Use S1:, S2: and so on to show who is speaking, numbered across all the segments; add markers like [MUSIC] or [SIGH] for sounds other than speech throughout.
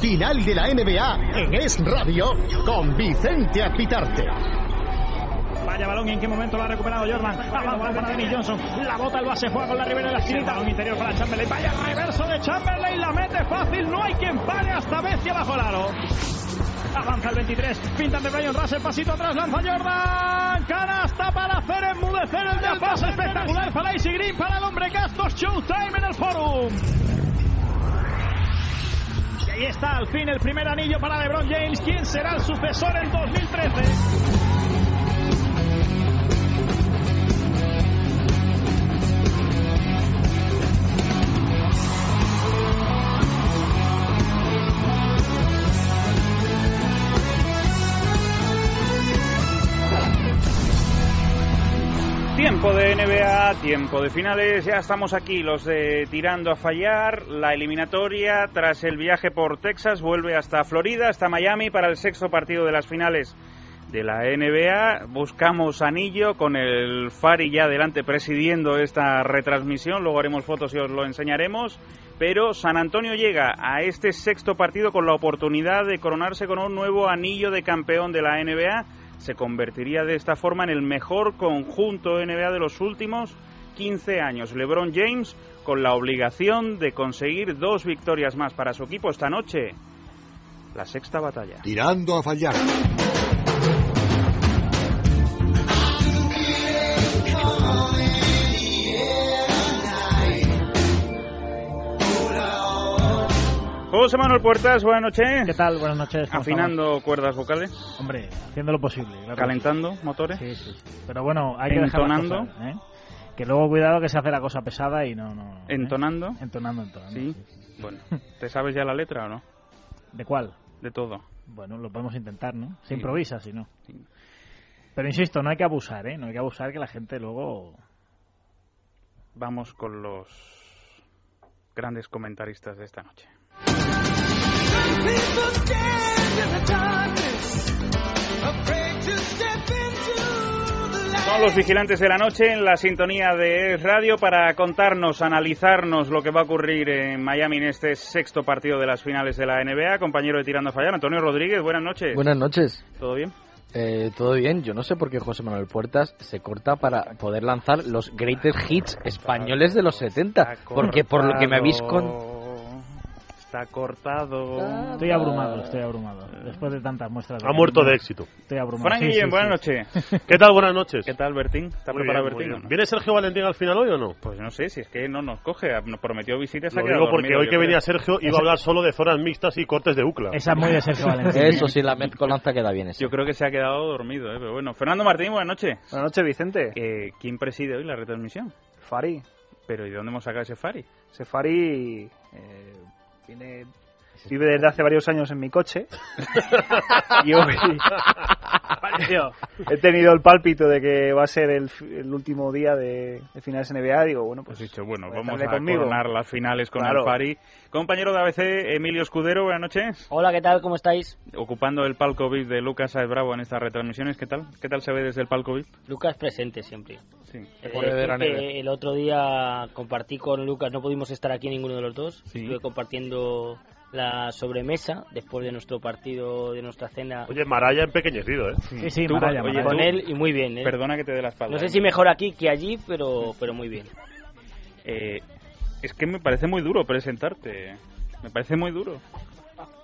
S1: Final de la NBA en Es Radio con Vicente Apitarte.
S2: Vaya balón, ¿en qué momento lo ha recuperado Jordan? Abajo para Denis Johnson. La bota el base juega con la ribera de la esquinita. Balón interior para Chamberlain. Vaya reverso de Chamberlain. La mete fácil. No hay quien pare hasta Bestia bajo el aro. Avanza el 23. Pintan de Brian Russell. Pasito atrás. Lanza Jordan. Canasta para hacer enmudecer el de pase espectacular para Icy Green. Para el hombre Gastos. Showtime en el forum. Y ahí está al fin el primer anillo para LeBron James. ¿Quién será el sucesor en 2013?
S3: Tiempo de NBA, tiempo de finales, ya estamos aquí los de tirando a fallar, la eliminatoria tras el viaje por Texas vuelve hasta Florida, hasta Miami para el sexto partido de las finales de la NBA, buscamos anillo con el Fari ya adelante presidiendo esta retransmisión, luego haremos fotos y os lo enseñaremos, pero San Antonio llega a este sexto partido con la oportunidad de coronarse con un nuevo anillo de campeón de la NBA se convertiría de esta forma en el mejor conjunto NBA de los últimos 15 años. LeBron James con la obligación de conseguir dos victorias más para su equipo esta noche. La sexta batalla.
S4: Tirando a fallar.
S3: José Manuel Puertas, buenas noches.
S5: ¿Qué tal? Buenas noches. ¿cómo
S3: Afinando cuerdas vocales,
S5: estamos? Hombre, haciendo lo posible. claro que
S3: calentando motores.
S5: sí. Sí, sí, sí. Pero bueno, hay que dejarlo
S3: Entonando.
S5: ¿eh? Que luego cuidado que se hace la cosa pesada y no... no ¿eh?
S3: Entonando.
S5: Entonando, entonando.
S3: Sí.
S5: sí, sí.
S3: Bueno, ¿te sabes ya la letra o no?
S5: [LAUGHS] ¿De cuál?
S3: De todo.
S5: Bueno, lo podemos intentar, ¿no? Se
S3: Sí.
S5: improvisa, si no.
S3: Sí.
S5: Pero insisto, no hay que abusar, ¿eh? No hay que abusar que la gente luego...
S3: Vamos con los grandes comentaristas de esta noche. Son los vigilantes de la noche en la sintonía de Es Radio para contarnos, analizarnos lo que va a ocurrir en Miami en este sexto partido de las finales de la NBA. Compañero de Tirando a Fallar, Antonio Rodríguez, buenas [LAUGHS] noches.
S6: Buenas noches.
S3: ¿Todo bien?
S6: Eh, Todo bien. Yo no sé por qué José Manuel Puertas se corta para poder lanzar los greatest hits españoles de los 70. Porque por lo que me habéis con...
S3: contado... Está cortado.
S5: Estoy abrumado, estoy abrumado. Después de tantas muestras...
S7: Ha muerto de éxito.
S5: Estoy abrumado.
S3: Frank
S5: Sí,
S3: Guillén,
S5: sí,
S3: buenas
S5: sí.
S3: noches.
S7: ¿Qué tal? Buenas noches.
S3: ¿Qué tal, Bertín? ¿Está
S7: Muy
S3: preparado
S7: bien, muy
S3: Bertín? o
S7: bien.
S3: no?
S7: ¿Viene Sergio Valentín al final hoy o no?
S3: Pues no sé, si es que no nos coge, ha- nos prometió visitas.
S7: Lo digo porque hoy que venía Sergio iba
S5: Ese-
S7: a hablar solo de zonas mixtas y cortes de UCLA.
S5: Esa es muy de
S7: [LAUGHS]
S5: Sergio Valentín.
S6: [LAUGHS] Eso sí, la mezcolanza queda bien. esa.
S3: Yo creo que se ha quedado dormido, ¿eh? pero bueno. Fernando Martín, buenas noches.
S8: Buenas noches, Vicente.
S3: Eh, ¿Quién preside hoy la retransmisión?
S8: Fari.
S3: Pero ¿y de dónde hemos sacado ese Fari?
S8: Ese Fari eh, viene- vive desde hace varios años en
S3: [LAUGHS]
S8: mi coche. y hoy he tenido el pálpito de que va a ser el, fi- el último día de, de finales NBA. Digo, bueno,
S3: Pues
S8: pues.
S3: dicho, bueno,
S8: pues
S3: vamos a
S8: estaré conmigo.
S3: coronar las finales con
S8: Claro.
S3: el Fari. Compañero de ABC, Emilio Escudero, buenas noches.
S9: Hola, ¿qué tal? ¿Cómo estáis?
S3: Ocupando el palco VIP de Lucas Saez Bravo en estas retransmisiones, ¿qué tal? ¿Qué tal se ve desde el palco VIP?
S9: Lucas presente siempre. Eh,
S3: Sí.
S9: He de
S6: pone
S9: decir
S6: de la
S9: que
S6: nieve.
S9: el otro día compartí con Lucas, no pudimos estar aquí ninguno de los dos.
S3: Sí.
S9: Estuve compartiendo la sobremesa después de nuestro partido, de nuestra cena
S7: Oye, Maraya empequeñecido, ¿eh?
S5: Sí, sí,
S3: Tú,
S5: Maraya,
S3: oye,
S5: Maraya.
S9: con
S3: tú-
S9: él y muy bien. ¿eh?
S3: Perdona que te dé la espalda.
S9: No sé
S3: ¿eh?
S9: si mejor aquí que allí, pero, pero muy bien.
S3: Eh, es que me parece muy duro presentarte. Me parece muy duro.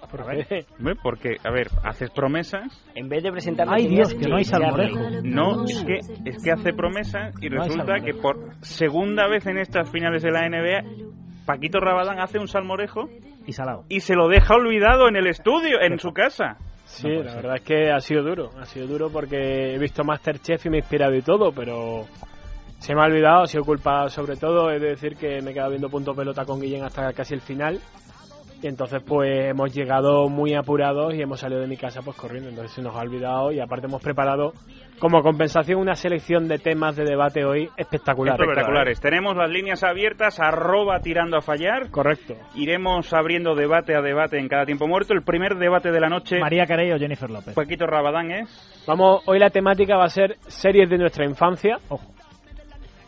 S3: Hombre, Porque, a ver, haces promesas.
S9: En vez de presentarme...
S5: Ay,
S9: tenías
S5: Dios, que no hay
S9: echarme.
S5: salmorejo.
S3: No, es que, es que hace promesas y
S5: No hay
S3: resulta que
S5: salmorejo.
S3: por segunda vez en estas finales de la NBA, Paquito Rabadán hace un salmorejo
S5: Y salado.
S3: y se lo deja olvidado en el estudio, en su casa.
S10: Sí, la verdad es que ha sido duro. Ha sido duro porque he visto Masterchef y me he inspirado y todo, pero se me ha olvidado, ha sido culpa sobre todo. Es decir, que me he quedado viendo punto pelota con Guillén hasta casi el final. Y entonces, pues hemos llegado muy apurados y hemos salido de mi casa pues corriendo. Entonces se nos ha olvidado y aparte hemos preparado como compensación una selección de temas de debate hoy espectacular.
S5: ¿eh?
S3: Espectaculares. ¿eh? Tenemos las líneas abiertas, arroba tirando a fallar.
S10: Correcto.
S3: Iremos abriendo debate a debate en cada tiempo muerto. El primer debate de la noche,
S5: María Carey o Jennifer López.
S3: Paquito Rabadán es...
S10: Vamos, hoy la temática va a ser series de nuestra infancia.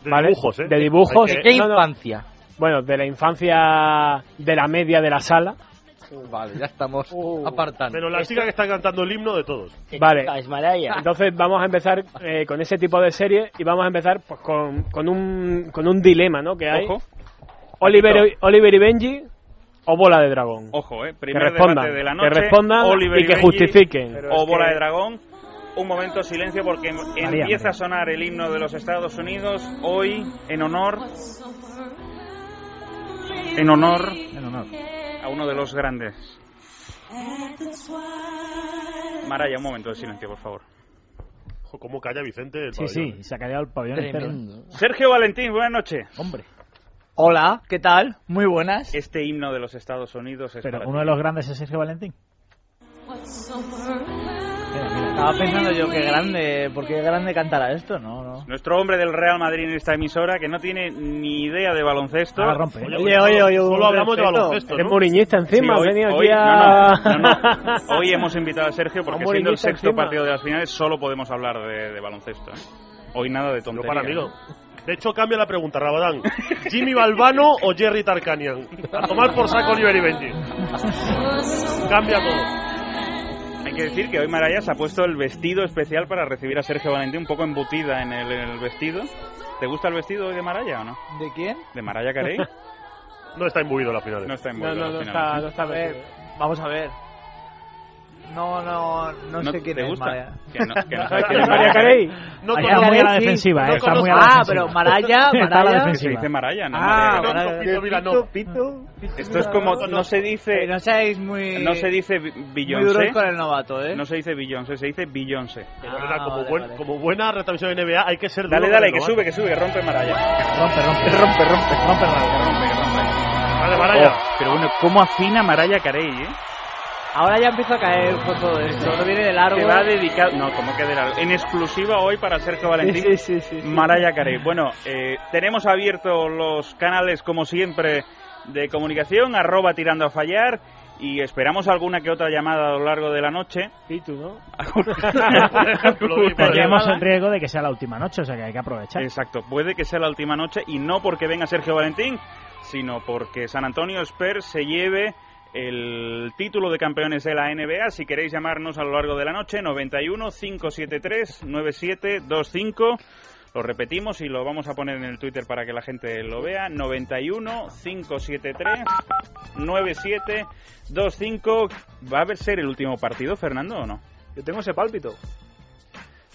S7: De
S10: ¿vale?
S7: dibujos, ¿eh?
S10: De dibujos.
S6: ¿De qué
S10: No, no.
S6: infancia?
S10: Bueno, de la infancia de la media de la sala,
S6: Vale, ya estamos apartando.
S7: Menos la chica que está cantando el himno de todos.
S10: Vale.
S5: [LAUGHS]
S9: Ismalaya.
S10: Entonces vamos a empezar eh, con ese tipo de serie y vamos a empezar pues, con, con, un, con un dilema ¿no? que hay.
S3: Ojo,
S10: Oliver, Oliver y Benji o Bola de Dragón.
S3: ojo, eh.
S10: que
S3: Primer
S10: respondan,
S3: debate de la noche.
S10: que respondan
S3: Oliver
S10: y que
S3: Benji
S10: justifiquen.
S3: O Bola de Dragón. Un momento de silencio porque em- empieza
S5: María.
S3: a sonar el himno de los Estados Unidos hoy en honor en honor
S5: En honor.
S3: a uno de los grandes. Maraya, un momento de silencio, por favor.
S7: Ojo, cómo calla Vicente el
S5: Sí, sí,
S7: pabellón,
S5: y
S7: eh.
S5: se ha caído el pabellón entero.
S6: Tremendo.
S3: Sergio Valentín, buenas noches.
S5: Hombre,
S4: Hola, ¿qué tal? Muy buenas.
S3: Este himno de los Estados Unidos es para
S5: pero
S3: ti.
S5: uno de los grandes es Sergio Valentín. Mira, mira.
S4: Estaba pensando yo qué grande, ¿por qué grande cantará esto? No, no.
S3: Nuestro hombre del Real Madrid en esta emisora que no tiene ni idea de baloncesto.
S5: Ah, rompe. ¿eh?
S4: Oye, oye, oye, un
S7: Solo hablamos de
S4: respeto.
S7: baloncesto,
S10: Eres
S7: ¿no?
S10: moriñista
S3: Sí,
S10: encima,
S3: hoy,
S10: has venido
S3: hoy-
S10: aquí a...
S3: no, no, no,
S10: [LAUGHS]
S3: no. Hoy hemos invitado a Sergio porque
S10: Amor,
S3: siendo el
S10: invita
S3: sexto
S10: encima.
S3: partido de las finales solo podemos hablar de, de baloncesto. ¿eh? Hoy nada de
S7: No
S3: tontería.
S7: para, amigo.
S3: ¿eh?
S7: De hecho, cambia la pregunta, Rabadán. ¿Jimmy Balbano o Jerry Tarkanian? A tomar por saco Oliver y Benji. Cambia todo.
S3: Hay que decir que hoy Maraya se ha puesto el vestido especial para recibir a Sergio Valentín, un poco embutida en el, en el vestido. ¿Te gusta el vestido hoy de Maraya o no?
S4: ¿De quién?
S3: ¿De Maraya Carey?
S7: [LAUGHS] No está imbuido la final. ¿eh?
S3: No está
S10: No,
S3: embutida.
S10: no,
S3: al
S10: no
S3: final.
S10: está, no está
S4: A ver,
S10: metido.
S4: vamos a ver. No, no, no, sé quién
S3: ¿Te
S4: es
S3: gusta?
S4: Mariah.
S3: Que no, que
S4: [LAUGHS]
S3: no
S10: ¿Sabes
S3: sabes quién
S10: quién
S3: es
S10: María
S3: Mariah
S10: Carey?
S3: Carey.
S7: No
S5: Ahí
S7: conozco-
S5: está muy a
S4: Carey,
S5: la
S4: sí.
S5: defensiva,
S7: No
S5: ¿eh? Está muy a la
S4: Ah,
S5: defensiva.
S4: pero
S5: [LAUGHS]
S4: Maraya,
S5: Está a la
S4: Maraya.
S3: Que se dice Maraya, no
S4: Ah,
S3: Mariah.
S4: Mariah.
S7: Pito Vilanova.
S4: Pito, pito,
S3: Esto es como,
S4: Vilanova.
S3: no se
S4: Eh,
S3: dice,
S4: No seáis muy.
S3: no se dice
S4: Muy duros
S3: Beyoncé,
S4: con el novato, ¿eh? Ah,
S3: no se dice Beyoncé, se dice Beyoncé.
S7: Pero, verdad, como,
S4: vale,
S7: buen-
S4: vale.
S7: como buena retransmisión de NBA hay que ser
S3: Dale,
S7: duro
S3: dale,
S7: con
S3: que
S7: el
S3: sube,
S7: novato.
S3: que sube, que rompe Maraya.
S5: Rompe, rompe, rompe, rompe, rompe, rompe,
S7: Dale,
S4: Oh,
S7: Maraya.
S3: Oh, pero bueno, ¿cómo afina Maraya Carey, eh?
S4: Ahora ya empiezo a caer con todo esto. Esto viene de largo.
S3: Que va dedicado, no, como que de la- en exclusiva hoy para Sergio Valentín.
S4: Sí, sí, sí. sí.
S3: Maraya Carey. Bueno, eh, tenemos abiertos los canales, como siempre, de comunicación, arroba tirando a fallar, y esperamos alguna que otra llamada a lo largo de la noche.
S10: Pitu,
S3: [LAUGHS]
S10: ¿no?
S5: [LAUGHS]
S7: Lo vi, madre.
S5: Tendríamos el riesgo de que sea la última noche, o sea que hay que aprovechar.
S3: Exacto, puede que sea la última noche, y no porque venga Sergio Valentín, sino porque San Antonio Spurs se lleve el título de campeones de la NBA. Si queréis llamarnos a lo largo de la noche, 91-573-9725. Lo repetimos y lo vamos a poner en el Twitter para que la gente lo vea. 91 573 9725. ¿Va a ser el último partido, Fernando, o no?
S8: Yo tengo ese pálpito.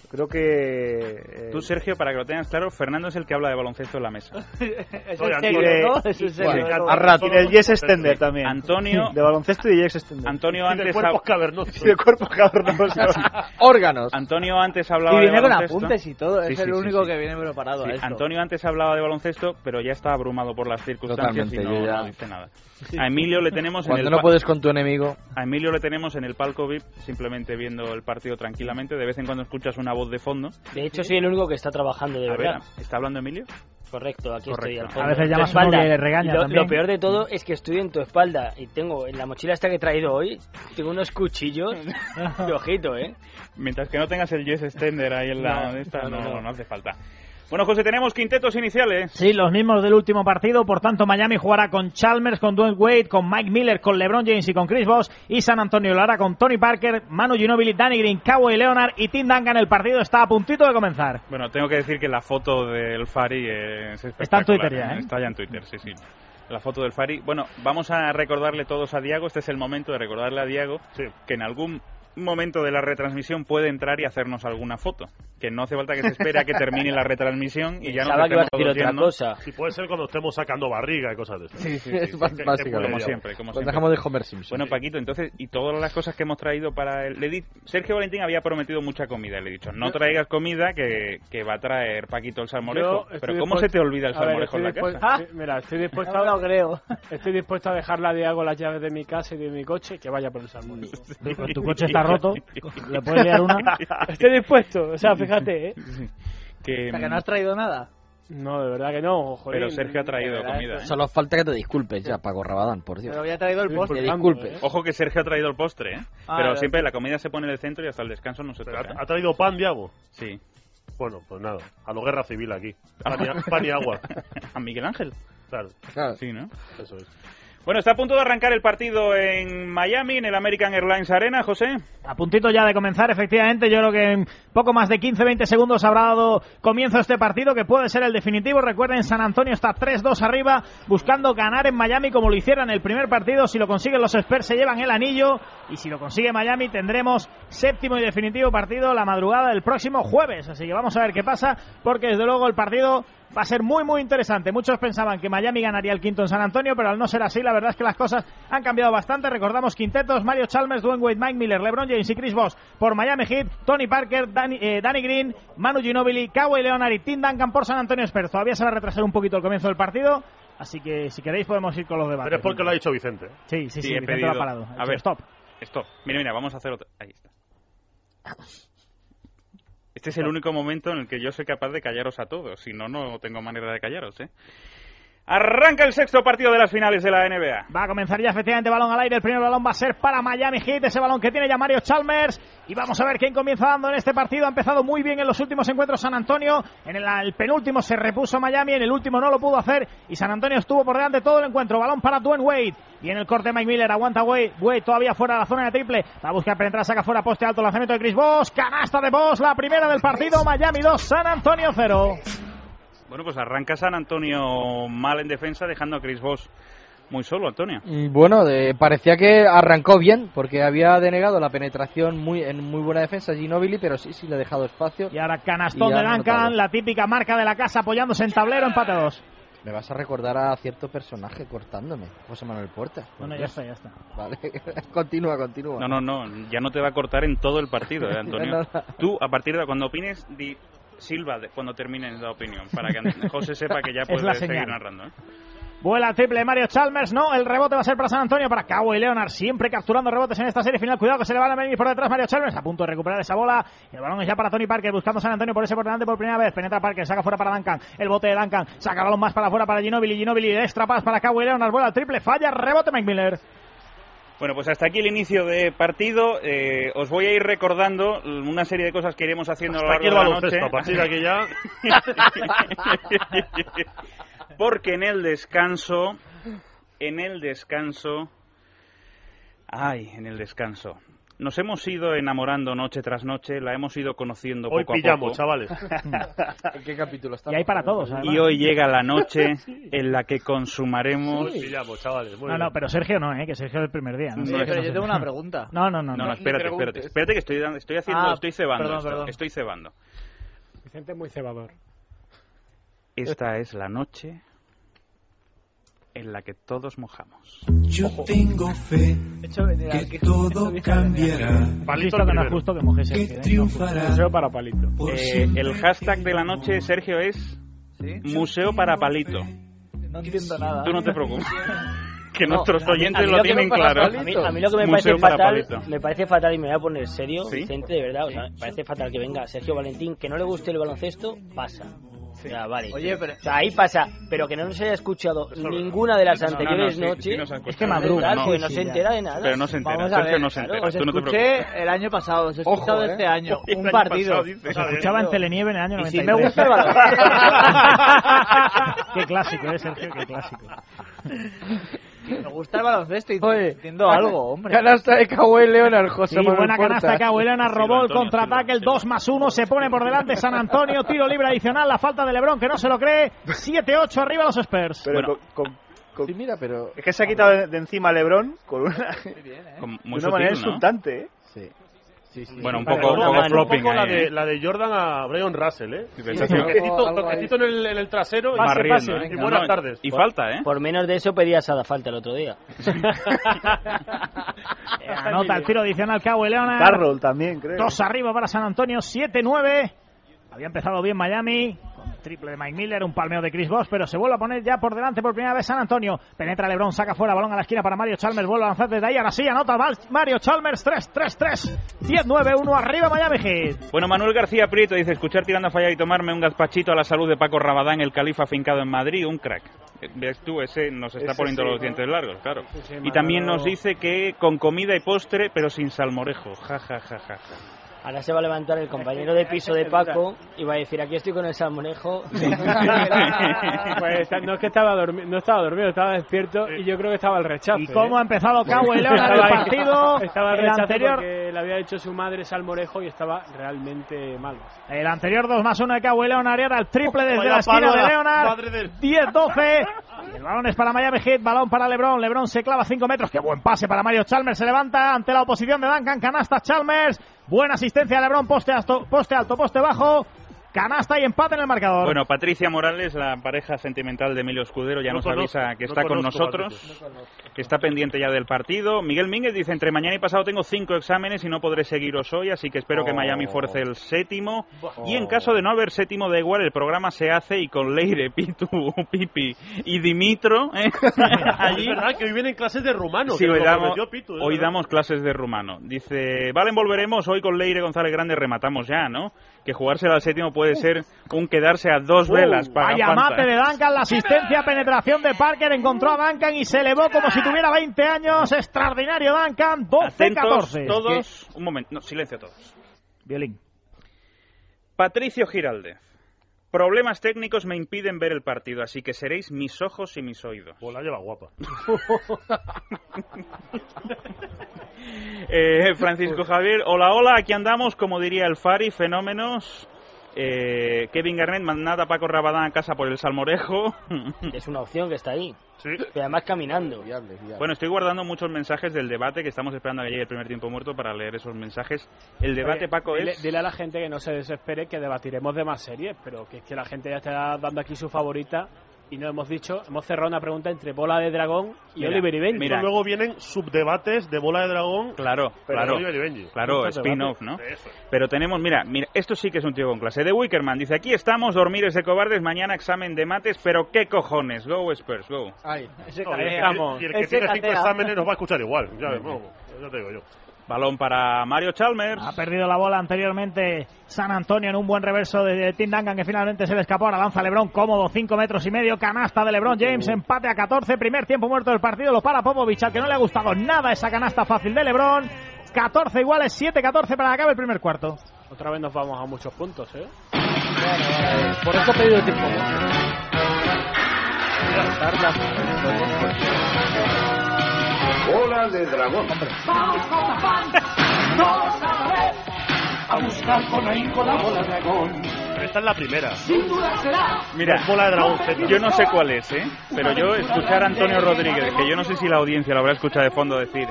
S8: Creo que. eh,
S3: Tú, Sergio, para que lo tengas claro, Fernando es el que habla de baloncesto en la mesa.
S4: Es
S7: Oye,
S4: en
S7: Antonio,
S4: serio, ¿no? Es en serio.
S7: encanta.
S4: ¿no?
S7: A rato.
S8: Y del Yes Extender también.
S3: Antonio,
S8: [LAUGHS] De baloncesto y Yes Extender.
S3: Antonio
S7: Y de
S3: antes
S7: cuerpos
S3: ha-
S7: cavernosos.
S8: Y de cuerpo [LAUGHS] cavernoso.
S6: Órganos.
S3: Antonio antes hablaba
S4: Y
S3: de
S4: viene con
S3: baloncesto.
S4: apuntes y todo.
S3: Sí,
S4: es
S3: sí,
S4: el
S3: sí,
S4: único
S3: sí.
S4: que viene preparado.
S3: Sí,
S4: a esto.
S3: Antonio antes hablaba de baloncesto, pero ya está abrumado por las circunstancias y
S6: Totalmente, yo
S3: no,
S6: ya-
S3: no dice nada. A Emilio le tenemos en
S6: Cuando
S3: el
S6: no
S3: pa-
S6: puedes con tu enemigo,
S3: a Emilio le tenemos en el palco VIP simplemente viendo el partido tranquilamente, de vez en cuando escuchas una voz de fondo.
S9: De hecho, soy el único que está trabando de
S3: A ver,
S9: verdad.
S3: ¿está hablando Emilio?
S9: Correcto, aquí estoy
S3: Correcto.
S9: al fondo.
S5: A veces
S9: En tu
S5: llamas a uno que le regaña
S9: Y lo,
S5: también.
S9: lo peor de todo es que estoy en tu espalda y tengo en la mochila esta que he traído hoy, tengo unos cuchillos
S5: [LAUGHS]
S9: de ojito, ¿eh?
S3: Mientras que no tengas el Yes Extender ahí en la
S9: No,
S3: esta,
S9: no,
S3: no,
S9: no.
S3: no, no hace falta. Bueno, José, tenemos quintetos iniciales.
S5: Sí, los mismos del último partido, por tanto Miami jugará con Chalmers, con Dwayne Wade, con Mike Miller, con LeBron James y con Chris Bosh y San Antonio lo hará con Tony Parker, Manu Ginobili, Danny Green, Kawhi Leonard y Tim Duncan. El partido está a puntito de comenzar.
S3: Bueno, tengo que decir que la foto del Fari es espectacular.
S5: Está en Twitter ya, ¿eh?
S3: Está ya en Twitter, sí, sí. La foto del Fari. Bueno, vamos a recordarle todos a Diago. Este es el momento de recordarle a Diago
S7: Sí.
S3: que en algún momento de la retransmisión puede entrar y hacernos alguna foto. Que no hace falta que se espere a que termine la retransmisión y ya
S9: Pensaba
S3: nos
S9: que iba a
S3: estemos
S9: decir otra
S3: aduciendo.
S9: cosa.
S7: Si puede ser cuando estemos sacando barriga y cosas de
S9: [LAUGHS]
S7: esas.
S6: Es bas-
S7: que- que
S6: básicamente.
S3: Como
S7: puede,
S3: siempre, como
S6: nos
S3: siempre.
S6: dejamos de Homer Simpson.
S3: Bueno, Paquito, entonces, y todas las cosas que hemos traído para el... le di- Sergio Valentín había prometido mucha comida, le he dicho. No traigas comida que, que va a traer Paquito el salmorejo.
S10: Yo estoy
S3: Pero ¿cómo
S10: dispuesto-
S3: se te olvida el
S10: A ver,
S3: salmorejo
S10: estoy
S3: en la
S10: dispuesto-
S3: casa?
S5: Ah.
S10: estoy- Mira,
S5: [LAUGHS]
S10: estoy dispuesto,
S4: No me lo
S10: a,
S4: creo.
S10: estoy dispuesto a dejarle a Diego las llaves de mi casa y de mi coche que vaya por el salmón.
S5: Tu coche está roto, le puedes liar una.
S10: [LAUGHS] estoy dispuesto, o sea, fíjate, ¿eh?
S3: Que,
S4: Hasta que no has traído nada.
S10: No, de verdad que no, joder.
S3: pero Sergio ha traído
S4: verdad,
S3: comida. ¿eh?
S6: Solo falta que te disculpes ya, Paco Rabadán, por
S4: Pero
S6: Dios.
S4: había traído el postre.
S6: disculpes.
S3: Ojo que Sergio ha traído el postre, ¿eh?
S4: Ah,
S3: pero
S4: verdad.
S3: siempre la comida se pone en el centro y hasta el descanso no se
S7: Pero
S3: toca.
S7: ¿Ha,
S3: ¿eh?
S7: ha traído pan, Diago?
S3: Sí.
S7: Bueno, pues nada. A la guerra civil aquí. Pan y, a- pan y agua.
S3: [LAUGHS] A Miguel Ángel.
S7: Claro,
S6: Claro.
S3: Sí, ¿no?
S7: eso es.
S3: Bueno, está a punto de arrancar el partido en Miami, en el American Airlines Arena, José.
S5: A puntito ya de comenzar, efectivamente. Yo creo que en poco más de 15-20 segundos habrá dado comienzo este partido, que puede ser el definitivo. Recuerden, San Antonio está 3-2 arriba, buscando ganar en Miami como lo hicieron en el primer partido. Si lo consiguen los Spurs, se llevan el anillo. Y si lo consigue Miami, tendremos séptimo y definitivo partido la madrugada del próximo jueves. Así que vamos a ver qué pasa, porque desde luego el partido va a ser muy, muy interesante. Muchos pensaban que Miami ganaría el quinto en San Antonio, pero al no ser así, la verdad es que las cosas han cambiado bastante. Recordamos quintetos, Mario Chalmers, Dwayne Wade, Mike Miller, LeBron James y Chris Bosh por Miami Heat, Tony Parker, Danny, eh, Danny Green, Manu Ginobili, Kawhi Leonard y Tim Duncan por San Antonio Spurs. Todavía se va a retrasar un poquito el comienzo del partido, así que si queréis podemos ir con los debates.
S7: Pero es porque lo ha dicho Vicente.
S5: Sí, Ah, sí, sí,
S3: he
S5: Vicente
S3: pedido-
S5: lo ha parado. Ha
S3: A
S5: dicho,
S3: ver,
S5: stop.
S3: Stop. Mira, mira, vamos a hacer otra. Ahí está. Este es el único momento en el que yo soy capaz de callaros a todos. Si no, no tengo manera de callaros, ¿eh? Arranca el sexto partido de las finales de la NBA.
S5: Va a comenzar ya efectivamente balón al aire. El primer balón va a ser para Miami Heat. Ese balón que tiene ya Mario Chalmers. Y vamos a ver quién comienza dando en este partido. Ha empezado muy bien en los últimos encuentros San Antonio. En el, el penúltimo se repuso Miami. En el último no lo pudo hacer. Y San Antonio estuvo por delante todo el encuentro. Balón para Dwayne Wade. Y en el corte Mike Miller. Aguanta Wade. Wade todavía fuera de la zona de triple. Va a buscar penetrar. Saca fuera poste alto. Lanzamiento de Chris Bosh. Canasta de Bosh. La primera del partido. Miami 2. San Antonio 0.
S3: Bueno, pues arranca San Antonio mal en defensa, dejando a Chris Bosh muy solo, Antonio.
S6: Y Bueno, de- parecía que arrancó bien porque había denegado la penetración muy en muy buena defensa Ginobili, pero sí, sí le ha dejado espacio.
S5: Y ahora Canastón
S6: Y ha
S5: de Duncan.
S6: anotado.
S5: La típica marca de la casa apoyándose en tablero. Empate 2.
S6: Me vas a recordar a cierto personaje cortándome, José Manuel Puertas.
S5: Bueno, ya está, ya está.
S6: Vale, [LAUGHS] continúa, continúa. [LAUGHS]
S3: No, no, no, ya no te va a cortar en todo el
S5: [LAUGHS]
S3: partido, ¿eh, Antonio. Tú, a partir de cuando opines, di Silva de- cuando termines la opinión, para
S5: [LAUGHS]
S3: que José sepa que ya
S5: Es la
S3: puedes seguir
S5: señal.
S3: narrando. ¿eh?
S5: Vuela el triple de Mario Chalmers, no, el rebote va a ser para San Antonio, para Cabo y Leonard, siempre capturando rebotes en esta serie final, cuidado que se le van a venir por detrás Mario Chalmers, a punto de recuperar esa bola, el balón es ya para Tony Parker, buscando San Antonio por ese por delante por primera vez, penetra Parker, saca fuera para Duncan, el bote de Duncan, saca balón más para afuera para Ginobili, Ginobili, extra pass para Cabo y Leonard, vuela el triple, falla, rebote Mike Miller.
S3: Bueno, pues hasta aquí el inicio de partido. Eh, os voy a ir recordando una serie de cosas que iremos haciendo a
S7: Hasta
S3: lo
S7: aquí el
S3: largo de la noche.
S7: baloncesto, a partir de aquí ya.
S3: [LAUGHS] Porque en el descanso, en el descanso, ay, en el descanso. Nos hemos ido enamorando noche tras noche, la hemos ido conociendo
S7: Hoy
S3: poco a
S7: pillamos,
S3: poco.
S10: [LAUGHS]
S7: chavales.
S6: ¿En qué capítulo está?
S5: Y hay para todos, además.
S3: Y hoy llega la
S10: [LAUGHS]
S3: noche en la que consumaremos.
S7: Hoy pillamos, chavales. muy
S10: Pues
S5: No,
S7: bien.
S5: no, pero Sergio no, eh, que Sergio es el primer día. No,
S3: Sí,
S5: sé,
S3: pero
S5: que no
S4: Pero yo
S5: sé.
S4: tengo una
S5: [LAUGHS]
S4: pregunta.
S5: no, no, no,
S3: No,
S5: no.
S3: no, espérate, espérate, espérate que estoy dando, estoy haciendo,
S4: Ah,
S3: estoy cebando,
S4: perdón,
S3: esto,
S4: perdón.
S3: estoy cebando.
S10: Vicente es muy cebador.
S3: Esta es la noche en la que todos mojamos.
S11: Yo tengo fe
S4: De hecho, venir
S11: que
S4: aquí-
S11: todo cambiará,
S5: Listo
S7: Palito
S5: que no es
S7: el primero.
S5: justo que mojes
S11: que
S5: Sergio, eh.
S11: triunfará.
S10: Deseo para palito.
S11: por
S3: Eh,
S11: siempre
S3: el hashtag de la noche, Sergio, es
S4: ¿Sí?
S3: Museo para Palito.
S4: No entiendo nada.
S3: Tú no te preocupes. Que
S6: No,
S3: nuestros oyentes
S6: a mí
S3: lo
S6: lo que me
S3: tienen
S6: pasa,
S3: claro. ¿eh?
S9: A mí, a mí lo que me
S3: Museo
S9: parece
S3: para
S9: fatal,
S3: Palito.
S9: me parece fatal y me voy a poner serio,
S3: ¿Sí?
S9: Vicente, de verdad, o sea, me parece fatal que venga Sergio Valentín, que no le guste el baloncesto, pasa. O sea, vale.
S4: Oye, pero-
S9: O sea, ahí pasa, pero que no nos haya escuchado ninguna de las
S3: No, no, no,
S9: anteriores
S3: sí, sí
S9: noches,
S3: nos han escuchado.
S9: es que madruga,
S3: No,
S9: porque
S3: sí,
S9: no
S3: sí,
S9: se
S3: ya.
S9: entera de nada.
S3: Pero no se entera,
S4: Vamos a
S3: Sergio
S4: ver,
S3: no se
S4: claro,
S3: entera.
S4: os
S3: Tú no te
S4: escuché
S3: preocupes.
S4: el año pasado, os he
S6: Ojo,
S4: escuchado
S6: eh.
S3: [LAUGHS]
S4: este año,
S7: El
S4: un
S7: año
S4: partido.
S7: pasado, dice.
S5: Se
S3: ¿eh?
S5: escuchaba en Telenieve en el año
S4: Y si
S5: 93.
S4: me gusta
S5: [LAUGHS]
S4: el baloncesto.
S5: Qué clásico, eh, Sergio, qué clásico.
S4: me gusta el baloncesto y
S6: Oye,
S4: entiendo
S6: cana-
S4: algo, hombre.
S6: Canasta de Kawhi Leonard, José
S5: Sí,
S6: Manuel
S5: buena canasta
S6: Puertas.
S5: que Abuelona
S3: Sí,
S5: robó el
S3: Antonio,
S5: contraataque, el
S3: sí, Antonio.
S5: 2 más 1, se pone por delante San Antonio, tiro libre adicional, la falta de Lebron que no se lo cree, 7-8 arriba los Spurs.
S8: Pero
S3: Bueno.
S8: con- con- con-
S6: Sí, mira, pero...
S8: es que se ha quitado de, de encima LeBron con una, [LAUGHS]
S3: Como
S8: de
S3: Muy
S8: una manera
S3: sutil, ¿no?
S8: insultante, ¿eh?
S6: Sí. Sí, sí.
S3: Bueno, un
S7: Vale,
S3: poco,
S7: una- un
S3: un poco
S7: poco
S3: flopping
S7: la,
S3: ahí, ¿eh?
S7: de, la de Jordan a Brian Russell, ¿eh?
S3: Sí, pensé que-
S6: Algo-
S7: Toquecito,
S6: algo ahí.
S7: toquecito en el, en el trasero y-
S3: barriendo,
S7: y,
S3: ¿eh? No,
S7: buenas
S3: no,
S7: tardes.
S3: Y falta, ¿eh?
S9: Por menos de eso pedías a la falta el otro día.
S5: Eh, Anota el tiro adicional que Leona.
S8: Carroll también, creo.
S5: Dos arriba para San Antonio, 7-9. Había empezado bien Miami, con triple de Mike Miller, un palmeo de Chris Bosh, pero se vuelve a poner ya por delante por primera vez San Antonio. Penetra Lebron, saca fuera, balón a la esquina para Mario Chalmers, vuelve a lanzar desde ahí, ahora sí, anota Val- Mario Chalmers, 3-3-3, 10-9-1 arriba Miami Heat.
S3: Bueno, Manuel García Prieto dice, escuchar Tirando a Fallar y tomarme un gazpachito a la salud de Paco Rabadán, el califa fincado en Madrid, un crack. Eh, Ves tú, ese nos está
S10: Ese
S3: poniendo
S10: sí,
S3: los
S10: ¿no?
S3: dientes largos, claro.
S10: Sí, sí,
S3: y también
S10: Manolo.
S3: nos dice que con comida y postre, pero sin salmorejo. Ja, ja, ja, ja, ja.
S9: Ahora se va a levantar el compañero de piso de Paco y va a decir, aquí estoy con el salmonejo.
S10: Pues no es que estaba dormido, no estaba dormido, estaba despierto y yo creo que estaba el rechazo. eh.
S5: ¿Y cómo ha empezado Cabo y Leona el partido?
S10: Estaba
S5: El
S10: el rechazo
S5: anterior-
S10: porque le había hecho su madre salmorejo y estaba realmente mal.
S5: El anterior 2 más 1 de Cabo y Leona Arias, el triple desde
S10: Vaya
S5: la esquina
S10: palo,
S5: de
S10: la
S5: Leonard.
S10: madre del- [LAUGHS]
S5: 10-12. El balón es para Miami Heat, balón para Lebron. Lebron se clava 5 metros. Qué buen pase para Mario Chalmers. Se levanta ante la oposición de Duncan. Canasta Chalmers. Buena asistencia de Lebron. Poste alto, poste alto, poste bajo. Canasta y empate en el marcador.
S3: Bueno, Patricia Morales, la pareja sentimental de Emilio Escudero, ya
S5: No
S3: nos
S5: conozco,
S3: avisa que
S5: no
S3: está con
S5: conozco,
S3: nosotros, que está pendiente ya del partido. Miguel Mínguez dice, entre mañana y pasado tengo cinco exámenes y no podré seguiros hoy, así que espero que
S12: Oh.
S3: Miami force el séptimo. Y en caso de no haber séptimo, da igual, el programa se hace y con Leire, Pitu, [LAUGHS] Pipi y Dimitro... ¿eh?
S7: Es verdad que hoy vienen clases de rumano.
S3: Sí,
S7: que
S3: hoy
S7: lo
S3: damos,
S7: prometió Pitu, ¿eh? es
S3: hoy
S7: verdad.
S3: damos clases de rumano. Dice, Valen, volveremos hoy con Leire González Grande, rematamos ya, ¿no? Que jugársela al séptimo puede ser un quedarse a dos
S5: Uh,
S3: velas para ¿eh?
S5: Vaya mate de Duncan, la asistencia, penetración de Parker, encontró a Duncan y se elevó como si tuviera 20 años. Extraordinario Duncan, 12-14.
S3: todos, un momento, no, silencio todos.
S5: Violín.
S3: Patricio Giraldez. Problemas técnicos me impiden ver el partido, así que seréis mis ojos y mis oídos.
S7: Bola Pues lleva guapa.
S3: [LAUGHS] Eh, Francisco Javier, hola, hola, aquí andamos, como diría el Fari, fenómenos. Eh, Kevin Garnett, mandada Paco Rabadán a casa por el salmorejo.
S9: Es una opción que está ahí.
S3: Pero
S9: además caminando.
S3: Bueno, estoy guardando muchos mensajes del debate, que estamos esperando a que llegue el primer tiempo muerto para leer esos mensajes. El debate,
S10: Oye,
S3: Paco,
S10: Eh, dile,
S3: es...
S10: dile a la gente que no se desespere, que debatiremos de más series, pero que es que la gente ya está dando aquí su favorita y no hemos dicho, hemos cerrado una pregunta entre Bola de Dragón y Oliver y Benji.
S7: Mira. Luego vienen subdebates de bola de dragón.
S3: Claro,
S7: Pero
S3: claro.
S7: Oliver y Benji.
S3: Claro,
S7: Muchos debates.
S3: spin-off, ¿no?
S7: Eso.
S3: Pero tenemos, mira, mira, esto sí que es un tío con clase. De Wickerman dice, aquí estamos, dormir es de cobardes, mañana examen de mates, pero qué cojones, go Spurs, go.
S7: No, y el que-
S10: estamos.
S7: Y el que
S10: Ese
S7: tiene cinco
S10: catea.
S7: exámenes
S3: [LAUGHS]
S7: nos va a escuchar igual. Ya, vamos, ya te digo yo.
S3: Balón para Mario Chalmers.
S5: Ha perdido la bola anteriormente San Antonio en un buen reverso de Tim Duncan que finalmente se le escapó. Ahora lanza Lebron cómodo, 5 metros y medio. Canasta de Lebron James, empate a 14. Primer tiempo muerto del partido. Lo para Popovich, al que no le ha gustado nada esa canasta fácil de Lebron. 14 iguales, 7-14 para que acabe el primer cuarto.
S10: Otra vez nos vamos a muchos puntos, ¿eh?
S6: Por eso he pedido tiempo.
S13: Bola de dragón.
S7: A buscar con ahí con la bola de dragón. Pero esta es la primera.
S3: Mira,
S7: Es bola de dragón, Z.
S3: yo no sé cuál es, ¿eh? Pero yo escuchar a Antonio Rodríguez, que yo no sé si la audiencia lo habrá escuchado de fondo decir,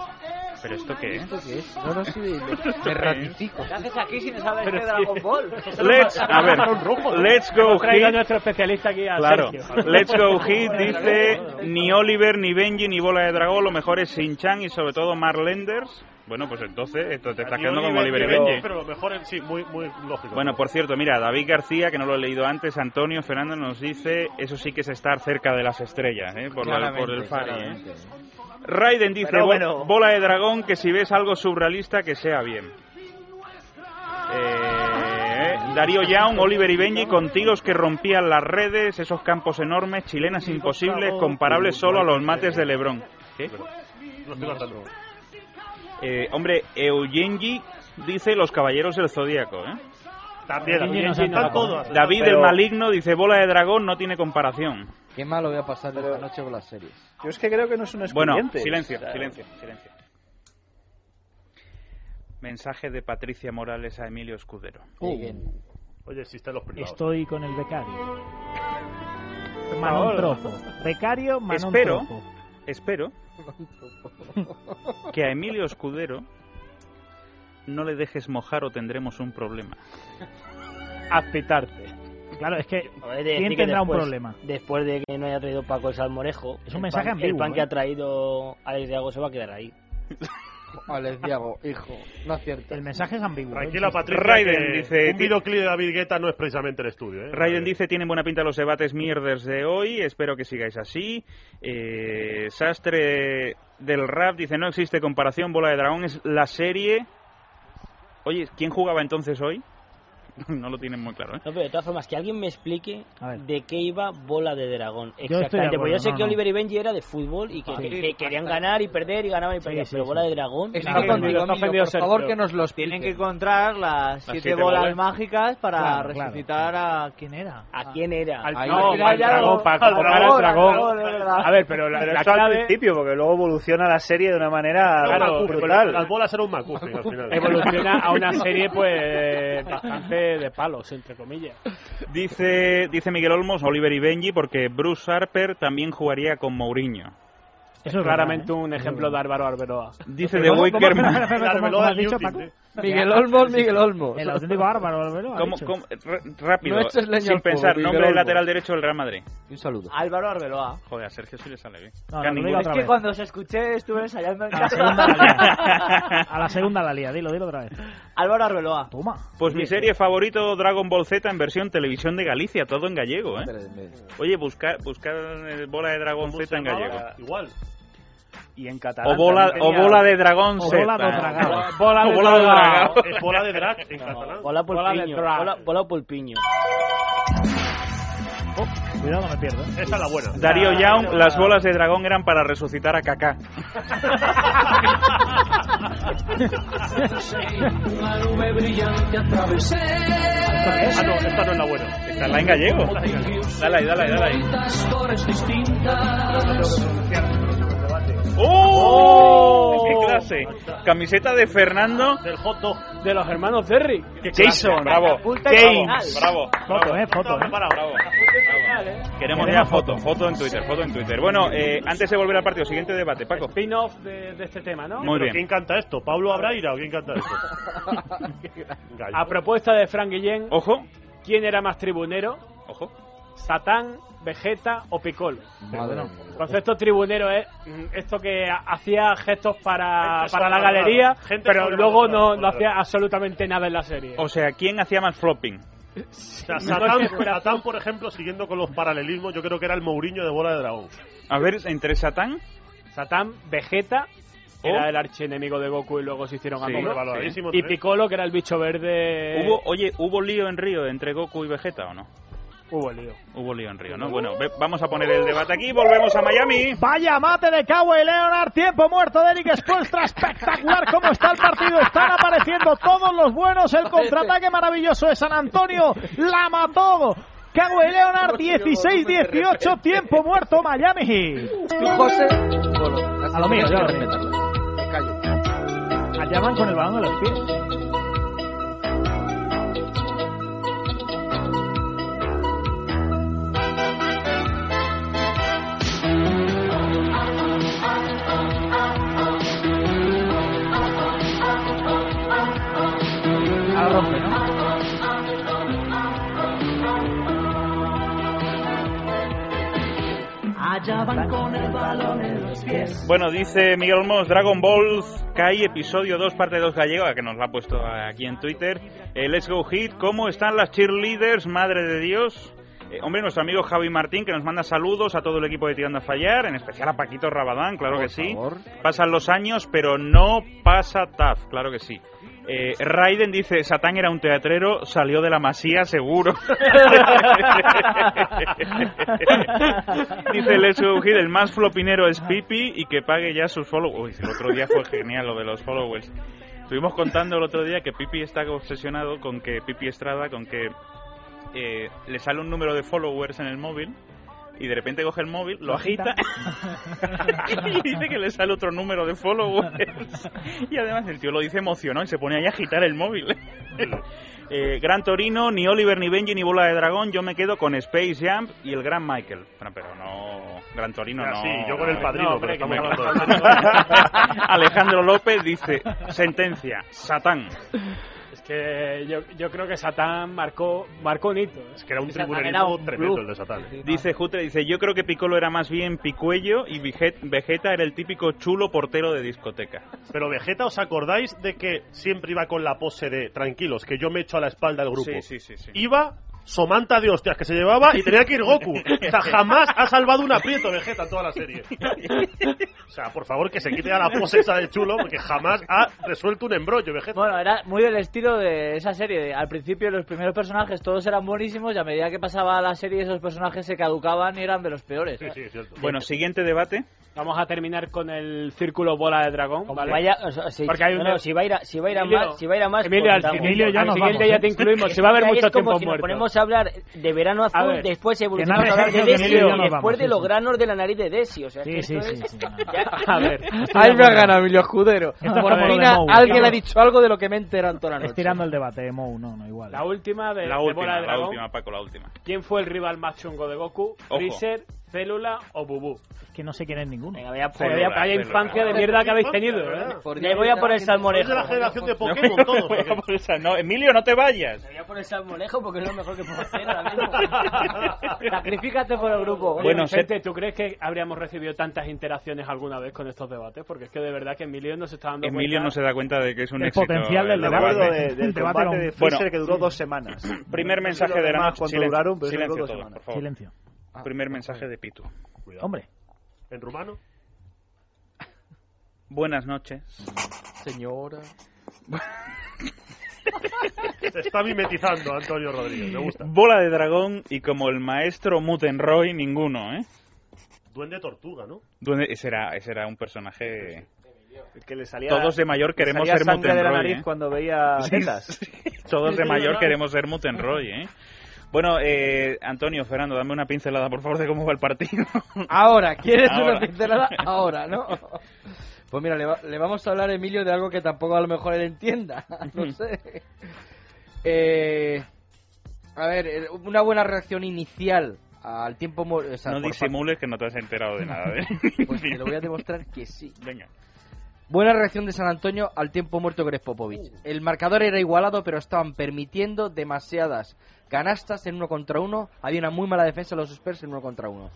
S3: ¿pero esto qué es?
S6: No, no,
S3: [LAUGHS]
S6: sí, me ratifico.
S9: ¿Qué haces aquí si no sabes
S10: Pero
S9: qué
S10: sí.
S3: [LAUGHS]
S9: Dragon Ball?
S3: Let's, a ver, let's go este
S10: Hemos traído a
S3: Heat.
S10: nuestro especialista aquí a
S3: Claro,
S10: Sergio.
S3: let's
S10: [LAUGHS]
S3: go Heat dice ni Oliver, ni Benji, ni Bola de Dragón, lo mejor es Sinchan y sobre todo Marlenders. Bueno, pues entonces esto te está quedando como Oliver y Benji.
S7: Pero lo mejor en sí, muy, muy lógico.
S3: Bueno, por cierto, mira, David García, que no lo he leído antes, Antonio Fernando nos dice, eso sí que es estar cerca de las estrellas, ¿eh? por, la- por el Fari. ¿eh? Raiden dice,
S12: Pero
S3: "Bo-
S12: bueno".
S3: bola de dragón, que si ves algo surrealista, que sea bien. Eh, Darío Young, Oliver y Benji con tiros que rompían las redes, esos campos enormes, chilenas imposibles, comparables solo a los mates de Lebrón.
S7: No estoy cantando.
S3: Eh, hombre, Eugenji dice los caballeros del zodíaco. ¿eh?
S7: También, Eugenji Eugenji, no. están todos.
S3: David
S6: Pero-
S3: el maligno dice bola de dragón no tiene comparación.
S6: Qué malo voy a pasar esta noche con las series.
S8: Yo es que creo que no es un
S3: Bueno,
S8: excluyente.
S3: silencio,
S8: O sea,
S3: silencio, silencio. Mensaje de Patricia Morales a Emilio Escudero.
S7: Uh. Oye, existen los privados.
S5: Estoy con el becario.
S3: Ahora.
S5: Manon Tropo. Becario Manon
S3: espero,
S5: Tropo.
S3: espero que a Emilio Escudero no le dejes mojar o tendremos un problema.
S10: Aspitarte.
S5: Claro, es que
S9: A ver, he de
S5: ¿quién
S9: decir que
S5: tendrá un
S9: después-
S5: problema?
S9: Después de que no haya traído Paco el salmorejo,
S5: un
S9: el
S5: mensaje
S9: pan,
S5: ambiguo,
S9: El pan
S5: ¿eh?
S9: que ha traído Alex Diago se va a quedar ahí.
S6: Alex Diago, hijo, no acierta.
S5: El mensaje es ambiguo. ¿eh?
S7: Tranquila, Patricia.
S3: Pues Raiden
S7: que
S3: dice-
S7: Un videoclip de David Guetta no es precisamente el estudio. ¿eh?
S3: Raiden dice, tienen buena pinta los debates mierders de hoy, espero que sigáis así. Eh, Sastre del Rap dice, no existe comparación, Bola de Dragón es la serie... Oye, ¿quién jugaba entonces hoy? [LAUGHS] no lo tienen muy claro. ¿eh?
S9: No, pero de todas formas, que alguien me explique
S3: A ver.
S9: de qué iba Bola de Dragón.
S3: estoy de
S9: Exactamente, porque
S3: acuerdo,
S9: yo sé
S3: no,
S9: que
S3: no.
S9: Oliver y Benji era de fútbol y que,
S3: Sí.
S9: que- que querían ganar y perder y ganaban y perdían,
S6: sí,
S9: pero
S6: sí.
S9: Bola de Dragón...
S6: Está Está contigo, ofendido, está Emilio, ofendido por Sergio. favor, que nos lo
S4: Tienen que
S6: expliquen.
S4: encontrar las siete,
S9: siete
S4: bolas,
S9: bolas.
S4: mágicas para
S9: Claro, claro,
S4: resucitar a quién era.
S9: ¿A quién era?
S4: Al,
S10: no, al dragón, para jugar al dragón. A ver, pero la,
S8: Pero
S10: la
S8: eso al
S10: clave...
S8: principio, porque luego evoluciona la serie de una manera
S10: Claro,
S8: brutal.
S10: brutal.
S7: Las bolas eran un McGuffin al final.
S10: Evoluciona a una serie, pues, bastante de palos, entre comillas.
S3: Dice, dice Miguel Olmos, Oliver y Benji, porque Bruce Harper también jugaría con Mourinho.
S10: Eso es
S9: ¿eh?
S10: claramente un ejemplo de Álvaro Arbeloa.
S3: Dice de Wickerman.
S7: eh.
S6: Miguel Olmos, Miguel Olmos.
S5: El auténtico Álvaro Arbeloa. ha
S3: ¿Cómo-
S5: dicho.
S3: cómo- r- rápido,
S6: No eches leña
S3: sin
S6: al
S3: pensar,
S6: fuego,
S3: nombre
S6: Miguel
S3: del
S6: Olmos.
S3: lateral derecho del Real Madrid.
S6: Un saludo.
S4: Álvaro Arbeloa.
S3: Joder, a Sergio sí le sale bien.
S5: No,
S3: Que a
S5: no, lo
S3: ninguno-
S5: digo
S4: Es que cuando os escuché estuve ensayando en [LAUGHS] casa.
S5: A la segunda la lía, dilo, dilo otra vez.
S4: Álvaro Arbeloa.
S5: Toma.
S3: Pues mi serie favorito, Dragon Ball Z, en versión televisión de Galicia, todo en gallego, ¿eh? Oye, buscar, buscar eh, bola de Dragón Z en gallego.
S7: Igual.
S8: Y en catalán.
S3: O bola, o
S8: también tenía-
S3: bola de dragón
S8: O
S3: Z.
S8: bola
S3: [LAUGHS]
S8: do dragao.
S3: Bola de
S8: O bola do
S3: dragao.
S8: dragao.
S7: Es bola de drag en catalán.
S9: Bola
S7: Bola de
S9: Pulpiño.
S7: drag.
S9: Bola, bola Pulpiño.
S5: Cuidado, me pierdo. ¿eh?
S7: Esa es la buena.
S3: Darío Young, las bolas de dragón eran para resucitar a
S7: [LAUGHS]
S3: Kaká.
S10: Ah,
S11: nube brillante atravesé.
S7: Ah, no, esta no es la buena.
S3: Está en gallego. Dale ahí, dale ahí, dale ahí.
S11: Flores distintas.
S3: ¡Oh! ¡Qué clase! Camiseta de Fernando
S7: Del hot dog.
S10: De los hermanos Terry.
S3: Jason. Bravo.
S4: Catapulta y
S3: James. Bravo.
S5: Foto, eh, foto. eh.
S7: Preparado.
S3: Bravo. Queremos ya foto, foto en Twitter, foto en Twitter. Bueno, eh, antes de volver al partido, siguiente debate, Paco.
S10: Spin-off de, de este tema, ¿no?
S3: Muy
S7: Pero
S3: bien.
S7: ¿Quién canta esto? ¿Pablo Abraira o quién canta esto? [LAUGHS] Gallo.
S10: A propuesta de Frank Guillén,
S3: Ojo,
S10: ¿quién era más tribunero?
S3: ojo.
S10: ¿Satán, Vegeta o Piccolo?
S6: Madre mía.
S10: El concepto tribunero es mm, esto que ha- hacía gestos para,
S7: Gente
S10: para la
S7: sobrevalorada.
S10: galería,
S7: Gente
S10: pero luego no, no
S7: sobrevalorada.
S10: hacía absolutamente nada en la serie.
S3: O sea, ¿quién hacía más flopping?
S7: O sea, Satán, Satán, por ejemplo, siguiendo con los paralelismos, yo creo que era el Mourinho de bola de dragón.
S3: A ver, entre Satán.
S10: Satán, Vegeta, que
S3: Oh.
S10: era el archienemigo de Goku y luego se hicieron
S3: Sí,
S10: amigos.
S7: Sobrevaloradísimo
S10: Y
S7: también.
S10: Piccolo, que era el bicho verde.
S3: ¿Hubo, oye, ¿hubo lío en Río entre Goku y Vegeta o no?
S10: Hubo lío.
S3: Hubo lío en Río, ¿no? Bueno, ve- vamos a poner el debate aquí, volvemos a Miami.
S5: Vaya mate de Cowboy Leonard, tiempo muerto de Eric Spoelstra, espectacular cómo está el partido, están apareciendo todos los buenos, el contraataque maravilloso de San Antonio, la mató. Cowboy Leonard, 16-18, tiempo muerto Miami Heat.
S6: Tú, José. Bueno, así
S5: A lo mío,
S6: tienes
S5: yo.
S6: que respetarlo. Me callo.
S5: Allá van con el balón de los pies. Ahora rompe, ¿no?
S11: Allá van con el balón en los pies.
S3: Bueno, dice Miguel Olmos, Dragon Ball Kai, episodio 2, parte 2 gallega, que nos la ha puesto aquí en Twitter. Eh, let's go hit, ¿cómo están las cheerleaders, madre de Dios? Eh, hombre, nuestro amigo Javi Martín, que nos manda saludos a todo el equipo de Tirando a Fallar, en especial a Paquito Rabadán, claro que
S6: Por
S3: sí.
S6: favor.
S3: Pasan los años, pero no pasa TAF, claro que sí. Eh, Raiden dice, Satán era un teatrero, salió de la
S6: [LAUGHS]
S3: masía seguro. [LAUGHS] dice Les Ugir, el más flopinero es Pipi y que pague ya sus followers. Uy, el otro día fue genial lo de los followers. Estuvimos contando el otro día que Pipi está obsesionado con que Pipi Estrada, con que eh, le sale un número de followers en el móvil y de repente coge el móvil, lo agita [LAUGHS] y dice que le sale otro número de followers. Y además el tío lo dice emocionado y se pone ahí a agitar el móvil. Eh, gran Torino, ni Oliver, ni Benji, ni Bola de Dragón. Yo me quedo con Space Jump y el Gran Michael. Bueno, pero no. Gran Torino,
S7: Ah,
S3: no.
S7: sí, yo con el padrino,
S3: hombre,
S7: pero
S3: que
S7: estamos hablando
S3: me- [LAUGHS] Alejandro López dice: Sentencia, Satán.
S10: Es que yo, yo creo que Satán marcó, marcó un hito. ¿eh?
S7: Es que era un
S4: Satán
S7: tribunerismo
S4: era un
S7: tremendo
S4: bluff.
S7: el de Satán.
S3: Dice Jutre, dice, yo creo que Piccolo era más bien picuello y Veget- Vegeta era el típico chulo portero de discoteca.
S7: Pero Vegeta, ¿os acordáis de que siempre iba con la pose de tranquilos, que yo me echo a la espalda al grupo?
S3: sí, sí.
S7: Iba somanta de hostias que se llevaba y tenía que
S14: [LAUGHS]
S7: ir Goku. O sea, jamás ha salvado un aprieto Vegeta en toda la serie. O sea, por favor, que se quite a la pose esa de chulo porque jamás ha resuelto un embrollo Vegeta.
S4: Bueno, era muy del estilo de esa serie. de- al principio los primeros personajes todos eran buenísimos y a medida que pasaba la serie esos personajes se caducaban y eran de los peores.
S3: Bueno, siguiente debate.
S10: Vamos a terminar con el círculo bola de dragón. ¿vale?
S9: vaya- o sea, si-
S10: Porque hay un-
S9: no, no, si va a ir a- si va a ir a
S10: Emilio,
S9: más- si va a ir a más,
S10: Emilio, al
S9: cortamos.
S10: Emilio, ya
S9: Al
S10: nos
S9: siguiente
S10: vamos,
S9: ya te
S10: ¿eh? [LAUGHS]
S9: incluimos, si va a [LAUGHS] haber
S10: Es
S9: mucho como
S10: tiempo
S9: si
S10: muerto.
S9: Nos ponemos a hablar de verano azul,
S10: A ver,
S9: después
S10: que
S9: evolucionamos
S10: nada,
S9: a hablar de
S10: Sergio, que
S9: Desi
S10: Emilio ya
S9: y
S10: nos
S9: después
S10: vamos,
S9: de
S10: sí,
S9: los
S10: sí.
S9: granos de la nariz de Desi. O sea,
S10: Sí,
S9: que
S10: sí,
S9: esto
S10: sí,
S9: es-
S10: sí,
S9: [LAUGHS] ya-
S10: A ver. [LAUGHS]
S6: Ahí me ha ganado Emilio Escudero.
S10: Esto
S6: Por
S10: fue lo
S6: fin
S10: de
S6: a-
S10: Mou.
S6: alguien
S10: Claro.
S6: ha dicho algo de lo que me he enterado toda la noche.
S5: Estirando el debate, eh, Mou, no, no, igual.
S10: La última de,
S3: La
S10: de bola
S3: última,
S10: de
S3: la
S10: dragón.
S3: última, Paco, la última.
S10: ¿Quién fue el rival más chungo de Goku?
S3: Ojo.
S10: ¿Freezer, Célula o Bubú?
S5: Es que no se quieren ninguno.
S10: Joder, vaya- vaya infancia de mierda que habéis tenido. ¿eh?
S9: Me voy a por el salmorejo.
S7: generación de
S3: Pokémon, No, todos, voy a por esa- no, Emilio, no te vayas.
S9: Me voy a por el salmorejo porque es lo mejor que puedo hacer ahora [LAUGHS] mismo. Sacrifícate por el grupo.
S10: Bueno, gente, ¿tú crees que habríamos recibido tantas interacciones alguna vez con estos debates? Porque es que de verdad que Emilio nos está dando
S3: Emilio
S10: cuenta-
S3: no se da cuenta de que es un
S10: El
S3: éxito
S10: potencial del
S3: el
S8: Me acuerdo de- del
S10: Debate
S8: combate
S10: con-
S8: de Freezer
S3: Bueno,
S8: que duró dos semanas.
S3: [CLEARS THROAT] Primer
S8: No sé
S3: mensaje
S8: los
S3: de la
S8: demás
S3: noche.
S8: cuánto
S3: silencio,
S8: duraron, pero eso
S3: silencio
S8: duró dos
S3: todos,
S8: semanas.
S3: por favor.
S5: Silencio.
S3: Primer mensaje de Pitu.
S5: Hombre.
S7: ¿En rumano?
S3: Buenas noches.
S6: Señora.
S7: Se está mimetizando Antonio Rodríguez, me gusta.
S3: [LAUGHS] Bola de dragón y como el maestro Mutenroy, ninguno, ¿eh?
S7: Duende tortuga, ¿no?
S3: Duende- ese, era, ese era un personaje...
S8: El que le salía,
S3: Todos de mayor
S8: le
S3: queremos
S8: salía
S3: ser
S8: sangre de la
S3: Mutenroy,
S8: nariz
S3: ¿eh?
S8: cuando veía
S3: Sí,
S8: tetas.
S3: Todos de mayor queremos ser Mutenroy, ¿eh? Bueno, eh, Antonio, Fernando, dame una pincelada, por favor, de cómo va el partido.
S6: Ahora, ¿quieres
S3: Ahora.
S6: una pincelada? Ahora,
S14: [LAUGHS]
S6: ¿no? Pues mira, le, va- le vamos a hablar a Emilio de algo que tampoco a lo mejor él entienda. [LAUGHS] No sé. Eh, a ver, eh, una buena reacción inicial al tiempo. mo- o sea,
S3: No
S6: por parte-
S3: disimules que no te has enterado de nada. ¿eh?
S6: Pues te lo
S3: [LAUGHS]
S6: voy a demostrar que sí.
S3: Venga.
S6: [LAUGHS] Buena reacción de San Antonio al tiempo muerto Greg Popovich. El marcador era igualado, pero estaban permitiendo demasiadas canastas en uno contra uno. Había una muy mala defensa de los Spurs en uno contra uno.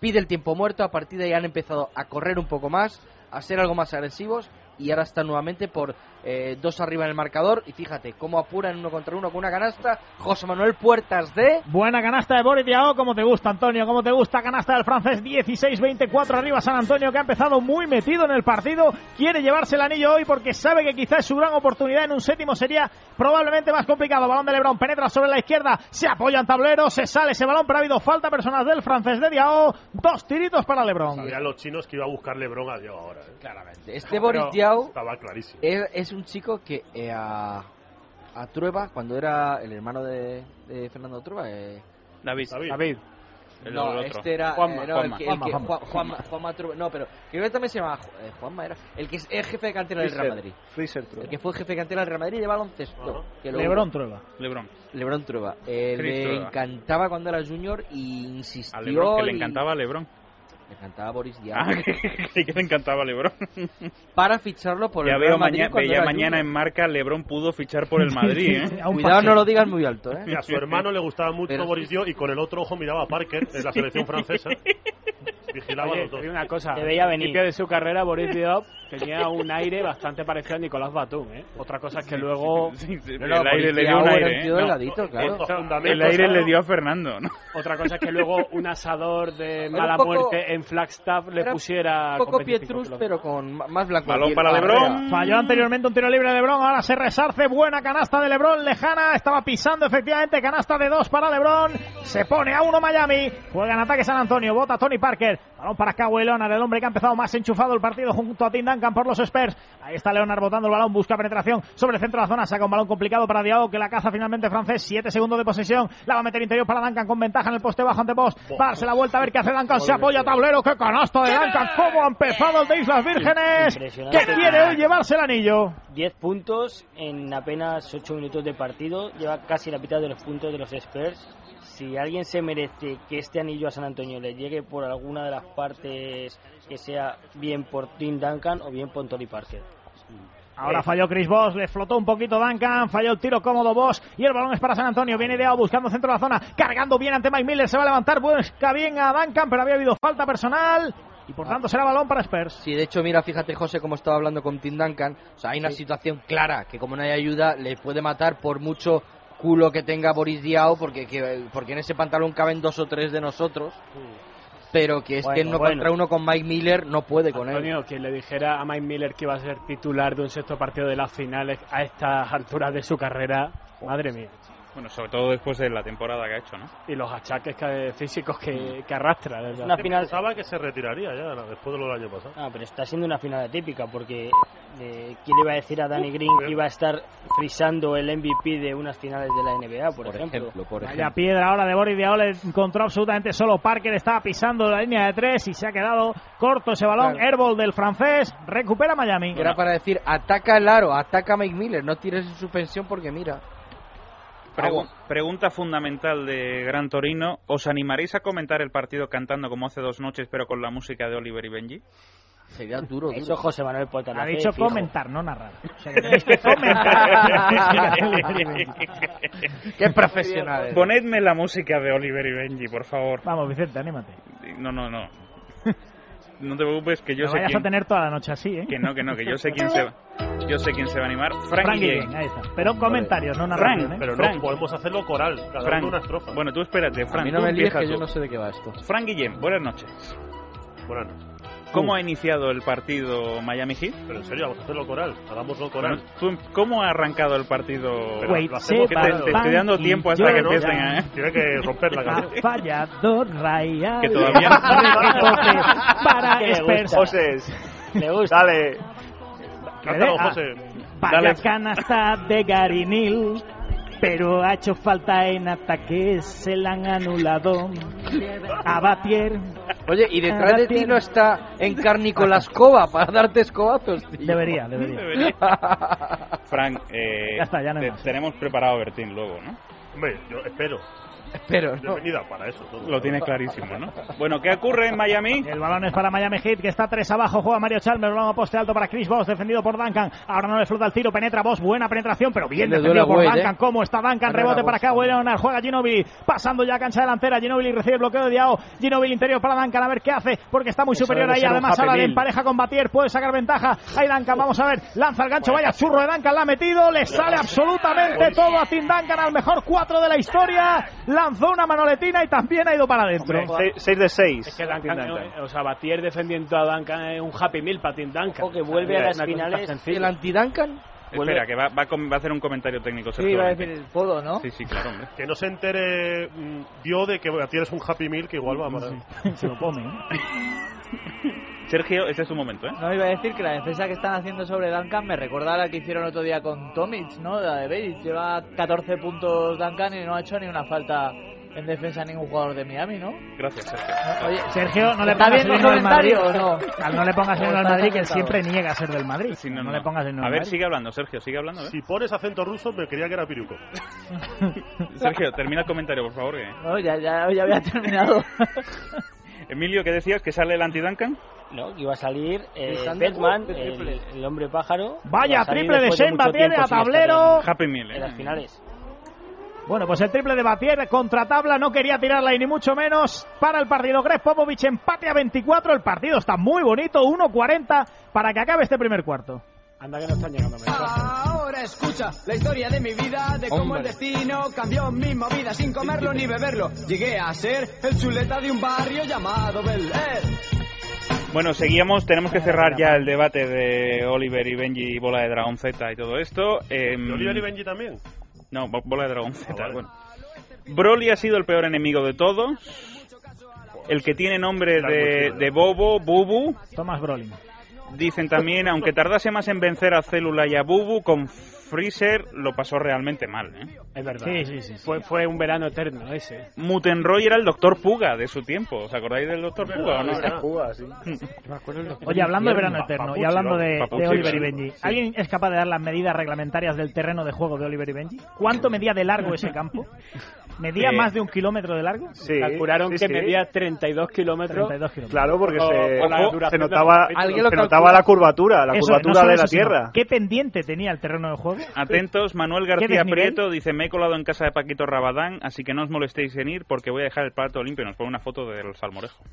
S6: Pide el tiempo muerto, a partir de ahí han empezado a correr un poco más, a ser algo más agresivos y ahora están nuevamente por eh, dos arriba en el marcador. Y fíjate cómo apuran uno contra uno con una canasta. José Manuel Puertas de.
S5: Buena canasta de Boris Diaw, como te gusta, Antonio, como te gusta. Canasta del francés, 16-24 arriba San Antonio, que ha empezado muy metido en el partido. Quiere llevarse el anillo hoy porque sabe que quizás su gran oportunidad en un séptimo sería probablemente más complicado. Balón de Lebron, penetra sobre la izquierda, se apoya en tablero, se sale ese balón, pero ha habido falta personal del francés de Diao. Dos tiritos para Lebron.
S7: Sabían los chinos que iba a buscar Lebron a Diego ahora. ¿eh?
S6: Claramente. Este Boris Diaw Eh,
S7: Estaba clarísimo.
S6: Es, es un chico que eh, a, a Trueba, cuando era el hermano de, de Fernando Trueba, eh,
S3: David.
S10: David.
S3: El
S6: no,
S3: otro.
S6: este era,
S3: Juanma,
S6: era el
S3: Juanma.
S6: que, el
S3: Juanma,
S6: que-
S3: Juanma.
S6: Juan- Juanma- Juanma Trueba, no, pero creo que también se llamaba Ju- eh, Juanma, era el que es el jefe de cantera del Real Madrid.
S8: Freezer
S6: El que fue jefe de cantera del Real Madrid de baloncesto. que lo-
S5: Lebron Trueba.
S3: Lebron.
S6: Lebron Trueba. Eh,
S3: Chris
S6: le
S3: Trueba.
S6: encantaba cuando era junior y
S3: A
S6: insistió.
S3: Lebron, que le
S6: y-
S3: encantaba a Lebron.
S6: Le encantaba Boris Diaw.
S3: Ah, [LAUGHS] que, que le encantaba a Lebron.
S6: Para ficharlo por
S3: ya
S6: el
S3: veo
S6: Real
S3: mañana,
S6: Madrid cuando
S3: ya
S6: era
S3: mañana en
S6: junior.
S3: marca Lebron pudo fichar por el Madrid, ¿eh?
S6: [LAUGHS] Cuidado, no lo digas muy alto,
S3: [LAUGHS]
S6: ¿eh?
S7: Y a su hermano le gustaba mucho
S6: Pero-
S7: Boris Dio y con el otro ojo miraba a Parker en la selección francesa. Vigilaba a
S10: Oye,
S7: los dos.
S10: te digo una cosa.
S9: Te veía
S10: al
S9: venir.
S10: principio de su carrera, Boris Diop tenía un aire bastante parecido a Nicolás Batum, ¿eh. Otra cosa es que luego...
S3: Sí, sí,
S6: No, no,
S3: el aire
S6: Boris
S3: le dio
S6: Diaw
S3: un
S6: era
S3: aire,
S6: un
S3: ¿eh?
S6: tío
S3: No,
S6: delgadito, claro.
S7: Estos
S3: el
S7: fundamentos,
S3: aire
S7: ¿no?
S3: le dio a Fernando, ¿no?
S10: Otra cosa es que luego un asador de
S6: Era
S10: mala
S6: un poco-
S10: muerte en Flagstaff le
S6: era
S10: pusiera...
S6: Un poco
S10: con 25
S6: Pietrus,
S10: kilos.
S6: pero con ma- más blanco.
S3: Balón
S6: Piel
S3: para
S6: carrera.
S3: Lebron.
S5: Falló anteriormente un tiro libre de Lebron, ahora se resarce, buena canasta de Lebron, lejana, estaba pisando efectivamente, canasta de dos para Lebron, se pone a uno Miami, juega en ataque San Antonio, bota Tony Parker, balón para Kawhi Leonard, el hombre que ha empezado más enchufado el partido junto a Tim Duncan por los Spurs, ahí está Leonard botando el balón, busca penetración sobre el centro de la zona, saca un balón complicado para Diao que la caza finalmente francés, 7 segundos de posesión, la va a meter interior para Duncan con ventaja en el poste bajo ante post, va a darse la vuelta a ver qué hace Duncan, se apoya a tablero, qué canasta de Duncan, cómo ha empezado el de Islas Vírgenes,
S9: Impresionante.
S5: que quiere hoy llevarse el anillo.
S9: 10 puntos en apenas 8 minutos de partido, lleva casi la mitad de los puntos de los Spurs. Si alguien se merece que este anillo a San Antonio le llegue por alguna de las partes, que sea bien por Tim Duncan o bien por Tony Parker. Eh,
S5: Ahora falló Chris Boss, le flotó un poquito Duncan, falló el tiro cómodo Boss y el balón es para San Antonio. Viene Ideao buscando centro de la zona, cargando bien ante Mike Miller, se va a levantar, busca bien a Duncan, pero había habido falta personal y
S6: Ah.
S5: por tanto será balón para Spurs.
S6: Sí, de hecho, mira, fíjate, José, cómo estaba hablando con Tim Duncan. O sea, hay una situación clara que, como no hay ayuda, le puede matar por mucho culo que tenga Boris Diao, porque, que- porque en ese pantalón caben dos o tres de nosotros. Pero que es que en
S10: Bueno,
S6: uno
S10: bueno.
S6: contra uno con Mike Miller no puede con él.
S10: Antonio, que le dijera a Mike Miller que iba a ser titular de un sexto partido de las finales a estas alturas de su carrera, madre mía.
S3: Bueno, sobre todo después de la temporada que ha hecho, ¿no?
S10: Y los achaques que- físicos que, que arrastra. desde
S9: Una
S10: hace-
S9: final
S7: Pensaba que se retiraría ya después de lo del año pasado.
S9: Ah, pero está siendo una final atípica porque eh, ¿quién le iba a decir a Danny Green que iba a estar frisando el MVP de unas finales de la NBA, por, ejemplo?
S5: Vaya piedra ahora de Boris Diaw, le encontró absolutamente solo Parker, estaba pisando la línea de tres y se ha quedado corto ese balón.
S6: Claro.
S5: Airball del francés, recupera Miami.
S6: Que Era para decir, ataca el aro, ataca a Mike Miller, no tires en suspensión porque mira.
S3: Pregu- pregunta fundamental de Gran Torino. ¿Os animaréis a comentar el partido cantando como hace dos noches, pero con la música de Oliver y Benji?
S6: Sería duro.
S9: Eso José Manuel Portal.
S5: Ha
S9: hace,
S5: dicho
S9: fijo.
S5: comentar, no narrar. O sea, que tenéis que
S9: [LAUGHS]
S5: comentar.
S6: [LAUGHS] Qué profesional eres.
S3: Ponedme la música de Oliver y Benji, por favor.
S5: Vamos, Vicente, anímate.
S3: No, no, no. No te preocupes, que yo
S5: Lo
S3: sé
S5: vayas
S3: quién...
S5: a tener toda la noche así, ¿eh?
S3: Que no, que no, que
S5: [LAUGHS]
S3: yo sé quién se va... Yo sé quién se va a animar. Frank,
S5: Frank
S3: Guillén.
S5: Guillén, ahí está. Pero comentarios, no narración, ¿eh?
S7: pero
S3: Frank.
S7: no podemos hacerlo coral, cada uno
S3: Frank.
S7: una estrofa.
S3: Bueno, tú espérate, Frank.
S6: a mí no
S3: tú
S6: me líes
S3: empieza
S6: que
S3: tú.
S6: yo no sé de qué va esto.
S3: Frank Guillén, buenas noches.
S7: Buenas noches.
S3: ¿Cómo ha iniciado el partido Miami Heat?
S7: Pero en serio, vamos a hacerlo coral, hagámoslo coral.
S3: Bueno, ¿tú- em, ¿Cómo ha arrancado el partido?
S7: Pero Wait, lo hacemos
S3: Que
S7: se
S3: te,
S7: va
S3: te estoy dando
S5: y
S3: tiempo hasta que
S5: yo
S3: empiecen,
S5: ya.
S3: ¿eh?
S7: Tiene que romper la
S5: Ha [LAUGHS]
S3: [LAUGHS]
S7: canción.
S5: fallado Ryan.
S3: Que todavía [LAUGHS]
S5: [LAUGHS]
S3: no-
S5: para
S9: Que le
S5: Spurs.
S9: gusta.
S8: José,
S9: Le gusta.
S8: dale.
S7: Cántalo,
S5: Ah,
S7: José.
S5: Vaya
S3: Dale.
S5: canasta de Garinil, pero ha hecho falta en ataque, se la han anulado. A Batier
S6: Oye, y detrás de ti no está encarni con la escoba para darte escobazos, tío.
S5: debería, debería.
S3: [LAUGHS] Frank, eh,
S5: Ya está, ya no hay
S3: te-
S5: más.
S3: tenemos preparado a Bertín luego, ¿no?
S7: Hombre, yo espero.
S6: Pero
S7: Yo
S6: no.
S7: he venido para eso. todo.
S3: Lo tienes clarísimo, ¿no? Bueno, ¿qué ocurre en Miami?
S5: El balón es para Miami Heat, que está tres abajo. Juega Mario Chalmers. Balón a poste alto para Chris Voss, defendido por Duncan. Ahora no le flota el tiro. Penetra Voss, buena penetración, pero bien
S6: Le
S5: defendido
S6: duele a
S5: por
S6: Wade,
S5: Duncan.
S6: eh.
S5: ¿Cómo está Duncan?
S6: Ahora
S5: Rebote
S6: la
S5: para
S6: Voss.
S5: Kawhi Leonard. Juega Ginobili. Pasando ya a cancha delantera. Ginobili recibe el bloqueo de Diao. Ginobili interior para Duncan. A ver qué hace, porque está muy
S10: Eso
S5: superior
S10: debe
S5: ahí.
S10: ser un
S5: Además,
S10: Happy
S5: ahora le
S10: Meal.
S5: empareja con Batier. Puede sacar ventaja. Ahí Duncan, vamos a ver. Lanza el gancho. Vaya churro de Duncan. La ha metido. Le sale absolutamente todo a Tim Duncan. Al mejor cuatro de la historia. Lanzó una manoletina y también ha ido para adentro.
S8: 6 de 6.
S10: Es que Duncan, o sea, Batier defendiendo a Duncan es un happy meal para Tim Duncan.
S9: Ojo, que vuelve a
S10: Una
S9: las
S10: cosa
S9: finales.
S10: tan sencilla.
S6: ¿El anti-Duncan?
S3: [LAUGHS] Espera, que va, va a com- va a hacer un comentario técnico.
S4: Sí,
S3: Sergio
S4: iba a
S3: Bertín.
S4: decir el codo, ¿no?
S3: Sí, sí, claro, hombre.
S7: Que no se entere mm, Dio de que bueno, tienes un Happy Meal que igual va a matar.
S5: Se lo come, ¿eh?
S3: Sergio, ese es tu momento, ¿eh?
S4: No, iba a decir que la defensa que están haciendo sobre Duncan me recuerda a la que hicieron otro día con Tomic, ¿no? La de Bates. Lleva 14 puntos Duncan y no ha hecho ni una falta en defensa a ningún jugador de Miami, ¿no?
S3: Gracias, Sergio.
S4: Oye,
S5: Sergio, no le
S4: ¿Está
S5: pongas
S4: bien
S5: el
S4: mi
S5: himno del Madrid.
S4: comentario o
S5: [LAUGHS]
S4: no?
S5: Al no le pongas el himno del
S4: Está
S5: Madrid, que él
S4: acertado.
S5: siempre niega ser del Madrid.
S3: Sí,
S5: no, le pongas el himno
S3: A
S5: del
S3: ver,
S5: Madrid.
S3: sigue hablando, Sergio, sigue hablando. ¿eh?
S7: Si pones acento ruso, me creía que era piruco.
S3: Sergio, termina el comentario, por favor. que-
S4: No, ya, ya, ya había terminado.
S3: Emilio, ¿qué decías? ¿Que sale el anti-Duncan?
S9: No, que iba a salir eh,
S4: Alejandro
S9: Batman,
S4: Wolf,
S9: el,
S4: triple.
S9: el hombre pájaro. iba
S5: Vaya
S9: a salir
S5: triple de
S9: después
S5: Shane
S9: mucho
S5: Batier
S9: tiempo
S5: a
S9: sin estar
S5: tablero.
S3: Happy Meal, ¿eh?
S9: En las finales.
S5: Bueno, pues el triple de Batier contra tabla no quería tirarla y ni mucho menos para el partido. Greg Popovich empate a 24. El partido está muy bonito, 1-40 para que acabe este primer cuarto.
S10: Anda que no están llegando mensajes.
S11: Ahora escucha la historia de mi vida, de cómo el destino cambió mi movida sin comerlo ni beberlo. Llegué a ser el chuleta de un barrio llamado Bel Air.
S1: eh.
S3: Bueno, seguíamos, tenemos que cerrar ya el debate de Oliver y Benji, bola de dragón Z y todo esto. Em,
S7: ¿Y Oliver y Benji también?
S3: No, bo- bola de dragón Z,
S7: vale.
S3: bueno. Broly ha sido el peor enemigo de todos. El que tiene nombre de, de Bobo, Bubu.
S5: Thomas Brolin.
S3: Dicen también, aunque tardase más en vencer a Célula y a Bubu, con Freezer lo pasó realmente mal. ¿eh?
S10: Es verdad.
S5: Sí, sí, sí, sí.
S10: Fue, fue un verano
S5: [LAUGHS]
S10: eterno ese.
S3: Mutenroy era el Doctor Puga de su tiempo. ¿Os acordáis del Doctor Puga o no?
S5: Oye, hablando de verano
S7: Pa-
S5: eterno y
S7: Papucci,
S5: hablando
S7: vamos.
S5: de, de
S3: Papucci,
S5: Oliver y
S3: vamos.
S5: Benji,
S3: Sí.
S5: ¿alguien es capaz de dar las medidas reglamentarias del terreno de juego de Oliver y Benji? ¿Cuánto medía de largo ese campo? ¿Medía
S3: Eh,
S5: más de un kilómetro de largo?
S8: Sí,
S10: Calcularon
S8: sí,
S10: que
S8: sí.
S10: medía 32 kilómetros.
S5: 32 kilómetros.
S8: Claro, porque
S10: Ojo,
S8: se,
S10: ojo,
S8: la
S10: duración
S8: se
S10: de los
S8: notaba,
S10: capítulos.
S8: se notaba la curvatura, la
S5: Eso,
S8: curvatura
S5: no solo
S8: de
S5: eso,
S8: la
S5: sino,
S8: Tierra.
S5: ¿Qué pendiente tenía el terreno de juego?
S3: Atentos, Manuel García
S5: desnivel?
S3: Prieto dice, me he colado en casa de Paquito Rabadán, así que no os molestéis en ir porque voy a dejar el plato limpio. Nos pone una foto del salmorejo.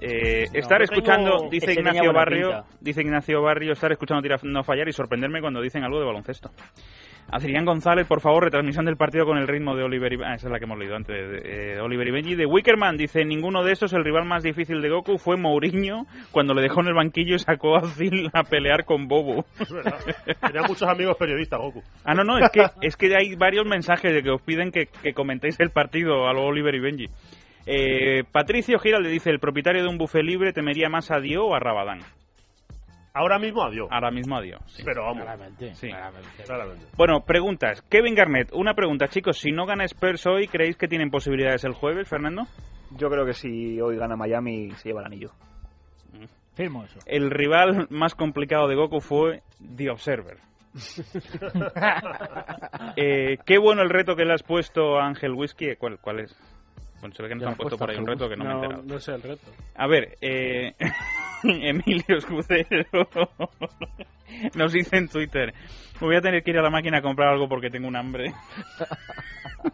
S3: Eh,
S9: No,
S3: estar
S9: yo
S3: escuchando,
S9: tengo-
S3: dice
S9: ese tenía
S3: Ignacio
S9: buena
S3: Barrio,
S9: pinta.
S3: dice Ignacio Barrio, estar escuchando tirar no fallar y sorprenderme cuando dicen algo de baloncesto. Adrián González, por favor, retransmisión del partido con el ritmo de Oliver y... ah, esa es la que hemos leído antes. de- eh, Oliver y Benji. De Wickerman dice, ninguno de esos, el rival más difícil de Goku fue Mourinho cuando le dejó en el banquillo y sacó a Zil a pelear con Bobo.
S7: Es
S6: [LAUGHS]
S7: verdad. Tenía muchos amigos periodistas, Goku.
S3: Ah, no, no, es que, es que hay varios mensajes de que os piden que, que comentéis el partido a lo Oliver y Benji. Eh, Patricio Giral le dice, el propietario de un buffet libre temería más a Dio o a Rabadán.
S7: Ahora mismo adiós.
S3: Ahora mismo a Dio. sí.
S7: Pero vamos.
S3: Sí.
S7: Claramente.
S3: Bueno, preguntas. Kevin Garnett, una pregunta, chicos. Si no gana Spurs hoy, ¿creéis que tienen posibilidades el jueves, Fernando?
S8: Yo creo que si hoy gana Miami, se lleva el anillo.
S5: Firmo eso.
S3: El rival más complicado de Goku fue The Observer. Eh, qué bueno el reto que le has puesto a Ángel Whisky. ¿Cuál, cuál es? Bueno, se ve que nos
S10: Ya
S3: han puesto por ahí un reto que no, me he enterado.
S10: No sé el reto.
S3: A ver, eh, [LAUGHS] Emilio Escudero [LAUGHS] nos dice en Twitter, me voy a tener que ir a la máquina a comprar algo porque tengo un hambre. [LAUGHS]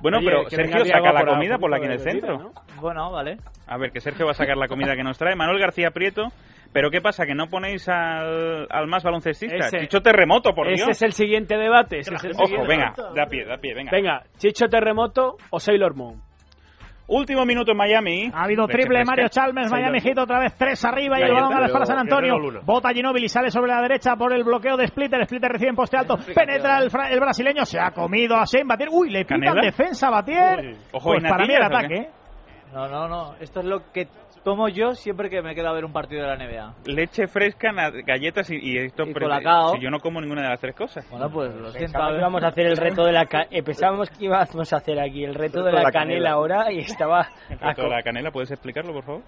S3: Bueno,
S4: Oye,
S3: pero
S4: que
S3: Sergio
S4: venga Diego
S3: saca la
S4: por a-
S3: comida
S4: por
S3: por la
S4: un
S3: aquí en el
S4: poquito
S3: centro.
S4: de bebida, Bueno, vale.
S3: A ver, que Sergio va a sacar la comida que nos trae. Manuel García Prieto. Pero ¿qué pasa? ¿Que no ponéis al, al más baloncestista?
S10: Ese-
S3: Chicho Terremoto, por
S10: Ese
S3: Dios.
S10: es el siguiente debate. ese es el
S3: Ojo,
S10: siguiente
S3: venga,
S10: debate.
S3: da pie, da pie, venga.
S10: Venga, Chicho Terremoto o Sailor Moon.
S3: Último minuto en Miami.
S5: Ha habido triple de Mario Chalmers,
S3: Señor.
S5: Miami Heat otra vez tres arriba y
S3: Ahí
S5: el balón
S3: está,
S5: a las para
S3: pero
S5: San
S3: que no
S5: Antonio.
S3: lo uno.
S5: Bota Ginóbili, sale sobre la derecha por el bloqueo de Splitter. Splitter recibe en poste alto. Penetra el, fra- el brasileño, se ha comido a Shane Batier. Uy, le pitan
S4: ¿Canela?
S5: defensa a Batier.
S4: Ojo,
S5: pues
S4: ¿y
S5: para mí el
S4: natillas o
S5: ataque.
S4: qué?
S5: ¿eh?
S4: No, no, no. Esto es lo que tomo yo siempre que me quedo a ver un partido de la NBA.
S3: Leche fresca, na- galletas y, y esto. pre-
S4: colacao.
S3: Si yo no como ninguna de las tres cosas.
S4: Bueno, pues lo siento.
S9: Pensábamos que íbamos a hacer el reto de la ca- eh, pensábamos que íbamos a hacer aquí el reto de la, canela ahora y estaba
S3: El reto de la canela, ¿puedes explicarlo, por favor?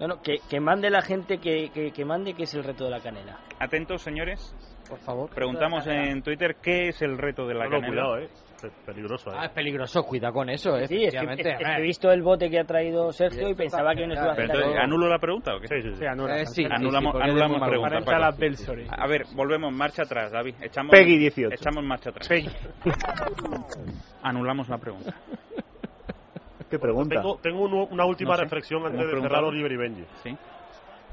S9: no, no, que, que mande la gente que, que, que mande que es el reto de la canela.
S3: Atentos, señores.
S9: Por favor.
S3: Preguntamos en Twitter qué es el reto de la
S9: No, no,
S3: canela.
S9: cuidado,
S7: eh. Peligroso,
S6: Ah, es peligroso, cuidado con eso, eh,
S9: Sí, es que,
S6: efectivamente.
S9: es- es que he visto el bote que ha traído Sergio y pensaba que no iba a hacer algo.
S3: ¿Anulo la pregunta o qué? Sí, sí,
S10: Sí, anula.
S9: Eh, sí, sí,
S10: sí,
S3: anulamos
S10: porque
S3: anulamos
S10: es muy
S3: pregunta.
S10: malo.
S3: Paco.
S10: Para el Salisbury.
S3: A ver, volvemos, marcha atrás, David. Echamos,
S8: Peggy 18.
S3: Echamos marcha atrás. Anulamos la pregunta.
S8: ¿Qué pregunta?
S7: Tengo, tengo un- una última
S3: No sé.
S7: reflexión
S3: ¿Hemos
S7: antes de cerrar
S3: preguntado?
S7: Oliver y Benji.
S3: Sí.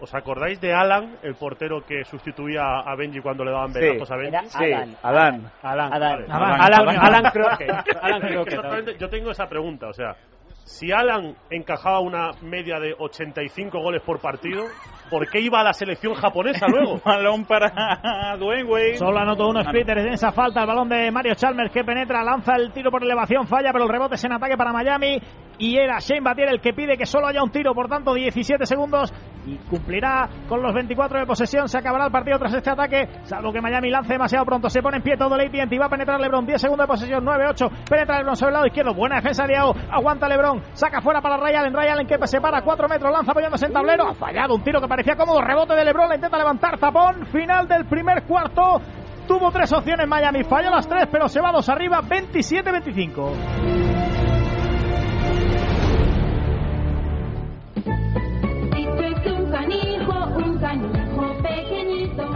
S7: ¿Os acordáis de Alan, el portero que sustituía a Benji cuando le daban
S8: Sí.
S7: ventajos a Benji?
S8: Era Sí, Alan. Alan.
S10: Alan.
S9: Alan.
S10: Alan. Alan. Alan Crockett. [LAUGHS] Alan
S7: Es que
S10: Crockett.
S7: exactamente, yo tengo esa pregunta, o sea, si Alan encajaba una media de 85 goles por partido, ¿por qué iba a la selección japonesa
S10: [LAUGHS]
S7: luego?
S3: Balón para Dwayne Wade. Ah.
S5: Solo anotó uno Splitter en esa falta. El balón de Mario Chalmers que penetra, lanza el tiro por elevación, falla, pero el rebote es en ataque para Miami. Y era Shane Batier el que pide que solo haya un tiro, por tanto 17 segundos y cumplirá con los 24 de posesión. Se acabará el partido tras este ataque, salvo que Miami lance demasiado pronto. Se pone en pie todo Leite y va a penetrar LeBron. 10 segundos de posesión, 9-8. Penetra LeBron sobre el lado izquierdo. Buena defensa de Ao. Aguanta LeBron. Saca fuera para Ray Allen. Ray Allen que se para 4 metros, lanza apoyándose en tablero. Ha fallado un tiro que parecía cómodo. Rebote de LeBron, le intenta levantar tapón. Final del primer cuarto. Tuvo tres opciones Miami, falló las tres, pero se va dos arriba, 27-25.
S12: Dice que un canijo, un canijo pequeñito.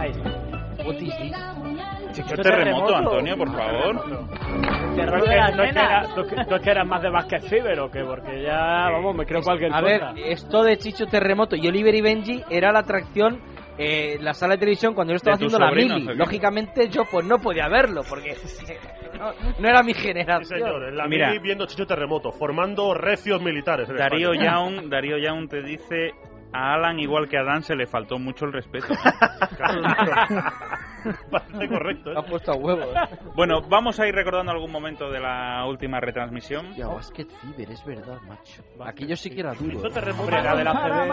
S3: Chicho terremoto, Antonio, por favor.
S10: No es que- no es que era- no es que- no es que eras más de Vázquez Fiber o qué, porque ya, vamos, me creo cualquier
S6: A ver,
S10: cosa.
S6: esto de Chicho Terremoto y Oliver y Benji era la atracción eh, en la sala de televisión cuando yo estaba
S3: De tus
S6: haciendo la
S3: sobrinos,
S6: mili.
S3: ¿o qué?
S6: Lógicamente yo pues no podía verlo porque [LAUGHS] no, no era mi generación.
S7: Sí, señor, en [LAUGHS] la
S3: Mira.
S7: mili viendo Chicho Terremoto, formando recios militares. en
S3: Darío
S7: España.
S3: Young, Darío Young te dice a Alan igual que a Dan se le faltó mucho el respeto.
S7: [LAUGHS] Parece correcto, ¿eh?
S6: Ha puesto a huevo.
S3: Bueno, vamos a ir recordando algún momento de la última retransmisión.
S6: Ya, Basket Fever, es verdad, macho. Aquello sí que era duro.
S7: Chicho
S6: eh.
S7: Terremoto.
S10: Hombre, la de la CD y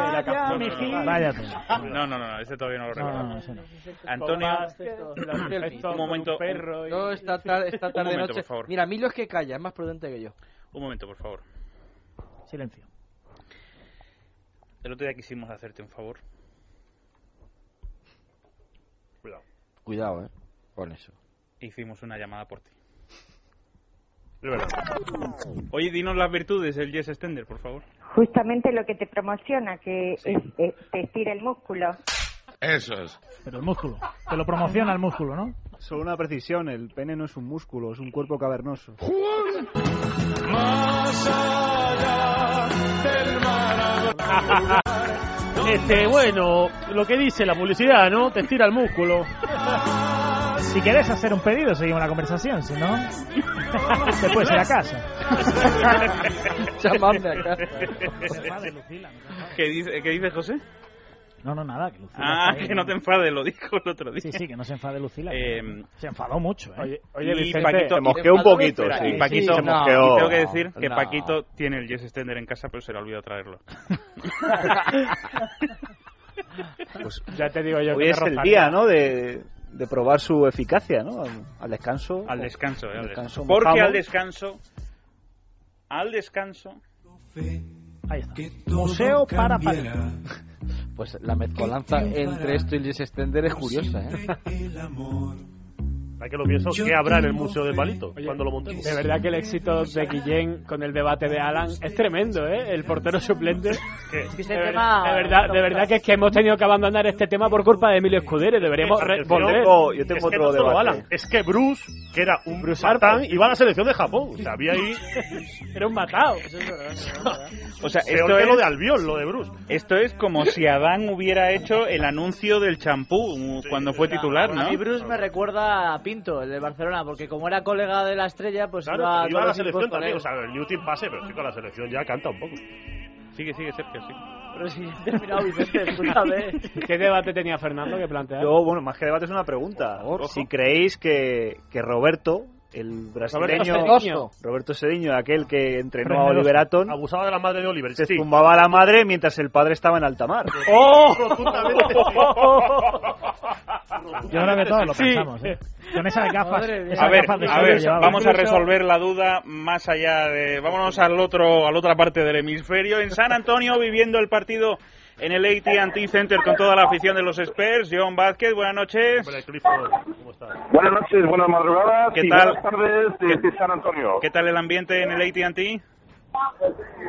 S10: la
S5: Miami
S10: canción.
S5: Heat.
S3: No, no, no, no, ese todavía no
S5: No,
S3: lo recuerdo.
S5: no, no, ese no.
S3: Antonio,
S10: este,
S6: Esto,
S3: un momento,
S10: Perro. y-
S6: Yo esta tarde, esta
S3: [LAUGHS] Un
S6: tarde
S3: momento,
S6: noche.
S3: por favor.
S6: Mira, Milo es que calla, es más prudente que yo.
S3: un momento, por favor.
S5: Silencio.
S3: El otro día quisimos hacerte un favor.
S7: Cuidado.
S6: Cuidado, eh, con eso.
S3: Hicimos una llamada por ti.
S7: De verdad.
S3: Oye, dinos las virtudes del Yes Extender, por favor.
S13: Justamente lo que te promociona, que es, eh, te estira el músculo.
S1: Eso es.
S5: Pero el músculo, te lo promociona el músculo, ¿no?
S8: Solo una precisión, el pene no es un músculo, es un cuerpo cavernoso.
S7: [LAUGHS] Este, bueno, lo que dice la publicidad, ¿no? Te estira el músculo.
S5: [LAUGHS] Si querés hacer un pedido, seguimos la conversación. Si no, [LAUGHS] te puedes ir a [LAUGHS] casa.
S3: Llamadme
S5: a casa.
S3: ¿Qué dice, ¿Qué dice José?
S5: No, no, nada. Que Lucila
S3: Ah,
S5: está ahí,
S3: que no te enfades, lo dijo el otro día.
S5: Sí, sí, que no se enfade Lucila.
S3: Eh,
S5: Se enfadó mucho, ¿eh?
S3: y Paquito,
S5: se
S3: y-
S5: enfadó Lucila,
S3: Y
S5: ¿eh?
S3: Paquito,
S5: Sí, no,
S3: y tengo que decir que
S5: no.
S3: Paquito tiene el Yes Extender en casa, pero se le
S10: [LAUGHS]
S3: olvidó traerlo.
S10: Pues ya te digo yo
S8: Hoy
S10: que
S8: es
S10: me
S8: el
S10: rozan.
S8: día, ¿no? De, de probar su eficacia, ¿no? Al, al descanso.
S3: Al descanso, eh, al descanso.
S8: descanso,
S3: Porque
S8: mojamos.
S3: al descanso, al descanso,
S5: Ahí está. Museo para Paquito.
S6: Pues la mezcolanza
S7: Este
S6: entre esto y el Yes Extender es curiosa, ¿eh?
S7: Para que lo pienso, ¿qué habrá en el Museo del Palito cuando lo montemos?
S10: De verdad que el éxito de Guillén con el debate de Alan es tremendo, ¿eh? El portero
S3: [LAUGHS]
S10: suplente.
S7: Este
S10: De, ver- de verdad, de verdad que es que hemos tenido que abandonar este tema por culpa de Emilio Escudero. Deberíamos re- volver.
S7: es que no solo Alan, es que Bruce, que era un patán, iba a la selección de Japón. O sea, había ahí...
S10: [LAUGHS] Era un matado.
S3: [LAUGHS] O sea,
S7: Peor
S3: esto
S7: que
S3: es-
S7: lo
S3: [LAUGHS]
S7: de Albiol, lo de Bruce.
S3: esto es como si Adán hubiera hecho el anuncio del champú cuando fue titular,
S4: A
S3: ¿no?
S4: mí Bruce me recuerda a Pinto, el de Barcelona, porque como era colega de la estrella, pues
S7: Claro,
S4: iba
S7: iba a
S4: a todos
S7: la
S4: los
S7: selección
S4: equipos con
S7: también.
S4: él.
S7: O sea, el Newton pase, pero es que con la selección ya canta un poco.
S3: Sigue, sigue, Sergio, sí.
S4: Pero si he terminado, Vicente,
S7: [LAUGHS]
S4: escúchame.
S10: ¿Qué debate tenía Fernando que plantear?
S8: Yo, bueno, más que debate es una pregunta. Si creéis que, que Roberto, el brasileño.
S7: Cediño.
S8: Roberto Cediño, aquel que entrenó a
S7: Fernando,
S8: Oliver Aton,
S7: Abusaba de la madre de Oliver,
S8: se
S7: sí.
S8: tumbaba a la madre mientras el padre estaba en alta
S7: [LAUGHS]
S8: mar.
S7: [LAUGHS] Rotundamente Oh. sí.
S5: Yo creo que todos lo
S7: Sí.
S5: pensamos, ¿eh? Con esas gafas. esas
S3: A ver,
S5: gafas de
S3: a
S5: sol
S3: ver,
S5: que llevaba.
S3: vamos a resolver la duda más allá de... Vámonos al otro, a la otra parte del hemisferio. En San Antonio, viviendo el partido en el AT&T Center con toda la afición de los Spurs. John Vázquez, buenas noches.
S14: Buenas noches, buenas madrugadas.
S3: ¿Qué
S14: y
S3: tal?
S14: Buenas tardes desde San Antonio.
S3: ¿Qué tal el ambiente en el AT&T?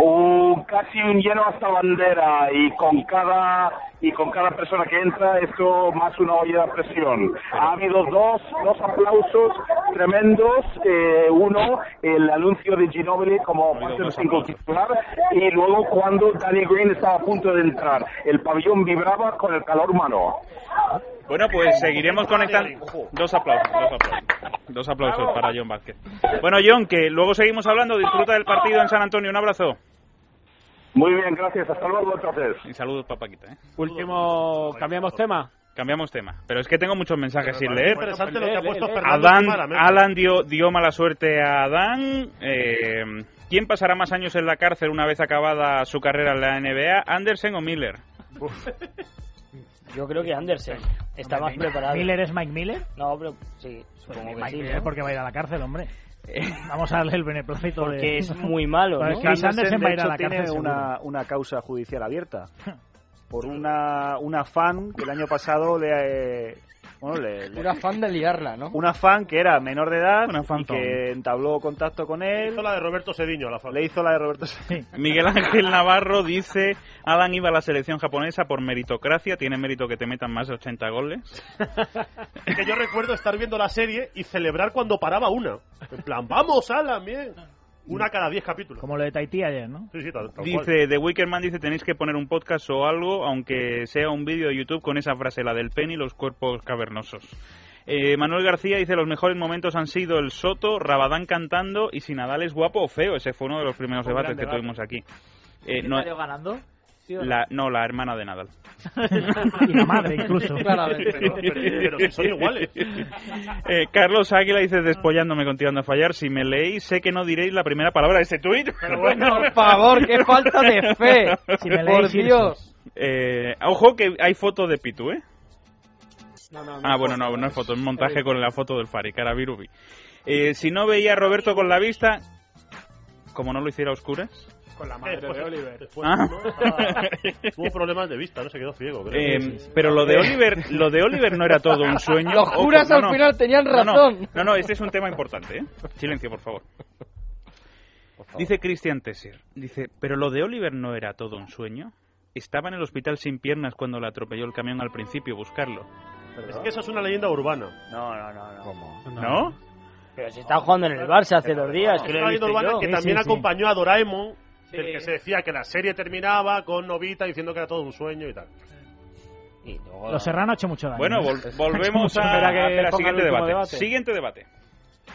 S14: Un- casi un lleno hasta bandera y con cada y con cada persona que entra esto más una olla de presión. Ha habido dos, dos aplausos tremendos, eh, uno el anuncio de Ginobili como parte cinco titular y luego cuando Danny Green estaba a punto de entrar, el pabellón vibraba con el calor humano.
S3: Bueno, pues seguiremos conectando. Dos aplausos, dos aplausos. Dos aplausos para John Vázquez. Bueno, John, que luego seguimos hablando. Disfruta del partido en San Antonio. Un abrazo.
S14: Muy bien, gracias. Hasta luego entonces.
S3: Y saludos para Paquita. ¿eh?
S10: Último. ¿Cambiamos tema?
S3: Cambiamos tema. Pero es que tengo muchos mensajes sin
S7: parece
S3: leer.
S7: interesante lo que ha puesto
S10: Lee, lee,
S7: Fernando
S3: Adán,
S7: Tumara, me-
S3: Alan dio, dio mala suerte a Adán. Eh, ¿Quién pasará más años en la cárcel una vez acabada su carrera en la NBA? ¿Andersen o Miller?
S9: Yo creo que Andersen está más preparado.
S5: ¿Miller es Mike Miller?
S9: No, pero sí, supongo que
S5: Mike
S9: sí.
S5: Miller,
S6: eh,
S5: Pues
S9: ¿no? Eh,
S5: porque va a ir a la cárcel, hombre. Vamos a darle el beneplácito de...
S9: Porque es muy malo,
S5: Pero
S9: ¿no?
S5: es que Wes Anderson va a ir a
S8: hecho,
S5: la cárcel
S8: tiene
S5: seguro.
S8: una, una causa judicial abierta por una, una fan que el año pasado le... eh, bueno, le- le-
S6: Una fan de liarla, ¿no?
S8: una fan que era menor de edad y
S3: fantón.
S8: que entabló contacto con él.
S7: Hizo la de Roberto Cediño, la fan.
S8: Le hizo la de Roberto Cediño.
S3: Miguel Ángel Navarro dice, Adán iba a la selección japonesa por meritocracia, tiene mérito que te metan más de 80 goles.
S7: Que yo recuerdo estar viendo la serie y celebrar cuando paraba una. En plan, vamos, Alan, bien. Una cada diez capítulos.
S5: Como lo de Tahití ayer, ¿no?
S7: Sí, sí, tal, tal cual.
S3: Dice, The Wickerman dice, tenéis que poner un podcast o algo, aunque sea un vídeo de YouTube con esa frase, la del penny, los cuerpos cavernosos. Eh, Manuel García dice, los mejores momentos han sido el Soto, Rabadán cantando y si Nadal es guapo o feo. Ese fue uno de los primeros
S4: Un
S3: debates
S4: gran
S3: que
S4: debate.
S3: tuvimos aquí. Eh,
S4: ¿Quién
S3: no,
S4: salió ganando? ¿Sí o no? [LAUGHS]
S3: la, no, la hermana de Nadal.
S5: Y la madre, incluso.
S4: [LAUGHS] Claramente. pues
S7: Pero que son
S4: [LAUGHS]
S7: iguales.
S3: [LAUGHS] Eh, Carlos Águila dice, despollándome con tirando a fallar, si me leéis, sé que no diréis la primera palabra de este tuit. [LAUGHS] Pero
S6: bueno, por favor, qué falta de
S3: [LAUGHS]
S6: fe. Si me leéis, Por Dios.
S3: Eh, ojo que hay foto de Pitu, ¿eh?
S6: No,
S3: [LAUGHS]
S6: no,
S3: Ah, bueno, no, no es foto, es montaje con la foto del Fari, cara Virubi. Eh, si no veía a Roberto con la vista, como no lo hiciera a oscuras.
S10: Con la madre de Oliver.
S3: Ah.
S7: Tuvo problemas de vista, no se quedó ciego. creo.
S3: Eh, pero lo de Oliver, lo de Oliver no era todo un sueño.
S7: Los
S3: Ojo,
S7: juras
S3: no,
S7: al
S3: no.
S7: final tenían
S3: No, no.
S7: razón.
S3: No, no, este es un tema importante, ¿eh? Silencio, por favor. Dice Christian Tessier, dice, pero lo de Oliver no era todo un sueño. Estaba en el hospital sin piernas cuando le atropelló el camión al principio buscarlo.
S7: Es que eso es una leyenda urbana.
S8: No, no, no. no.
S3: ¿No?
S9: Pero si está jugando en el Barça hace dos días,
S7: Es
S9: que
S7: una
S9: lo he
S7: leyenda
S9: visto
S7: urbana
S9: yo.
S7: que también acompañó a Doraemon del que se decía que la serie terminaba con Novita diciendo que era todo un sueño y tal.
S5: Los Serrano ha hecho mucho daño. ¿eh?
S3: Bueno,
S5: [LAUGHS]
S3: vol- volvemos a,
S7: Espera que
S3: a hacer el
S7: pongan el último
S3: siguiente debate.
S7: debate.
S3: Siguiente debate.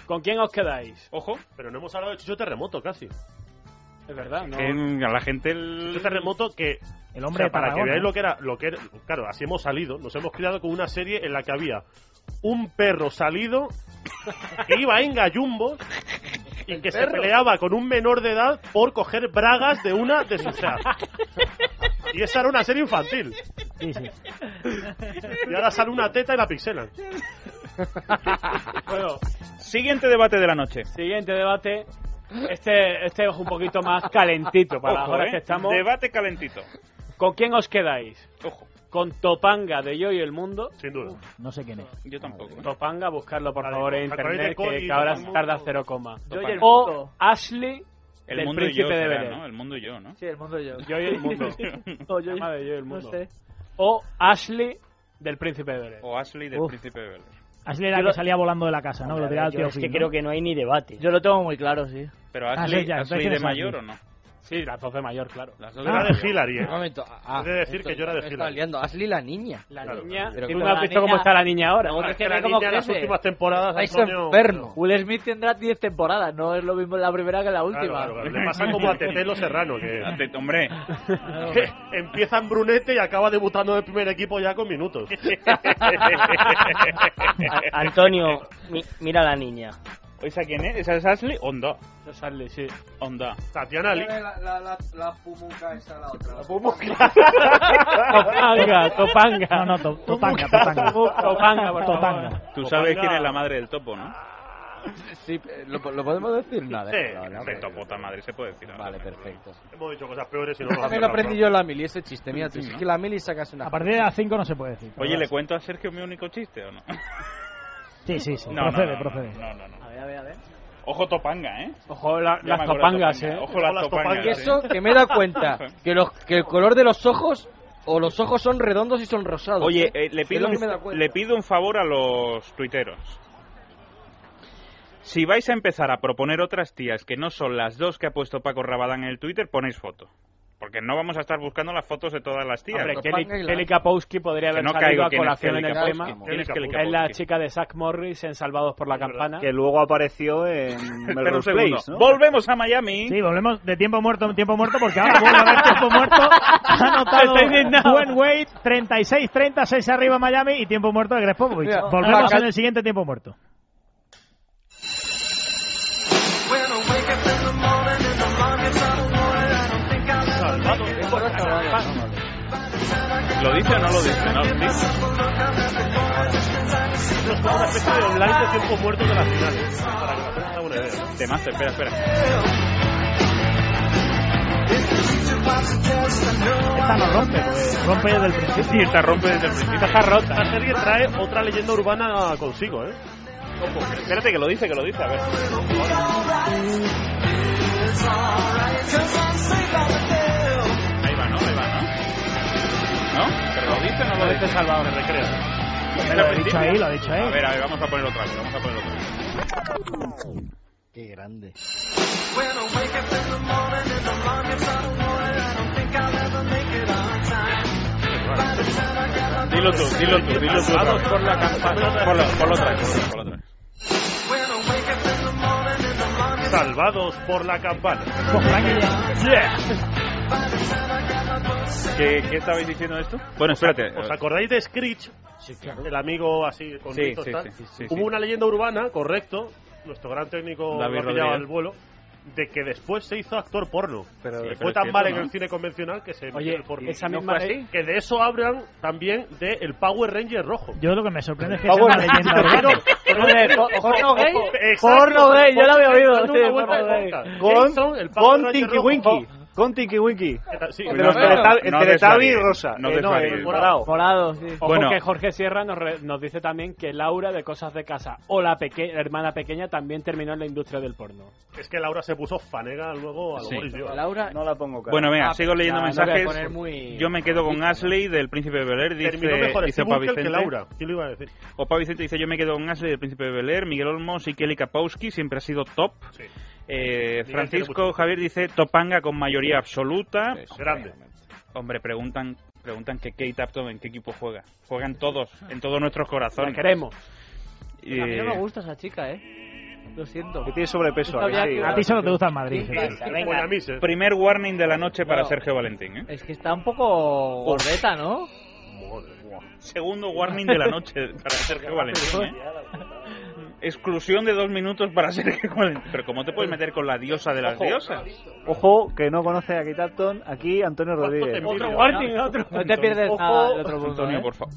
S10: ¿Con quién os quedáis?
S3: Ojo.
S7: Pero no hemos hablado de Chucho Terremoto casi.
S10: Es verdad,
S7: ¿no?
S3: Que a la gente el...
S7: Chucho Terremoto que...
S5: El
S3: hombre de
S7: Para que
S3: Tarragona.
S7: veáis [LAUGHS] lo que era... Lo que era- claro, así hemos salido. Nos hemos criado con una serie en la que había un perro salido que iba en gallumbos y que se
S8: perro?
S7: peleaba con un menor de edad por coger bragas de una de sus hijas. Y esa era una serie infantil. Y ahora sale una teta y la pixelan.
S10: Bueno,
S3: Siguiente debate de la noche.
S10: Siguiente debate. Este, este es un poquito más calentito para las
S3: Ojo,
S10: horas
S3: ¿eh?
S10: que estamos.
S3: Debate calentito.
S10: ¿Con quién os quedáis? ¿Con Topanga de Yo y el Mundo?
S7: Sin duda.
S5: No sé quién es.
S3: Yo tampoco. eh.
S10: Topanga, buscarlo por favor en
S5: acordáis de
S10: internet,
S5: Cody
S10: que,
S5: y
S10: que ahora
S5: Yo y el
S10: tarda cero coma.
S4: Yo y el
S10: O
S4: Mundo.
S10: Ashley
S3: El
S10: del
S3: mundo
S10: Príncipe
S3: y yo,
S10: de
S3: será,
S10: Belén.
S3: ¿no? El mundo y yo, ¿no?
S4: Sí, el mundo yo.
S10: Yo
S4: [LAUGHS]
S10: y el Mundo.
S4: O yo, y-
S10: Llama de Yo y el
S4: no
S10: Mundo. [LAUGHS]
S4: sé.
S10: O Ashley del Príncipe de Belén.
S3: O Ashley
S10: del
S3: Príncipe de Belén.
S5: Así era
S10: Yo
S5: que
S10: lo-
S5: salía volando de la casa, ¿no? Que Lo tiraba el tío Phil, ¿no?
S10: que no hay ni debate.
S4: Yo lo tengo muy claro, sí.
S3: Pero
S5: Ah,
S3: Ashley,
S5: sí, ya, entonces
S3: Ashley de
S5: es Ashley.
S3: mayor o no?
S10: Sí, las dos de mayor, claro.
S3: Las
S7: Yo era de Hillary, eh.
S6: Un momento. Ah,
S7: He de decir
S6: esto-
S7: que yo era de
S6: me
S7: Hillary.
S6: estaba liando. Ashley la niña.
S10: La
S7: niña.
S6: Pero
S10: Tú
S6: que-
S10: no has visto cómo está la niña ahora.
S6: Luego te
S7: Ah, que la
S6: queda
S7: niña
S6: como
S7: en las
S6: crece.
S7: últimas temporadas,
S6: Estáis
S7: Antonio,
S6: enfermo.
S4: Will Smith tendrá 10 temporadas, no es lo mismo la primera que la última.
S7: Claro, claro, Le pasa como a Tete los Serrano, que
S3: A Tete, hombre.
S7: que empieza en brunete y acaba debutando en el primer equipo ya con minutos.
S9: A- Antonio, mi- mira a la niña.
S3: ¿Esa quién es? ¿Esa es Ashley? Onda.
S10: Es Ashley, sí.
S3: Onda.
S7: Tatiana Lee.
S11: La, la, la, la pumuca esa, la otra. La
S10: [LAUGHS] Topanga, [LAUGHS] Topanga.
S5: No, no, to- Topanga, Topanga.
S10: Topanga, por favor.
S5: Topanga.
S3: Tú sabes quién es la madre del topo, ¿no?
S6: [LAUGHS] Sí, eh, lo, lo podemos decir nada.
S7: Sí,
S6: déjalo, ¿no?
S3: De topo, tan madre se puede decir. Vale,
S6: perfecto.
S7: Hemos dicho cosas peores
S6: [LAUGHS]
S7: y no nos
S6: También lo aprendí yo en la mili, ese chiste. Mira, tú, es que la mili sacas una.
S7: Ah,
S5: A partir de las 5 no se puede decir.
S3: Oye, ¿le cuento a Sergio mi único chiste o no? [LAUGHS]
S5: Sí, sí, sí.
S3: No, no,
S5: procede,
S3: no,
S5: procede.
S3: No, no, no.
S4: A ver, a ver, a ver.
S3: Ojo Topanga, ¿eh?
S10: Ojo la-
S3: Ya me
S10: las
S3: acuerdo,
S10: Topangas,
S3: Topanga.
S10: eh.
S3: Ojo las Topangas.
S6: Y eso que me he dado
S3: [LAUGHS]
S6: cuenta que, los, que el color de los ojos o los ojos son redondos y son rosados. [LAUGHS]
S3: Oye, eh, le,
S6: Es lo
S3: pido
S6: que me he dado
S3: un,
S6: cuenta.
S3: le pido un favor a los tuiteros. Si vais a empezar a proponer otras tías que no son las dos que ha puesto Paco Rabadán en el Twitter, ponéis foto. Porque no vamos a estar buscando las fotos de todas las tías.
S10: Hombre,
S3: Topanga
S10: Kelly,
S3: y la-
S10: Kelly Kapowski podría
S3: Que
S10: haber
S3: no
S10: salido
S3: caigo
S10: a
S3: quién es
S10: colación en
S3: Kelly
S10: el
S3: Kapowski.
S10: tema.
S3: ¿Quién es Kelly
S10: Es la
S3: Kapowski?
S10: chica de Zach Morris en Salvados por la Campana. [LAUGHS]
S8: Que luego apareció en
S3: Espera un
S8: Melrose
S3: segundo.
S8: Place, ¿no?
S3: Volvemos a Miami.
S5: Sí, volvemos de tiempo muerto, tiempo muerto, porque ahora vuelve a haber tiempo
S3: [LAUGHS]
S5: muerto. Ha anotado
S10: Está indignado.
S5: buen Wade, 36-30, 6 arriba Miami y tiempo muerto de Greg Popovich.
S11: Mira,
S5: Volvemos
S11: Maca-
S5: en el siguiente tiempo muerto.
S3: ¿Lo dice o no lo dice? No, lo dice.
S7: Una especie de online de tiempo muerto de las finales. Para que la gente se haga una idea.
S3: Temazo, espera, espera.
S5: Esta no rompe, rompe desde el principio.
S3: Sí, esta rompe desde el principio.
S7: Está rota. La serie trae otra leyenda urbana consigo, ¿eh?
S3: Ojo, Espérate que lo dice, que lo dice. A ver. Ahí va, ¿no? Ahí va, ¿no? ¿No? ¿Pero lo dice o no lo dice?
S7: Salvador, me recrea.
S5: Lo ha dicho ahí, lo ha dicho
S3: A
S5: ahí.
S3: ver, a ver, vamos a poner otra vez, vamos a poner otra vez.
S6: Qué grande.
S3: Dilo tú, dilo tú, dilo tú. otra vez.
S10: por la campana.
S3: Ponlo, ponlo otra vez, ponlo, ponlo otra vez.
S7: Salvados por la campana.
S3: ¿Qué, ¿Qué estabais diciendo de esto? Bueno, espérate.
S7: ¿Os acordáis de Screech? El amigo así con
S3: Sí,
S7: gritos
S3: sí,
S7: tal.
S3: sí, sí,
S7: Hubo
S3: sí.
S7: una leyenda urbana, correcto. Nuestro gran técnico
S3: David
S7: lo ha pillado
S3: Rodríguez.
S7: al vuelo. De que después se hizo actor porno.
S8: Pero-
S7: Que
S3: pero
S8: Sí,
S7: fue
S3: es
S7: tan
S3: cierto,
S7: mal en
S3: ¿no?
S7: el cine convencional que se metió
S10: Oye,
S7: el porno.
S10: esa
S7: ¿Y no
S10: misma
S7: fue
S10: ley-
S7: Que de eso hablan también de el Power Ranger rojo.
S5: Yo lo que me sorprende es que sea
S8: Power
S5: una leyenda
S7: Pero-
S8: [LAUGHS]
S5: urbana.
S6: ¿Porno gay?
S7: Exacto.
S8: Porno gay, yo la había oído,
S7: Dando
S8: sí,
S7: una vuelta
S8: porno
S7: de
S8: gay.
S7: boca.
S8: Con,
S7: Jason, el Power
S8: con
S7: Ranger
S8: Tinky
S7: rojo.
S8: Winky. Con Tinky Winky.
S7: Sí,
S8: De
S7: pero-
S8: los Teletubbies
S3: no
S8: Teletubby y
S3: desvaríes,
S8: Rosa.
S3: no
S8: Eh, no,
S3: desvaríes.
S8: el morado.
S4: Morado, sí.
S10: Ojo
S3: Bueno.
S10: que Jorge Sierra nos, re- nos dice también que Laura de Cosas de Casa o la peque- hermana pequeña también terminó en la industria del porno.
S7: Es que Laura se puso fanega luego a lo
S3: Sí.
S7: Boris Dio.
S6: Laura.
S8: No la pongo cara.
S3: Bueno, venga,
S6: Ah,
S3: sigo leyendo
S6: no, no voy a
S3: mensajes.
S6: poner muy-
S3: Yo me quedo con Ashley del Príncipe de Bel Air. Dice,
S7: Terminó mejor
S3: dice
S7: Steve
S3: Opa
S7: Bunker que
S3: Vicente.
S7: Laura. ¿Quién lo iba a decir?
S3: Opa Vicente dice: Yo me quedo con Ashley del Príncipe de Bel Air, Miguel Olmos y Kelly Kapowski. Siempre ha sido top. Eh, Francisco Javier dice Topanga con mayoría absoluta.
S7: Grande.
S3: Hombre, preguntan preguntan que Kate Upton en qué equipo juega. Juegan todos, en todos nuestros corazones.
S10: La queremos.
S3: Y, eh,
S4: A mí no me gusta esa chica, ¿eh? Lo siento.
S3: Que tiene sobrepeso,
S4: Yo sabía
S3: a mí sí.
S4: que-
S5: A ti solo te gusta el Madrid.
S4: Sí, sí, sí. Venga.
S3: Primer warning de la noche para
S4: Bueno.
S3: Sergio Valentín. ¿eh?
S4: Es que está un poco gordeta, ¿no?
S3: Segundo warning de la noche para Sergio Valentín. ¿eh? Exclusión de dos minutos para Sergio Valentín. Pero ¿cómo te puedes meter con la diosa de las
S8: Ojo.
S3: diosas?
S8: Ojo, que no conoce a Kitapton, aquí Antonio Rodríguez.
S4: No te pierdes
S8: Ojo.
S4: nada del otro mundo,
S3: Antonio,
S4: ¿eh?
S3: por favor.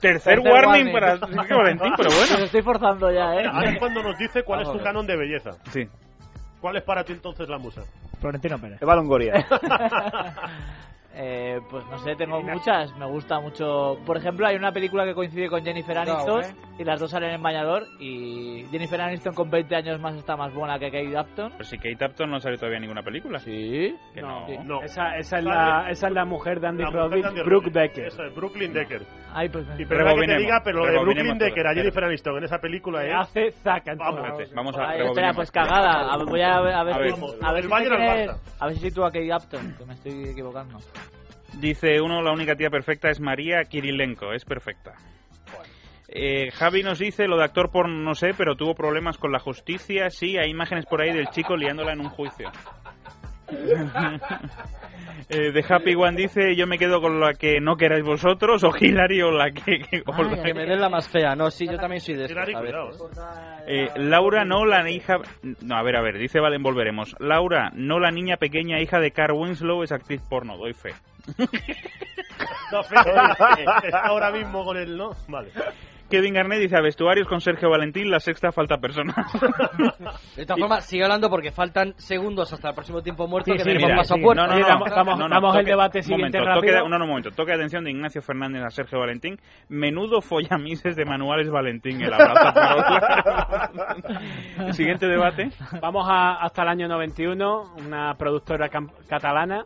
S3: Tercer warning para Sergio Valentín, pero
S4: Me lo
S3: bueno.
S4: estoy forzando ya, ¿eh?
S7: Ahora es cuando nos dice cuál es tu
S4: Vamos a ver.
S7: canon de belleza.
S3: Sí.
S7: ¿Cuál es para ti entonces la musa?
S5: Florentino Pérez.
S8: Eva Longoria.
S4: Eh, pues no sé, tengo muchas. Me gusta mucho. Por ejemplo, hay una película que coincide con Jennifer Aniston
S6: Claro,
S4: y las dos salen en bañador. Y Jennifer Aniston con 20 años más está más buena que Kate Upton.
S3: Pero si Kate Upton no salió todavía ninguna película.
S4: Sí.
S3: Que no.
S10: Esa, esa es la, esa es la mujer de Andy
S7: La mujer de
S10: Roddick,
S7: Andy
S10: Brooke
S7: Roddick.
S10: Decker.
S7: Esa es Brooklyn Decker.
S4: Ay, pues me-
S7: Y perdona que te
S3: Rebobinemos,
S7: diga, pero lo de Brooklyn
S3: rebobinemos
S7: Decker,
S3: todo,
S7: a
S3: espera.
S7: Jennifer Aniston en esa película es...
S10: Hace zaca,
S7: Vamos,
S3: Espérate, Vamos a
S4: Ay, espera,
S3: rebobinemos.
S4: pues cagada. A ver, Voy a, a
S3: A
S4: ver, si-
S3: ver.
S4: a ver
S7: El
S4: si
S7: Bayern
S4: tiene-
S7: al Barça.
S4: a ver si sitúa a Kate Upton, que me estoy equivocando.
S3: Dice uno, la única tía perfecta es María Kirilenko, es perfecta. Eh, Javi nos dice, lo de actor por no sé, pero tuvo problemas con la justicia. Sí, hay imágenes por ahí del chico liándola en un juicio. Eh, The Happy One dice, yo me quedo con la que no queráis vosotros, o Hilario la que... que- o la
S6: que
S3: que-
S6: me den la más fea, no, sí, yo también soy de
S7: Hilary,
S6: estos, a
S7: cuidado,
S6: veces.
S14: pues,
S3: Eh, Laura, no la hija... No, a ver, a ver, dice Valen, volveremos. Laura, no la niña pequeña hija de Carl Winslow es actriz porno, doy fe.
S7: [LAUGHS] No, fíjate, está ahora mismo con el... ¿no? Vale.
S3: Kevin Garnet dice, a vestuarios con Sergio Valentín, la sexta falta
S6: [LAUGHS]
S3: personal.
S6: De todas formas, sigue hablando porque faltan segundos hasta el próximo tiempo muerto
S10: Sí,
S6: que
S10: sí,
S6: tenemos
S10: mira,
S6: más
S10: sí.
S6: soporte.
S10: No, no, no, Estamos- estamos- estamos el debate siguiente
S3: momento, toque de-
S10: rápido.
S3: no, no, un momento. Toque de atención de Ignacio Fernández a Sergio Valentín. Menudo follamises de manuales Valentín. El abrazo
S6: [LAUGHS]
S3: por- Siguiente debate.
S10: Vamos a- hasta el año 91, una productora cam- catalana.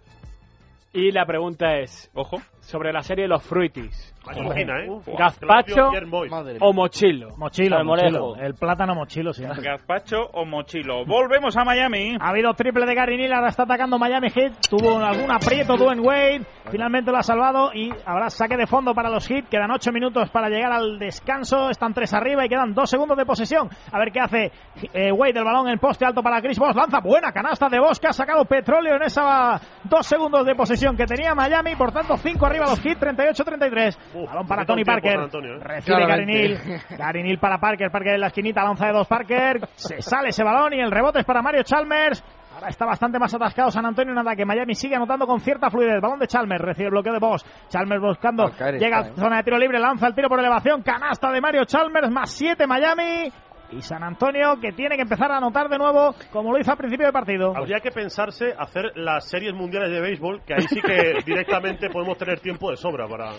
S10: Y la pregunta es,
S3: ojo,
S10: sobre la serie Los Fruitis.
S7: Imagina, ¿eh?
S10: Uf, Gazpacho
S7: Pierre Moy.
S10: o Mochilo.
S5: Mochilo,
S10: Salmorejo.
S5: mochilo. El plátano mochilo, sí.
S3: Gazpacho o mochilo. Volvemos a Miami.
S5: Ha habido triple de Gary Neal, ahora está atacando Miami Heat. Tuvo un- algún aprieto Dwayne Wade. Finalmente lo ha salvado y habrá saque de fondo para los Heat. Quedan 8 minutos para llegar al descanso. Están 3 arriba y quedan 2 segundos de posesión. A ver qué hace eh, Wade. El balón en poste alto para Chris Bosh. Lanza buena canasta de Bosch que ha sacado petróleo en esa 2 segundos de posesión que tenía Miami. Por tanto, 5 arriba los Heat, 38-33.
S7: Uf,
S5: Balón para
S7: quita un
S5: Tony
S7: tiempo
S5: Parker.
S7: para Antonio, ¿eh?
S5: Recibe Gary Neal.
S6: Claramente.
S9: [LAUGHS]
S5: Gary Neal para Parker, Parker en la esquinita, lanza de dos Parker, se sale ese balón y el rebote es para Mario Chalmers. Ahora está bastante más atascado San Antonio en ataque. Miami sigue anotando con cierta fluidez. Balón de Chalmers, recibe el bloqueo de Boss. Chalmers buscando,
S6: Parker
S5: llega
S6: está,
S5: a
S6: ¿eh?
S5: zona de tiro libre, lanza el tiro por elevación. Canasta de Mario Chalmers, más 7 Miami. Y San Antonio que tiene que empezar a anotar de nuevo, como lo hizo al principio de partido.
S7: Habría que pensarse hacer las series mundiales de béisbol, que ahí sí que directamente podemos tener tiempo de sobra para...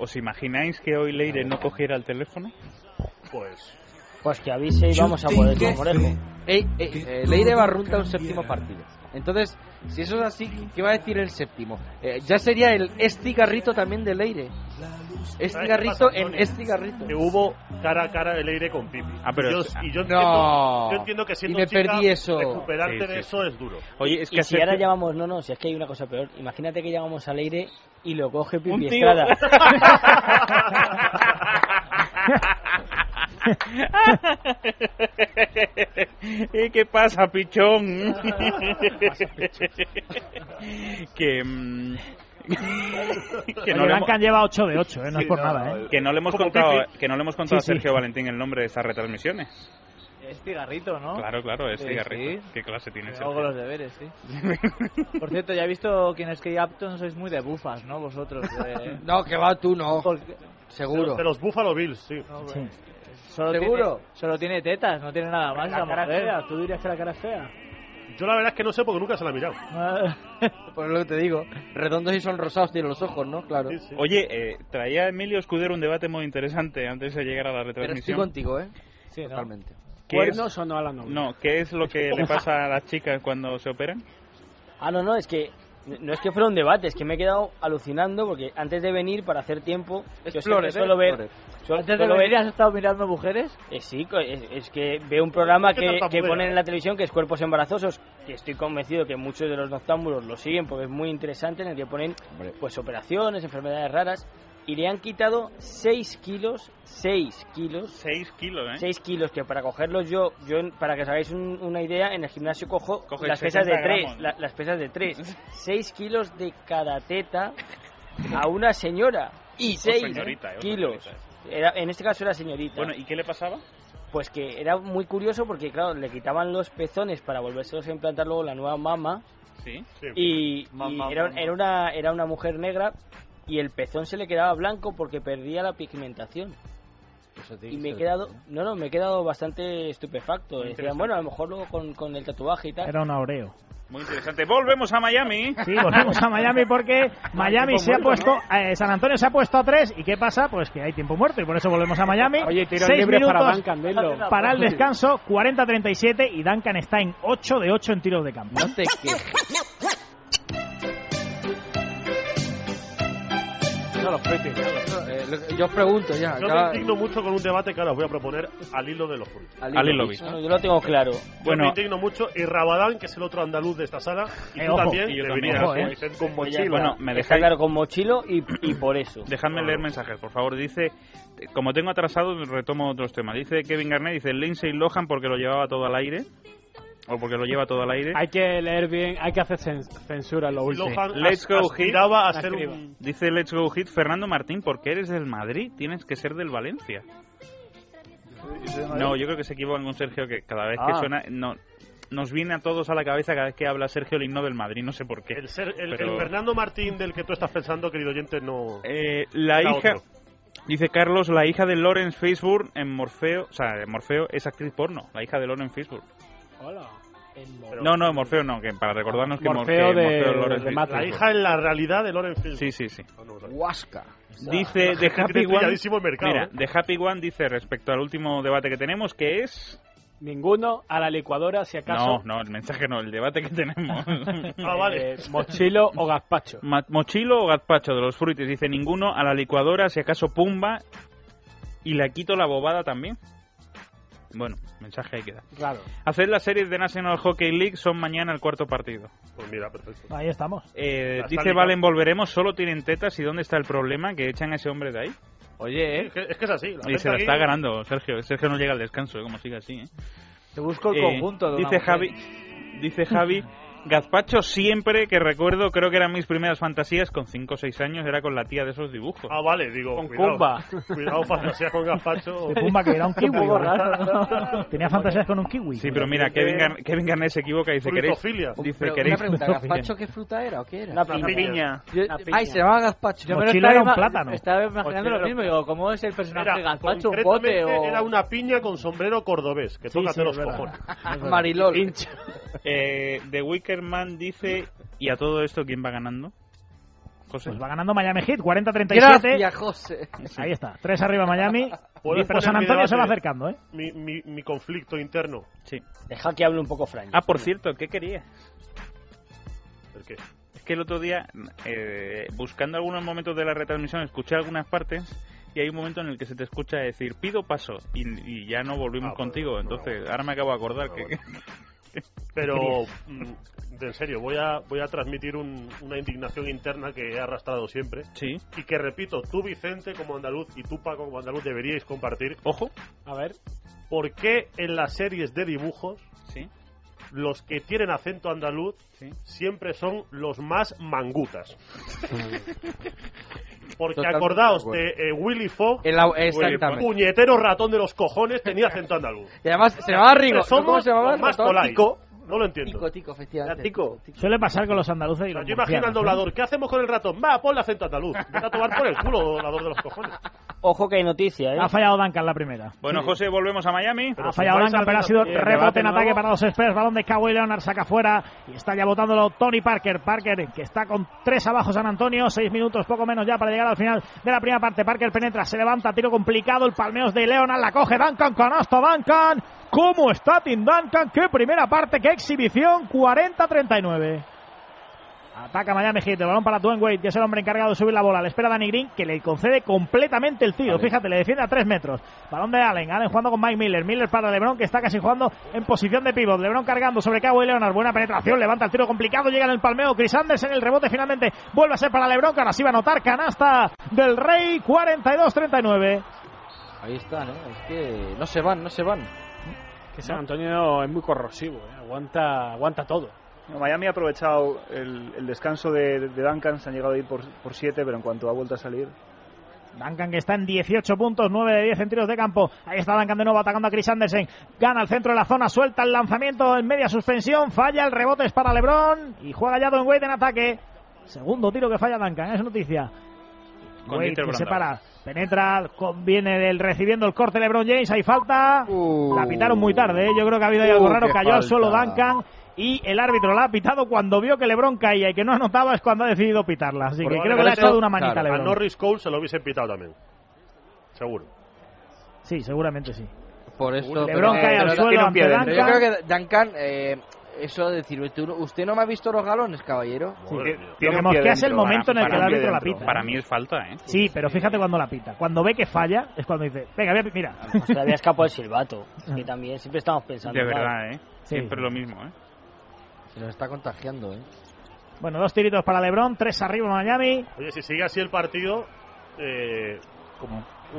S3: ¿Os imagináis que hoy Leire no cogiera el teléfono?
S7: Pues...
S3: [LAUGHS]
S9: Pues que avise y vamos a poder con Morejo.
S6: Ey, ey, eh, Leire barrunta un séptimo partido. Entonces, si eso es así, ¿qué va a decir el séptimo? Eh, ya sería el este garrito también de Leire. Este
S7: ¿Sabes qué
S6: garrito
S7: pasa,
S6: en
S7: Antonio?
S6: este garrito.
S7: Que hubo cara a cara el aire con Pipi.
S3: Ah, pero
S7: Y yo,
S3: es-
S7: y yo entiendo,
S6: No.
S7: yo entiendo que siendo
S6: Y me
S7: chica,
S6: perdí eso.
S7: recuperarte de
S3: Sí, sí,
S7: eso es duro.
S3: Oye, es que
S9: Y
S3: a
S9: si ahora
S3: Sergio-
S9: llamamos, no, no, si es que hay una cosa peor. Imagínate que llamamos al aire y lo coge
S3: Un
S9: Pipi
S3: tío. [LAUGHS]
S9: Estrada.
S14: [LAUGHS]
S3: Eh, ¿Qué pasa,
S7: [LAUGHS]
S3: pichón?
S7: [LAUGHS]
S3: que, mm, que no
S5: Oye,
S3: le
S5: Duncan
S3: hemos-
S5: lleva 8 de 8, no es por nada. ¿eh?
S3: que no le hemos
S7: Como
S3: contado
S7: Pipi.
S3: que no le hemos contado
S5: Sí,
S3: a
S5: sí.
S3: Sergio Valentín el nombre de estas retransmisiones.
S4: Es cigarrito, ¿no?
S3: Claro, claro, es
S4: Sí,
S3: cigarrito.
S4: sí.
S3: ¿Qué clase tiene
S4: Yo hago
S3: Sergio?
S4: los
S3: [LAUGHS]
S4: deberes, sí. Por cierto, ya he visto quién es Kate Upton, sois muy de bufas, ¿no? Vosotros. eh.
S6: [LAUGHS] No, que va tú, no.
S4: Porque-
S6: Seguro.
S7: De los Buffalo Bills, sí.
S5: Sí.
S4: Solo
S6: ¿Seguro?
S4: Tiene, solo tiene tetas, no tiene nada más.
S10: La
S4: La
S10: cara
S4: mujer.
S10: fea, ¿tú dirías que la cara es fea?
S7: Yo la verdad es que no sé porque nunca se la he mirado.
S6: Por lo que te digo. Redondos y son rosados tienen los ojos, ¿no? Claro.
S7: Sí, sí.
S3: Oye, eh, traía Emilio Escudero un debate muy interesante antes de llegar a la
S6: Pero estoy
S3: retransmisión.
S6: contigo, ¿eh?
S4: Sí, ¿no?
S6: Totalmente.
S3: ¿Qué es-
S10: ¿Cuernos o no a la novia? [LAUGHS]
S3: No, ¿qué es lo que le pasa a las chicas cuando se operan?
S9: Ah, no, no, es que No es que fuera un debate, es que me he quedado alucinando porque antes de venir para hacer tiempo, yo siempre
S4: Flores,
S9: suelo
S4: ¿eh?
S9: ver.
S4: Flores.
S9: suelo-
S4: ¿Antes de
S9: suelo ver-
S4: venir has estado mirando mujeres?
S9: Eh, sí, co- es, es que veo un programa
S4: ¿Qué
S9: que,
S4: tartamudea?
S9: que
S3: ¿eh?
S9: ponen en la televisión que es Cuerpos Embarazosos, que estoy convencido que muchos de los noctámbulos lo siguen porque es muy interesante, en el que ponen pues operaciones, enfermedades raras, y le han quitado 6 kilos, 6 kilos.
S3: 6 kilos, ¿eh?
S9: 6 kilos, que para cogerlos yo, yo en- para que os hagáis un- una idea, en el gimnasio cojo
S3: Coge
S9: las pesas de
S3: 60
S9: 3,
S3: gramos,
S9: las pesas
S3: [LAUGHS]
S9: de 3. 6 kilos de cada teta a una señora. Y
S3: O
S9: 6
S3: señorita, eh, o
S9: kilos.
S3: señorita.
S9: Era- en este caso era señorita.
S3: Bueno, ¿y qué le pasaba?
S9: Pues que era muy curioso porque, claro, le quitaban los pezones para volvérselos a implantar luego la nueva mama.
S3: Sí.
S9: Y, y
S3: Mamá,
S9: era,
S3: mamá.
S9: era una, era una mujer negra y el pezón se le quedaba blanco porque perdía la pigmentación. Y me he quedado, no, no, me he quedado bastante estupefacto.
S3: Muy
S9: Decían,
S3: interesante.
S9: bueno, a lo mejor luego con, con el tatuaje y
S3: eh.
S9: tal.
S5: Era un aureo.
S3: Muy interesante. Volvemos a Miami.
S5: Sí, volvemos a
S9: [LAUGHS]
S5: Miami
S10: [LAUGHS]
S5: porque Miami
S3: tiempo
S5: se ha
S3: muerto,
S5: puesto, eh, San Antonio se ha puesto a tres y ¿qué pasa? Pues que hay tiempo muerto y por eso volvemos a Miami.
S10: Oye, tiro
S5: Seis
S10: libre para
S5: minutos
S10: Dan Candelo.
S5: Para el descanso, 40-37 y Duncan está en 8 de 8 en tiros de campo.
S6: No te quejes.
S7: No los peques, ya los-
S6: Eh, lo- yo os pregunto ya.
S7: Yo
S6: ya-
S7: me indigno mucho con un debate que ahora os voy a proponer al hilo de los frutos.
S3: Al hilo visto.
S9: No, yo lo tengo claro.
S7: Yo
S3: Bueno.
S7: me indigno mucho y Rabadán, que es el otro andaluz de esta sala, y
S3: Eh,
S7: tú
S3: ojo.
S7: también,
S3: Y yo también,
S7: deberías
S3: ojo, eh.
S7: Vicente.
S3: Con mochila.
S7: Ya,
S3: Bueno, me
S9: Está
S3: dejáis-
S9: claro con mochilo y, y por eso.
S3: Dejadme leer mensajes, por favor. Dice, eh, como tengo atrasado, retomo otros temas. Dice Kevin Garnett, dice Lindsay Lohan porque lo llevaba todo al aire. O porque lo lleva todo al aire.
S10: Hay que leer bien, hay que hacer cen- censura en lo último.
S3: Let's go hit.
S10: La escriba.
S3: [LAUGHS] Dice Let's go hit Fernando Martín, porque eres del Madrid, tienes que ser del Valencia. No, yo creo que se equivocan con Sergio, que cada vez que
S7: Ah.
S3: suena... No, nos viene a todos a la cabeza cada vez que habla Sergio el himno del Madrid, no sé por qué.
S7: El, ser- el-
S3: Pero-
S7: el Fernando Martín del que tú estás pensando, querido oyente, no.
S3: Eh, la
S7: Era
S3: hija,
S7: otro.
S3: dice Carlos, la hija de Lawrence Facebook en Morfeo, o sea, en Morfeo es actriz porno, la hija de Lawrence Facebook.
S10: Hola.
S3: No, no, Morfeo no, que para recordarnos que Mor- que
S10: Morfeo
S3: Morfeo,
S10: de-
S3: es Lawrence
S10: de
S3: Fishburne.
S10: Matrix.
S7: La hija en la realidad de Loren Fields.
S3: Sí, sí, sí.
S6: Huasca.
S3: Dice
S7: gente
S3: de Happy
S7: tiene
S3: One.
S7: pilladísimo el mercado,
S3: mira,
S7: ¿eh?
S3: de Happy One dice respecto al último debate que tenemos que es
S10: Ninguno a la licuadora, si acaso.
S3: no, no, el mensaje no, el debate que tenemos.
S7: Ah, vale.
S10: eh, [LAUGHS] mochilo o gazpacho.
S3: Ma- mochilo o gazpacho de los frutis dice ninguno a la licuadora si acaso pumba y le quito la bobada también. Bueno, mensaje ahí queda.
S10: Claro.
S3: Hacer las series de National Hockey League son mañana el cuarto partido.
S7: Pues mira, perfecto.
S5: Ahí estamos.
S3: Eh,
S7: Hasta
S3: dice
S7: el-
S3: Valen, volveremos, solo tienen tetas y ¿dónde está el problema? Que echan a ese hombre de ahí.
S6: Oye,
S7: Es que es, que es así.
S3: eh. Y
S7: gente
S3: se la
S7: aquí-
S3: está ganando Sergio. Sergio no llega al descanso, eh, como sigue así. ¿eh?
S4: Te busco el
S3: Eh,
S4: conjunto de una
S3: dice
S4: mujer.
S3: Javi, dice
S4: [LAUGHS]
S3: Javi, Gazpacho siempre que recuerdo, creo que eran mis primeras fantasías con 5 o 6 años, era con la tía de esos dibujos.
S7: Ah, vale, digo.
S10: Con
S7: cuidado,
S10: Cumba.
S7: [LAUGHS] Cuidado, fantasía con
S5: [LAUGHS]
S7: gazpacho.
S5: De Pumba, que era un
S7: [LAUGHS]
S5: kiwi.
S4: poco raro,
S5: ¿no? [LAUGHS] Tenía fantasías con un kiwi.
S3: Sí, pero mira, Kevin,
S4: [LAUGHS]
S3: Gar- Kevin Garnett se equivoca y dice, ¿queréis?
S7: Frutofilia.
S3: Dice,
S6: Pero una
S3: ¿queréis?
S6: pregunta, ¿gazpacho qué fruta era o qué era?
S9: Una
S7: Una
S9: piña.
S7: piña.
S6: Yo-
S9: Una piña.
S6: ay, se llamaba gazpacho.
S5: Yo
S4: me lo
S5: Mochila era un
S4: ima-
S5: plátano. [LAUGHS]
S4: Estaba imaginando
S10: Mochila
S4: lo
S10: era
S4: mismo. Digo, ¿cómo es el personaje
S7: Era,
S4: Gazpacho? ¿Un bote
S7: Pues concretamente,
S4: o...?
S7: era una piña con sombrero cordobés, que
S5: Sí,
S7: tócate
S5: sí, es
S7: los
S5: verdad.
S7: cojones.
S4: Ah,
S6: Marilol.
S3: Eh, The Wicker Man dice, ¿y a todo esto quién va ganando? José.
S5: Pues va ganando Miami Heat, 40-37.
S6: Gracias, José.
S5: Pues Ahí está, tres arriba Miami.
S7: Puedes
S5: Pero pues San
S7: poner mi
S5: Antonio se va
S7: debate.
S5: acercando, ¿eh?
S7: Mi, mi, mi conflicto interno.
S3: Sí.
S9: Deja que hable un poco Frank.
S3: Ah, por cierto, ¿qué quería?
S7: ¿El qué?
S3: Es que el otro día, eh, buscando algunos momentos de la retransmisión, escuché algunas partes y hay un momento en el que se te escucha decir, pido paso, y, y ya no volvimos
S7: Ah,
S3: contigo.
S7: bueno,
S3: Entonces,
S7: bueno.
S3: ahora me acabo de acordar
S7: Ah,
S3: que...
S7: bueno.
S3: [LAUGHS]
S7: Pero, mm, de en serio, voy a, voy a transmitir un- una indignación interna que he arrastrado siempre.
S3: Sí.
S7: Y que repito, tú, Vicente, como andaluz, y tú, Paco, como andaluz, deberíais compartir.
S3: Ojo.
S10: A ver.
S7: ¿Por qué en las series de dibujos
S3: Sí,
S7: los que tienen acento andaluz
S3: sí.
S7: siempre son los más mangutas? Porque
S6: Totalmente
S7: acordaos
S6: de
S7: de,
S6: acuerdo.
S7: eh, Willy Fogg,
S6: En la-
S7: el
S6: exactamente.
S7: puñetero ratón de los cojones, tenía acento andaluz.
S6: Y además se llamaba Rigo.
S7: Somos
S6: ¿Cómo se llamaba?
S7: los más
S6: Ratón?
S7: polais.
S6: Tico.
S7: No lo entiendo.
S6: Tico, tico, efectivamente.
S7: Tico.
S5: Suele pasar con los andaluces y
S7: O sea,
S5: los
S7: yo imagino al
S5: murcianos, ¿eh? ¿no?
S7: doblador, ¿qué hacemos con el ratón? Va, ponle acento andaluz. Vete a tomar por el culo, doblador de los cojones.
S9: Ojo que hay noticia, ¿eh?
S5: Ha fallado Duncan la primera.
S3: Bueno, José, volvemos a Miami.
S7: Pero
S5: ha
S7: si
S5: fallado
S7: vais a
S5: Duncan,
S7: ver
S5: pero ha
S7: la-
S5: sido
S7: el
S5: rebote
S7: debate
S5: en ataque
S7: nuevo-
S5: para los Spurs. Balón de Kawhi Leonard, saca fuera. Y está ya botándolo Tony Parker. Parker, que está con tres abajo San Antonio. Seis minutos, poco menos ya para llegar al final de la primera parte. Parker penetra, se levanta, tiro complicado. El palmeo es de Leonard, la coge Duncan, canasto Duncan. ¿Cómo está Tim Duncan? ¡Qué primera parte, qué exhibición! 40-39. Ataca Miami Heat, el balón para Dwayne Wade, que es el hombre encargado de subir la bola. Le espera Danny Green, que le concede completamente el tiro. Fíjate, le defiende a tres metros. Balón de Allen, Allen jugando con Mike Miller. Miller para LeBron, que está casi jugando en posición de pivot. LeBron cargando sobre Kawhi Leonard. Buena penetración, levanta el tiro complicado, llega en el palmeo. Chris Anderson, el rebote finalmente vuelve a ser para LeBron, que ahora sí va a anotar canasta del Rey, 42-39.
S6: Ahí están, ¿eh? Es que no se van, no se van.
S10: Que San Antonio es muy corrosivo, ¿eh? aguanta, aguanta todo.
S8: No, Miami ha aprovechado el, el descanso de, de Duncan, se han llegado a ir por 7, pero en cuanto ha vuelto a salir,
S5: Duncan que está en 18 puntos, 9 de 10 en tiros de campo. Ahí está Duncan de nuevo atacando a Chris Andersen. Gana al centro de la zona, suelta el lanzamiento en media suspensión, falla, el rebote es para LeBron y juega ya Don Wade en ataque. Segundo tiro que falla Duncan, es noticia.
S2: Con
S5: Wade
S2: Dieter
S5: que se
S2: Brandau.
S5: para, penetra, conviene del recibiendo el corte LeBron James, hay falta. La pitaron muy tarde, ¿eh? yo creo que ha habido ahí
S2: Uh,
S5: algo raro,
S2: qué
S5: cayó al suelo
S2: falta.
S5: Duncan. Y el árbitro la ha pitado cuando vio que LeBron caía y que no anotaba es cuando ha decidido pitarla. Así que creo que le ha
S7: Probablemente,
S5: echado una manita
S7: claro,
S5: a LeBron.
S7: A Norris Cole se lo hubiesen pitado también. Seguro.
S5: Sí, seguramente sí.
S6: Por esto.
S5: LeBron cae al suelo ante Duncan.
S6: Yo creo que Duncan, eh, eso de decir, "Tú no- usted no me ha visto los galones, caballero.
S5: Lo que mosquea es el momento en el que el árbitro la pita.
S3: Para mí es falta, ¿eh?
S5: Sí, pero fíjate cuando la pita. Cuando ve que falla, es cuando dice, venga, voy a pi- mira.
S3: [LAUGHS]
S9: Pues todavía escapó el silbato. Es que también siempre estamos pensando.
S3: De
S9: mal.
S3: verdad, ¿eh? Siempre lo mismo, ¿eh?
S6: Se nos está contagiando, ¿eh?
S5: [LAUGHS] Bueno, dos tiritos para LeBron, tres arriba Miami.
S7: Oye, si sigue así el partido, eh, con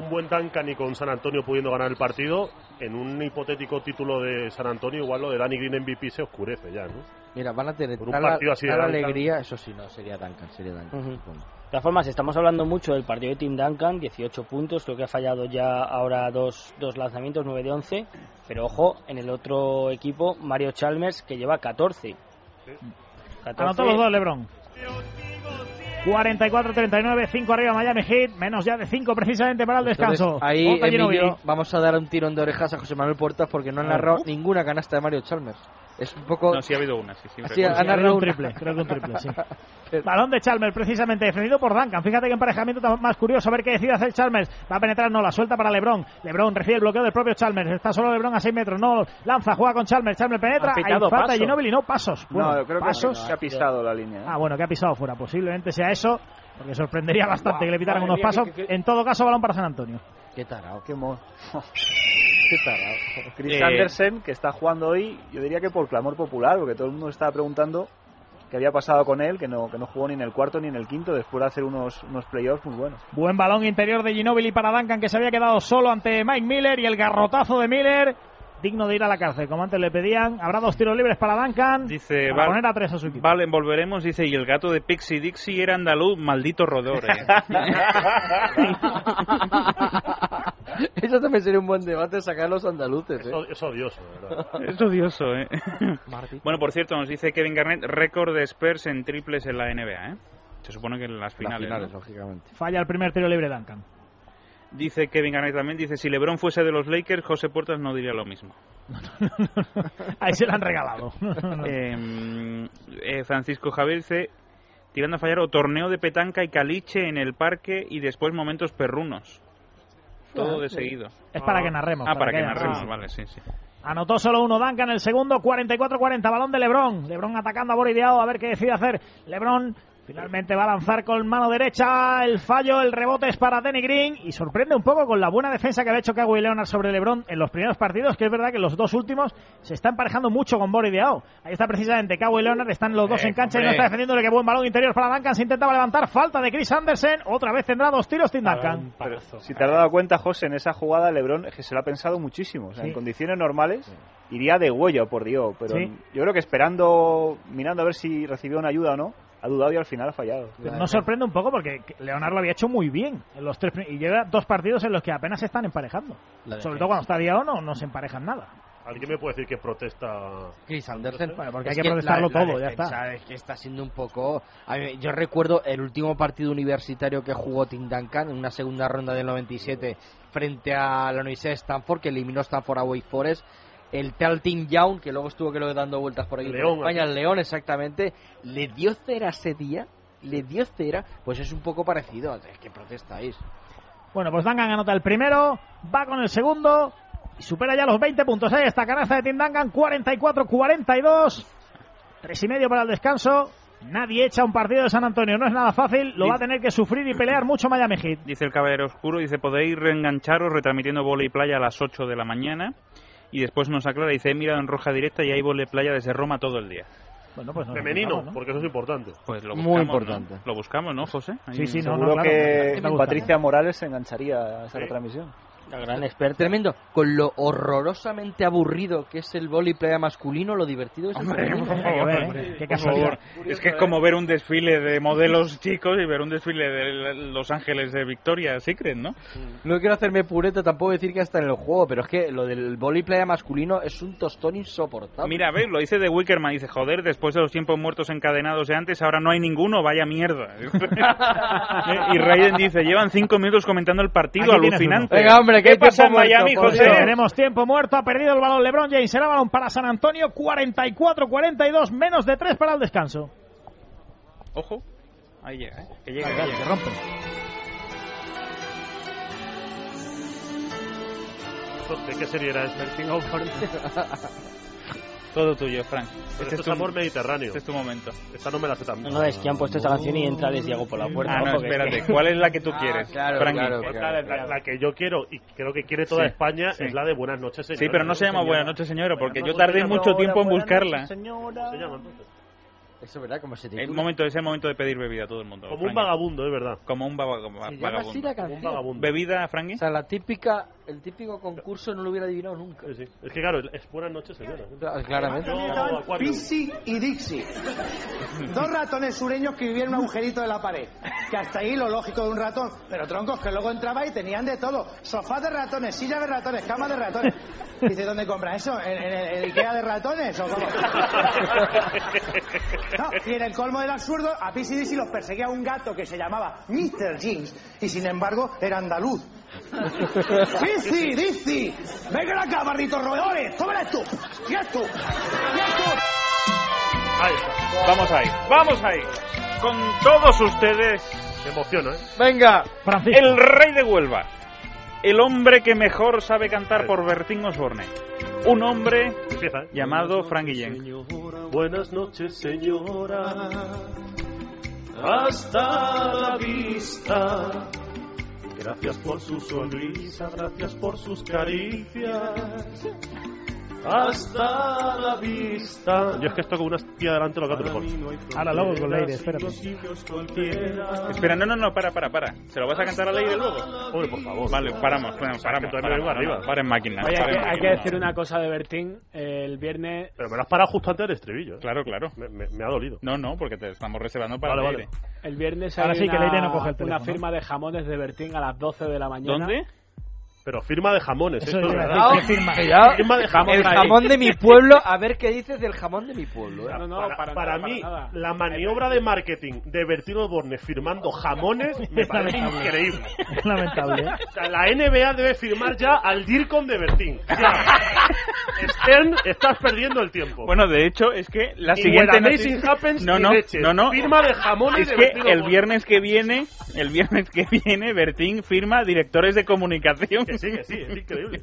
S7: un buen Duncan y con San Antonio pudiendo ganar el partido, en un hipotético título de San Antonio, igual lo de Danny Green MVP se oscurece ya, ¿no?
S6: Mira, van a tener
S7: Por un
S6: tal,
S7: partido así de
S6: tal
S7: Duncan.
S6: alegría. Eso sí, no, sería Duncan, sería Duncan. supongo.
S9: De todas formas, estamos hablando mucho del partido de Tim Duncan, 18 puntos, creo que ha fallado ya ahora dos, dos lanzamientos, 9 de 11, pero ojo, en el otro equipo, Mario Chalmers, que lleva 14. 14.
S5: Anotó los dos LeBron. 44-39, 5 arriba Miami Heat, menos ya de 5 precisamente para el
S6: Entonces,
S5: descanso.
S6: ahí,
S5: Bota
S6: Emilio,
S5: Ginobili.
S6: vamos a dar un tirón de orejas a José Manuel Puertas porque no han
S5: A ver.
S6: narrado ninguna canasta de Mario Chalmers. Es un poco.
S3: No, sí ha habido una, sí, sí.
S6: Así,
S3: recuerdo.
S6: ha narrado
S5: un
S6: una.
S5: triple, creo que un triple,
S8: [LAUGHS]
S5: sí. Balón de Chalmers, precisamente defendido por Duncan. Fíjate que emparejamiento tam- más curioso. A ver qué decide hacer Chalmers. Va a penetrar, no, la suelta para Lebron. Lebron recibe el bloqueo del propio Chalmers. Está solo Lebron a 6 metros, no. Lanza, juega con Chalmers. Chalmers penetra.
S8: Ha
S5: Hay
S8: pitado
S5: falta
S8: paso.
S5: de Ginobili, no pasos. Bueno,
S8: no, creo que
S5: pasos.
S8: se ha pisado la línea. ¿eh?
S5: Ah, bueno, que ha pisado fuera. Posiblemente sea eso, porque sorprendería bastante
S8: Guau,
S5: que le pitaran
S8: madre
S5: unos
S8: mía,
S5: pasos.
S8: que-
S5: En todo caso, balón para San Antonio.
S6: Qué tarao.
S8: Qué [LAUGHS] mo... Qué tarao. Chris
S5: Eh.
S8: Andersen, que está jugando hoy, yo diría que por clamor popular, porque todo el mundo estaba preguntando qué había pasado con él, que no, que no jugó ni en el cuarto ni en el quinto, después de hacer unos, unos playoffs muy buenos.
S5: Buen balón interior de Ginobili para Duncan, que se había quedado solo ante Mike Miller y el garrotazo de Miller. Digno de ir a la cárcel, como antes le pedían. Habrá dos tiros libres para Duncan.
S7: Eh,
S3: Dice,
S5: para
S3: Val-
S5: poner a tres a su equipo.
S3: Vale, volveremos, dice, y el gato de Pixie Dixie era andaluz, maldito rodor, ¿eh?
S6: [LAUGHS] Eso también sería un buen debate sacar los andaluces, ¿eh?
S7: Es odioso, de
S3: [LAUGHS]
S7: verdad.
S3: Es odioso, ¿eh? Bueno, por cierto, nos dice Kevin Garnett, récord de Spurs en triples en la NBA, ¿eh? Se supone que en las finales.
S6: finales,
S3: ¿no?
S5: Falla el primer tiro libre Duncan.
S3: Dice Kevin Garnett también, dice, si LeBron fuese de los Lakers, José Puertas no diría lo mismo.
S5: Ahí se lo han
S3: [LAUGHS]
S5: regalado.
S3: Eh, eh, Francisco Javier dice, tirando a fallar o torneo de petanca y caliche en el parque y después momentos perrunos.
S7: Ah,
S3: Todo de seguido.
S5: Es para que narremos,
S3: Ah,
S5: para
S3: para,
S5: que
S3: que,
S5: haya-
S3: narremos,
S5: sí, sí.
S3: vale, sí, sí.
S5: Anotó solo uno Duncan el segundo, 44-40, balón de Lebron. Lebron atacando a Boridiao, a ver qué decide hacer. Lebron finalmente va a lanzar con mano derecha el fallo, el rebote es para Danny Green y sorprende un poco con la buena defensa que había hecho Kawhi Leonard sobre Lebron en los primeros partidos, que es verdad que los dos últimos se está emparejando mucho con Boridiao. Ahí está precisamente Kawhi Leonard, están los dos
S2: Eh,
S5: en cancha y no
S2: hombre.
S5: está defendiéndole que buen balón interior para Duncan, se intentaba levantar, falta de Chris Andersen, otra vez tendrá dos tiros Tim Duncan.
S8: Si te has dado cuenta, José, en esa jugada LeBron es que se lo ha pensado muchísimo. O sea,
S5: Sí.
S8: En condiciones normales iría de huello, por Dios. Pero
S5: Sí.
S8: en- yo creo que esperando, mirando a ver si recibió una ayuda o no, ha dudado y al final ha fallado.
S10: Pues
S5: Pero nos sorprende un poco porque Leonardo lo había hecho muy bien en los tres prim- y lleva dos partidos en los que apenas se están emparejando.
S3: [LAUGHS]
S6: La defensa.
S5: Sobre todo cuando está Diao no, no se emparejan nada.
S7: ¿Alguien me puede decir que protesta?
S6: Chris Andersen, bueno,
S5: porque hay que protestarlo todo, ya está.
S6: Es que está siendo un poco. a mí- yo recuerdo el último partido universitario que jugó Tim Duncan en una segunda ronda del 97 frente a la Universidad de Stanford, que eliminó Stanford a Wake Forest. El tal Tim Young, que luego estuvo creo que dando vueltas por aquí
S7: León,
S6: por España,
S7: ¿no?
S6: el León, exactamente, le dio cera ese día, le dio cera, pues es un poco parecido, es que protestáis.
S5: Bueno, pues Duncan anota el primero, va con el segundo y supera ya los 20 puntos. Ahí está canasta de Tim Duncan, 44-42. Tres y medio para el descanso. Nadie echa un partido de San Antonio, no es nada fácil, lo
S3: Dice-
S5: va a tener que sufrir y pelear mucho Miami Heat.
S3: Dice el Caballero Oscuro, dice, podéis reengancharos retransmitiendo volei playa a las 8 de la mañana. Y después nos aclara, dice, he mirado en roja directa y hay volei playa desde Roma todo el día.
S5: Bueno, pues nos
S7: Femenino,
S5: vamos, ¿no?
S7: porque eso es importante.
S3: Pues lo
S7: Muy
S3: buscamos,
S7: importante.
S3: ¿no? Lo buscamos, ¿no, José? Ahí-
S8: Seguro que Patricia Morales se engancharía a esa retransmisión.
S9: La gran experta.
S6: Tremendo. Con lo horrorosamente aburrido que es el vóley playa masculino, lo divertido es el femenino.
S3: Por favor,
S6: ¿eh?
S3: por favor. Es que es como ver un desfile de modelos chicos y ver un desfile de Los Ángeles de Victoria Secret, ¿no?
S6: No quiero hacerme pureta, tampoco decir que hasta en el juego, pero es que lo del vóley playa masculino es un tostón insoportable.
S3: Mira, a ver, lo dice de Wickerman, dice, joder, después de los tiempos muertos encadenados de antes, ahora no hay ninguno, vaya mierda. [LAUGHS] y Raiden dice, llevan cinco minutos comentando el partido,
S5: Aquí tienes
S3: alucinante.
S5: uno.
S3: ¿Qué pasa en Miami, José?
S5: Tenemos tiempo muerto, ha perdido el balón LeBron James, será balón para San Antonio, 44-42, menos de 3 para el descanso.
S3: Ojo, ahí llega, ¿eh? que llega, que llega.
S5: Que
S11: [LAUGHS]
S5: rompe.
S7: ¿De qué serie era este? Smelting Over?
S3: [LAUGHS] Todo tuyo, Frank.
S7: Pero esto es amor mediterráneo.
S3: Este es tu momento.
S7: Esta no me la sé también.
S9: No, es que han puesto esta canción y entra de Diego por la puerta.
S3: Ah, no,
S9: ojo, que es que-
S3: espérate, Ah, ¿cuál es la que tú quieres? Frankie?
S7: la, la- la que yo quiero y creo que quiere toda
S3: Sí,
S7: España
S3: sí.
S7: es la de Buenas noches, señora.
S3: Sí, pero no se llama Buenas noches, señora, porque yo tardé mucho tiempo en buscarla.
S7: Se llama entonces.
S6: Eso es verdad, como se
S3: El momento, es el momento de pedir bebida a todo el mundo.
S7: Como un
S3: Frankie.
S7: vagabundo, es verdad.
S3: Como un vaga- va-
S6: Se llama así
S3: vagabundo.
S6: la canción.
S3: ¿Bebida, Frankie?
S6: O sea, la típica, el típico concurso no lo hubiera adivinado nunca.
S7: Es que claro, es Buenas noches, señora.
S6: Claro, claramente.
S11: Pisi y Dixie. Dos ratones sureños que vivían en un agujerito de la pared. Que hasta ahí lo lógico de un ratón. Pero troncos que luego entraba y tenían de todo. Sofás de ratones, silla de ratones, cama de ratones. Dice, ¿dónde compra eso? ¿En, en el- el Ikea de ratones o cómo? No, y en el colmo del absurdo, a Pisi y Dixie los perseguía un gato que se llamaba Mr. Jeans. Y sin embargo, era andaluz. ¡Dixie, Dixie! ¡Vengan acá, barritos roedores! ¡Tómala esto! ¡Y esto! ¡Y esto!
S7: Ahí está.
S3: Vamos ahí, vamos ahí. Con todos ustedes.
S7: Me emociono, ¿eh?
S6: Venga,
S3: El rey de Huelva. El hombre que mejor sabe cantar por Bertín Osborne. Un hombre
S7: Empieza, ¿eh?
S3: llamado Frank Guillén.
S7: Buenas noches, señora. Hasta la vista. Gracias por su sonrisa, gracias por sus caricias. Hasta la vista. Yo es que esto con una tía delante lo canto mejor.
S5: Ahora luego con Leire, espérate.
S3: Espera, no, no, no, para, para, para. ¿Se lo vas a cantar a Leire luego?
S7: Hombre, por favor.
S3: Vale, paramos, paramos, paramos.
S7: todavía vengo
S3: paramos,
S7: arriba.
S3: no, Paren máquina.
S10: Oye, hay
S3: paren
S10: que, hay que
S3: máquina.
S10: decir una cosa de Bertín. El viernes
S7: Pero me lo has parado justo antes del estribillo. ¿eh?
S3: Claro, claro.
S7: Me, me- me ha dolido.
S3: No, no, porque te estamos reservando para
S7: Vale, vale.
S3: Leire.
S10: el viernes
S5: Ahora
S10: hay
S5: sí que
S10: una,
S5: Leire no coge el teléfono,
S10: una firma de jamones de Bertín a las 12 de la mañana.
S3: ¿Dónde?
S7: Pero firma de jamones,
S5: Eso
S7: esto es
S5: iba a decir,
S7: verdad.
S5: ¿qué firma?
S6: Cuidado.
S7: Firma de jamones.
S6: El jamón de mi pueblo, a ver qué dices del jamón de mi pueblo.
S10: No,
S6: ¿eh?
S10: no,
S7: para,
S10: para,
S7: para
S10: nada,
S7: mí,
S10: para nada.
S7: la maniobra de marketing de Bertín Osborne firmando jamones me parece increíble.
S5: Es lamentable.
S7: [LAUGHS]
S5: ¿eh?
S7: O sea, la NBA debe firmar ya al DIRCOM de Bertín.
S3: [LAUGHS]
S7: Ya. Stern, estás perdiendo el tiempo.
S3: Bueno, de hecho, es que la
S7: Y
S3: siguiente
S7: when amazing
S3: noticia-
S7: happens,
S3: no,
S7: y
S3: no,
S7: leches.
S3: no, no.
S7: Firma de jamones
S3: es
S7: de
S3: que
S7: Bertín
S3: el
S7: Osborne.
S3: viernes que viene, el viernes que viene, Bertín firma directores de
S7: [LAUGHS]
S3: comunicación.
S7: Que sí, eh. que sí, es increíble.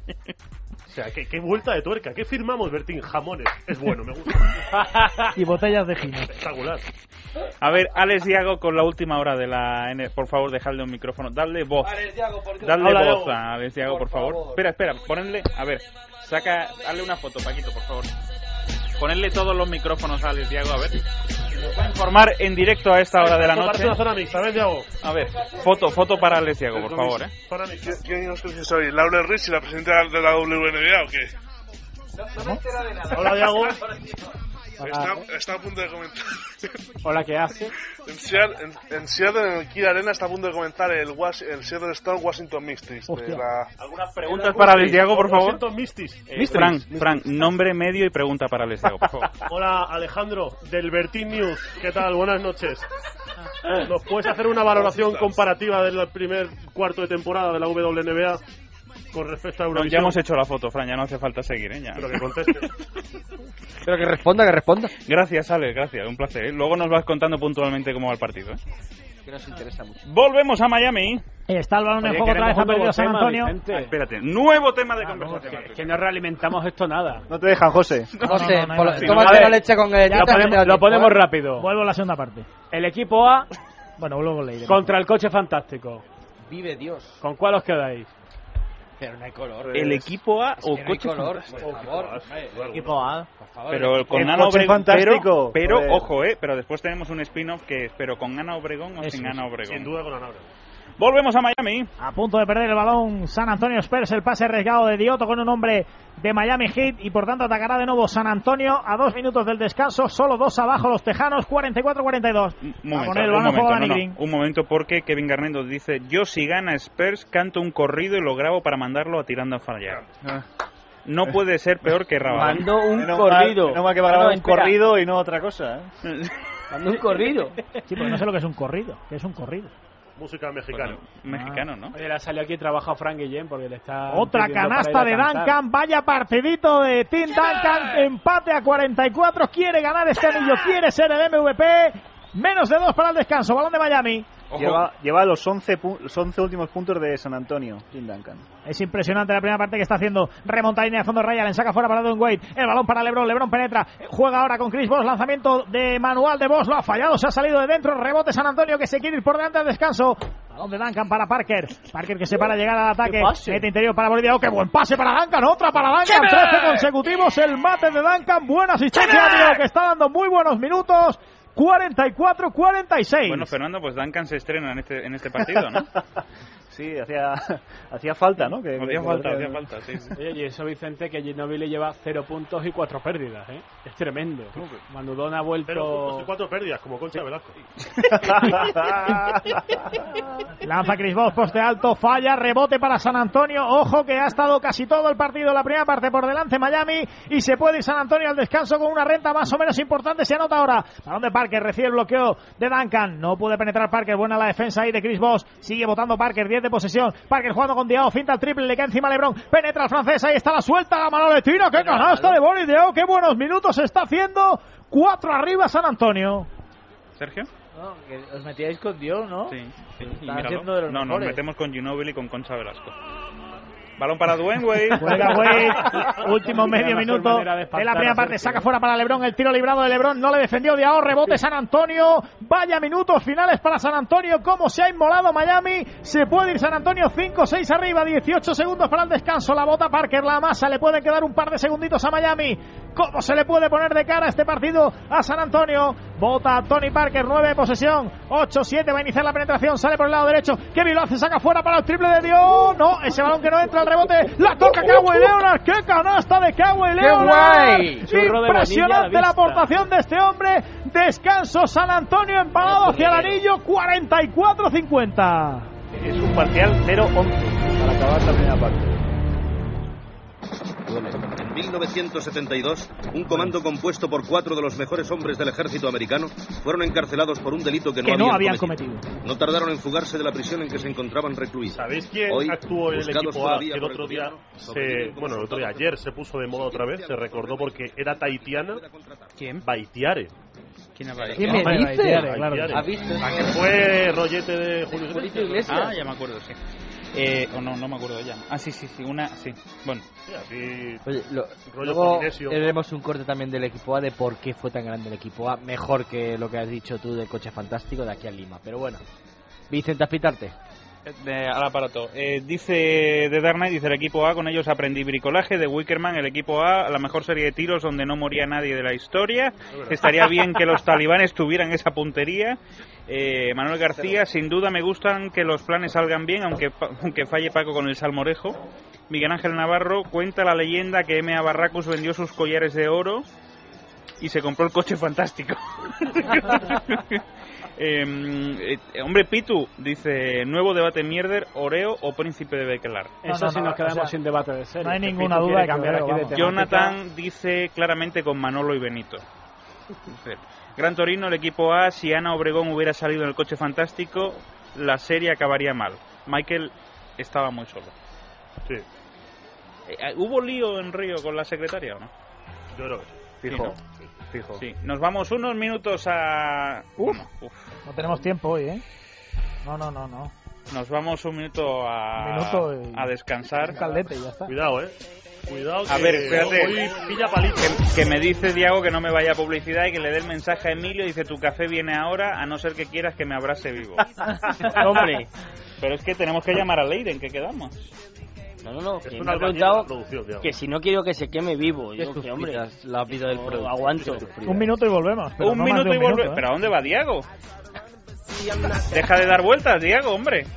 S7: O sea, qué, qué vuelta de tuerca. ¿Qué firmamos, Bertín? Jamones. Es bueno, me gusta.
S5: Y botellas de gino.
S7: Espectacular.
S3: A ver, Alex Diago con la última hora de la N. Por favor, dejadle un micrófono. Dale voz. Dale
S7: Hola,
S3: voz
S7: Diego.
S3: a Alex Diago, por, favor. Espera, espera, ponedle. A ver, saca. Dale una foto, Paquito, por favor. Ponedle todos los micrófonos a Alex Diago, a ver. Nos va a informar en directo a esta hora de la
S7: Parece
S3: noche.
S7: una zona mixta, ¿ves, Diego?
S3: A ver, foto, foto para Alex Diago, por favor, eh.
S7: Zona mixta.
S15: Yo, yo no sé si soy Laura Ricci, la presidenta de la WNBA o qué.
S7: Hola, Diego.
S15: Está, está a punto de comentar.
S10: Hola, ¿qué
S7: ¿Ah,
S10: hace?
S15: En Seattle, en, en Seattle, en el Key Arena, está a punto de comentar el, Was- el Seattle Storm
S7: [LAUGHS]
S15: Washington [LAUGHS] Mystics. De
S5: Hostia.
S15: la...
S3: Algunas preguntas para Alex Diago, por favor.
S7: Siento Mistis.
S3: Eh, Frank, Frank, nombre, medio y pregunta para Alex Diago,
S7: [LAUGHS]
S3: por favor.
S7: Hola Alejandro, del Bertín News. ¿Qué tal? Buenas noches. ¿Nos puedes hacer una valoración comparativa del primer cuarto de temporada de la WNBA con respecto a
S3: No, ya
S7: Eurovisión?
S3: hemos hecho la foto, Fran, ya no hace falta seguir, ¿eh? Ya.
S7: Pero que conteste.
S6: [LAUGHS] Pero que responda, que responda.
S3: Gracias, Alex, gracias, un placer. ¿eh? Luego nos vas contando puntualmente cómo va el partido. ¿eh?
S6: que nos interesa mucho.
S3: Volvemos a Miami. Ah,
S5: Está el balón en juego otra vez, ha perdido San Antonio.
S3: Espérate, nuevo tema de conversación.
S10: Que, que Ah, no realimentamos esto nada.
S8: No te dejan, José.
S6: José,
S10: no, no,
S6: por
S10: no,
S6: lo-
S10: sí.
S6: tómate
S10: A ver,
S6: una leche con galletitas
S10: Lo
S6: que te da
S10: ponemos, lo
S6: tiempo,
S10: ponemos
S6: ¿eh?
S10: rápido.
S5: Vuelvo a la segunda parte.
S10: El equipo A
S5: Bueno, luego le iremos.
S10: contra el coche fantástico.
S6: Vive Dios.
S10: ¿Con cuál os quedáis?
S6: Pero no hay color.
S3: ¿El equipo A
S6: que
S3: o
S6: no hay
S3: coche
S6: color,
S3: fantástico?
S6: por favor. hombre.
S5: Equipo A.
S6: Por favor.
S3: Pero con
S8: El
S3: Ana
S8: coche
S3: Obregón. Pero,
S8: fantástico,
S3: pero,
S8: joder.
S3: ojo, eh. Pero después tenemos un spin-off que es, pero con Ana Obregón o
S5: Eso
S3: sin
S5: es.
S3: Ana Obregón.
S7: Sin duda con la Nabra.
S3: Volvemos a Miami.
S5: A punto de perder el balón San Antonio Spurs, el pase arriesgado de Dioto con un hombre de Miami Heat y por tanto atacará de nuevo San Antonio a dos minutos del descanso, solo dos abajo los Tejanos, 44-42.
S3: Un
S5: Va a
S3: momento,
S5: poner el
S3: un
S5: balón en juego
S3: momento,
S5: Danny
S3: no, no,
S5: Green.
S3: un momento, porque Kevin Garnett nos dice, yo si gana Spurs canto un corrido y lo grabo para mandarlo a tirando a fallar.
S10: Ah,
S3: No
S8: Eh.
S3: puede ser peor que Rabadán.
S9: Mandó un
S8: Menos mal-
S9: corrido.
S8: menos mal que va a
S9: No,
S8: grabar un
S9: espera.
S8: corrido y no otra cosa. ¿eh?
S9: Mandó un corrido.
S5: Sí, porque no sé lo que es un corrido, que es un corrido.
S7: Música mexicana.
S3: Mexicano, ¿no?
S10: Oye, le ha salido aquí y trabaja Frank Guillén porque le está.
S5: Otra
S10: pidiendo para
S5: canasta
S10: ir
S5: de
S10: a cantar.
S5: Duncan, vaya partidito de Tim Duncan, empate a 44, quiere ganar este anillo, quiere ser el MVP, menos de dos para el descanso, balón de Miami.
S3: Ojo.
S8: Lleva, lleva los 11, pu- los 11 últimos puntos de San Antonio, Tim Duncan.
S5: Es impresionante la primera parte que está haciendo. Remonta línea de fondo Ryan, le saca fuera para Don Wade. El balón para Lebron, Lebron penetra. Juega ahora con Chris Boss, lanzamiento de manual de Boss. Lo ha fallado, se ha salido de dentro. Rebote San Antonio que se quiere ir por delante al descanso. Balón de Duncan para Parker. Parker que se para llegar al ataque. Mete interior para Bolivia. ¡Oh, qué buen pase para Duncan! Otra para Duncan. 13 consecutivos. El mate de Duncan. Buena asistencia, amigo, que está dando muy buenos minutos. 44-46. [LAUGHS]
S3: Bueno, Fernando, pues Duncan se estrena en este, en este partido, ¿no?
S8: [LAUGHS] Sí, hacía, hacía falta, ¿no? Que,
S3: Hacía
S8: que-
S3: falta,
S8: que-
S3: hacía falta, sí. sí.
S10: Oye, y eso, Vicente, que Ginobili lleva 0 puntos y 4 pérdidas, ¿eh? Es tremendo. Manudón ha
S7: Pero puntos y
S10: vuelto.
S7: cuatro pérdidas, como Concha Velasco.
S5: Lanza Chris Bosh, poste alto, falla, rebote para San Antonio. Ojo que ha estado casi todo el partido, la primera parte por delante Miami y se puede ir San Antonio al descanso con una renta más o menos importante. Se anota ahora. Balón de Parker, recibe el bloqueo de Duncan. No puede penetrar Parker, buena la defensa ahí de Chris Bosh. Sigue votando Parker, 10 de posesión. Parker jugando con Diao, finta al triple, le cae encima a Lebron. Penetra el francés, ahí está la suelta, la mano de tiro. ¡Qué canasta de Boris Diao! ¡Qué buenos minutos está haciendo! Cuatro arriba San Antonio.
S3: ¿Sergio?
S4: No, que os metíais con Dios, ¿no?
S3: Sí. sí. Y
S4: Está
S3: míralo.
S4: haciendo de los
S3: no, nos
S4: mejores.
S3: metemos con Ginobili y con Concha Velasco. Balón para Dwayne
S5: [LAUGHS]
S3: Wade.
S5: Juega Wade, último
S10: Es la
S5: medio
S10: mejor
S5: minuto de
S10: manera de espantar
S5: la primera
S10: a
S5: parte,
S10: Sergio.
S5: saca fuera para Lebrón, el tiro librado de Lebrón, no le defendió Diao, rebote San Antonio, vaya minutos finales para San Antonio, cómo se ha inmolado Miami, se puede ir San Antonio 5-6 arriba, 18 segundos para el descanso, la bota Parker, la masa, le pueden quedar un par de segunditos a Miami, cómo se le puede poner de cara este partido a San Antonio, bota Tony Parker, 9 de posesión, 8-7, va a iniciar la penetración, sale por el lado derecho, Kevin lo hace, saca fuera para el triple de Diao, no, ese balón que no entra al rebote, la toca Kawhi Leonard, qué canasta de Kawhi Leonard.
S10: guay! Churro de
S5: Impresionante
S10: vainilla a la
S5: la
S10: vista.
S5: aportación de este hombre. Descanso San Antonio empalado hacia el anillo 44-50.
S8: Es un parcial 0-11 para acabar la primera parte.
S16: En 1972, un comando compuesto por cuatro de los mejores hombres del ejército americano fueron encarcelados por un delito que no,
S5: Que no habían
S16: cometido. No tardaron en fugarse de la prisión en que se encontraban recluidos.
S7: [LAUGHS] ¿Sabéis quién
S16: Hoy,
S7: actuó en el
S16: buscados
S7: equipo A?
S16: todavía
S7: Que el
S16: por
S7: otro día,
S16: gobierno,
S7: se,
S16: sobreviven como
S7: bueno, el otro día,
S16: soldados
S7: ayer se puso de moda otra vez, se recordó porque era taitiana
S3: ¿Quién?
S7: Baitiare.
S3: ¿Quién
S6: ¿Qué me
S5: Hombre,
S6: dices?
S5: Baitiare, claro.
S7: Baitiare.
S6: ¿Has visto?
S7: La que fue rollete de Julio
S6: Julio
S7: Iglesias.
S6: Iglesias.
S3: Ah, ya me acuerdo, sí. Eh, o no, no me acuerdo ya. Ah, sí, sí, sí, una, sí. Bueno,
S7: Sí, así-
S6: Oye, lo-
S7: Rollo
S6: luego
S7: polinesio.
S6: haremos un corte también del equipo A de por qué fue tan grande el equipo A, mejor que lo que has dicho tú del coche fantástico de aquí a Lima. Pero bueno, Vicente, a pitarte.
S3: eh, de- al aparato. Eh, dice de Dark Knight, dice el equipo A, con ellos aprendí bricolaje. De Wickerman, el equipo A, la mejor serie de tiros donde no moría nadie de la historia. Estaría bien que los talibanes tuvieran esa puntería. Eh, Manuel García, sin duda me gustan que los planes salgan bien, aunque, pa- aunque falle Paco con el salmorejo. Miguel Ángel Navarro cuenta la leyenda que M.A. Barracus vendió sus collares de oro y se compró el
S7: [LAUGHS]
S3: coche fantástico. Em, eh, hombre, Pitu dice: Nuevo debate mierder, Oreo o Príncipe de Bekelar.
S10: Eso
S5: No, no,
S10: sí
S5: no,
S10: nos quedamos
S5: o sea,
S10: sin debate de serie.
S5: no hay
S10: Pepito
S5: ninguna
S10: quiere
S5: duda que
S10: cambiar
S5: Oreo,
S10: aquí de
S5: vamos.
S10: temática.
S3: Jonathan dice claramente con Manolo y Benito. Dice, Gran Torino, el equipo A, si Ana Obregón hubiera salido en el coche fantástico, la serie acabaría mal. Michael estaba muy solo.
S7: Sí,
S3: Eh, eh, ¿Hubo lío en Río con la secretaria o no?
S7: yo creo que sí.
S3: Fijo. Sí, nos vamos unos minutos a... Uf.
S5: No tenemos tiempo hoy, ¿eh?
S4: No, no, no, no.
S3: Nos vamos un minuto a,
S4: Un minuto y-
S3: a descansar.
S4: Un caldete y ya está.
S7: Cuidado, eh. Cuidado.
S3: A
S7: que
S3: ver, espérate.
S7: Eh, hoy pilla palito.
S3: Que me dice Diago que no me vaya a publicidad y que le dé el mensaje a Emilio. Dice, tu café viene ahora, a no ser que quieras que me abrace vivo.
S9: Hombre.
S3: Pero es que tenemos que llamar a Leiden, que quedamos.
S9: No, no, no.
S3: Es
S9: Que
S3: un
S9: me ha
S3: albañil
S9: preguntado
S3: de producción, digamos.
S9: que si no quiero que se queme vivo. Digo
S6: tus
S9: que, hombre,
S6: fritas, la vida del
S9: no
S6: producto,
S9: aguanto.
S5: Un minuto y volvemos. pero
S3: un
S5: no más de
S3: minuto y volvemos.
S5: minuto, ¿eh?
S3: ¿Pero a dónde va Diago? Deja de dar vueltas, Diago, hombre.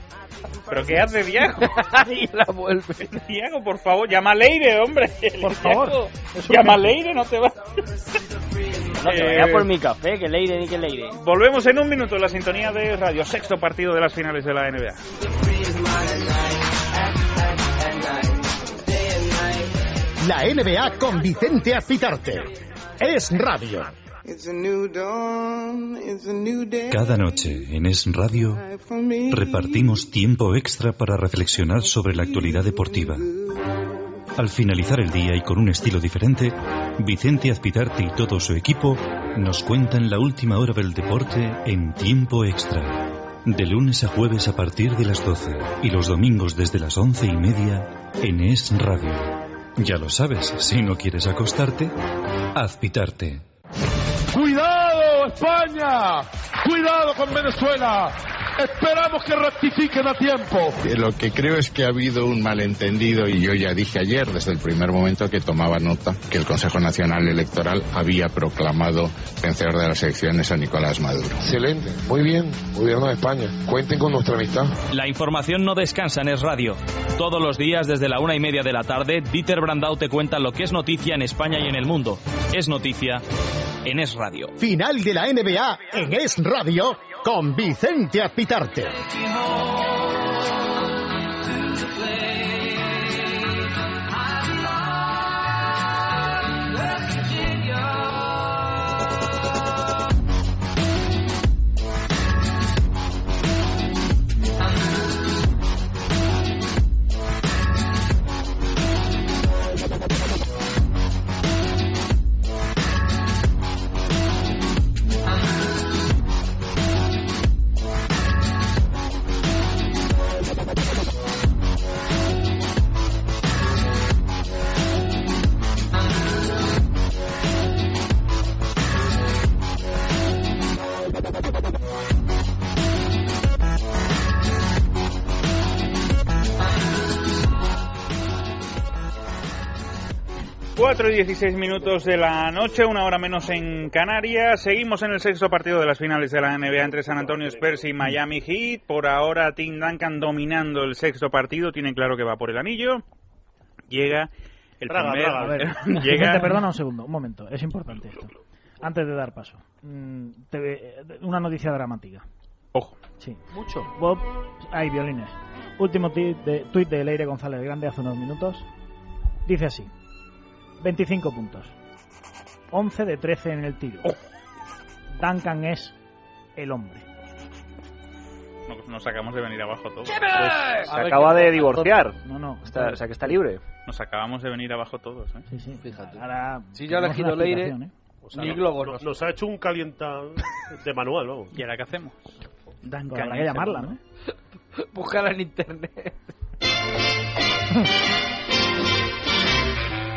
S3: ¿Pero qué hace
S9: [LAUGHS]
S3: Diago?
S6: y la vuelve.
S3: Diago, por favor, llama a Leire, hombre.
S9: Por favor.
S3: Diago,
S9: Es un-
S3: Llama a Leire, no te vas.
S9: No, que vaya por mi café, que leire ni que leire.
S3: Volvemos en un minuto en la sintonía de Radio Sexto partido de las finales de la NBA.
S1: La NBA con Vicente Azpitarte. Es radio.
S17: It's a new dawn, it's a new day
S18: Cada noche en Es Radio
S17: for me.
S18: repartimos tiempo extra para reflexionar sobre la actualidad deportiva. Al finalizar el día y con un estilo diferente, Vicente Azpitarte y todo su equipo nos cuentan la última hora del deporte en tiempo extra. De lunes a jueves a partir de las 12 y los domingos desde las once y media en Es Radio. Ya lo sabes, si no quieres acostarte, Azpitarte.
S19: ¡Cuidado, España! ¡Cuidado con Venezuela! Esperamos que rectifiquen a tiempo.
S20: Eh, Lo que creo es que ha habido un malentendido y yo ya dije ayer, desde el primer momento que tomaba nota, que el Consejo Nacional Electoral había proclamado vencedor de las elecciones a Nicolás Maduro.
S21: Excelente, muy bien, gobierno de España. Cuenten con nuestra amistad.
S22: La información no descansa en Es Radio. Todos los días desde la una y media de la tarde, Dieter Brandau te cuenta lo que es noticia en España y en el mundo. Es noticia en Es Radio.
S1: Final de la NBA en Es Radio con Vicente Azpitarte.
S3: Cuatro y 16 minutos de la noche, una hora menos en Canarias. Seguimos en el sexto partido de las finales de la NBA entre San Antonio Spurs y Miami Heat. Por ahora Tim Duncan dominando el sexto partido, tiene claro que va por el anillo. Llega el
S5: Traga,
S3: primer...
S5: traga, a
S3: [LAUGHS]
S5: ver. Vicente,
S3: llega...
S5: perdona un segundo, un momento, es importante esto. Antes de dar paso, mm, te- eh, una noticia dramática.
S3: Ojo.
S5: Sí.
S6: Mucho.
S5: Bob, hay violines. Último tuit de, tuit de Leire González Grande hace unos minutos. Dice así: 25 puntos, 11 de 13 en el tiro. Duncan es el hombre.
S3: Nos- Nos acabamos de venir abajo todos. Pues,
S8: Se acaba de divorciar.
S5: No, no.
S8: Está- o sea, que está libre.
S3: Nos acabamos de venir abajo todos, ¿eh?
S5: Sí, sí,
S6: fíjate.
S5: Ahora,
S6: Sí, ya le ha
S5: tenemos
S6: gido
S5: una
S6: Leire.
S5: explicación, ¿eh?
S7: O sea,
S6: Ni
S7: no-
S6: globos
S7: no-
S6: nos-
S7: Nos ha hecho un calienta de manual, vamos.
S3: ¿Y ahora qué hacemos?
S5: Pues habrá que llamarla, ¿no?
S6: [LAUGHS] Búscala en internet.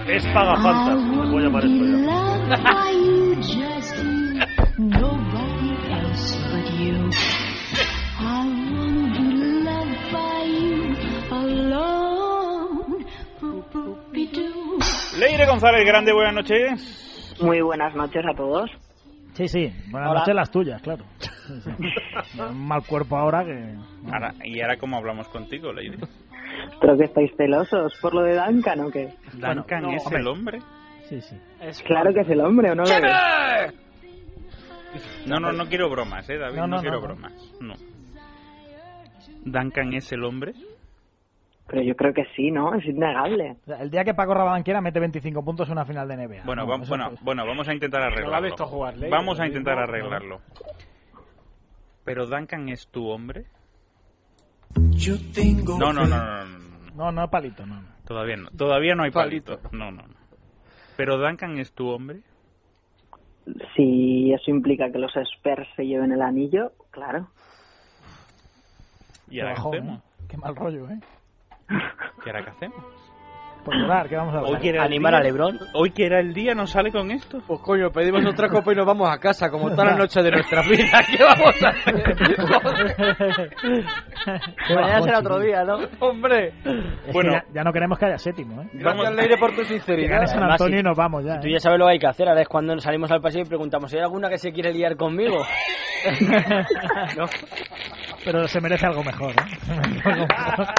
S7: Es paga falta. Voy a llamar esto ya.
S5: ¿eh?
S3: Leire González Grande, buenas noches.
S23: Muy buenas noches a
S3: [LAUGHS]
S23: todos.
S5: Sí, sí. Buenas
S23: Hola.
S5: noches las tuyas, claro. Sí, sí.
S3: [LAUGHS]
S5: Un mal cuerpo ahora que...
S3: Ahora- ¿Y ahora cómo hablamos contigo, Leire?
S23: Creo que estáis celosos por lo de Duncan o qué.
S3: ¿Duncan
S23: no,
S3: es
S23: hombre.
S3: el hombre?
S5: Sí, sí.
S23: Claro que es el hombre, ¿o no? lo es?
S3: No, no, no quiero bromas, eh, David,
S23: No,
S3: no,
S23: no,
S3: quiero
S23: no, no.
S3: bromas. No. ¿Duncan es el hombre?
S23: Pero yo creo que sí, ¿no? Es innegable.
S5: O sea, El día que Paco Rabanne quiera mete 25 puntos en una final de NBA.
S3: Bueno,
S5: No,
S3: va-
S5: eso-
S3: bueno, bueno, vamos a intentar
S5: la ha
S3: arreglarlo.
S5: visto jugar, Leire,
S3: vamos a
S5: lo
S3: intentar
S5: mismo, no.
S3: arreglarlo. ¿Pero Duncan es tu hombre? No, no, no, no, no, no,
S5: No, no, palito, no.
S3: todavía no. Todavía no hay
S23: Palito.
S3: palito. No, no, no. ¿Pero Duncan es tu hombre?
S23: Si eso implica que los Spurs se lleven el anillo, claro.
S3: ¿Y ahora qué
S5: bajón,
S3: hacemos?
S5: ¿eh? Qué mal rollo, ¿eh?
S3: ¿Y ahora qué hacemos?
S5: Por llorar, que Pues vamos a hablar?
S3: Hoy que era el día- Hoy que era el día, no sale con esto.
S6: Pues coño, pedimos otra copa y nos vamos a casa, como toda la noche de
S3: [LAUGHS]
S6: nuestra vida. ¿Qué vamos a
S4: Qué Mañana
S5: Ah,
S4: bajón, será otro chico.
S6: día, ¿no? Hombre.
S5: bueno. ya, ya no queremos que haya séptimo, ¿eh?
S6: Gracias, Leire, por tu
S5: Que
S6: sinceridad.
S5: gane San
S9: Además,
S5: Antonio
S9: sí.
S5: y nos vamos ya.
S9: Tú
S5: ¿eh?
S9: ya sabes lo que hay que hacer. Ahora es cuando salimos al pasillo y preguntamos: ¿hay alguna que se quiere liar conmigo?
S5: [LAUGHS]
S9: ¿No?
S5: Pero se merece algo mejor, ¿eh? [LAUGHS] Se merece algo mejor.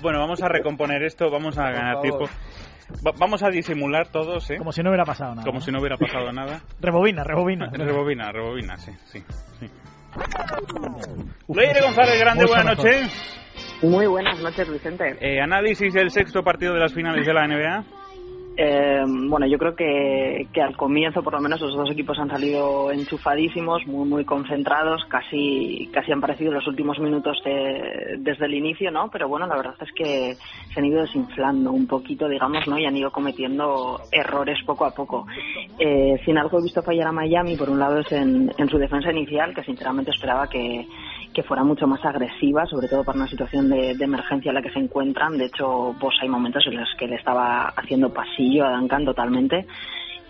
S3: Bueno, vamos a recomponer esto, vamos a ganar tiempo.
S5: favor.
S3: Va- vamos a disimular todos, ¿eh?
S5: Como si no hubiera pasado nada.
S3: Como si no hubiera pasado nada.
S5: Rebobina, rebobina.
S3: [LAUGHS] Rebobina, rebobina, sí, sí. sí. Leire González Grande,
S23: Mucho
S3: buenas
S23: mejor.
S3: noches.
S23: Muy buenas noches, Vicente.
S3: Eh, análisis del sexto partido de las finales de la NBA.
S23: Eh, bueno, yo creo que, que al comienzo, por lo menos, los dos equipos han salido enchufadísimos, muy muy concentrados, casi casi han parecido los últimos minutos de- desde el inicio, ¿no? Pero bueno, la verdad es que se han ido desinflando un poquito, digamos, ¿no? Y han ido cometiendo errores poco a poco. Eh, sin algo he visto fallar a Miami, por un lado es en, en su defensa inicial, que sinceramente esperaba que, que fuera mucho más agresiva, sobre todo para una situación de, de emergencia en la que se encuentran. De hecho, pues hay momentos en los que le estaba haciendo pasillo a Duncan totalmente.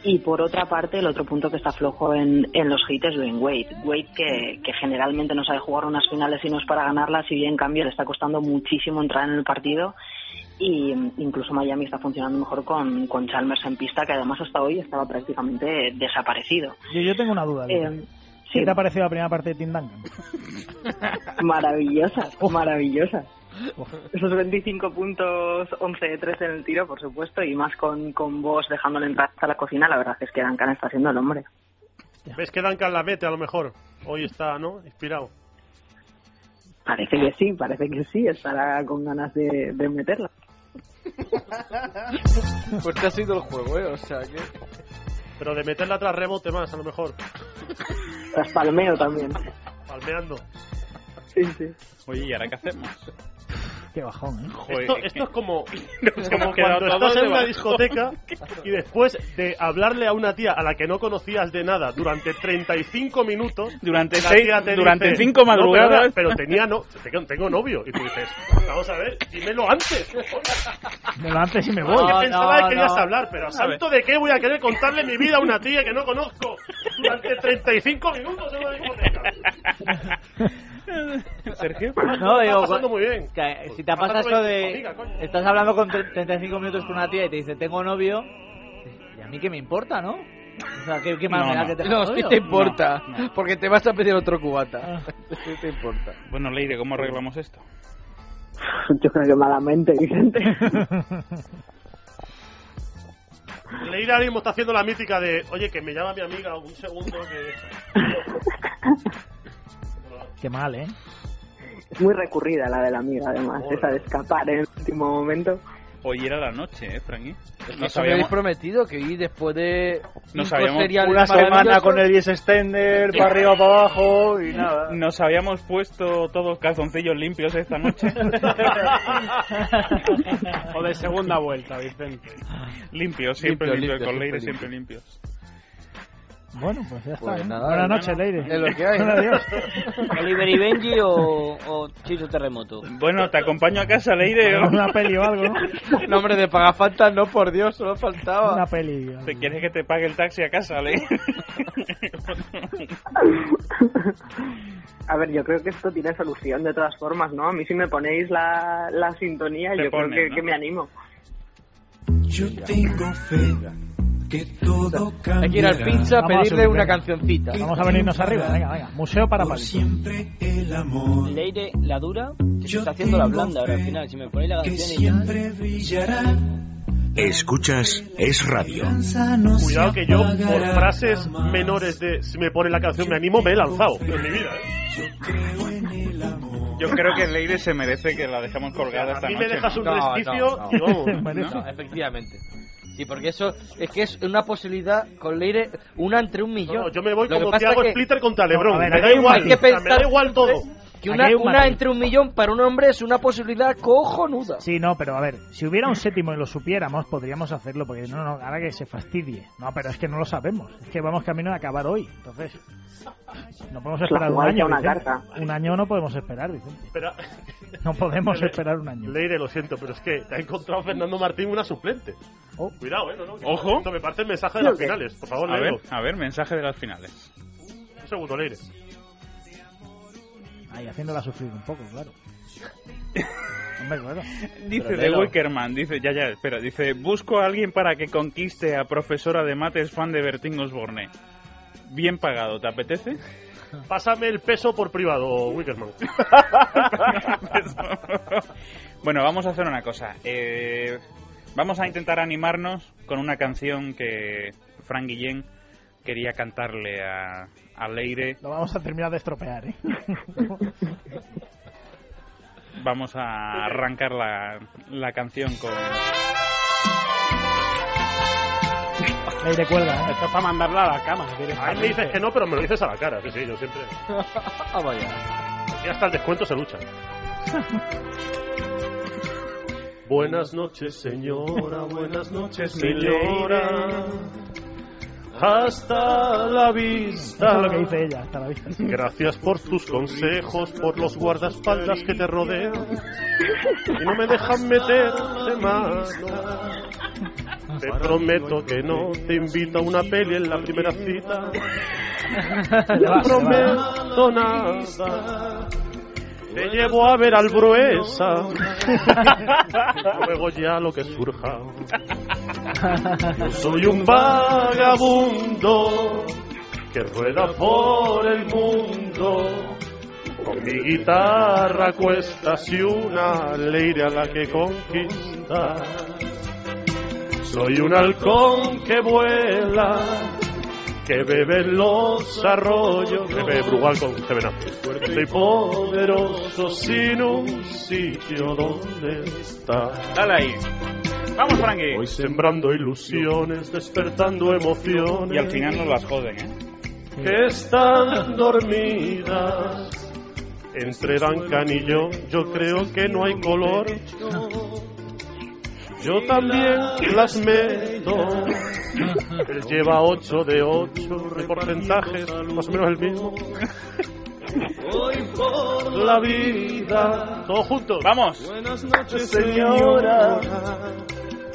S23: Y por otra parte, el otro punto que está flojo en, en los hits es Dwayne Wade. Wade que, que generalmente no sabe jugar unas finales si no es para ganarlas y bien en cambio le está costando muchísimo entrar en el partido y mm, incluso Miami está funcionando mejor con, con Chalmers en pista que además hasta hoy estaba prácticamente desaparecido.
S5: Yo, yo tengo una duda. Luca.
S23: Eh,
S5: ¿Qué
S23: sí.
S5: te ha parecido la primera parte de Tim Duncan?
S23: Maravillosa, maravillosa. [LAUGHS] Esos 25 puntos, 11 de 3 en el tiro, por supuesto, y más con, con vos dejándole entrar hasta la cocina, la verdad es que Duncan está siendo el hombre.
S7: ¿Ves que Duncan la mete a lo mejor? Hoy está, ¿no? Inspirado.
S23: Parece que sí, parece que sí, estará con ganas de, de meterla.
S6: Pues te ha sido el juego, ¿eh? O sea que.
S7: Pero de meterla tras rebote más, a lo mejor.
S23: Tras palmeo también.
S7: Palmeando.
S23: Sí, sí.
S3: Oye, ¿y ahora qué hacemos?
S5: Qué bajón, ¿eh?
S7: Esto, esto pues, es como, [LAUGHS]
S3: Nos
S7: como
S3: hemos quedado
S7: cuando
S3: todos
S7: estás
S3: de
S7: en una
S3: bajón. [LAUGHS]
S7: discoteca y después de hablarle a una tía a la que no conocías de nada durante 35 minutos.
S3: Durante
S7: la
S3: seis-
S7: tía te
S3: durante
S7: dice,
S3: cinco
S7: "No, pero ahora-
S3: madrugadas".
S7: pero, tenía no, tengo- tengo novio. Y tú dices, vamos a ver, dímelo
S3: [LAUGHS]
S7: antes.
S5: Me lo antes [LAUGHS] y me
S7: Yo
S5: voy.
S7: pensaba que querías hablar, pero ¿a santo de qué voy a querer contarle mi vida a una tía que no conozco durante 35 minutos en una discoteca?
S5: [LAUGHS]
S4: [LAUGHS]
S3: Sergio.
S4: No, digo,
S7: pasando muy bien.
S4: que si te
S7: Pasando bien con
S4: pasa eso
S7: tu
S4: de.
S7: amiga, coño.
S4: estás hablando con tre- 35 minutos con una tía y te dice, tengo novio. ¿Y a mí qué me importa, no? O sea, ¿qué, qué mal me da que tenga
S6: No, sí
S4: novio?
S6: te importa.
S4: No, no.
S6: Porque te vas a pedir otro cubata.
S10: Ah.
S6: [LAUGHS] Sí te importa.
S3: Bueno, Leire, ¿cómo arreglamos esto?
S23: [LAUGHS] Yo creo que malamente, Vicente.
S7: Leira ahora mismo está haciendo la mítica de, oye, que me llama mi amiga un segundo que...
S5: [LAUGHS] Qué mal, ¿eh?
S23: Es muy recurrida la de la amiga, además, esa de escapar en el último momento.
S3: Hoy era la noche, ¿eh, Frankie?
S6: Nos habéis prometido que hoy después de.
S3: Nos
S6: cinco
S3: habíamos-
S6: seriales
S3: Una semana
S6: maravillosos- Oh, [LAUGHS]
S3: con el
S8: 10 extender, para arriba, para abajo y nada.
S3: Nos habíamos puesto todos calzoncillos limpios esta noche.
S10: [LAUGHS] O de segunda vuelta, Vicente.
S3: limpios, siempre limpios,
S10: Limpios,
S3: con
S10: limpios,
S3: Leire
S10: siempre
S3: siempre limpios.
S5: Bueno, pues ya está.
S3: Pues
S5: ¿eh?
S3: nada,
S5: Buenas
S3: hermano.
S5: noches, Leire.
S3: Es lo que hay.
S5: Bueno, adiós.
S9: ¿Oliver y Benji o, o Chicho Terremoto?
S3: Bueno, te acompaño a casa, Leire. ¿o?
S5: Una peli o algo, ¿no?
S6: No, hombre, de pagafantas no, por Dios, solo faltaba.
S5: Una peli.
S3: ¿Te quieres que te pague el taxi a casa, Leire?
S23: A ver, yo creo que esto tiene solución de todas formas, ¿no? A mí si me ponéis la, la sintonía,
S3: Te
S23: yo
S3: ponen,
S23: creo que,
S3: ¿no?
S23: que me animo.
S12: Yo tengo fe que todo cambiará.
S6: Hay que ir al pincha a pedirle una cancioncita.
S5: Vamos a venirnos arriba, venga, venga. Museo para Palito.
S9: Leire, la dura, que se está haciendo la blanda ahora al final. Si me ponéis la canción y ya.
S13: Escuchas Es Radio.
S7: Cuidado que yo, por frases menores de si me pone la canción me animo, me he lanzado en mi vida. ¿eh?
S3: Yo creo que Leire se merece que la dejamos colgada esta
S7: mí
S3: noche.
S7: me dejas un
S3: ¿no? [LAUGHS]
S6: no,
S3: ¿eh?
S6: No, efectivamente. Sí, porque eso es que es una posibilidad con Leire, una entre un millón.
S7: No, yo me voy
S6: Lo que
S7: como
S6: pasa
S7: Thiago
S6: es que-
S7: Splitter contra
S6: No, a
S7: Lebron.
S6: ver,
S7: me
S6: hay
S7: da
S6: que- hay
S7: igual,
S6: que
S7: o sea, me
S6: pensar-
S7: da igual todo.
S6: Que una,
S5: Aquí hay un
S6: una
S5: matiz.
S6: entre un millón para un hombre es una posibilidad cojonuda.
S5: Sí, no, pero a ver, si hubiera un séptimo y lo supiéramos, podríamos hacerlo, porque no, no, ahora que se fastidie. No, pero es que no lo sabemos. Es que vamos camino de acabar hoy. Entonces, no podemos
S7: [LAUGHS]
S5: esperar un
S23: jugáis a
S5: año.
S23: una
S5: Vicente.
S23: carta.
S5: Un año no podemos esperar, Vicente.
S7: Pero,
S5: No
S7: [LAUGHS]
S5: podemos esperar un año.
S7: Leire, lo siento, pero es que ha encontrado Fernando Martín una suplente.
S5: Oh.
S7: Cuidado, eh. No, no, que-
S3: Ojo.
S7: Esto me parte el mensaje de las finales. Por favor,
S3: a ver,
S7: léelo.
S3: a ver, mensaje de las finales.
S7: Un segundo, Leire.
S5: Ahí, haciéndola sufrir un poco,
S7: [LAUGHS]
S5: claro. Hombre, claro.
S3: Dice
S5: Pero
S3: de
S5: léelo.
S3: Wickerman, dice, ya, ya, espera, dice, busco a alguien para que conquiste a profesora de mates fan de Bertín Osborne. Bien pagado, ¿te apetece?
S7: [LAUGHS] Pásame el peso por privado, Wickerman.
S3: [LAUGHS] Bueno, vamos a hacer una cosa. Eh, vamos a intentar animarnos con una canción que Frank Guillén quería cantarle a, a Leire.
S5: Lo vamos a terminar de estropear, ¿eh?
S7: [LAUGHS]
S3: Vamos a arrancar la, la canción con...
S5: Ahí recuerda, ¿eh?
S10: Esto es para mandarla a la cama.
S7: A mí me dices que no, pero me lo dices a la cara. Sí, sí,
S5: [LAUGHS]
S7: yo siempre.
S6: ah, vaya.
S7: Y hasta el descuento se lucha. Buenas noches, señora. Buenas noches, señora. Hasta la vista.
S5: Eso es lo que dice ella, hasta la vista.
S7: Gracias por tus consejos, por los guardaespaldas que te rodean y no me dejan meterte
S14: [LAUGHS]
S7: mano. Te prometo que no te invito a una peli en la primera cita. No prometo
S14: [LAUGHS]
S7: nada. Te llevo a ver al Bruesa. [LAUGHS] Luego ya lo que surja. Yo soy un vagabundo que rueda por el mundo. Con mi guitarra a cuestas y una leire a la que conquista. Soy un halcón que vuela, que bebe en los arroyos. Bebe Brugal con Soy poderoso sin un sitio donde estar.
S3: Dale ahí. Vamos, Frankie.
S7: Voy sembrando ilusiones, despertando emociones.
S3: Y al final nos las joden, ¿eh?
S7: que están dormidas. Entre Duncan y yo, yo creo que no hay color. Yo también las meto. Él lleva 8 de 8 de porcentajes, más o menos el mismo. La vida. Todos juntos.
S3: Vamos.
S7: Buenas noches, señora.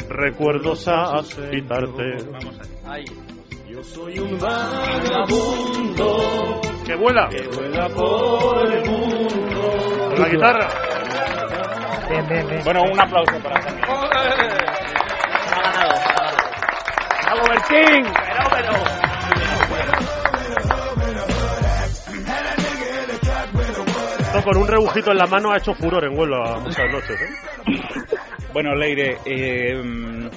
S7: Recuerdos a quitarte.
S12: Yo soy un vagabundo
S7: Que vuela.
S12: que vuela por el mundo.
S7: Con la guitarra.
S5: Bien, bien, bien.
S3: Bueno, un aplauso para Frankie.
S10: ¡Bravo, Bertín!
S7: Esto con un rebujito en la mano ha hecho furor en Huelva muchas noches. ¿eh?
S3: Bueno, Leire, eh, mm,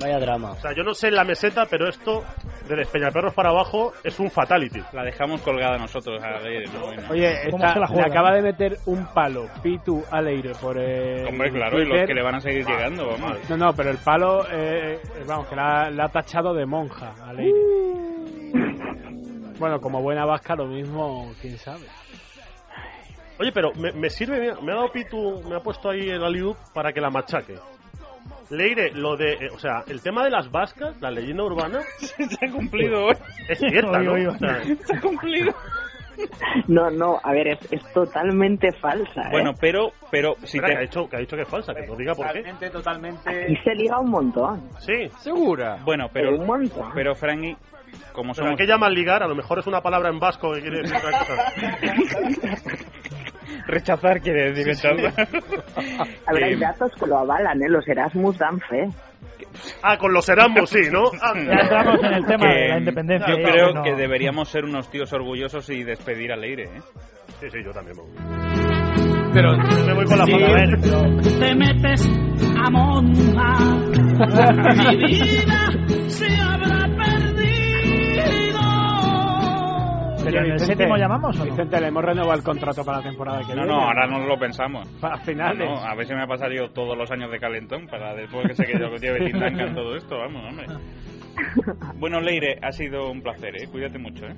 S9: Vaya drama.
S7: O sea, yo no sé en la meseta, pero esto de Despeñaperros para abajo es un fatality.
S3: la dejamos colgada nosotros a Leire. ¿no? Bueno.
S10: Oye,
S5: ¿Cómo
S10: esta-
S5: se la
S10: le
S5: juega?
S10: acaba de meter un palo Pitu al aire por el
S3: Hombre, claro, y los
S10: Twitter. Ah.
S3: que le van a seguir llegando, vamos.
S10: No, no, pero el palo, eh, eh, vamos, que la, la ha tachado de monja al aire.
S5: Uh.
S10: Bueno, como buena vasca, lo mismo, quién sabe.
S7: Oye, pero me, me sirve, mira, me ha dado Pitu, me ha puesto ahí el aliud para que la machaque. Leire, lo de, eh, o sea, el tema de las vascas, la leyenda
S3: [LAUGHS]
S7: urbana, Pues,
S3: Se ha cumplido hoy.
S7: es cierta, ¿no?
S5: Oye, oye.
S7: O sea,
S3: Se ha cumplido.
S23: [LAUGHS] No, no, a ver, es, es totalmente falsa. ¿eh?
S3: Bueno, pero, pero, si
S7: espera, que, ha
S3: te...
S7: dicho, que ha dicho que es falsa, que no diga por qué.
S23: ¿eh? y
S10: totalmente.
S23: se liga un montón.
S7: Sí,
S6: Segura.
S3: Bueno, pero,
S23: un montón.
S3: pero Frankie, como
S7: pero ¿a
S3: somos...
S7: qué llaman ligar? A lo mejor es una palabra en vasco que quiere decir otra
S3: [LAUGHS]
S7: cosa.
S3: [LAUGHS] Rechazar quiere decir rechazar.
S23: A ver, hay
S3: Eh,
S23: datos que lo avalan, ¿eh? Los Erasmus dan fe.
S7: Ah, con los Erasmus, sí, ¿no?
S5: [LAUGHS] Ya
S7: Anda.
S5: estamos en el tema de
S3: que
S5: la independencia.
S3: Yo
S5: ¿eh?
S3: creo
S5: No.
S3: que deberíamos ser unos tíos orgullosos y despedir a Leire, ¿eh?
S7: Sí, sí, yo también. me voy.
S10: Pero
S7: Me voy con la
S10: Sí.
S7: foto, a ver.
S12: Te metes a monja. Mi vida se habrá perdido.
S5: Pero en el
S10: Vicente,
S5: séptimo llamamos o no?
S10: Vicente, le hemos renovado el contrato para la temporada que
S3: No,
S10: viene.
S3: no, ahora nos
S7: [LAUGHS]
S3: lo pensamos.
S10: Para
S3: No,
S10: finales.
S3: no, a ver si me ha pasado yo todos los años de calentón para después que se quede que lleve Tim Duncan
S23: [LAUGHS]
S3: todo esto, vamos, hombre. Bueno, Leire, ha sido un placer, ¿eh? Cuídate mucho, ¿eh?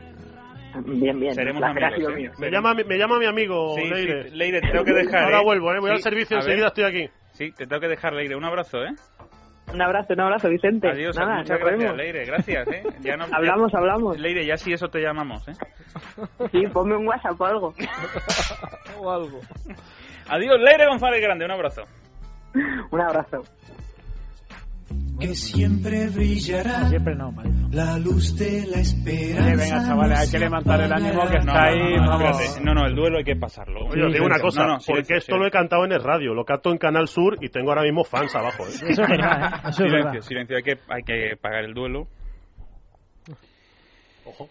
S23: Bien, bien.
S3: Seremos
S23: El placer ha
S3: amigos,
S23: sido
S3: ¿eh?
S23: mío.
S7: Me llama, mi- me llama mi amigo
S3: Sí, sí,
S7: Leire.
S3: Leire, te tengo que dejar.
S7: Ahora
S3: ¿eh?
S7: vuelvo, ¿eh? voy
S3: Sí,
S7: al servicio,
S3: a ver.
S7: enseguida estoy aquí.
S3: Sí, te tengo que dejar, Leire. Un abrazo, ¿eh?
S23: Un abrazo, un abrazo, Vicente.
S3: Adiós,
S23: Nada,
S3: muchas
S23: nos
S3: gracias,
S23: vemos.
S3: Leire. Gracias, ¿eh? Ya no-
S23: [LAUGHS] Hablamos,
S3: ya-
S23: hablamos.
S3: Leire, ya sí, eso te llamamos, ¿eh?
S23: Sí, ponme un WhatsApp o
S7: [LAUGHS]
S23: algo.
S3: O algo. Adiós, Leire González Grande. Un abrazo.
S23: [LAUGHS] Un abrazo.
S12: Que siempre brillará
S5: Siempre no,
S12: la luz de la esperanza.
S3: [LAUGHS]
S10: Oye, venga, chavales, hay que levantar el ánimo que
S3: No,
S10: está
S3: no,
S10: ahí.
S3: no, no,
S10: vamos.
S3: Ah, espérate. no, no, el duelo hay que pasarlo.
S7: Oye, os digo una cosa,
S3: No, no, silencio,
S7: porque esto
S3: silencio.
S7: lo he cantado en el radio, lo canto en Canal Sur y tengo ahora mismo fans abajo.
S5: [LAUGHS]
S7: ¿eh?
S3: silencio, silencio, hay que, hay que pagar el duelo.
S7: Ojo.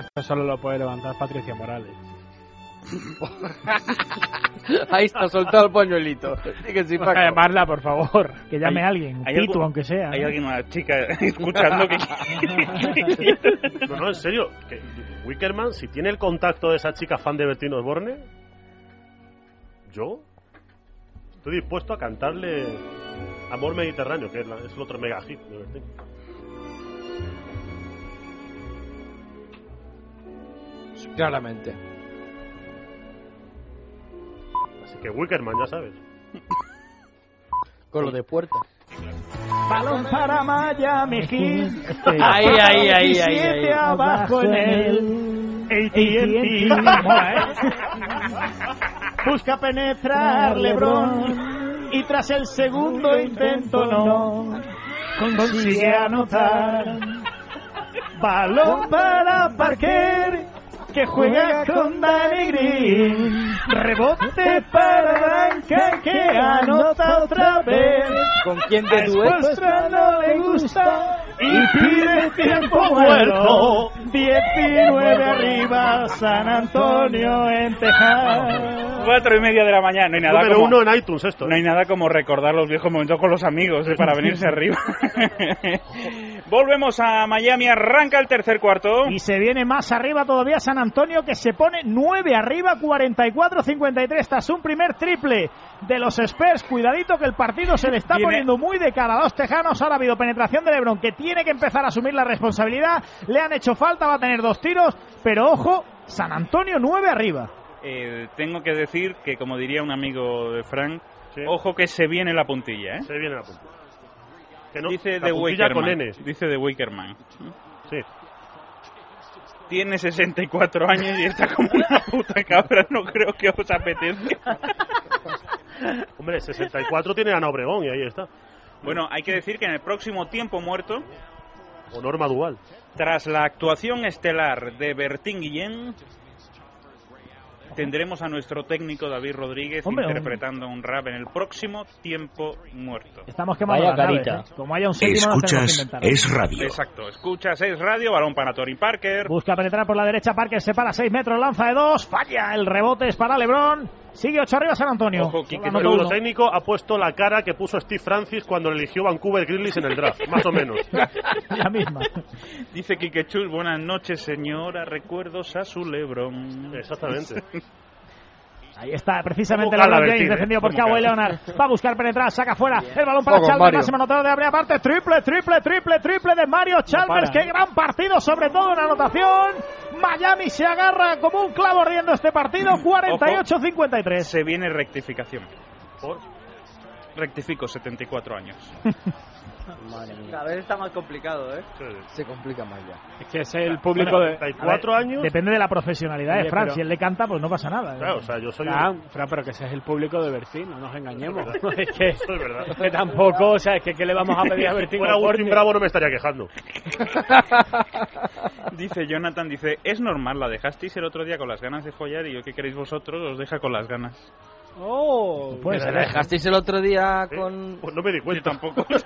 S10: Esto solo lo puede levantar Patricia Morales.
S3: [LAUGHS]
S6: [LAUGHS] Ahí está, soltado el pañuelito. Di que sí, Paco.
S10: Llamarla, por favor.
S5: Que llame
S3: Hay-
S5: a alguien, un
S3: hay
S5: Pitu,
S3: algún-
S5: aunque sea.
S10: ¿eh?
S3: Hay
S5: ¿no?
S3: alguien, una chica, [LAUGHS] escuchando que...
S7: [LAUGHS] No, no, en serio, que Wickerman, si tiene el contacto de esa chica fan de Bertino Osborne, yo estoy dispuesto a cantarle Amor Mediterráneo, que es, la- es el otro mega hit de Bertino.
S6: Claramente.
S7: Así que Wickerman, ya sabes.
S6: Con lo de puerta.
S5: Balón para Miami Heat.
S6: Ahí, ahí, ahí, ahí,
S5: 17
S6: ahí.
S5: abajo en el AT&T. [LAUGHS] Mola,
S23: [LAUGHS]
S5: ¿eh? Busca penetrar LeBron y tras el segundo intento no consigue anotar. Balón para Parker que juega con Danny Green. Rebote para Duncan que anota otra vez.
S6: ¿Con quién
S5: A
S6: te dueto?
S5: Spoelstra no le gusta y pide tiempo muerto. 19 arriba, San Antonio en Tejada.
S3: Cuatro y media de la mañana, no hay nada
S7: Número
S3: como...
S7: uno en iTunes esto. ¿eh?
S3: No hay nada como recordar los viejos momentos con los amigos eh,
S7: [LAUGHS]
S3: para venirse arriba. [LAUGHS] Volvemos a Miami, arranca el tercer cuarto.
S5: Y se viene más arriba todavía San Antonio que se pone 9 arriba, 44-53 tras un primer triple de los Spurs. Cuidadito que el partido se le está
S3: Viene-
S5: poniendo muy de cara a los tejanos. Ahora ha habido penetración de Lebron que tiene que empezar a asumir la responsabilidad. Le han hecho falta, va a tener dos tiros, pero ojo, San Antonio 9 arriba.
S3: Eh, tengo que decir que, como diría un amigo de Frank,
S7: Sí.
S3: ojo que se viene la puntilla, ¿eh?
S7: Se viene la punta. Que no,
S3: Dice
S7: la
S3: de
S7: puntilla con
S3: Wickerman.
S7: N.
S3: Dice de Wickerman.
S7: Sí.
S3: Tiene 64 años y está como una puta cabra. No creo que os apetezca.
S7: Hombre, 64 tiene Ana Obregón y ahí está.
S3: Bueno, hay que decir que en el próximo tiempo muerto,
S7: O Norma Dual.
S3: tras la actuación estelar de Bertín Guillén, tendremos a nuestro técnico David Rodríguez
S5: Hombre,
S3: interpretando un rap en el próximo tiempo muerto.
S5: Estamos quemando
S9: Vaya
S5: las naves,
S9: carita.
S5: ¿eh? Como haya un séptimo nos tenemos que
S13: Escuchas,
S5: inventar.
S13: es radio.
S3: Exacto. Escuchas, es radio, balón para Torin Parker.
S5: ¿eh? Busca penetrar por la derecha, Parker se para 6 metros, lanza de 2, falla, el rebote es para Lebron, sigue 8 arriba San Antonio.
S3: Ojo, Quique,
S5: Anota
S7: El
S5: uno.
S7: técnico ha puesto la cara que puso Steve Francis cuando eligió Vancouver Grizzlies en el draft, más o
S3: [LAUGHS]
S7: menos.
S5: La misma.
S3: Dice Quique Chus, buenas noches, señora. Recuerdos a su Lebron. [LAUGHS]
S7: Exactamente.
S5: Ahí está, precisamente
S7: Cómo
S5: LeBron
S7: cala
S5: James,
S7: Bertín, ¿eh?
S5: defendido por
S7: Cómo
S5: Kawhi
S7: cala.
S5: Leonard. Va a buscar penetrar, saca fuera el balón para
S6: Vamos,
S5: Chalmers,
S6: Mario.
S5: máximo anotador de abrir aparte. Triple, triple, triple, triple de Mario Chalmers.
S10: para,
S5: Qué
S10: ¿eh?
S5: gran partido, sobre todo en anotación. Miami se agarra como un clavo riendo este partido, 48-53.
S3: Se viene rectificación.
S7: Por-
S3: Rectifico,
S10: [LAUGHS]
S3: 74 años.
S6: Madre mía.
S4: Cada vez está más complicado, ¿eh?
S7: sí.
S6: Se complica más ya.
S10: Es que es el público de.
S7: 34 años.
S5: Depende de la profesionalidad de
S10: Oye,
S5: Fran,
S10: pero-
S5: si él le canta pues no pasa nada. ¿eh?
S7: Claro, o sea, yo soy.
S10: Fran, Fran, pero que ese es el público de Bertín, no nos engañemos. [LAUGHS] es que,
S7: Eso [LAUGHS] es verdad.
S10: que tampoco, o sea, es que ¿qué le vamos a
S3: [LAUGHS]
S10: pedir a
S7: Si
S10: Bertín?
S7: fuera
S10: que corte?
S7: Agustín Bravo no me estaría quejando.
S3: Dice Jonathan, dice, es normal, la dejasteis el otro día con las ganas de follar y yo que queréis vosotros os deja con las ganas.
S10: Oh,
S5: Puede
S6: Pues ¿La
S5: ser.
S6: dejasteis el otro día
S7: ¿Eh?
S6: con...?
S7: Pues no me di
S6: [LAUGHS]
S7: cuenta.
S3: tampoco.
S4: Te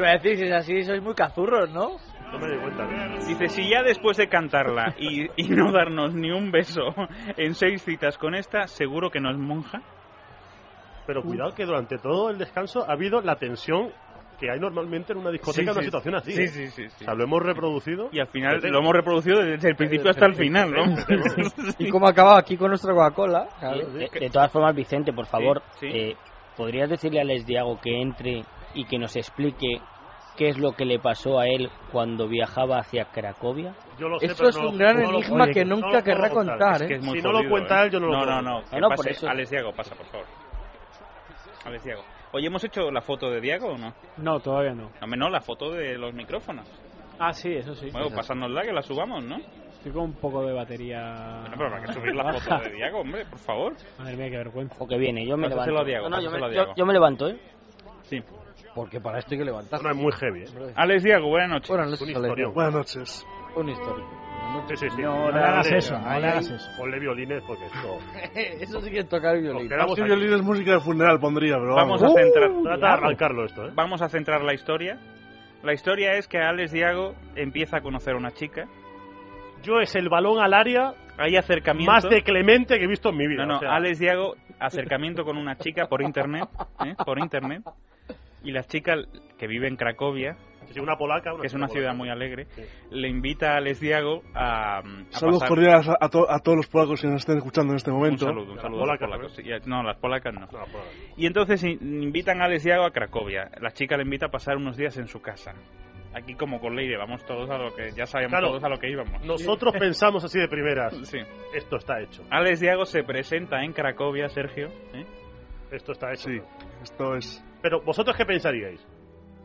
S4: iba a decir, si es así, sois muy cazurros, ¿no?
S7: No me di cuenta.
S3: Dice, si ya después de cantarla y, y no darnos ni un beso en seis citas con esta, seguro que no es monja.
S7: Pero cuidado que durante todo el descanso ha habido la tensión que hay normalmente en una discoteca en una situación así.
S3: Sí,
S7: ¿eh?
S3: sí, sí, sí.
S7: O sea, lo hemos reproducido.
S3: Y al final lo hemos reproducido desde el principio hasta el final, ¿no? [LAUGHS]
S6: ¿Y cómo ha acabado aquí con nuestra Coca-Cola? eh,
S9: De, de todas formas, Vicente, por favor,
S3: sí.
S9: eh, ¿podrías decirle a Les Diago que entre y que nos explique qué es lo que le pasó a él cuando viajaba hacia Cracovia?
S6: Yo lo sé, Esto pero es no un lo- gran no lo- enigma oye, que no nunca lo puedo querrá contar, contar, ¿eh?
S3: es muy
S6: Si no lo
S3: jodido,
S6: cuenta
S3: ¿eh?
S6: él, yo no lo
S3: No,
S6: puedo.
S3: no, no.
S9: Ah,
S6: No,
S3: que
S6: no, por
S3: pase.
S6: eso.
S3: Alex Diago, pasa, por favor. Alex Diago. Oye, ¿hemos hecho la foto de Diago o no?
S10: No, todavía no.
S3: No, no, la foto de los micrófonos.
S10: Ah, sí, eso sí.
S3: Bueno, pasárnosla, que la subamos, ¿no?
S10: Estoy con un poco de batería.
S3: No, Ah, pero habrá que
S10: [LAUGHS]
S3: subir la foto de Oh, Diago, hombre, por favor.
S10: Madre mía, qué vergüenza.
S9: O que viene, yo me
S3: Pásaselo a
S9: levanto.
S3: Diago,
S9: No, no, yo, me,
S3: pásaselo a
S9: yo-
S3: Diago.
S9: yo me levanto, ¿eh?
S3: Sí.
S6: Porque para esto hay que levantarse.
S7: No es muy heavy, ¿eh?
S3: Alex Diago, buenas noches.
S6: Buenas noches,
S7: Un
S6: Alex
S7: historión.
S6: Diago.
S7: Buenas noches.
S6: Un histórico.
S7: Sí, sí, sí.
S6: No le hagas eso, no le hagas
S5: eso.
S7: Ponle violines porque esto...
S6: [LAUGHS] Eso sí que es tocar violín.
S7: Quedamos
S15: Así
S7: aquí.
S15: violín es música de funeral, pondría, pero vamos.
S3: Vamos a centrar.
S7: Trata de arrancarlo esto, ¿eh?
S3: Vamos a centrar la historia. La historia es que Alex Diago empieza a conocer a una chica.
S7: Yo es el balón al área
S3: Hay acercamiento.
S7: más de Clemente que he visto en mi vida.
S3: No, no,
S7: o sea,
S3: Alex Diago, acercamiento con una chica por internet, ¿eh? por internet, y la chica que vive en Cracovia,
S7: sí, una polaca.
S3: que es una
S7: chica
S3: ciudad
S7: polaca.
S3: muy alegre,
S7: Sí.
S3: le invita a Alex Diago a, a
S15: Saludos
S3: pasar-
S15: cordiales a, a to- a todos los polacos que nos estén escuchando en este
S3: Un
S15: momento.
S3: saludo, un saludo a los
S7: polacas,
S3: polacos. Sí, a- No, las polacas no.
S7: No, polaca.
S3: Y entonces in- invitan a Alex Diago a Cracovia. La chica le invita a pasar unos días en su casa. Aquí como con Leire, vamos todos a lo que ya sabíamos
S7: Claro.
S3: todos a lo que íbamos. [LAUGHS]
S7: Nosotros pensamos así de primeras.
S3: Sí.
S7: Esto está hecho.
S3: Alex Diago se presenta en Cracovia, Sergio. ¿eh?
S7: Esto está hecho.
S15: Esto
S3: Pues-
S15: es.
S7: Pero vosotros qué pensaríais?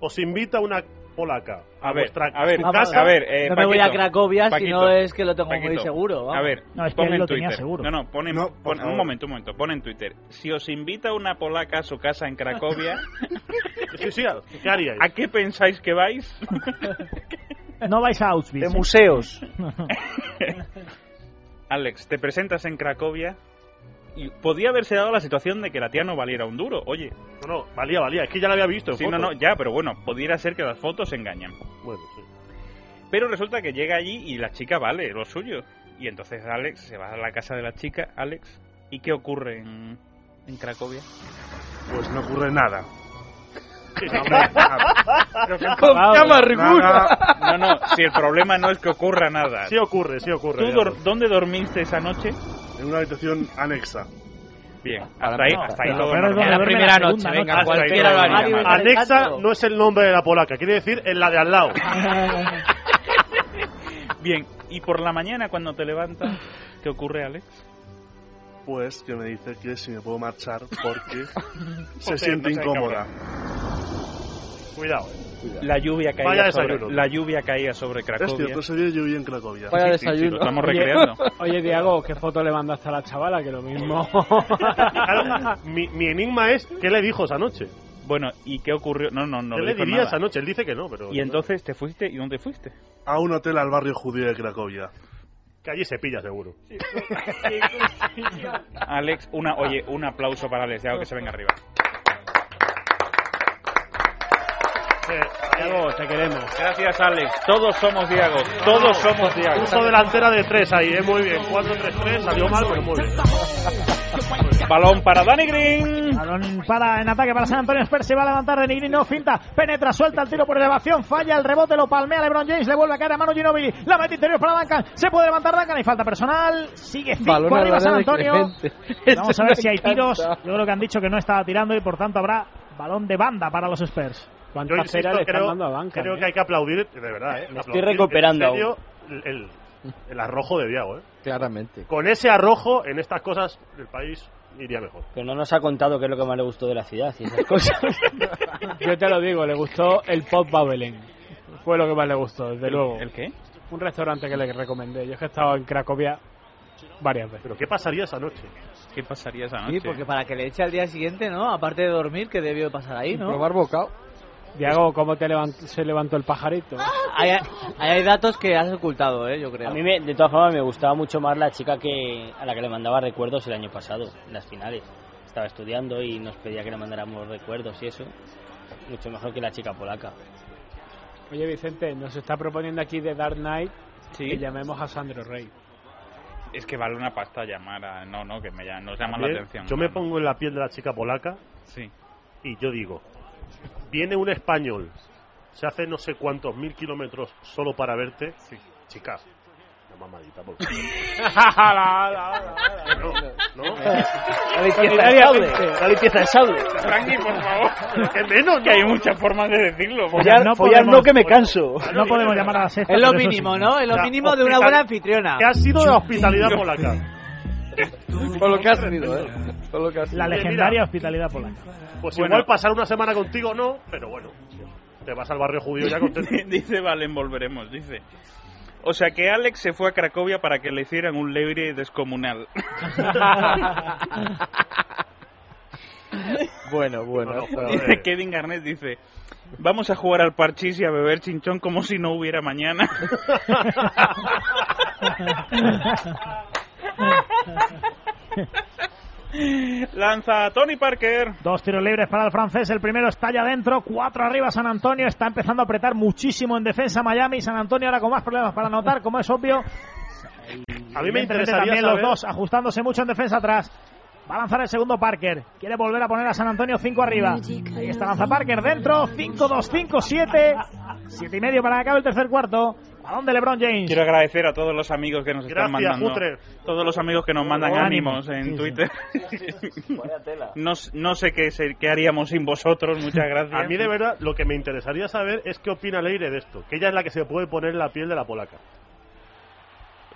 S7: Os invita una polaca a,
S3: A ver,
S7: vuestra
S3: a ver,
S7: su
S3: vamos,
S7: casa.
S3: a ver, eh,
S4: no me voy a
S3: Paquito,
S4: Cracovia si
S3: Paquito,
S4: no es que lo tengo muy
S3: Paquito,
S4: seguro. vamos.
S3: A ver,
S5: No, es que
S3: pon
S5: él
S3: en
S5: lo
S3: Twitter.
S5: tenía seguro.
S3: No, no, pon en,
S15: No, por
S3: pon- un
S15: favor.
S3: momento, un momento, pon en Twitter. Si os invita una polaca a su casa en Cracovia,
S7: [LAUGHS] Sí, sí, ¿qué haríais?
S3: ¿a qué pensáis que vais?
S5: No vais a Auschwitz.
S8: De
S5: ¿eh? [LAUGHS]
S8: museos.
S3: Alex, te presentas en Cracovia y podía haberse dado la situación de que la tía no valiera un duro. Oye,
S7: No, no, valía, valía. Es que ya la había visto. en
S3: sí, no, no,
S7: fotos.
S3: ya, pero bueno, pudiera ser que las fotos engañan.
S7: Bueno, sí.
S3: Pero resulta que llega allí y la chica vale lo suyo. Y entonces Alex se va a la casa de la chica, Alex. ¿Y qué ocurre en, en Cracovia?
S15: Pues no ocurre nada.
S5: [LAUGHS]
S7: [LAUGHS]
S6: Con cama
S15: Nada.
S3: No, no, si el problema no es que ocurra nada.
S7: Sí ocurre, sí ocurre.
S3: ¿Tú
S7: ya.
S3: dor- dónde dormiste esa noche?
S15: En una habitación anexa.
S3: Bien, hasta ahí, hasta ahí
S5: Pero
S3: todo
S5: peor es
S3: normal.
S5: donde
S6: la
S5: duerme
S6: primera
S5: segunda
S6: noche, venga,
S5: Ah,
S3: Hasta ahí
S6: cualquiera
S3: todo
S6: lo haría,
S3: normal.
S6: man.
S7: Anexa
S4: Exacto.
S7: no es el nombre de la polaca, quiere decir en la de al lado.
S3: [LAUGHS] Bien, y por la mañana cuando te levantas, ¿qué ocurre, Alex?
S15: Pues que me dice que si me puedo marchar
S3: [LAUGHS]
S15: porque se
S7: Joder,
S15: siente
S7: no se
S15: incómoda.
S7: Cuidado. eh.
S3: La lluvia
S7: Vaya
S3: caía sobre,
S7: desayuno.
S3: la lluvia caía sobre
S15: Es
S3: Cracovia.
S15: cierto, ese día lloví en Cracovia.
S6: Vaya
S3: Sí, sí, sí, lo
S6: desayuno.
S3: estamos
S10: Oye,
S3: recreando.
S10: Oye, Diago, ¿qué foto le mandaste a la chavala? Que lo
S3: [LAUGHS]
S10: mismo.
S7: Claro, mi, mi enigma es ¿qué le dijo esa noche?
S3: Bueno, ¿y qué ocurrió? No, no, no
S7: ¿Qué
S3: le
S7: le
S3: dijo
S7: diría
S3: nada.
S7: esa noche? Él dice que no, pero...
S3: Y entonces te fuiste, ¿y dónde fuiste?
S15: A un hotel al barrio judío de Cracovia.
S7: Que allí se pilla seguro.
S23: [LAUGHS]
S5: [LAUGHS]
S3: Alex, una, oye, un aplauso para Alex, Diago que se venga arriba.
S10: Diago, te queremos.
S3: Gracias, Alex. Todos somos Diago. Todos somos Diago.
S7: Uso delantera de tres ahí, eh, muy bien. 4-3-3, salió mal, pero muy bien.
S3: Balón para Danny Green.
S5: Balón para, en ataque para San Antonio Spurs, se va a levantar de Nigri, no finta, penetra, suelta el tiro por elevación, falla el rebote, lo palmea LeBron James, le vuelve a caer a mano Ginobili, la mete interior para Duncan, se puede levantar Duncan y falta personal, sigue
S6: Balón
S5: cinco
S6: al
S5: arriba
S6: área
S5: San
S6: de
S5: Antonio.
S6: Clemente.
S5: Vamos a
S6: Eso
S5: ver
S6: me
S5: si hay
S6: encanta.
S5: tiros, yo creo que han dicho que no estaba tirando y por tanto habrá balón de banda para los Spurs.
S7: Yo
S10: ¿Cuántas
S7: insisto,
S10: ceras le están
S7: creo,
S10: dando a banca? ¿eh?
S5: ¿eh?
S7: creo que hay que aplaudir, de verdad, eh.
S9: estoy
S7: Aplaudir,
S9: recuperando
S7: en serio, el, el- el arrojo de Diago, eh.
S6: Claramente.
S7: Con ese arrojo en estas cosas, el país iría mejor.
S9: Pero no nos ha contado qué es lo que más le gustó de la ciudad
S6: [LAUGHS]
S9: y esas cosas.
S10: Yo te lo digo, le gustó el Pop Babelén. Fue lo que más le gustó, desde luego.
S3: ¿El qué?
S10: Un restaurante que le recomendé. Yo es que he estado en Cracovia varias veces.
S7: Pero ¿qué pasaría esa noche?
S3: ¿Qué pasaría esa
S4: Sí,
S3: noche?
S4: porque para que le eche al día siguiente, ¿no? Aparte de dormir, que debió pasar ahí, ¿no?
S6: Probar bocado.
S10: Diago, ¿cómo te levant- se levantó el pajarito?
S4: Hay, hay, hay datos que has ocultado, ¿eh? Yo creo.
S9: A mí, me- de todas formas, me gustaba mucho más la chica que a la que le mandaba recuerdos el año pasado, en las finales. Estaba estudiando y nos pedía que le mandáramos recuerdos y eso. Mucho mejor que la chica polaca.
S10: Oye, Vicente, nos está proponiendo aquí de Dark Knight
S3: Sí.
S10: que llamemos a Sandro Rey.
S4: Eh,
S3: Es que vale una pasta llamar a... No, no, que me llama, nos llama la
S7: Bien,
S3: atención.
S7: Yo me pongo en la piel de la chica polaca
S3: Sí.
S7: y yo digo, viene un español, se hace no sé cuántos mil kilómetros solo para verte,
S3: Sí.
S7: chicas, mamadita, por favor.
S14: [LAUGHS]
S19: No,
S7: no.
S19: La limpieza de sable. La limpieza de sable.
S3: Frankie, por favor. Que menos, que hay muchas formas de decirlo.
S8: Follar, no, follar no que me canso.
S5: No podemos llamar a la sexta.
S4: Es lo
S5: pero eso
S4: mínimo,
S5: sí.
S4: ¿no? Es lo
S5: O sea,
S4: mínimo de una
S5: hospital-
S4: buena anfitriona.
S5: ¿Qué ha sido la hospitalidad
S7: polaca?
S6: Por lo que has tenido, ¿eh? Por lo que has
S5: La
S7: Oye,
S5: legendaria
S7: mira.
S5: hospitalidad polaca.
S7: Pues
S3: Bueno.
S7: igual pasar una semana contigo no, pero bueno. Te vas al barrio judío
S3: [LAUGHS]
S7: ya contento.
S3: dice Valen, volveremos, dice. O sea que Alex se fue a Cracovia para que le hicieran un leire
S7: [LAUGHS]
S3: descomunal.
S6: Bueno, bueno.
S3: Dice Kevin Garnett dice, vamos a jugar al parchís y a beber chinchón como si no hubiera mañana. Lanza a Tony Parker.
S5: Dos tiros libres para el francés. El primero está ya adentro. Cuatro arriba San Antonio. Está empezando a apretar muchísimo en defensa Miami. San Antonio ahora con más problemas para anotar, como es obvio.
S7: A mí me
S5: Evidentemente
S7: interesaría
S5: también
S7: saber-
S5: los dos ajustándose mucho en defensa atrás. Va a lanzar el segundo Parker. Quiere volver a poner a San Antonio 5 arriba. Ahí está, lanza Parker dentro. 5-2-5-7. 7 y medio para que acabe el tercer cuarto. [LAUGHS] ¿A dónde LeBron James?
S3: Quiero agradecer a todos los amigos que nos están
S5: Gracias,
S3: mandando.
S5: Futre.
S3: Todos los amigos que nos mandan
S5: Oh,
S3: ánimos
S5: ánimo.
S3: en
S5: Sí, sí. [LAUGHS]
S3: Twitter. No, s- no sé qué, se- qué haríamos sin vosotros, muchas gracias.
S7: A mí de verdad lo que me interesaría saber es qué opina Leire de esto, que ella es la que se puede poner la piel de la polaca.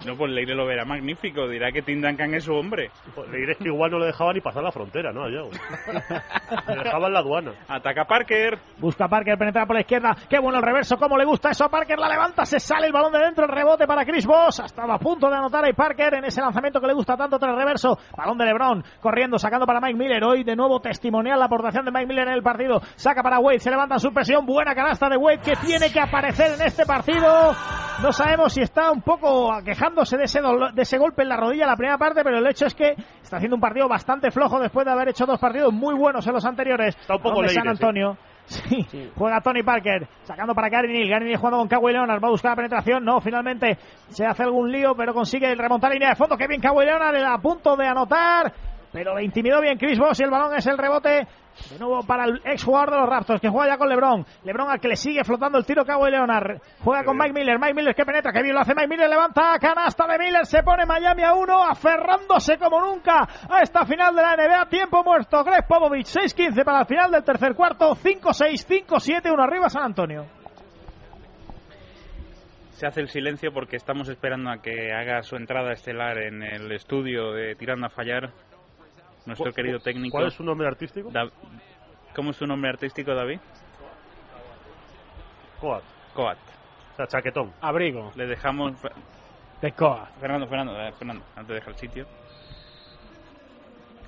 S3: No, pues Leire lo verá magnífico, dirá que Tim Duncan es su hombre.
S7: Pues Leire es que igual no le dejaba ni pasar la frontera, ¿no?
S3: [LAUGHS]
S7: Allá, güey. le dejaban la aduana.
S3: Ataca Parker.
S5: Busca Parker, penetra por la izquierda. Qué bueno el reverso, cómo le gusta eso a Parker. La levanta, se sale el balón de dentro, el rebote para Chris Boss. Ha estado a punto de anotar ahí Parker en ese lanzamiento que le gusta tanto tras el reverso. Balón de LeBron, corriendo, sacando para Mike Miller. Hoy de nuevo testimonial la aportación de Mike Miller en el partido. Saca para Wade, se levanta en su presión. Buena canasta de Wade que tiene que aparecer en este partido. No sabemos si está un poco quejándose de ese, dolo- de ese golpe en la rodilla en la primera parte, pero el hecho es que está haciendo un partido bastante flojo después de haber hecho dos partidos muy buenos en los anteriores. Está
S7: un poco
S5: San
S7: leire, sí.
S5: Antonio. Sí. Juega Tony Parker, sacando para Gary Neal. Gary Neal jugando con Kawhi Leonard. Va a buscar la penetración. No, finalmente se hace algún lío, pero consigue el remontar línea de fondo. Kevin Kawhi Leonard a punto de anotar. Pero le intimidó bien Chris Bosh y el balón es el rebote. De nuevo para el ex jugador de los Raptors que juega ya con LeBron. LeBron al que le sigue flotando el tiro Kawhi Leonard. Juega con Mike Miller. Mike Miller que penetra. Que bien lo hace Mike Miller. Levanta canasta de Miller. Se pone Miami a uno. Aferrándose como nunca a esta final de la NBA. Tiempo muerto. Greg Popovich. 6-15 para el final del tercer cuarto. 5-6, 5-7. Uno arriba San Antonio.
S3: Se hace el silencio porque estamos esperando a que haga su entrada estelar en el estudio de Tirando a Fallar. Nuestro
S7: ¿Cuál-
S3: querido técnico.
S7: ¿Cuál es su nombre artístico?
S3: Da- ¿Cómo es su nombre artístico, David?
S7: Coat.
S3: Coat.
S7: O sea, chaquetón.
S10: Abrigo.
S3: Le dejamos.
S10: De Coa.
S3: Fernando, Fernando, eh, Fernando, antes de dejar el sitio.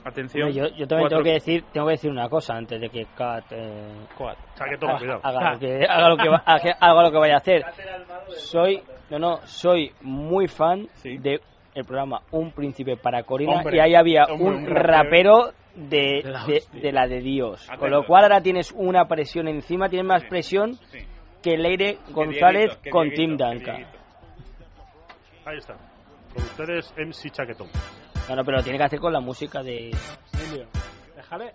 S3: Atención.
S9: Hombre, yo, yo también
S3: Cuatro-
S9: tengo que decir tengo que decir una cosa antes de que Kat eh,
S3: Coat.
S7: Chaquetón,
S9: haga-
S7: cuidado.
S9: Ah, haga lo que haga lo que, va- haga- haga lo que vaya a hacer soy no no soy muy fan de el programa Un Príncipe para Corina
S6: Hombre,
S9: y ahí había
S6: hombre,
S9: un
S6: hombre.
S9: rapero de,
S6: De la
S9: de,
S6: hostia.
S9: de la de Dios con
S6: Atento.
S9: lo cual ahora tienes una presión encima tienes más presión que Leire González
S7: Dieguito, que
S9: con Tim
S7: Dieguito, que
S9: Duncan
S7: Ahí está. Con ustedes, MC Chaquetón.
S9: no no pero lo tiene que hacer con la música de
S10: Emilio, déjale.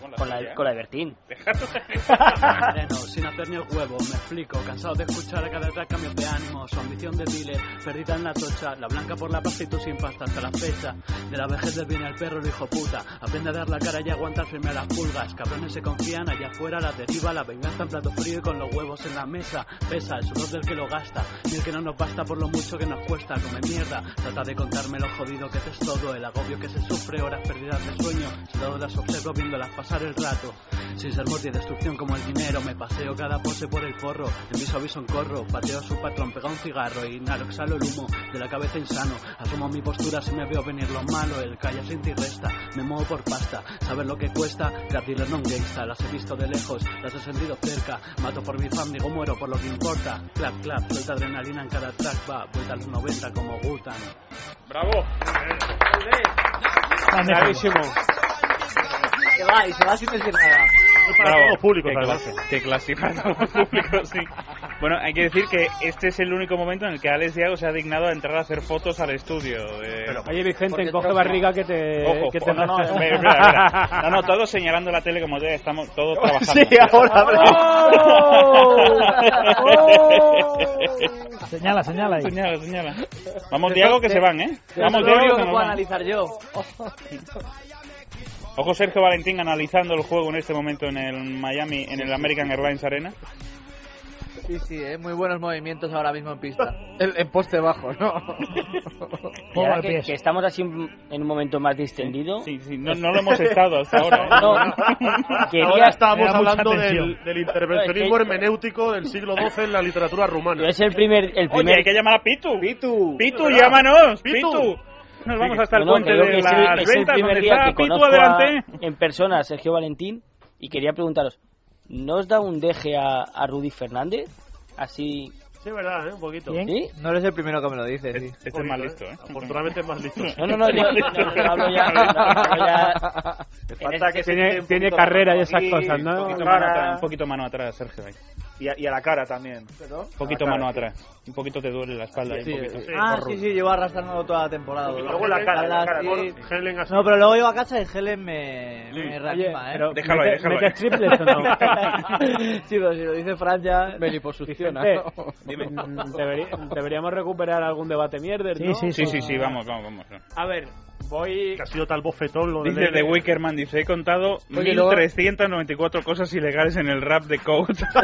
S9: con la, con la de Bertín [LAUGHS]
S2: Frenos, sin hacer ni el huevo, me explico. Cansado de escuchar a cada atrás cambios de ánimo. Su ambición de dealer, perdida en la tocha. La blanca por la paz y tú sin pasta hasta la fecha. De la vejez del viene el perro, el hijo puta. Aprende a dar la cara y a aguantar firme a las pulgas. Cabrones se confían, allá afuera la deriva. La venganza en plato frío y con los huevos en la mesa. Pesa el sudor del que lo gasta. Y el que no nos basta por lo mucho que nos cuesta. Come mierda, trata de contarme lo jodido que te es todo. El agobio que se sufre, horas perdidas de sueño. Solo las observo viéndolas pasar el rato. Sin ser mordi y destrucción como el dinero, me paseo cada pose por el forro. En viso a viso corro, pateo a su patrón, pega un cigarro y inhalo, exhalo el humo de la cabeza insano. Asumo mi postura si me veo venir lo malo, el calla sin ti resta. Me muevo por pasta, saber lo que cuesta. Cat dealer non gangsta, las he visto de lejos, las he sentido cerca. Mato por mi fam, digo muero por lo que importa. Clap, clap, suelta adrenalina en cada track, va, vuelta a los 90 como Gutan.
S3: ¡Bravo!
S10: Bravísimo.
S4: Se va y se va sin decir nada.
S7: Para todo público,
S3: qué
S7: además.
S3: clase, qué clase para todo público, sí. Bueno, hay que decir que este es el único momento en el que Alex Diago se ha dignado a entrar a hacer fotos al estudio. eh.
S10: Oye, Vicente, coge barriga que te.
S3: Ojo,
S10: que te
S3: ojo, no, no,
S10: rasca.
S3: espera, espera, espera. no, no, todos señalando la tele como ya estamos todos trabajando.
S10: [LAUGHS] Sí, ahora abre.
S3: [LAUGHS]
S5: ¡Oh!
S10: [LAUGHS]
S5: Señala, señala ahí.
S3: Señala, señala. Vamos, Diego, que se van, ¿eh? Vamos, Diego, que
S4: que
S3: nos
S4: puedo
S3: van.
S4: analizar yo.
S3: Ojo, Sergio Valentín analizando el juego en este momento en el Miami, en el American Airlines Arena.
S4: [LAUGHS] Sí, sí, eh, muy buenos movimientos ahora mismo en pista.
S6: En poste bajo, ¿no?
S9: Y ahora que, que estamos así en un momento más distendido.
S3: Sí, sí, no, no lo hemos estado hasta
S7: ¿eh?
S3: ahora.
S7: Ahora estábamos hablando del, del intervencionismo hermenéutico del siglo XII en la literatura rumana.
S9: Es el primer.
S3: Oye,
S9: El primer...
S3: hay que llamar a Pitu. Pitu. Pitu,
S7: ¿Verdad?
S3: llámanos.
S7: Pitu.
S3: Pitu. Nos [LAUGHS] vamos
S9: Sí,
S3: hasta el
S9: no, no,
S3: puente
S9: creo que
S3: de
S9: es el-
S3: las
S9: es el
S3: ventas.
S9: primer
S3: ¿Dónde
S9: día
S3: está
S9: que
S3: Pitu?
S9: conozco a-
S3: Adelante.
S9: en persona a Sergio Valentín y quería preguntaros, ¿no os da un deje a, a Rudy Fernández? Así...
S7: Sí, verdad, ¿eh? Un poquito.
S9: ¿Sí?
S4: No eres
S3: [LAUGHS]
S4: el primero que me lo dice, sí.
S3: Este es más listo, ¿eh?
S7: Afortunadamente es más
S4: [LAUGHS]
S7: listo.
S9: No, no, no, yo- no, no, hablo ya- hablo
S3: Ah.
S9: ya-
S7: Te
S9: falta que se
S10: Tiene-
S9: quede un
S10: tiene
S9: poquito
S10: carrera
S9: más
S10: y esas
S9: aquí,
S10: cosas, ¿no?
S3: Un poquito,
S10: Cara.
S3: mano atrás, un poquito mano atrás, Sergio. ahí.
S8: Y a, y a la cara también.
S3: Un poquito
S8: A la cara,
S3: mano
S8: sí.
S3: atrás. Un poquito te duele la espalda. ahí,
S4: Sí,
S3: un poquito.
S4: eh, ah, sí, sí, llevo arrastrándolo toda la temporada.
S7: Y
S4: dolor
S7: luego
S4: de
S7: la cara, la
S4: espalda,
S7: cara.
S4: sí.
S7: ¿no? Helen así.
S4: No, pero luego iba a casa y Helen me,
S7: Sí.
S4: me reanima,
S10: Oye,
S4: ¿eh.
S10: pero
S3: Déjalo ahí,
S10: ¿mete-
S3: déjalo ahí.
S10: ¿Metes triples o no?
S4: [LAUGHS] sí, pero si lo dice Fran ya... Me liposucciona.
S10: Eh,
S4: [LAUGHS]
S10: mm, deberí- deberíamos recuperar algún debate mierder,
S5: Sí,
S10: ¿no?
S5: sí,
S3: Sí, sí, sí, vamos, vamos, vamos.
S10: A ver, voy...
S7: Que ha sido tal bofetón lo de
S3: Dice de
S7: Lele.
S3: Wickerman, dice, he contado
S6: Oye, luego-
S3: 1394 cosas ilegales en el rap de Coach. [LAUGHS]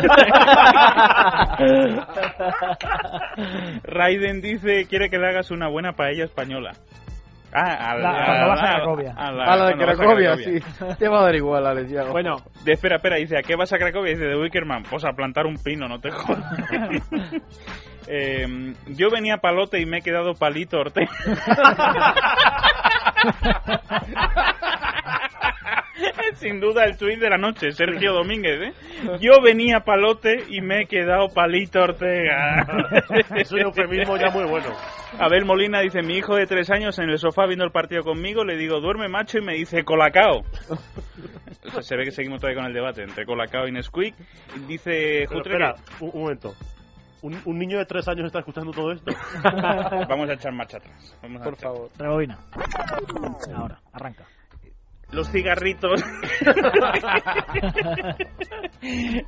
S3: Raiden dice, quiere que le hagas una buena paella española. Ah, a la,
S5: La- cuando vas a
S3: la-
S5: Cracovia.
S3: la-
S6: A Ah, la de
S3: cuando vas a
S6: Cracovia, sí.
S3: Cracovia.
S6: Te va a dar igual, Alex Diago.
S10: Bueno,
S3: De, espera, espera, dice, ¿a qué vas a Cracovia? Dice, de Wickerman, pues a plantar un pino, no te jodas. [LAUGHS] Em, yo venía palote y me he quedado palito
S5: [LAUGHS]
S3: Ortega. [LAUGHS] Sin duda el tuit de la noche, Sergio Domínguez, ¿eh? Yo venía palote y me he quedado palito Ortega.
S7: [LAUGHS] Es un eufemismo ya muy bueno.
S3: Abel Molina dice, mi hijo de tres años en el sofá viendo el partido conmigo, le digo, duerme macho y me dice,
S7: [LAUGHS]
S3: colacao. O sea, Se ve que seguimos todavía con el debate entre colacao y Nesquik. Dice
S7: Pero
S3: Jutre
S7: espera, un, un momento. Un, un niño de tres años está escuchando todo [LAUGHS] esto.
S6: [LAUGHS]
S3: que- Vamos a echar marcha atrás. Vamos a
S6: Por
S3: echar-
S6: favor.
S5: Rebobina. Ahora, arranca.
S3: Los
S6: [LAUGHS]
S3: cigarritos.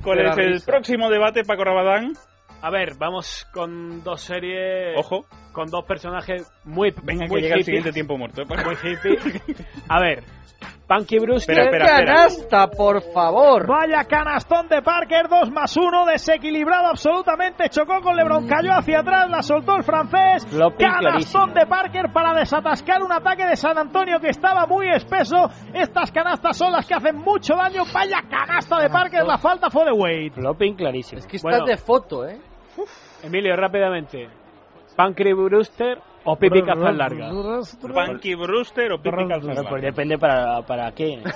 S3: ¿Cuál
S6: De la
S3: es el
S6: risa.
S3: próximo debate, Paco Rabadán?
S10: a ver, vamos con dos series...
S3: Ojo.
S10: Con dos personajes muy
S3: Venga, que
S10: muy
S3: llega el
S10: hippies.
S3: siguiente tiempo muerto. ¿eh, Paco?
S10: Muy hippie. A ver, Punky Brewster...
S3: Espera, espera, espera.
S6: ¡Canasta, por favor!
S5: Vaya canastón de Parker, 2 más 1, desequilibrado absolutamente, chocó con
S6: Mm.
S5: Lebron, cayó hacia atrás, la soltó el francés.
S9: Lo pinche
S5: Canastón
S9: orísimo.
S5: de Parker para desatascar un ataque de San Antonio que estaba muy espeso. Estas canastas son las que hacen mucho daño. Vaya canasta de Parker, la falta fue de Wade.
S9: Flopping clarísimo.
S6: Es que estás
S10: Bueno.
S6: de foto, ¿eh?
S10: Emilio, rápidamente. Punky Brewster o Pipi Cazas Larga.
S3: ¿Punky Brewster o Pipi Calzas
S9: Bueno, pues
S3: Largas?
S9: depende para, para qué.
S3: Depende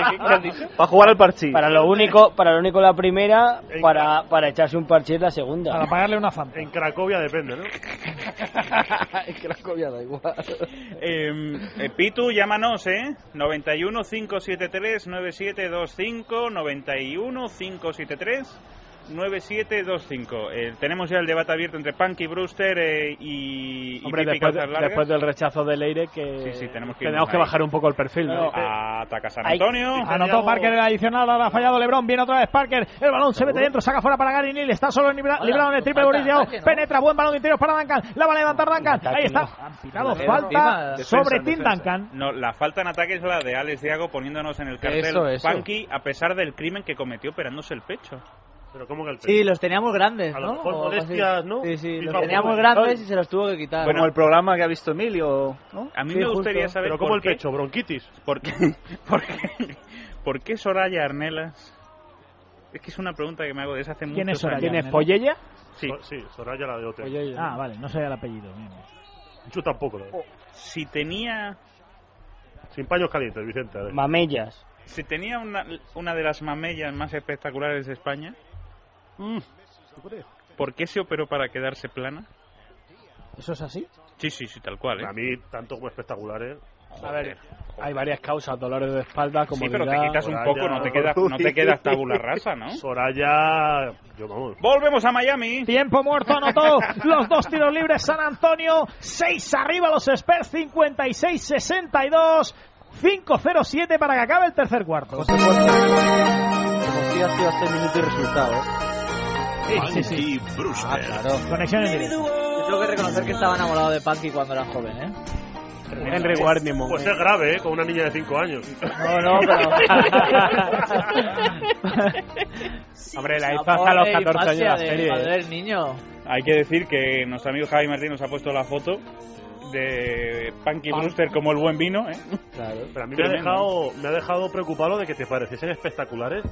S3: de qué- qué has dicho.
S8: Para jugar al parchís.
S9: Para lo único, para lo único la primera, para, para echarse un parche es la segunda.
S5: pagarle una fanta.
S7: En Cracovia depende, ¿no?
S6: [LAUGHS] Es que la copia da igual.
S3: Eh, eh, Pitu, llámanos, ¿eh? 91 573 9725 91 573 9725. Eh, tenemos ya el debate abierto entre Punky Brewster eh, y, y
S10: Hombre,
S3: Pipi
S10: después, de-
S3: Calzas Largas.
S10: después del rechazo de Leire que
S3: Sí, sí, tenemos que irnos ahí. ah.
S10: bajar un poco el perfil, ¿no?
S3: Ataca San
S9: Ay.
S3: Antonio.
S5: Anotó Parker el adicional, ahora ha fallado Lebron, viene otra vez Parker, el balón se mete dentro, saca fuera para Gary Neal, está solo en libra- librado en el triple
S4: falta,
S5: Boris Diaw,
S4: ataque, ¿no?
S5: penetra, buen balón de interior para Duncan, la va a levantar Duncan,
S9: Ataque,
S5: ahí está,
S9: no.
S5: han pitado
S4: Pero
S5: falta
S4: encima,
S5: sobre Tim
S8: defensa, defensa.
S5: Duncan.
S3: No, la falta en ataque es la de Alex Diago poniéndonos en el cartel
S6: Eso, eso.
S3: Punky a pesar del crimen que cometió operándose el pecho.
S7: Pero ¿cómo que el
S4: Sí, los teníamos grandes,
S7: A
S4: ¿no?
S7: lo mejor
S4: O algo así.
S7: molestias, ¿no?
S4: Sí, sí,
S7: Misma
S4: los teníamos
S7: forma.
S4: grandes y se los tuvo que quitar.
S8: Como el programa que ha visto Emilio, ¿no?
S3: A mí
S4: Sí,
S3: me gustaría
S4: justo.
S3: saber
S7: Pero como
S3: por
S7: el
S3: qué-
S7: pecho, bronquitis.
S3: ¿Por qué, [LAUGHS] por qué- por qué Soraya Arnelas? Es que es una pregunta que me hago desde hace mucho
S5: ¿Quién es
S3: muchos
S5: Soraya?
S3: años.
S10: ¿Tienes
S5: ¿no?
S10: Pollella?
S3: Sí.
S7: So- sí, Soraya la de OT.
S10: Pollella.
S5: Ah, vale, no sé el apellido. bien.
S7: Yo tampoco. ¿no?
S3: Si tenía,
S7: Sin paños calientes, Vicente. a ver.
S9: Mamellas.
S3: si tenía una, una de las mamellas más espectaculares de España,
S7: Mm. ¿Tú crees?
S3: ¿por qué se operó para quedarse plana?
S5: ¿Eso es así?
S3: Sí, sí, sí, tal cual. ¿eh?
S7: A mí, tanto como espectacular, ¿eh?
S10: A ver, hay varias causas, dolores de espalda, como
S3: Sí, pero te quitas un poco, no te quedas, no
S7: [LAUGHS]
S3: te quedas tabula rasa, ¿no?
S7: Soraya, Ah, yo vamos.
S3: Volvemos a Miami.
S5: Tiempo muerto anotó los dos tiros libres San Antonio. 6 arriba los Spurs, 56-62. 5-0-7 para que acabe el tercer cuarto.
S6: Confías que va a ser minuto y resultado, ¿eh?
S5: Sí, sí, sí.
S6: Ah, claro.
S5: Conexión en directo.
S4: Yo tengo que reconocer que estaba enamorado de Punky cuando era joven, ¿eh?
S10: Henry Guardian.
S7: Pues es grave, ¿eh? Con una niña de 5 años.
S4: No, no, pero...
S7: [LAUGHS]
S3: Hombre,
S4: La
S3: la hizo hasta los
S4: pobre
S3: 14 años
S4: e infancia
S3: la
S4: de-
S3: serie. ¿eh?
S4: Joder, el niño.
S3: Hay que decir que nuestro amigo Javi Martín nos ha puesto la foto de Punky
S4: Ah.
S3: Brewster como el buen vino, ¿eh?
S7: Pero a mí ¿eh? me ha,
S3: Tremendo.
S7: dejado, me ha dejado preocupado de que te pareciesen espectaculares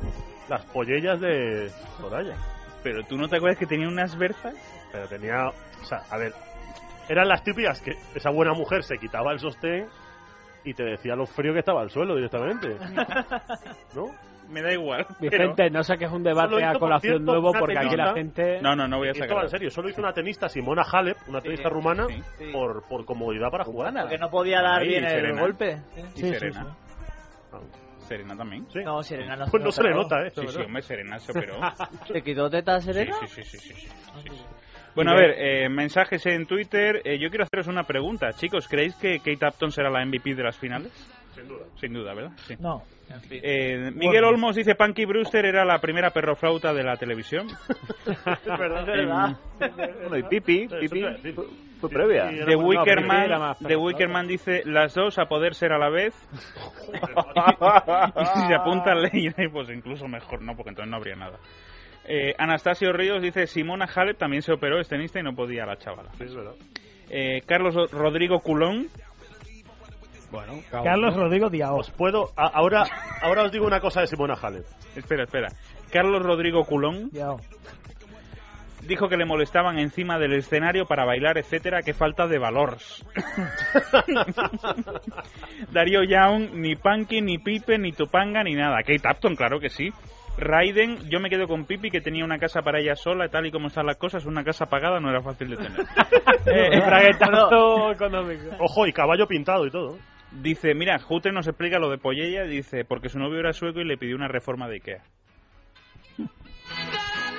S7: las pollellas de Soraya.
S3: Pero tú no te acuerdas que tenía unas berzas.
S7: Pero tenía. O sea, a ver. Eran las típicas que esa buena mujer se quitaba el sostén y te decía lo frío que estaba el suelo directamente. ¿No?
S3: Me da
S4: [LAUGHS]
S3: igual.
S10: Vicente, no saques un
S7: Solo
S10: debate
S7: hizo,
S10: a
S7: por
S10: colación
S7: cierto,
S10: nuevo
S7: una
S10: porque aquí la
S7: tenista.
S10: gente.
S3: No, no, no voy a
S7: Esto va
S3: sacar.
S7: en serio, solo hizo una tenista Simona Halep, una tenista rumana, por, por comodidad para jugar.
S4: Porque no podía dar
S3: Ahí,
S4: bien el
S3: Serena.
S4: golpe.
S3: Y Serena. Serena también.
S7: Sí.
S4: No, Serena no
S7: Pues no se le
S4: operó.
S7: nota, ¿eh?
S3: Sí, sí, hombre, Serena se operó.
S4: [LAUGHS] ¿Te quitó teta Serena?
S3: Sí, sí, sí, sí, sí, sí, sí. Bueno, a ver, eh, mensajes en Twitter. Eh, yo quiero haceros una pregunta. Chicos, ¿creéis que Kate Upton será la MVP de las finales?
S7: Sin duda.
S3: Sin duda, ¿verdad? Sí.
S5: No.
S3: Eh, Miguel Olmos dice, Punky Brewster era la primera perroflauta de
S7: [LAUGHS]
S3: la televisión.
S7: Es verdad.
S8: Bueno, y Pipi,
S7: Eso
S8: Pipi
S7: iba a decir.
S8: fue- fue previa.
S7: Sí, sí,
S3: The
S7: era muy- no, pero
S3: Wickerman,
S7: era más
S3: The Wickerman dice, las dos a poder ser a
S7: [LAUGHS]
S3: la vez. y si se apunta a Leire, pues incluso mejor no, porque entonces no habría nada. Eh, Anastasio Ríos dice, Simona Halep también se operó, es tenista y no podía la chavala.
S7: Sí, es verdad.
S3: Eh, Carlos Ro- Rodrigo Culón. Bueno,
S5: Carlos Rodrigo Diaos.
S7: Os
S5: [LAUGHS]
S7: puedo. a- ahora, ahora os digo una cosa de Simona Halep.
S3: Espera, espera. Carlos Rodrigo Culón dijo que le molestaban encima del escenario para bailar, etcétera, que falta de valor. [LAUGHS] Darío Young, ni Punky, ni Pipe, ni Topanga, ni nada. Kate Upton, claro que sí. Raiden, yo me quedo con Pipi que tenía una casa para ella sola, tal y como están las cosas, una casa pagada no era fácil de tener. [LAUGHS] Eh,
S10: Braguetazo económico.
S7: Ojo, y caballo pintado y todo.
S3: Dice, mira, Jute nos explica lo de Pollella, dice, porque su novio era sueco y le pidió una reforma de Ikea.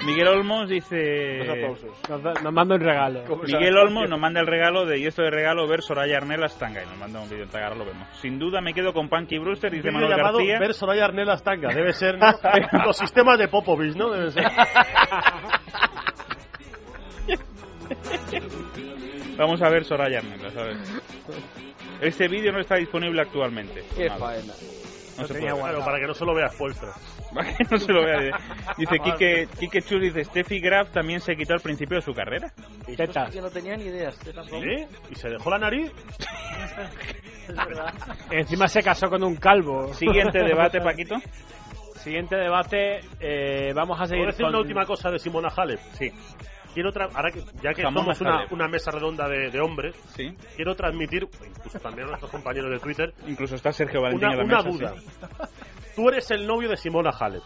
S3: Miguel Olmos
S7: Dos
S3: dice...
S7: aplausos.
S10: Nos, da- nos manda un regalo.
S3: Miguel Olmos nos manda el regalo de y esto de regalo ver Soraya Arnelas Tanga y nos manda un vídeo en Tagara, lo vemos. Sin duda me quedo con Punky Brewster, dice
S7: Vídeo
S3: Manuel
S7: llamado
S3: García.
S7: Ver Soraya Arnelas Tanga. Debe ser
S3: [LAUGHS]
S7: ¿no? los sistemas de Popovich, ¿no? Debe ser.
S3: Vamos a ver Soraya Arnelas, a ver. Este vídeo no está disponible actualmente.
S6: Qué
S3: Nada,
S6: faena.
S3: no se puede ver.
S7: Claro, para que no se lo veas puesto.
S3: [LAUGHS] Para que no se lo vea. Dice Quique, Quique Chus, dice, Steffi Graf también se quitó al principio de su carrera.
S10: Tetas.
S6: Yo no tenía ni idea. Este tampoco.
S7: ¿Sí? ¿Y se dejó la nariz?
S10: Encima se casó con un calvo.
S3: Siguiente
S10: [LAUGHS]
S3: debate, Paquito.
S10: Siguiente debate. eh, vamos a
S7: Puedo
S10: seguir
S7: decir
S10: con...
S7: una última cosa de Simona Halep.
S3: Sí,
S7: Quiero tra- ahora que, ya que
S3: Jamona
S7: somos una,
S3: Halep.
S7: una mesa redonda de, de hombres,
S3: sí.
S7: quiero transmitir, incluso también a nuestros compañeros de Twitter,
S3: Incluso está Sergio Valentín
S7: una,
S3: en la
S7: una
S3: mesa,
S7: duda.
S3: sí.
S7: Tú eres el novio de Simona Halep.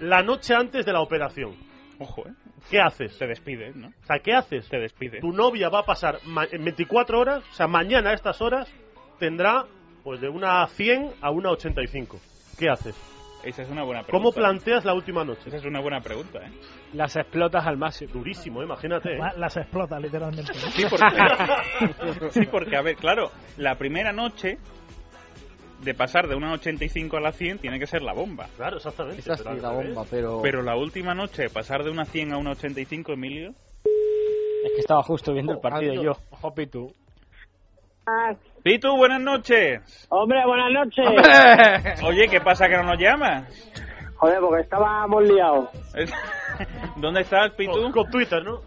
S7: La noche antes de la operación,
S3: Ojo, ¿eh?
S7: ¿qué haces?
S3: Te despide, ¿no?
S7: O sea, ¿qué haces?
S3: Te despide.
S7: Tu novia va a pasar ma- en 24 horas, o sea, mañana a estas horas, tendrá pues de una 100 a una 85. ¿Qué haces?
S3: Esa es una buena pregunta.
S7: ¿Cómo planteas la última noche?
S3: Esa es una buena pregunta, ¿eh?
S10: Las explotas al máximo.
S7: Durísimo, ¿eh? imagínate. ¿eh?
S5: La- Las explota, literalmente. ¿no?
S3: Sí
S5: [LAUGHS]
S6: [LAUGHS]
S3: porque, sí, porque, a ver, claro, la primera noche de pasar de una 85 a la 100 tiene que ser la bomba.
S7: Claro, exactamente.
S6: Esa es
S7: pero al
S6: la
S7: revés.
S6: bomba, pero...
S3: ¿eh? Pero la última noche, de pasar de una 100 a una 85, Emilio,
S9: Es que estaba justo viendo el
S10: Oh,
S9: partido
S10: adiós.
S9: yo.
S10: Ojo, Pitu.
S3: Pitu, buenas noches.
S19: Ah. Hombre, buenas noches.
S3: [LAUGHS] Oye, ¿qué pasa que no nos llamas? [LAUGHS]
S19: Joder, porque estábamos liados.
S3: Es- ¿Dónde estás,
S7: Con,
S3: Pitu?
S7: con Twitter, ¿no?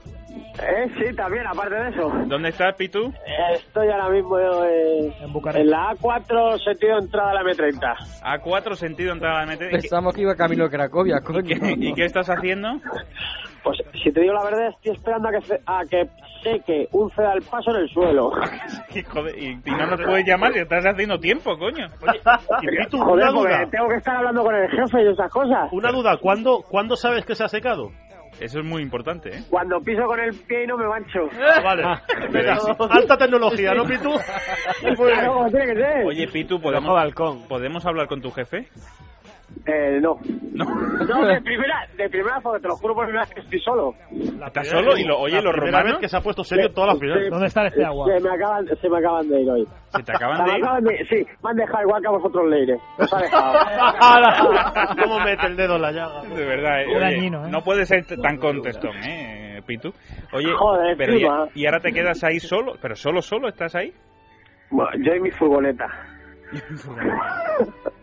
S19: Eh, sí, también, aparte de eso.
S3: ¿Dónde estás, Pitu?
S19: Eh, Estoy ahora mismo eh,
S5: En
S19: en,
S5: Bucarest.
S19: la A4, sentido entrada a la M30.
S3: A4 sentido entrada a meter. ¿Y qué,
S6: Pensamos que iba camino de Cracovia, coño.
S3: [LAUGHS] y qué estás haciendo? [LAUGHS]
S19: Pues si te digo la verdad, estoy esperando a que, ce- a que seque un cedal paso en el suelo.
S3: Y, joder, y, y no nos puedes llamar, y estás haciendo tiempo, coño.
S19: [LAUGHS]
S7: Y Pitu,
S19: Joder,
S7: una
S19: porque
S7: duda.
S19: tengo que estar hablando con el jefe y esas cosas.
S7: Una duda, ¿cuándo, ¿cuándo sabes que se ha secado?
S3: Eso es muy importante, ¿eh?
S19: Cuando piso con el pie y no me mancho.
S7: Ah,
S3: Vale.
S7: [LAUGHS] Venga, alta tecnología, ¿no, Pitu? Muy bien.
S19: Claro, como tiene que ser.
S3: Oye, Pitu, ¿podemos, ¿podemos hablar con tu jefe?
S19: Eh, no. No, de primera, de primera, porque te lo juro por primera vez que estoy solo.
S3: ¿Estás solo? Y lo, oye,
S7: la
S3: los
S7: primera vez
S3: romanos...
S7: que se ha puesto serio toda la final.
S5: ¿Dónde está este agua?
S19: Se me acaban, se me acaban de ir hoy.
S3: Se te acaban
S19: Se
S3: de
S19: me
S3: ir.
S19: acaban de- sí, me han dejado igual que a vosotros leire. Os ha dejado.
S7: ¿Cómo mete el dedo en la llaga?
S3: De verdad, eh,
S5: Qué
S3: oye,
S5: dañino, ¿eh?
S3: no puede ser t- tan contestón, ¿eh, Pitu? Oye,
S19: Joder,
S3: pero
S19: sí,
S3: ya-
S19: va.
S3: ¿y ahora te quedas ahí solo? ¿Pero solo, solo estás ahí?
S19: Bueno, yo y mi furgoneta.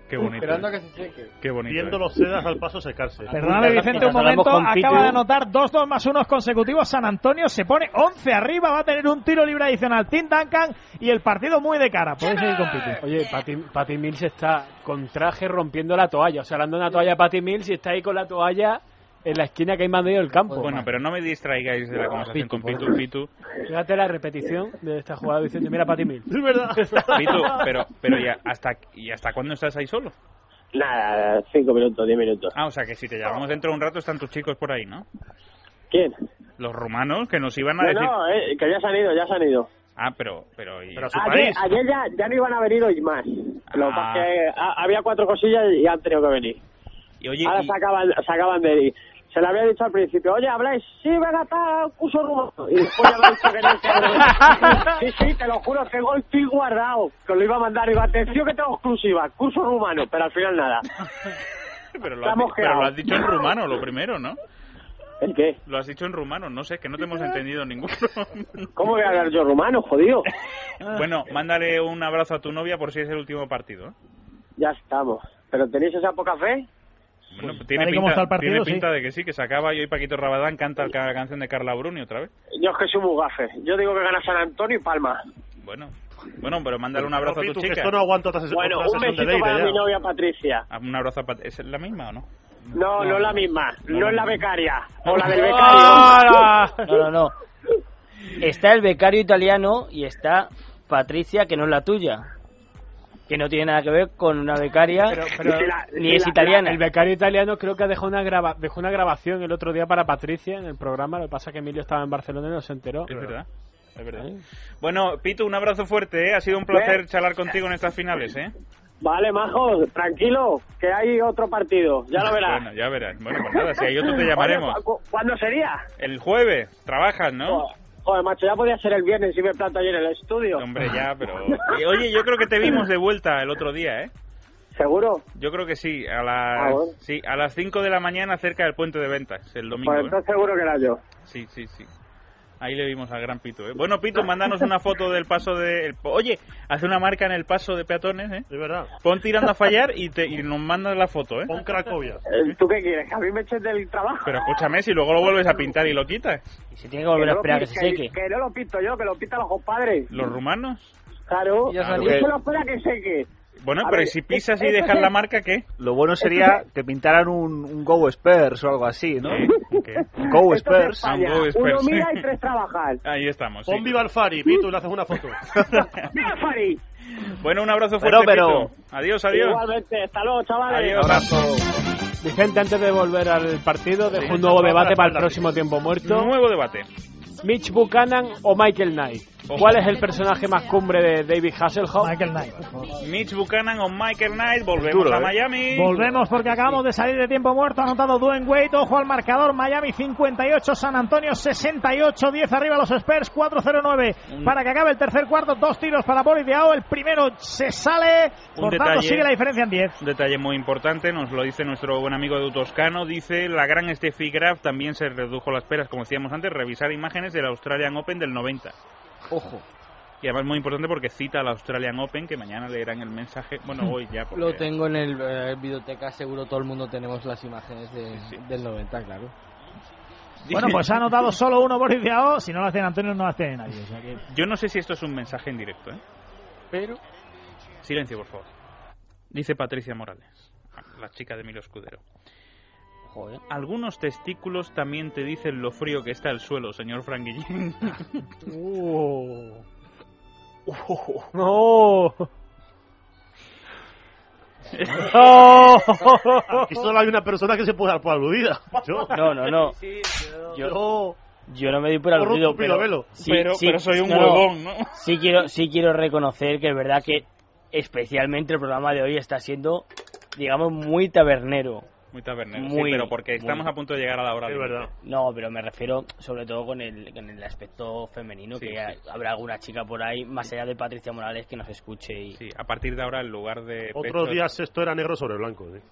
S3: Qué bonito.
S6: Esperando a
S3: ¿eh?
S6: que se seque.
S3: Qué bonito.
S7: Viendo
S3: ¿eh?
S7: los sedas al paso secarse.
S5: Perdóname, Vicente, un momento.
S8: Hablamos con Pitu.
S5: Acaba de anotar dos 2 más unos consecutivos. San Antonio se pone 11 arriba. Va a tener un tiro libre adicional. Tim Duncan y el partido muy de cara. Podéis seguir con Pitu.
S10: Oye, Patty, Patty Mills está con traje rompiendo la toalla. O sea, le han dado una toalla a Patty Mills y está ahí con la toalla en la esquina que hay más medio del campo.
S3: Bueno, pero no me distraigáis de la conversación con Pitu, Pitu.
S10: Fíjate la repetición de esta jugada diciendo, mira Patty Mills. [LAUGHS]
S7: Es [LAUGHS] verdad.
S3: Pitu, pero, pero ¿y, hasta, ¿y hasta cuándo estás ahí solo?
S19: Nada, cinco minutos, diez minutos.
S3: Ah, o sea que si te llamamos dentro de un rato están tus chicos por ahí, ¿no?
S19: ¿Quién?
S3: Los rumanos que nos iban a
S19: No,
S3: decir...
S19: no, eh, que ya se han ido, ya se han ido.
S3: Ah, pero... Pero, y-
S7: Pero a su
S19: Ayer,
S7: país.
S19: ayer ya, ya no iban a venir hoy más. Lo que
S3: Ah.
S19: pasa es que ha- había cuatro cosillas y han tenido que venir.
S3: y oye,
S19: Ahora
S3: y-
S19: se acaban, se acaban de ir. Se le había dicho al principio, oye, habláis, sí, venga, tal, curso rumbo. Y después ya me ha dicho que no. que no. Sí, sí, te lo juro, tengo el tweet guardado, que lo iba a mandar. Y digo, atención que tengo exclusiva, curso rumano, pero al final nada.
S3: [LAUGHS] pero, lo has,
S19: estamos
S3: di- pero lo
S19: quedados.
S3: has dicho en rumano, lo primero, ¿no?
S19: ¿El qué?
S3: Lo has dicho en rumano, no sé, que no te hemos entendido ninguno.
S19: ¿Cómo voy a hablar yo rumano, jodido?
S3: [LAUGHS] Bueno, mándale un abrazo a tu novia por si es el último partido. ¿eh?
S19: Ya estamos. ¿Pero tenéis esa poca fe?
S3: Bueno, tiene,
S5: Pues, tal y
S3: pinta,
S5: como está el partido,
S3: tiene pinta de que sí, que se acaba y hoy Paquito Rabadán canta la ca- canción de Carla Bruni otra vez.
S19: Yo es que soy muy gafe. Yo digo que gana San Antonio y Palma.
S3: Bueno, bueno, pero mándale un abrazo a
S7: Pitu,
S3: tu
S7: que
S3: chica.
S7: Esto no aguanto otra ses-
S19: Bueno, un
S7: otra sesión de
S19: besito para
S7: Leire,
S19: mi
S7: ya.
S19: novia Patricia.
S3: Ah, Un abrazo a Pat- ¿Es la misma o no?
S19: No, no es la misma.
S3: No,
S19: No,
S3: no.
S19: es la becaria. O la del
S10: ¡Hola!
S19: becario.
S9: No, no, no. Está el becario italiano y está Patricia, que no es la tuya. Que no tiene nada que ver con una becaria,
S10: pero-
S19: Si la-
S9: ni
S19: si
S9: es
S19: la-
S9: italiana.
S10: El becario italiano creo que dejó una, grava- dejó una grabación el otro día para Patricia en el programa. Lo que pasa es que Emilio estaba en Barcelona y no se enteró.
S3: Es verdad. Es verdad.
S10: ¿Eh?
S3: Bueno, Pitu, un abrazo fuerte, ¿eh? Ha sido un placer charlar contigo en estas finales, ¿eh?
S19: Vale, majo, tranquilo, que hay otro partido. Ya lo verás.
S3: Bueno, ya verás. Bueno, pues nada, si hay otro te llamaremos.
S19: Oye, ¿cu- ¿Cuándo sería?
S3: El jueves, trabajas, ¿no?
S19: Joder, Joder, macho, ya podía ser el viernes si me planto allí en el estudio.
S3: Hombre, ya, pero... Eh, Oye, yo creo que te vimos de vuelta el otro día, ¿eh?
S19: ¿Seguro?
S3: Yo creo que sí, a
S19: Ah,
S3: las
S19: bueno.
S3: sí, a las 5 de la mañana cerca del puente de ventas, el domingo.
S19: Pues
S3: ¿eh?
S19: entonces seguro que era yo.
S3: Sí, sí, sí. Ahí le vimos al gran Pito, ¿eh? Bueno, Pito, mándanos una foto del paso de... el- Oye, haz una marca en el paso de peatones, ¿eh?
S7: Es verdad.
S3: Pon tirando a fallar y, te... y nos mandas la foto, ¿eh?
S7: Pon Cracovia.
S19: Eh, ¿Tú qué quieres? ¿Que a mí me echen del trabajo?
S3: Pero escúchame, si luego lo vuelves a pintar y lo quitas.
S9: Y se tiene que volver a
S19: no lo
S9: esperar a que
S19: pi-
S9: se seque.
S19: que no lo pinto yo, que lo pintan los compadres.
S3: ¿Los rumanos?
S19: Claro,
S6: Y ya
S19: yo
S6: salió.
S19: se lo espera que seque.
S3: Bueno,
S19: A
S3: pero
S19: ver,
S3: si
S19: es-
S3: pisas y
S19: eso
S3: dejas
S19: es-
S3: la marca, ¿qué?
S8: Lo bueno sería que pintaran un, un Go Spurs o algo así, ¿no?
S3: ¿Eh? ¿Qué?
S8: Ah, Un Go
S19: Esto es
S8: Spurs.
S19: España.
S3: Sango
S19: Uno
S3: Spurs.
S19: mira y tres trabajan.
S3: Ahí estamos. sí.
S7: Pon viva el Fari, Pitu, y le haces una foto.
S19: ¡Mira, Fari!
S3: Bueno, [LAUGHS] un abrazo
S8: Pero,
S3: fuerte,
S8: pero-
S3: Pito. Adiós, adiós.
S19: Igualmente, hasta luego, chavales.
S3: Adiós.
S10: Vicente, antes de volver al partido, dejo
S7: Sí,
S10: un nuevo
S7: se va a
S10: debate
S7: dar
S10: para el
S7: cuenta,
S10: próximo tiempo muerto.
S3: Nuevo debate.
S10: Mitch Buchanan o Michael Knight.
S3: Ojo.
S10: ¿Cuál es el personaje más cumbre de David Hasselhoff?
S5: Michael Knight, por favor.
S3: Mitch Buchanan o Michael Knight. Volvemos
S7: Duro,
S3: a
S7: ¿eh?
S3: Miami.
S5: Volvemos porque acabamos de salir de tiempo muerto. Ha anotado Dwayne Wade. Ojo al marcador. Miami 58, San Antonio 68. 10 arriba los Spurs. 4-0-9 para que acabe el tercer cuarto. Dos tiros para Boris Diaw. El primero se sale.
S3: Un
S5: Por tanto,
S3: detalle. ¿eh?
S5: sigue la diferencia en 10.
S3: Un detalle muy importante, nos lo dice nuestro buen amigo de Toscano, dice la gran Steffi Graf también se redujo las peras, como decíamos antes, revisar imágenes del Australian Open del 90.
S6: Ojo.
S3: Y además muy importante porque cita al Australian Open, que mañana leerán el mensaje,
S19: [LAUGHS]
S3: bueno, hoy ya. Porque...
S6: Lo tengo en el, eh, biblioteca, seguro todo el mundo tenemos las imágenes de-
S3: Sí, sí.
S6: del 90, claro.
S5: Bueno, pues ha anotado solo uno Boris Diaw. Si no lo hacen Antonio, no lo hace nadie. O sea que-
S3: Yo no sé si esto es un mensaje en directo, ¿eh?
S6: Pero
S3: Silencio, por favor. Dice Patricia Morales, la chica de Milo Escudero.
S6: Joder.
S3: Algunos testículos también te dicen lo frío que está el suelo,
S6: [LAUGHS]
S3: señor Franguillín.
S5: [LAUGHS]
S10: No.
S7: Aquí solo hay una persona que se puede dar por aludida. Yo.
S9: No, no, no. Yo, yo no me di por
S7: Corro
S9: aludido,
S7: tu
S9: pero,
S7: pilomelo. Pero- pero soy un huevón, ¿no?
S9: Sí quiero, sí quiero reconocer que es verdad que especialmente el programa de hoy está siendo, digamos, muy tabernero.
S3: Muy tabernero, sí,
S9: Muy,
S3: pero porque estamos
S9: muy.
S3: a punto de llegar a la hora límite.
S9: No, pero me refiero sobre todo con el, con el aspecto femenino, que ha- habrá alguna chica por ahí, más allá de Patricia Morales, que nos escuche. Y...
S3: Sí, a partir de ahora, en lugar de...
S7: Otros días esto era negro sobre blanco. ¿eh?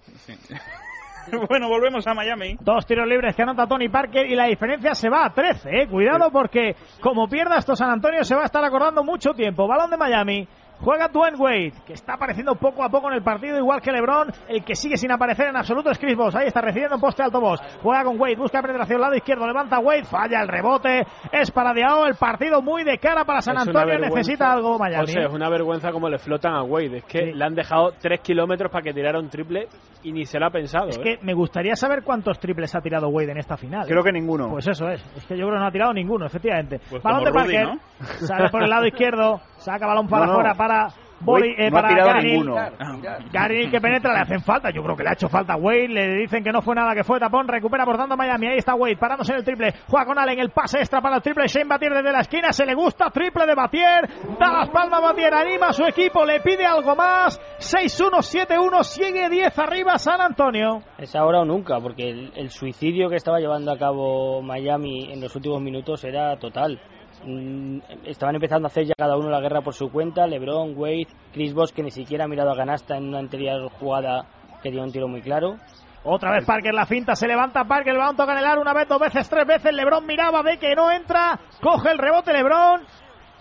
S3: [LAUGHS] bueno, volvemos a Miami.
S5: Dos tiros libres que anota Tony Parker y la diferencia se va a 13. ¿eh? Cuidado porque como pierda esto San Antonio se va a estar acordando mucho tiempo. Balón de Miami. Juega Dwayne Wade, que está apareciendo poco a poco en el partido, igual que LeBron. El que sigue sin aparecer en absoluto es Chris Bosh. Ahí está recibiendo en poste alto Bosh. Juega con Wade, busca penetración lado izquierdo, levanta Wade, falla el rebote. Es para Diao, el partido muy de cara para San
S10: Es una
S5: Antonio.
S10: vergüenza.
S5: Necesita algo Miami.
S10: O sea, es una vergüenza como le flotan a Wade. Es que le han dejado 3 kilómetros para que tirara un triple y ni se lo ha pensado.
S5: Es
S10: ¿eh?
S5: que me gustaría saber cuántos triples ha tirado Wade en esta final.
S10: Creo
S5: que
S10: Pues
S5: ninguno. Pues eso es. Es que yo creo que no ha tirado ninguno, efectivamente. balón de
S10: como Rudy,
S5: Parker.
S10: ¿no?
S5: Sale por el
S10: [LAUGHS]
S5: lado izquierdo. Saca balón para
S10: No, no.
S5: afuera para. Boli,
S10: Wade
S5: eh,
S10: no ha
S5: para
S10: tirado
S5: Garin.
S10: ninguno.
S5: Garin que penetra, le hacen falta. Yo creo que le ha hecho falta a Wade. Le dicen que no fue nada, que fue tapón. Recupera por tanto Miami. Ahí está Wade parándose en el triple. Juega con Allen. El pase extra para el triple. Shane Batier desde la esquina. Se le gusta. Triple de Batier. Da las palmas a Batier. Anima a su equipo. Le pide algo más. 6-1, 7-1. Sigue 10 arriba San Antonio.
S9: Es ahora o nunca, porque el, el suicidio que estaba llevando a cabo Miami en los últimos minutos era total. Mm, Estaban empezando a hacer ya cada uno la guerra por su cuenta. LeBron, Wade, Chris Bosh, que ni siquiera ha mirado a Ganasta en una anterior jugada que dio un tiro muy claro.
S5: Otra vez Parker la finta, se levanta Parker, el balón toca en el aro una vez, dos veces, tres veces. Lebron miraba, ve que no entra, coge el rebote Lebron.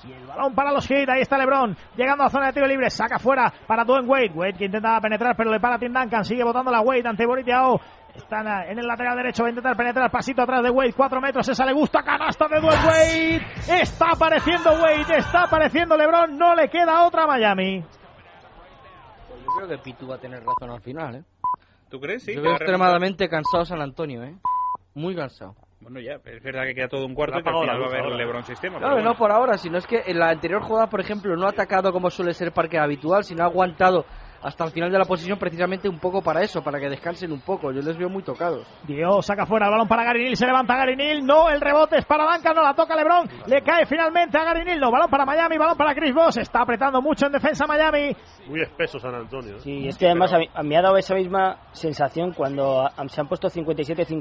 S5: Y el balón para los Heat, ahí está Lebron, llegando a la zona de tiro libre, saca fuera para Dwayne Wade. Wade que intentaba penetrar, pero le para Tim Duncan, sigue botando la Wade ante Boritiao. Están ah, en el lateral derecho, va a intentar penetrar, pasito atrás de Wade, cuatro metros, esa le gusta, canasta de Dwayne Wade. Está apareciendo Wade, está apareciendo Lebron, no le queda otra a Miami.
S6: Pues Yo creo que Pitu va a tener razón al final, ¿eh?
S3: ¿Tú crees? Sí,
S6: Yo
S3: que
S6: veo
S3: va a remontar.
S6: extremadamente cansado San Antonio, ¿eh? Muy cansado.
S3: Bueno, ya, es verdad que queda todo un cuarto
S6: Le ha
S3: y que al
S6: apagado
S3: final
S6: la
S3: va a
S6: luz
S3: haber
S6: ahora.
S3: LeBron Sistema.
S6: Claro,
S3: pero
S6: no
S3: bueno.
S6: por ahora, sino es que en la anterior jugada, por ejemplo, no ha atacado como suele ser parque habitual, sino ha aguantado hasta el final de la posición precisamente un poco para eso, para que descansen un poco. Yo les veo muy tocados.
S5: Dios, saca fuera el balón para Garinil, se levanta Garinil, no, el rebote es para Banca, no la toca Lebron, le cae finalmente a Garinil, no, balón para Miami, balón para Chris Bosh, está apretando mucho en defensa Miami.
S7: Muy espeso San Antonio. ¿eh?
S9: Sí, es que además a mí, a mí ha dado esa misma sensación cuando a- se han puesto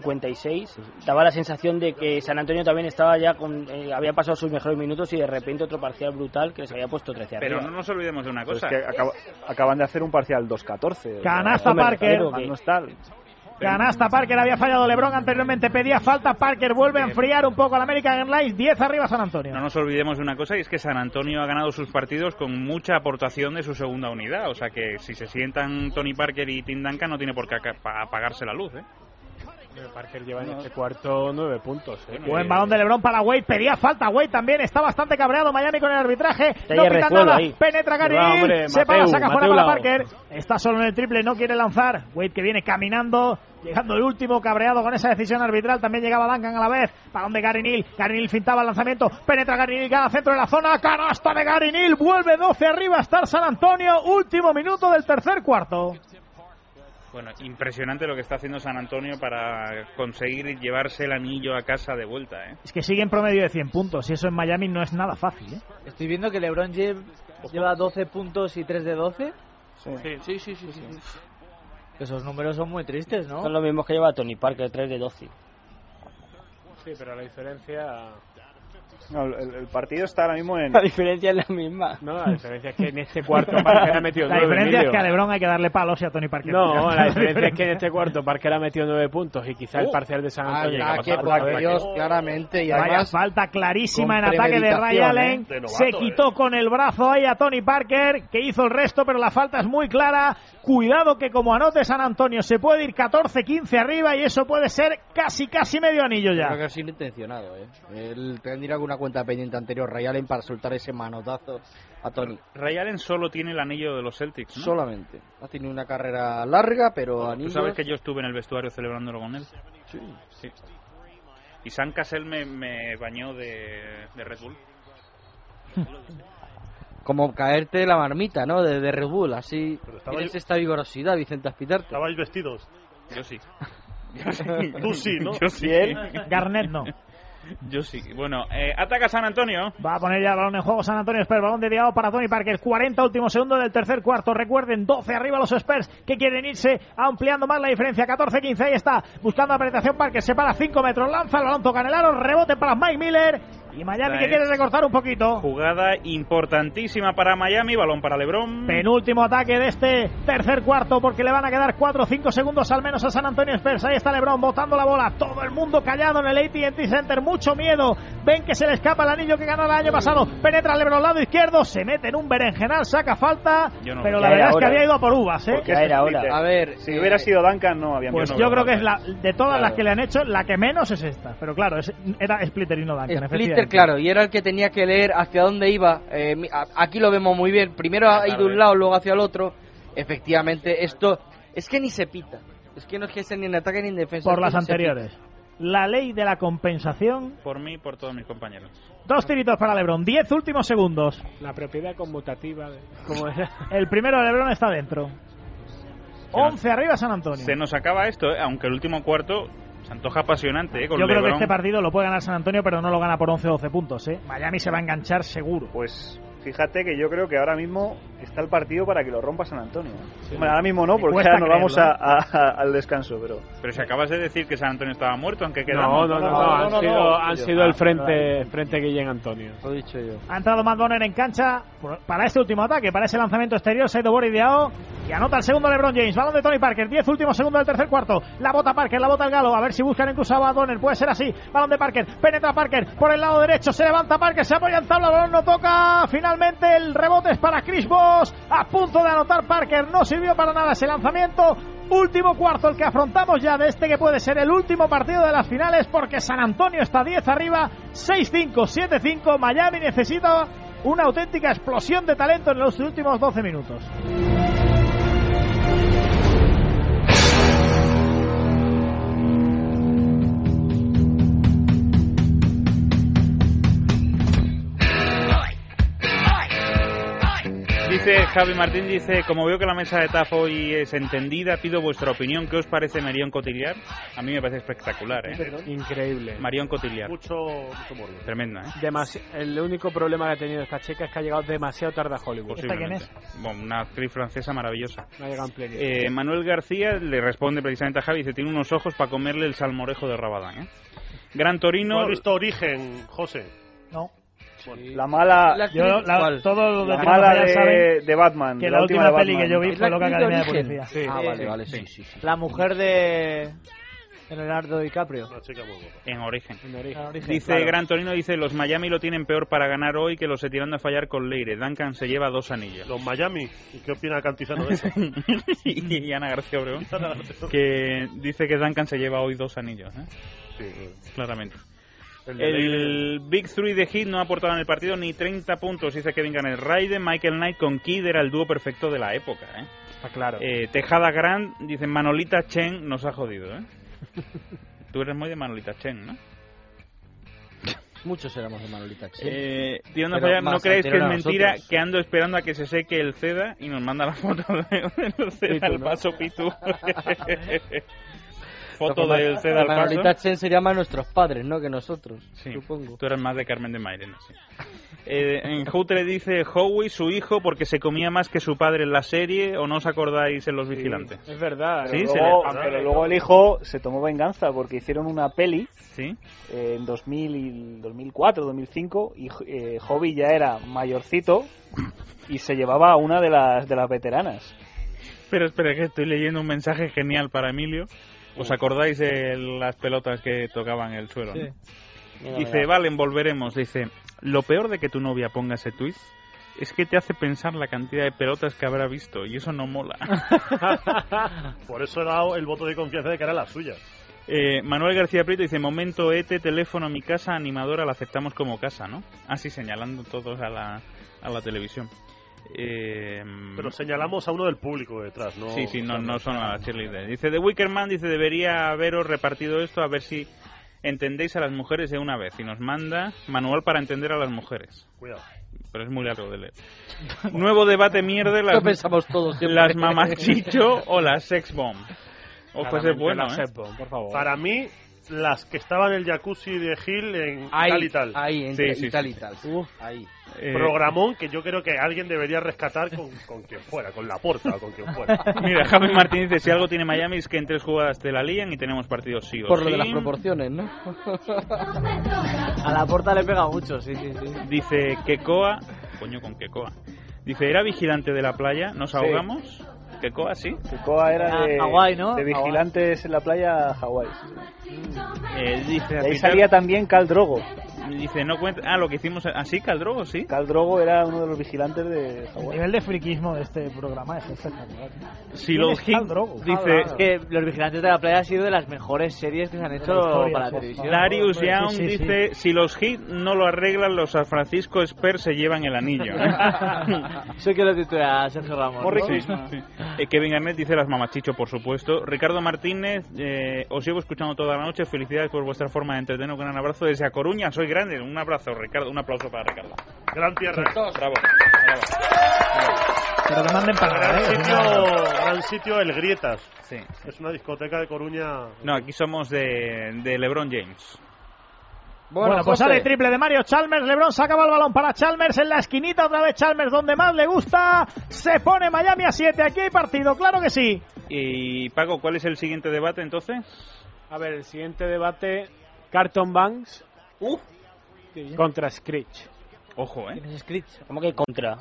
S9: 57-56. Daba la sensación de que San Antonio también estaba ya con, eh, había pasado sus mejores minutos y de repente otro parcial brutal que les había puesto 13
S3: Pero
S9: arriba.
S3: no nos olvidemos de una
S8: Pero es
S3: cosa.
S8: que acaba- acaban de hacer un parcial 2-14.
S5: Canasta Parker.
S8: No está.
S5: Canasta Parker, había fallado Lebron anteriormente, pedía falta, Parker vuelve a enfriar un poco al American Airlines, 10 arriba San Antonio.
S3: No nos olvidemos de una cosa y es que San Antonio ha ganado sus partidos con mucha aportación de su segunda unidad. O sea que si se sientan Tony Parker y Tim Duncan no tiene por qué aca- pa- apagarse la luz. ¿eh?
S10: Parker lleva en este cuarto 9
S3: Pues,
S10: puntos. ¿eh?
S5: Buen balón de Lebron para Wade, pedía falta Wade también, está bastante cabreado Miami con el arbitraje,
S10: Que
S5: no
S10: haya
S5: pita
S10: resuelva
S5: nada,
S10: ahí.
S5: penetra
S10: Que va, hombre,
S5: Garinil, se para,
S10: Mateu,
S5: saca fuera
S10: Mateu
S5: para
S10: Lao.
S5: Parker, está solo en el triple, no quiere lanzar, Wade que viene caminando, llegando el último cabreado con esa decisión arbitral, también llegaba Duncan a la vez, para donde Garinil, Garinil fintaba el lanzamiento, penetra Garinil, gana centro de la zona, canasta de Garinil, vuelve 12 arriba a estar San Antonio, último minuto del tercer cuarto.
S3: Bueno, impresionante lo que está haciendo San Antonio para conseguir llevarse el anillo a casa de vuelta. ¿eh?
S5: Es que sigue en promedio de 100 puntos y eso en Miami no es nada fácil. ¿eh?
S4: Estoy viendo que LeBron James lleva 12 puntos y 3 de 12.
S6: Sí, sí, sí. sí,
S4: Esos números son muy tristes, ¿no?
S9: Son los mismos que lleva Tony Parker, 3 de 12.
S10: Sí, pero la diferencia.
S8: No, el, el partido está ahora mismo en.
S9: La diferencia es la misma.
S10: No, la diferencia es que en este cuarto Parker ha metido
S5: La
S10: nueve,
S5: diferencia es
S10: Emilio.
S5: que a Lebron hay que darle palos y a Tony Parker.
S10: No,
S5: [LAUGHS]
S10: la diferencia es que en este cuarto Parker ha metido 9 puntos y quizá el
S5: Uh.
S10: parcial de San Antonio.
S6: Ataque,
S10: que ha pasado
S6: por
S10: por la
S6: Dios,
S10: cabeza.
S6: claramente. Y
S5: Vaya
S6: además,
S5: falta clarísima en
S6: con
S5: ataque de Ray
S6: premeditación,
S5: Allen.
S6: ¿eh? De novato,
S5: Se quitó con el brazo ahí a Tony Parker, que hizo el resto, pero la falta es muy clara. Cuidado que como anote San Antonio se puede ir 14-15 arriba y eso puede ser casi, casi medio anillo
S6: Yo Creo
S5: ya.
S6: que ha sido intencionado, ¿eh? Él tendría alguna cuenta pendiente anterior, Ray Allen, para soltar ese manotazo a Tony.
S3: Ray Allen solo tiene el anillo de los Celtics. ¿no?
S6: Solamente. Ha tenido una carrera larga, pero
S3: Tú
S6: anillos...
S3: sabes que yo estuve en el vestuario celebrándolo con él.
S6: Sí.
S3: Y San Casel me, me bañó de, de Red Bull.
S6: Como caerte la marmita, ¿no? De, de Red Bull, así.
S7: estaba
S6: Tienes
S7: yo-
S6: esta vigorosidad, Vicente Aspitarte.
S7: ¿Estabais vestidos?
S22: Yo
S10: [LAUGHS]
S22: sí.
S7: Tú sí, ¿no?
S22: Yo sí.
S5: Garnet no.
S22: Yo sí. Bueno, eh, ataca San Antonio.
S5: Va a poner ya el balón en juego San Antonio Spurs. Balón dedicado para Tony Parker. 40 último segundo del tercer cuarto. Recuerden, 12 arriba los Spurs que quieren irse ampliando más la diferencia. 14-15. Ahí está. Buscando apretación Parker. Se para 5 metros. Lanza el balón. Toca en el aro. Rebote para Mike Miller. Y Miami
S3: Esta
S5: que quiere
S3: es-
S5: recortar un poquito.
S3: Jugada importantísima para Miami, balón para Lebron.
S5: Penúltimo ataque de este tercer cuarto porque le van a quedar 4 o 5 segundos al menos a San Antonio Spurs. Ahí está Lebron botando la bola. Todo el mundo callado en el AT&T Center. Mucho miedo. Ven que se le escapa el anillo que ganó el año pasado. Penetra Lebron lado izquierdo. Se mete en un berenjenal. Saca falta.
S8: Yo no-
S5: pero
S8: Ya
S5: la
S8: era
S5: verdad es que
S8: hora.
S5: había ido a por uvas. ¿eh?
S8: Porque se explique.
S5: A ver,
S8: si hubiera sido Duncan, no había
S5: Pues yo creo que es la, de todas las que le han hecho, la que menos es esta. Pero claro, es- era Splitter y no Duncan.
S6: Splitter,
S5: efectivamente.
S6: claro, y era el que tenía que leer hacia dónde iba. Eh, mi- a- aquí lo vemos muy bien. Primero
S5: Ah,
S6: ha ido de
S5: eh.
S6: un lado, luego hacia el otro. Efectivamente, esto es que ni se pita. Es que no es que sea ni en ataque ni en defensa.
S5: Por
S6: es que
S5: las
S6: ni se
S5: anteriores. La ley de la compensación
S3: Por mí y por todos mis compañeros.
S5: Dos tiritos para Lebron, diez últimos segundos.
S10: La propiedad conmutativa, de- como era.
S5: El primero de Lebron está dentro. Once arriba San Antonio.
S3: Se nos acaba esto, eh, aunque el último cuarto se antoja apasionante eh, con
S5: Yo creo que
S3: LeBron.
S5: este partido lo puede ganar San Antonio, pero no lo gana por 11 o 12 puntos. ¿eh? Miami se va a enganchar seguro.
S8: Pues fíjate que yo creo que ahora mismo está el partido para que lo rompa San Antonio. Bueno, ahora mismo no,
S3: Me
S8: porque
S3: cuesta
S8: ahora nos
S3: creerlo,
S8: vamos
S5: ¿eh?
S8: a- a- a- al descanso, pero...
S3: Pero si acabas de decir que San Antonio estaba muerto, aunque queda
S10: No, no, no, no, han sido, han sido el frente,
S3: Ah,
S10: frente Guillén Antonio.
S6: Lo he dicho yo.
S5: Ha entrado Matt Bonner en cancha por- para este último ataque, para ese lanzamiento exterior, se ha ido Borideao y anota el segundo LeBron James. Balón de Tony Parker, 10 últimos segundos del tercer cuarto. La bota Parker, la bota el Galo, a ver si buscan incluso a Matt Bonner, puede ser así. Balón de Parker, penetra Parker por el lado derecho, se levanta Parker, se apoya en tabla, balón no toca. Finalmente el rebote es para Chris Bosh, a punto de anotar Parker, no sirvió para nada ese lanzamiento. Último cuarto, el que afrontamos ya de este que puede ser el último partido de las finales porque San Antonio está 10 arriba, 6-5, 7-5. Miami necesita una auténtica explosión de talento en los últimos 12 minutos.
S3: Dice Javi Martín, dice, como veo que la mesa de TAF hoy es entendida, pido vuestra opinión. ¿Qué os parece Marion Cotillard? A mí me parece espectacular, ¿eh?
S10: Increíble.
S3: Marion Cotillard.
S10: Mucho,
S3: Tremenda, ¿eh?
S10: Demasi- el único problema que ha tenido esta chica es que ha llegado demasiado tarde a Hollywood.
S3: Posiblemente. Bueno, una actriz francesa maravillosa.
S10: No ha llegado en pleno.
S3: Eh, Manuel García le responde precisamente a Javi, dice, tiene unos ojos para comerle el salmorejo de Rabadán, ¿eh? Gran Torino...
S7: ¿No has visto Origen, José?
S5: No.
S6: [LAUGHS]
S8: La mala...
S7: La actriz
S5: Yo, la-
S7: ¿cuál?
S5: todo lo
S8: La
S5: que
S8: mala
S5: ya
S8: de-
S5: saben
S8: de Batman,
S5: Que
S8: de
S5: la,
S8: la última
S5: última
S8: de
S5: peli
S8: Batman.
S5: que yo vi
S8: Es la
S5: fue Loca
S8: actriz de
S5: Academia de
S8: origen.
S5: Policía.
S8: Sí. Ah, vale, vale, sí, sí,
S4: La mujer de de Leonardo DiCaprio.
S3: En origen.
S4: En origen,
S3: Dice
S4: claro.
S3: Gran Torino, dice, los Miami lo tienen peor para ganar hoy que los se tirando a fallar con Leire. Duncan se lleva dos anillos.
S7: Los Miami. ¿Y qué opina Cantizano de eso?
S3: [LAUGHS] y, y Ana García Obregón, que dice que Duncan se lleva hoy dos anillos, ¿eh? Claramente.
S7: El
S3: El,
S7: de
S3: Big Three de Heat no ha aportado en el partido ni 30 puntos, dice Kevin Garnett. Raiden, Michael Knight con Kidd era el dúo perfecto de la época, ¿eh?
S10: Está claro.
S3: Eh, Tejada Grand, dice Manolita Chen, nos ha jodido, ¿eh? Tú eres muy de Manolita Chen, ¿no?
S6: pita. [LAUGHS] Muchos éramos de Manolita. sí.
S3: Eh, tirando a
S6: Pero
S3: fallar, ¿no
S6: más
S3: creéis que es
S6: anterior a
S3: mentira
S6: nosotros.
S3: que ando esperando a que se seque el ceda y nos manda la foto de- del
S6: Pitu,
S3: ceda al
S6: ¿no? [LAUGHS]
S3: paso Pitu?
S6: Lo
S3: foto
S6: que
S3: del
S6: más-
S3: ceda al
S6: Manolita
S3: paso.
S6: Chen sería más nuestros padres, ¿no? Que nosotros,
S3: Sí,
S6: supongo.
S3: tú eres más de Carmen de Mairena, sí. Eh, en Jutre dice Howie, su hijo, porque se comía más que su padre en la serie, ¿o no os acordáis en Los Vigilantes?
S10: Es verdad.
S3: Sí,
S8: pero
S3: se
S8: luego, ah,
S3: le-
S8: pero luego el hijo se tomó venganza porque hicieron una peli
S3: ¿Sí?
S8: eh, en 2000 y 2004, 2005 y eh, Hobby ya era mayorcito y se llevaba a una de las, de las veteranas.
S3: Pero espera, que estoy leyendo un mensaje genial para Emilio. ¿Os acordáis de las pelotas que tocaban el suelo?
S10: Sí.
S3: no?
S10: Mira,
S3: Dice,
S10: mira.
S3: Valen, volveremos. Dice, lo peor de que tu novia ponga ese tweet es que te hace pensar la cantidad de pelotas que habrá visto y eso no
S10: [LAUGHS]
S3: mola.
S7: Por eso he dado el voto de confianza de que era la suya.
S3: Eh, Manuel García Prieto dice, momento ET, teléfono a mi casa, animadora, la aceptamos como casa, ¿no? Así señalando todos a la, a la televisión. Eh,
S7: Pero señalamos a uno del público detrás, ¿no?
S3: Sí, sí, no, no son a las cheerleaders. Dice The Wickerman, dice debería haberos repartido esto a ver si entendéis a las mujeres de una vez. Y nos manda manual para entender a las mujeres.
S7: Cuidado.
S3: pero es muy largo
S6: [LAUGHS]
S3: de leer. Nuevo debate mierde las,
S6: Lo pensamos todos siempre.
S3: las mamachicho o las sex bomb. Ojo, ese es
S7: Claramente
S3: bueno,
S7: las
S3: ¿eh?
S7: sex bomb, Para mí, las que estaban en el jacuzzi de Gil en
S6: Ahí,
S7: tal y tal.
S6: ahí, en Sí, y sí, tal sí. y tal.
S7: Uf.
S6: Ahí.
S3: Eh,
S7: Programón que yo creo que alguien debería rescatar con, con quien fuera, con la porta o con quien fuera.
S3: [LAUGHS] Mira, Javi Martín dice, si algo tiene Miami es que en tres jugadas te la lían y tenemos partidos sí o
S6: Por lo
S3: sí.
S6: de las proporciones,
S5: [LAUGHS]
S6: ¿no?
S4: A la puerta le pega mucho, sí, sí, sí.
S3: Dice Kekoa, coño con Kekoa. Dice, era vigilante de la playa, nos
S8: Sí.
S3: ahogamos. Kekoa, sí.
S8: Coa era de,
S4: Ah, Hawái, ¿no?
S8: de vigilantes en la playa Hawái.
S3: Eh, dice,
S8: Y
S3: Apitar-
S8: ahí salía también Cal Drogo.
S3: dice, no cuenta... Ah, lo que hicimos así, Caldrogo, sí.
S8: Cal Drogo era uno de los vigilantes de
S11: El
S8: Hawái.
S11: nivel de friquismo de este programa es espectacular.
S3: Si
S11: ¿Quién
S3: lo
S11: es Khal Drogo?
S3: dice-
S4: Es que Los Vigilantes de la Playa ha sido de las mejores series que se han hecho
S3: la historia,
S4: para la
S3: por
S4: televisión.
S3: Darius
S4: Sí,
S3: Young
S4: sí, sí.
S3: dice, si los hits no lo arreglan, los San Francisco Spurs se llevan el
S4: [LAUGHS]
S3: anillo.
S4: Eso que lo titula Sergio Ramos. ¿no?
S3: Sí, sí. Eh, Kevin Garnett dice las mamachicho, por supuesto. Ricardo Martínez, eh, os llevo escuchando toda la noche. Felicidades por vuestra forma de entretener. Un gran abrazo desde A Coruña. Soy grande. Un abrazo, Ricardo. Un aplauso para Ricardo.
S7: Gran tierra.
S3: Bravo.
S11: Pero que manden para
S3: Ah,
S7: Gran
S11: ¿eh?
S7: sitio, gran sitio El Grietas.
S3: Sí.
S7: Es una discoteca de Coruña.
S3: No, aquí somos de, de LeBron James.
S5: Bueno, pues sale triple de Mario Chalmers. Lebron sacaba el balón para Chalmers en la esquinita. Otra vez Chalmers donde más le gusta. Se pone Miami a 7. Aquí hay partido, claro que sí.
S3: Y Paco, ¿cuál es el siguiente debate entonces?
S10: A ver, el siguiente debate, Carton Banks contra Screech.
S3: Ojo, ¿eh?
S9: ¿Cómo que contra?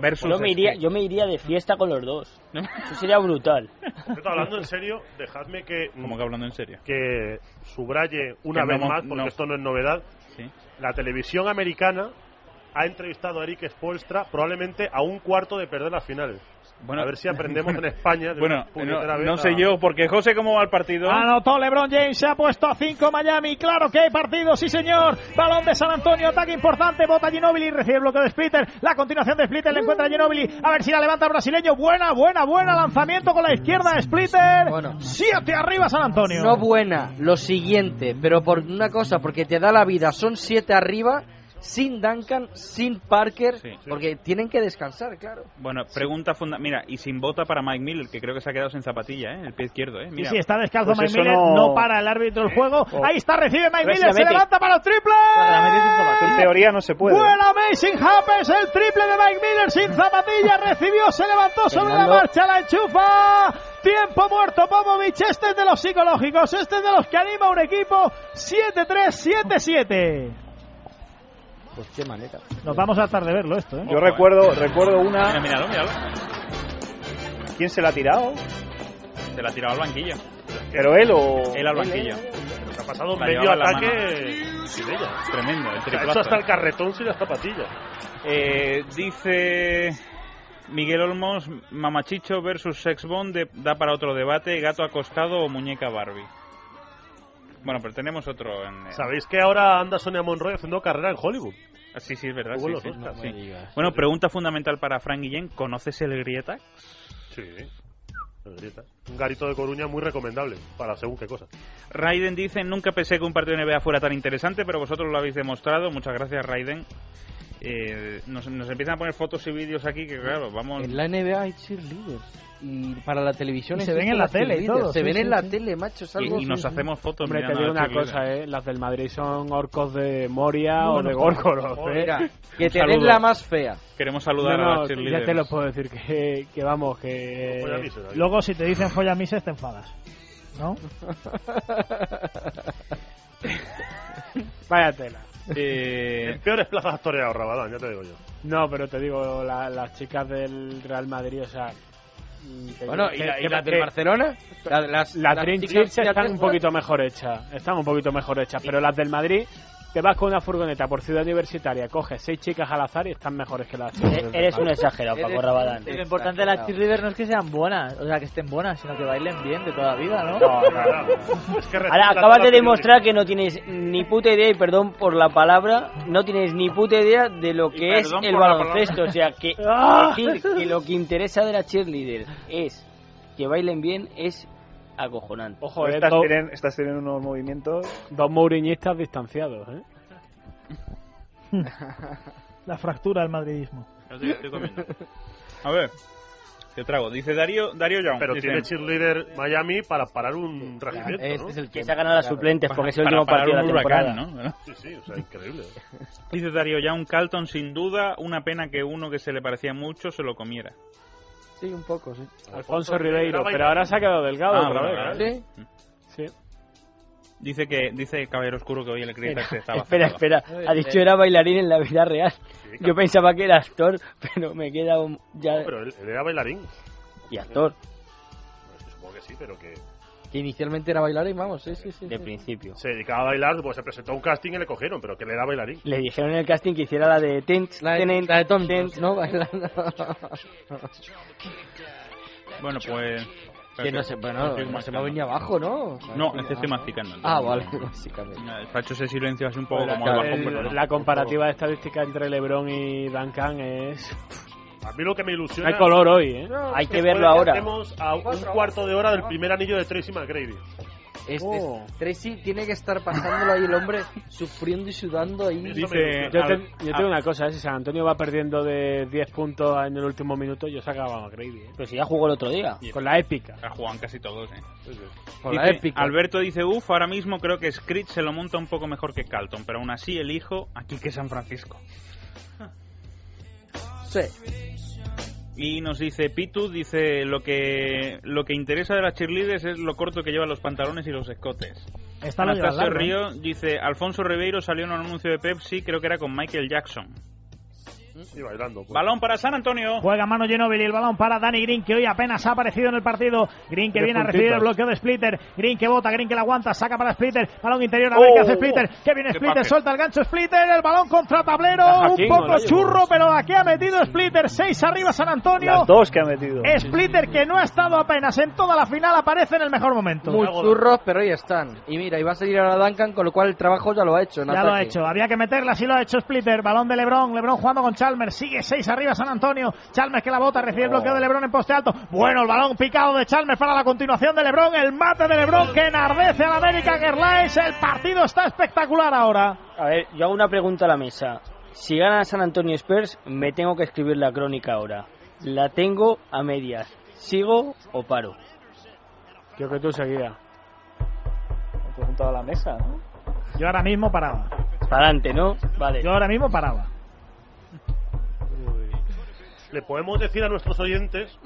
S3: Versus este.
S9: yo, me iría,
S3: Screech.
S9: yo me iría de fiesta con los dos. Eso
S3: [LAUGHS]
S9: sería brutal.
S7: Pero hablando en serio, dejadme que, mm,
S3: Como que hablando en serio.
S7: que subraye una
S3: Que
S7: vez
S3: no-
S7: más, porque
S3: no.
S7: esto no es novedad.
S3: Sí.
S7: La televisión americana ha entrevistado a Eric Spoelstra probablemente a un cuarto de perder las finales.
S3: Bueno,
S7: a ver si
S3: [LAUGHS]
S7: aprendemos en España. de
S3: Bueno,
S7: una puñetera
S3: no,
S7: vez
S3: no
S7: a-
S3: sé yo, porque José, ¿cómo va el partido?
S5: Anotó LeBron James, se ha puesto a 5 Miami. Claro que hay partido, sí señor. Balón de San Antonio, ataque importante. Bota Ginobili, recibe el bloqueo de Splitter. La continuación de Splitter le encuentra a Ginobili. A ver si la levanta el brasileño. Buena, buena, buena. Lanzamiento con la izquierda. Splitter. Siete arriba San Antonio.
S6: No buena, lo siguiente, pero por una cosa, porque te da la vida. Son siete arriba, sin Duncan, sin Parker, porque tienen que descansar, claro.
S3: Bueno, pregunta funda Mira, y sin bota para Mike Miller, que creo que se ha quedado sin zapatilla, ¿eh? El pie izquierdo, ¿eh?
S5: Y
S3: Mira.
S5: si está descalzo
S3: Pues
S5: Mike
S3: eso
S5: Miller, no...
S3: no-
S5: para el árbitro el juego.
S3: Oh.
S5: Ahí está, recibe Mike
S3: A ver si
S5: Miller,
S3: la
S5: se
S3: mete.
S5: levanta para el triple.
S8: En teoría no se puede.
S5: Buena Amazing Happens, el triple de Mike Miller sin zapatilla, recibió, se levantó sobre la
S8: Fernando.
S5: marcha, la enchufa. Tiempo muerto, Popovich, este es de los psicológicos, este es de los que anima a un equipo. 7-3, 7-7.
S6: Pues qué manera.
S5: Nos vamos a tarde de verlo esto, ¿eh?
S8: Yo recuerdo, recuerdo una.
S3: Mira, míralo, míralo.
S8: ¿Quién se la ha tirado?
S3: Se la ha tirado al banquillo.
S8: ¿Pero él o.?
S3: Él al banquillo.
S7: Nos ha pasado
S3: La
S7: medio
S3: llevaba en la
S7: ataque
S3: mano.
S7: sin ella.
S3: Tremendo, el
S7: O sea, ha
S3: triplazo.
S7: hecho hasta el carretón sin las zapatillas.
S3: Eh, dice Miguel Olmos, Mamachicho versus Sex Bomb de- da para otro debate, gato acostado o muñeca Barbie. Bueno, pero tenemos otro en... eh,
S7: ¿Sabéis que ahora anda Sonia Monroy haciendo carrera en Hollywood?
S3: Ah, Sí, sí, es verdad.
S7: Hubo
S3: sí,
S7: los
S3: sí,
S7: Oscars.
S3: sí.
S7: No me digas.
S3: Bueno, pregunta fundamental para Frank Guillén. ¿Conoces el grieta?
S7: Sí. Pedrita. Un garito de Coruña muy recomendable para según qué cosa.
S3: Raiden dice, nunca pensé que un partido de NBA fuera tan interesante, pero vosotros lo habéis demostrado. Muchas gracias, Raiden. Eh, nos, nos empiezan a poner fotos y vídeos aquí que, claro, vamos...
S6: En la NBA hay cheerleaders. Y para la televisión
S11: Y se ven
S6: existen
S11: en la
S6: las
S11: tele y
S6: cheerleaders.
S11: todo,
S6: Se
S11: sí,
S6: ven
S11: sí,
S6: en la
S11: sí.
S6: tele, macho. es
S3: Y-
S6: algo-
S3: y nos hacemos fotos
S10: Hombre, te
S3: mirando
S10: digo
S3: a
S10: una
S3: cheerleader.
S10: cosa, ¿eh? Las del Madrid son orcos de Moria
S6: No,
S10: o de
S6: no,
S10: Górgoros,
S6: no,
S10: ¿eh?
S6: mira, que
S3: Un
S6: te den
S3: saludo.
S6: la más fea.
S3: Queremos saludar
S10: No, no,
S3: a las
S10: ya
S3: cheerleaders.
S10: te lo puedo decir, que, que vamos, que...
S7: Pues
S11: Luego, si te dicen follamises,
S5: este
S11: te enfadas. ¿No?
S10: Vaya tela.
S3: Eh,
S7: En peores plazas has toreado, Rabadán, ya te digo yo.
S10: No, pero te digo, la- las chicas del Real Madrid, o sea... mm, que-
S6: Bueno, ¿y
S10: que-
S6: la, y
S10: que-
S6: la del
S10: que-
S6: Barcelona? La, las,
S10: Las
S6: las
S10: Dream
S6: chicas
S10: Chicks están un
S6: finlandesas.
S10: poquito mejor hechas, están un poquito mejor hechas, pero las del Madrid... Te vas con una furgoneta por ciudad universitaria, coges seis chicas al azar y están mejores que las chicas.
S4: E-,
S10: del
S9: Eh, Eres un
S10: Madrid.
S9: exagerado, Paco Rabadán.
S4: Lo importante de las cheerleaders no es que sean buenas, o sea, que estén buenas, sino que bailen bien de toda vida, ¿no?
S7: Es que
S9: Ahora,
S7: respeta
S9: acabas
S7: la
S9: de
S7: Premier
S9: demostrar que no tienes ni puta idea, y perdón por la palabra, no tienes ni puta idea de lo que es
S3: perdón
S9: el
S3: por la
S9: baloncesto. O
S3: palabra.
S9: sea, que
S3: [LAUGHS] Ah.
S9: decir que lo que interesa de la cheerleader es que bailen bien es acojonante.
S10: Ojo, eh,
S8: Estás
S10: dos,
S8: teniendo, estás teniendo unos movimientos.
S10: dos mouriñistas distanciados, ¿eh?
S11: La fractura del madridismo.
S3: A ver, te trago. Dice Darío, Darío Young.
S7: Pero
S3: dice,
S7: tiene cheerleader Miami para parar un regimiento, ¿no?
S9: que se ha ganado las
S3: Claro.
S9: suplentes porque es el
S3: Para
S9: último
S3: parar
S9: partido de
S3: un
S9: la temporada.
S3: huracán, ¿no?
S7: Sí, sí, o sea, increíble.
S3: Dice Darío Young, Carlton sin duda, una pena que uno que se le parecía mucho se lo comiera.
S9: Sí, un poco, sí.
S10: Alfonso Ribeiro, pero ahora se ha quedado delgado
S3: Ah,
S10: otra
S3: bueno,
S10: vez. ¿eh?
S3: vale.
S10: Sí.
S3: Dice que dice Caballero Oscuro que hoy el Crita
S5: [LAUGHS]
S3: se estaba
S9: Espera,
S3: zafando.
S9: espera.
S6: eh.
S9: Ha dicho era bailarín en la vida real. Yo pensaba que era actor, [LAUGHS] pero me queda un- ya...
S7: Pero él, él era bailarín.
S9: Y actor.
S7: Supongo que sí, pero que
S6: Que inicialmente era bailarín, vamos, sí, sí, sí.
S9: De
S6: sí.
S9: principio.
S7: se dedicaba a bailar, pues se presentó a un casting y le cogieron, pero que él era bailarín.
S9: Le dijeron en el casting que hiciera la de Tent,
S6: La de,
S9: Tenent,
S6: la de Tom,
S9: Tent.
S6: ¿no? [LAUGHS] Bailando.
S3: Bueno, pues...
S6: que no se, bueno,
S3: Estoy
S6: no se me
S3: masticando.
S6: ha venido abajo, ¿no?
S3: No, es que estoy masticando.
S6: Ah, vale, [LAUGHS] básicamente.
S3: El facho se silencio así un poco
S10: Bueno,
S3: como
S10: claro,
S3: debajo,
S10: el-
S3: pero no.
S10: Pues la comparativa de estadística entre LeBron y Duncan es.
S7: A mí lo que me ilusiona.
S10: Hay color hoy, ¿eh?
S9: Hay que
S7: Después
S9: verlo
S7: ya
S9: ahora.
S7: Hacemos a un cuarto de hora del primer anillo de Tracy McGrady.
S6: Este,
S10: Oh.
S6: Tracy tiene que estar pasándolo ahí el hombre sufriendo y sudando ahí.
S3: Dice...
S10: Yo, te,
S3: al-
S10: yo tengo una cosa, ¿eh? si San Antonio va perdiendo de 10 puntos en el último minuto, yo sacaba a Grady, ¿eh?
S9: Pero si ya jugó el otro día.
S10: con la épica.
S3: Ah, juegan casi todos, ¿eh?
S6: Pues Con la
S3: Dice-
S6: épica.
S3: Alberto dice, uff, ahora mismo creo que Screech se lo monta un poco mejor que Carlton, pero aún así elijo aquí que San Francisco.
S6: Sí.
S3: Y nos dice Pitu, dice lo que lo que interesa de las cheerleaders es lo corto que llevan los pantalones y los escotes.
S11: Esta lo lleva
S3: Anastasio
S11: largo, ¿eh?
S3: Río dice Alfonso Ribeiro salió en un anuncio de Pepsi, creo que era con Michael Jackson.
S7: Y bailando. pues.
S3: Balón para San Antonio.
S5: Juega mano Ginóbili el balón para Danny Green, que hoy apenas ha aparecido en el partido. Green que
S10: Diez
S5: viene a recibir el
S10: puntitos.
S5: bloqueo de Splitter. Green que bota, Green que la aguanta, saca para Splitter. Balón interior, a ver
S7: Oh,
S5: qué hace Splitter. Que viene
S3: qué
S5: Splitter,
S3: pase.
S5: suelta el gancho Splitter. El balón contra tablero,
S10: Está
S5: un
S10: King,
S5: poco
S10: Olayo.
S5: churro, pero aquí ha metido Splitter. Seis arriba San Antonio.
S8: Las dos que ha metido.
S5: Splitter que no ha estado apenas en toda la final aparece en el mejor momento.
S6: Muy zurros, pero ahí están. Y mira, y va a seguir ahora Duncan, con lo cual el trabajo ya lo ha hecho. en
S5: Ya lo ha
S6: ataque.
S5: hecho, había que
S6: [LAUGHS]
S5: meterla, sí lo ha hecho Splitter, balón de Lebron, Lebron jugando con Chalmers, sigue 6 arriba San Antonio, Chalmers que la bota, recibe el bloqueo de Lebron en poste alto, bueno el balón picado de Chalmers para la continuación de Lebron, el mate de Lebron que enardece al América Gerlais, el partido está espectacular ahora.
S9: A ver, yo hago una pregunta a la mesa. Si gana San Antonio Spurs, me tengo que escribir la crónica ahora. La tengo a medias. ¿Sigo o paro?
S10: Yo creo que tú seguías.
S8: He
S6: Pues
S8: preguntado a la mesa, ¿no?
S5: Yo ahora mismo paraba,
S9: Para adelante, ¿no? Vale.
S5: yo ahora mismo paraba.
S7: Le podemos decir a nuestros oyentes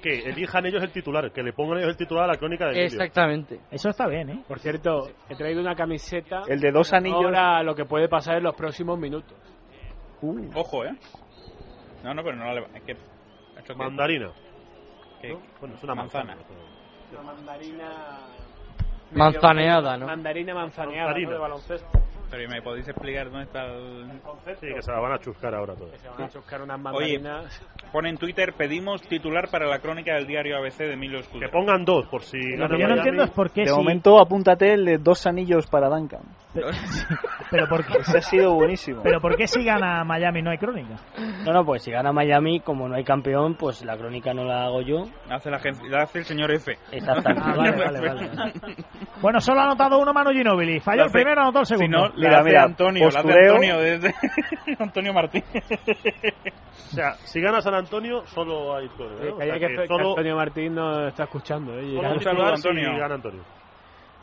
S7: que elijan ellos el titular, que le pongan ellos el titular a la crónica de Emilio.
S6: Exactamente.
S5: Eso está bien, ¿eh?
S10: Por cierto, he traído una camiseta.
S8: El de dos anillos.
S10: Ahora lo que puede pasar en los próximos minutos.
S8: Uh,
S3: Ojo, ¿eh? No, no, pero no la leva- es que- ha hecho que-
S7: Mandarina.
S3: que-
S7: ¿no? Bueno, es una
S3: Manzana.
S7: manzana.
S10: Mandarina.
S6: Manzaneada, ¿no?
S10: Mandarina manzaneada
S7: Mandarina.
S10: ¿no? de baloncesto.
S3: Pero ¿y me podéis explicar dónde está el
S7: Sí, que se la van a chuscar ahora todo.
S10: Que se van a chuscar unas
S3: Oye.
S10: mandarinas.
S3: Pone en Twitter, pedimos titular para la crónica del diario ABC de Emilio
S7: Que
S3: Escudero.
S7: pongan dos, por si
S5: Lo
S7: gana
S5: que yo no
S7: Miami.
S5: entiendo es por qué
S8: de
S5: si... [LAUGHS]
S8: momento, apúntate el de dos anillos para Duncan.
S5: Pero por qué...
S8: Ese ha sido buenísimo.
S5: Pero ¿por qué si gana Miami no hay crónica?
S9: No, no, pues si gana Miami, como no hay campeón, pues la crónica no la hago yo.
S3: Hace, la gente- la hace el señor F.
S9: Exactamente.
S3: [LAUGHS]
S5: Ah, vale, vale, vale. Bueno, solo ha anotado uno Manu Ginóbili. Falló el
S3: Hace-
S5: primero, anotó el
S3: Si
S5: segundo.
S3: no,
S8: Mira,
S3: la hace
S8: mira,
S3: Antonio, la hace
S8: postureo.
S3: Antonio desde [LAUGHS] Antonio Martín.
S7: O sea, si gana San Antonio, solo hay Antonio. ¿no? O sea,
S10: Calla que,
S7: que
S10: que
S7: solo,
S10: Antonio Martín no está escuchando. ¿eh?
S7: solo
S3: Un
S7: titular
S3: saludo,
S7: si
S3: Antonio.
S7: gana Antonio.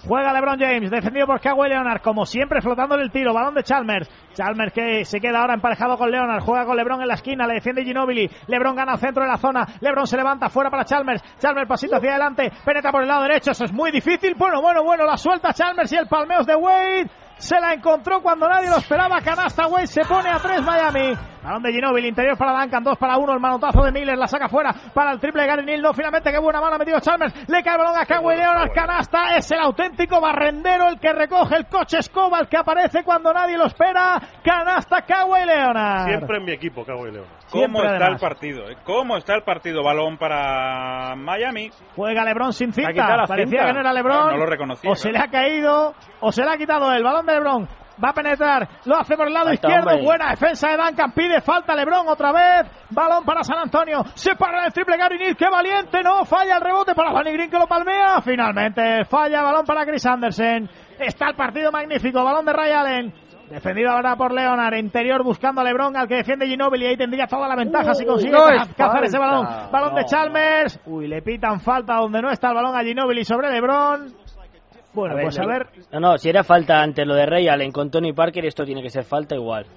S5: Juega LeBron James, defendido por Kawhi Leonard, como siempre flotándole el tiro, balón de Chalmers. Chalmers que se queda ahora emparejado con Leonard, juega con LeBron en la esquina, le defiende Ginobili. LeBron gana al centro de la zona, LeBron se levanta fuera para Chalmers. Chalmers pasito hacia adelante, penetra por el lado derecho, eso es muy difícil. Bueno, bueno, bueno, la suelta Chalmers y el palmeos de Wade. Se la encontró cuando nadie lo esperaba. Canasta Wade se pone a tres Miami. Balón de Ginóbili, interior para Duncan, dos para uno. El manotazo de Miller la saca fuera para el triple de Gary Neal. No, finalmente, qué buena mano ha metido Chalmers. Le cae el balón a Kawhi Leonard. Canasta es el auténtico barrendero, el que recoge el coche escoba, el que aparece cuando nadie lo espera. Canasta Kawhi Leonard.
S7: Siempre en mi equipo, cago en León.
S3: ¿Cómo
S5: Siempre,
S3: está el
S5: además.
S3: partido? eh? ¿Cómo está el partido? Balón para Miami.
S5: Juega Lebron sin
S10: Le ha quitado
S5: cinta.
S10: la
S5: Parecía
S10: cinta.
S5: que no era Lebron.
S3: No lo reconocía,
S5: O se le
S3: claro.
S5: ha caído, o se le ha quitado el balón de Lebron. Va a penetrar, lo hace por el lado
S9: Falta,
S5: izquierdo.
S9: hombre.
S5: Buena defensa de Duncan. Pide falta Lebron otra vez. Balón para San Antonio. Se para el triple Gary Neal. Qué valiente, no. Falla el rebote para Danny Green que lo palmea. Finalmente falla. Balón para Chris Anderson. Está el partido magnífico. Balón de Ray Allen. Defendido ahora por Leonard, interior buscando a Lebron, al que defiende Ginóbili, ahí tendría toda la ventaja si consigue
S6: no es
S5: cazar ese
S6: falta.
S5: balón. Balón de
S6: No.
S5: Chalmers, uy, le pitan falta donde no está el balón a Ginóbili sobre Lebron. Bueno, pues a
S9: le-
S5: ver,
S9: No, no, si era falta ante lo de Ray Allen con Tony Parker, esto tiene que ser falta igual.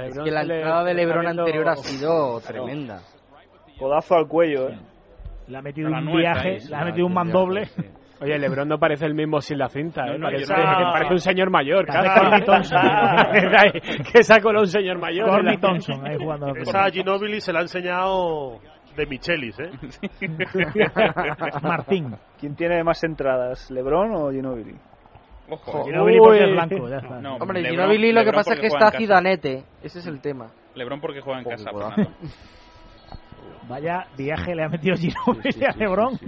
S6: Es que la entrada de Lebron anterior ha sido tremenda.
S8: Codazo al cuello, ¿eh?
S5: Le ha metido un viaje, le ha metido un mandoble.
S10: Oye, Lebron no parece el mismo sin la cinta, ¿eh?
S5: no,
S10: parece,
S5: yo no.
S10: parece un señor mayor,
S5: Parece
S10: casi.
S5: Corny Thompson.
S10: [LAUGHS] que sacó un señor mayor.
S5: Corny Thompson, ahí jugando. a la pelota.
S7: Esa a Ginobili se la ha enseñado de Michelis,
S3: [LAUGHS]
S7: ¿eh?
S8: [LAUGHS]
S5: Martín.
S8: ¿Quién tiene más entradas, LeBron o Ginobili?
S14: Ojo.
S8: Ginóbili porque es blanco, ya está.
S14: No,
S6: Hombre,
S14: Lebron-
S6: Ginobili lo que
S14: Lebron
S6: pasa es
S14: porque
S6: que está
S14: juega en casa.
S6: Zidanete. Ese es el tema.
S14: Lebron porque juega en casa.
S6: cuidado.
S14: Fernando.
S5: Vaya viaje le ha metido Ginóbili a Lebron.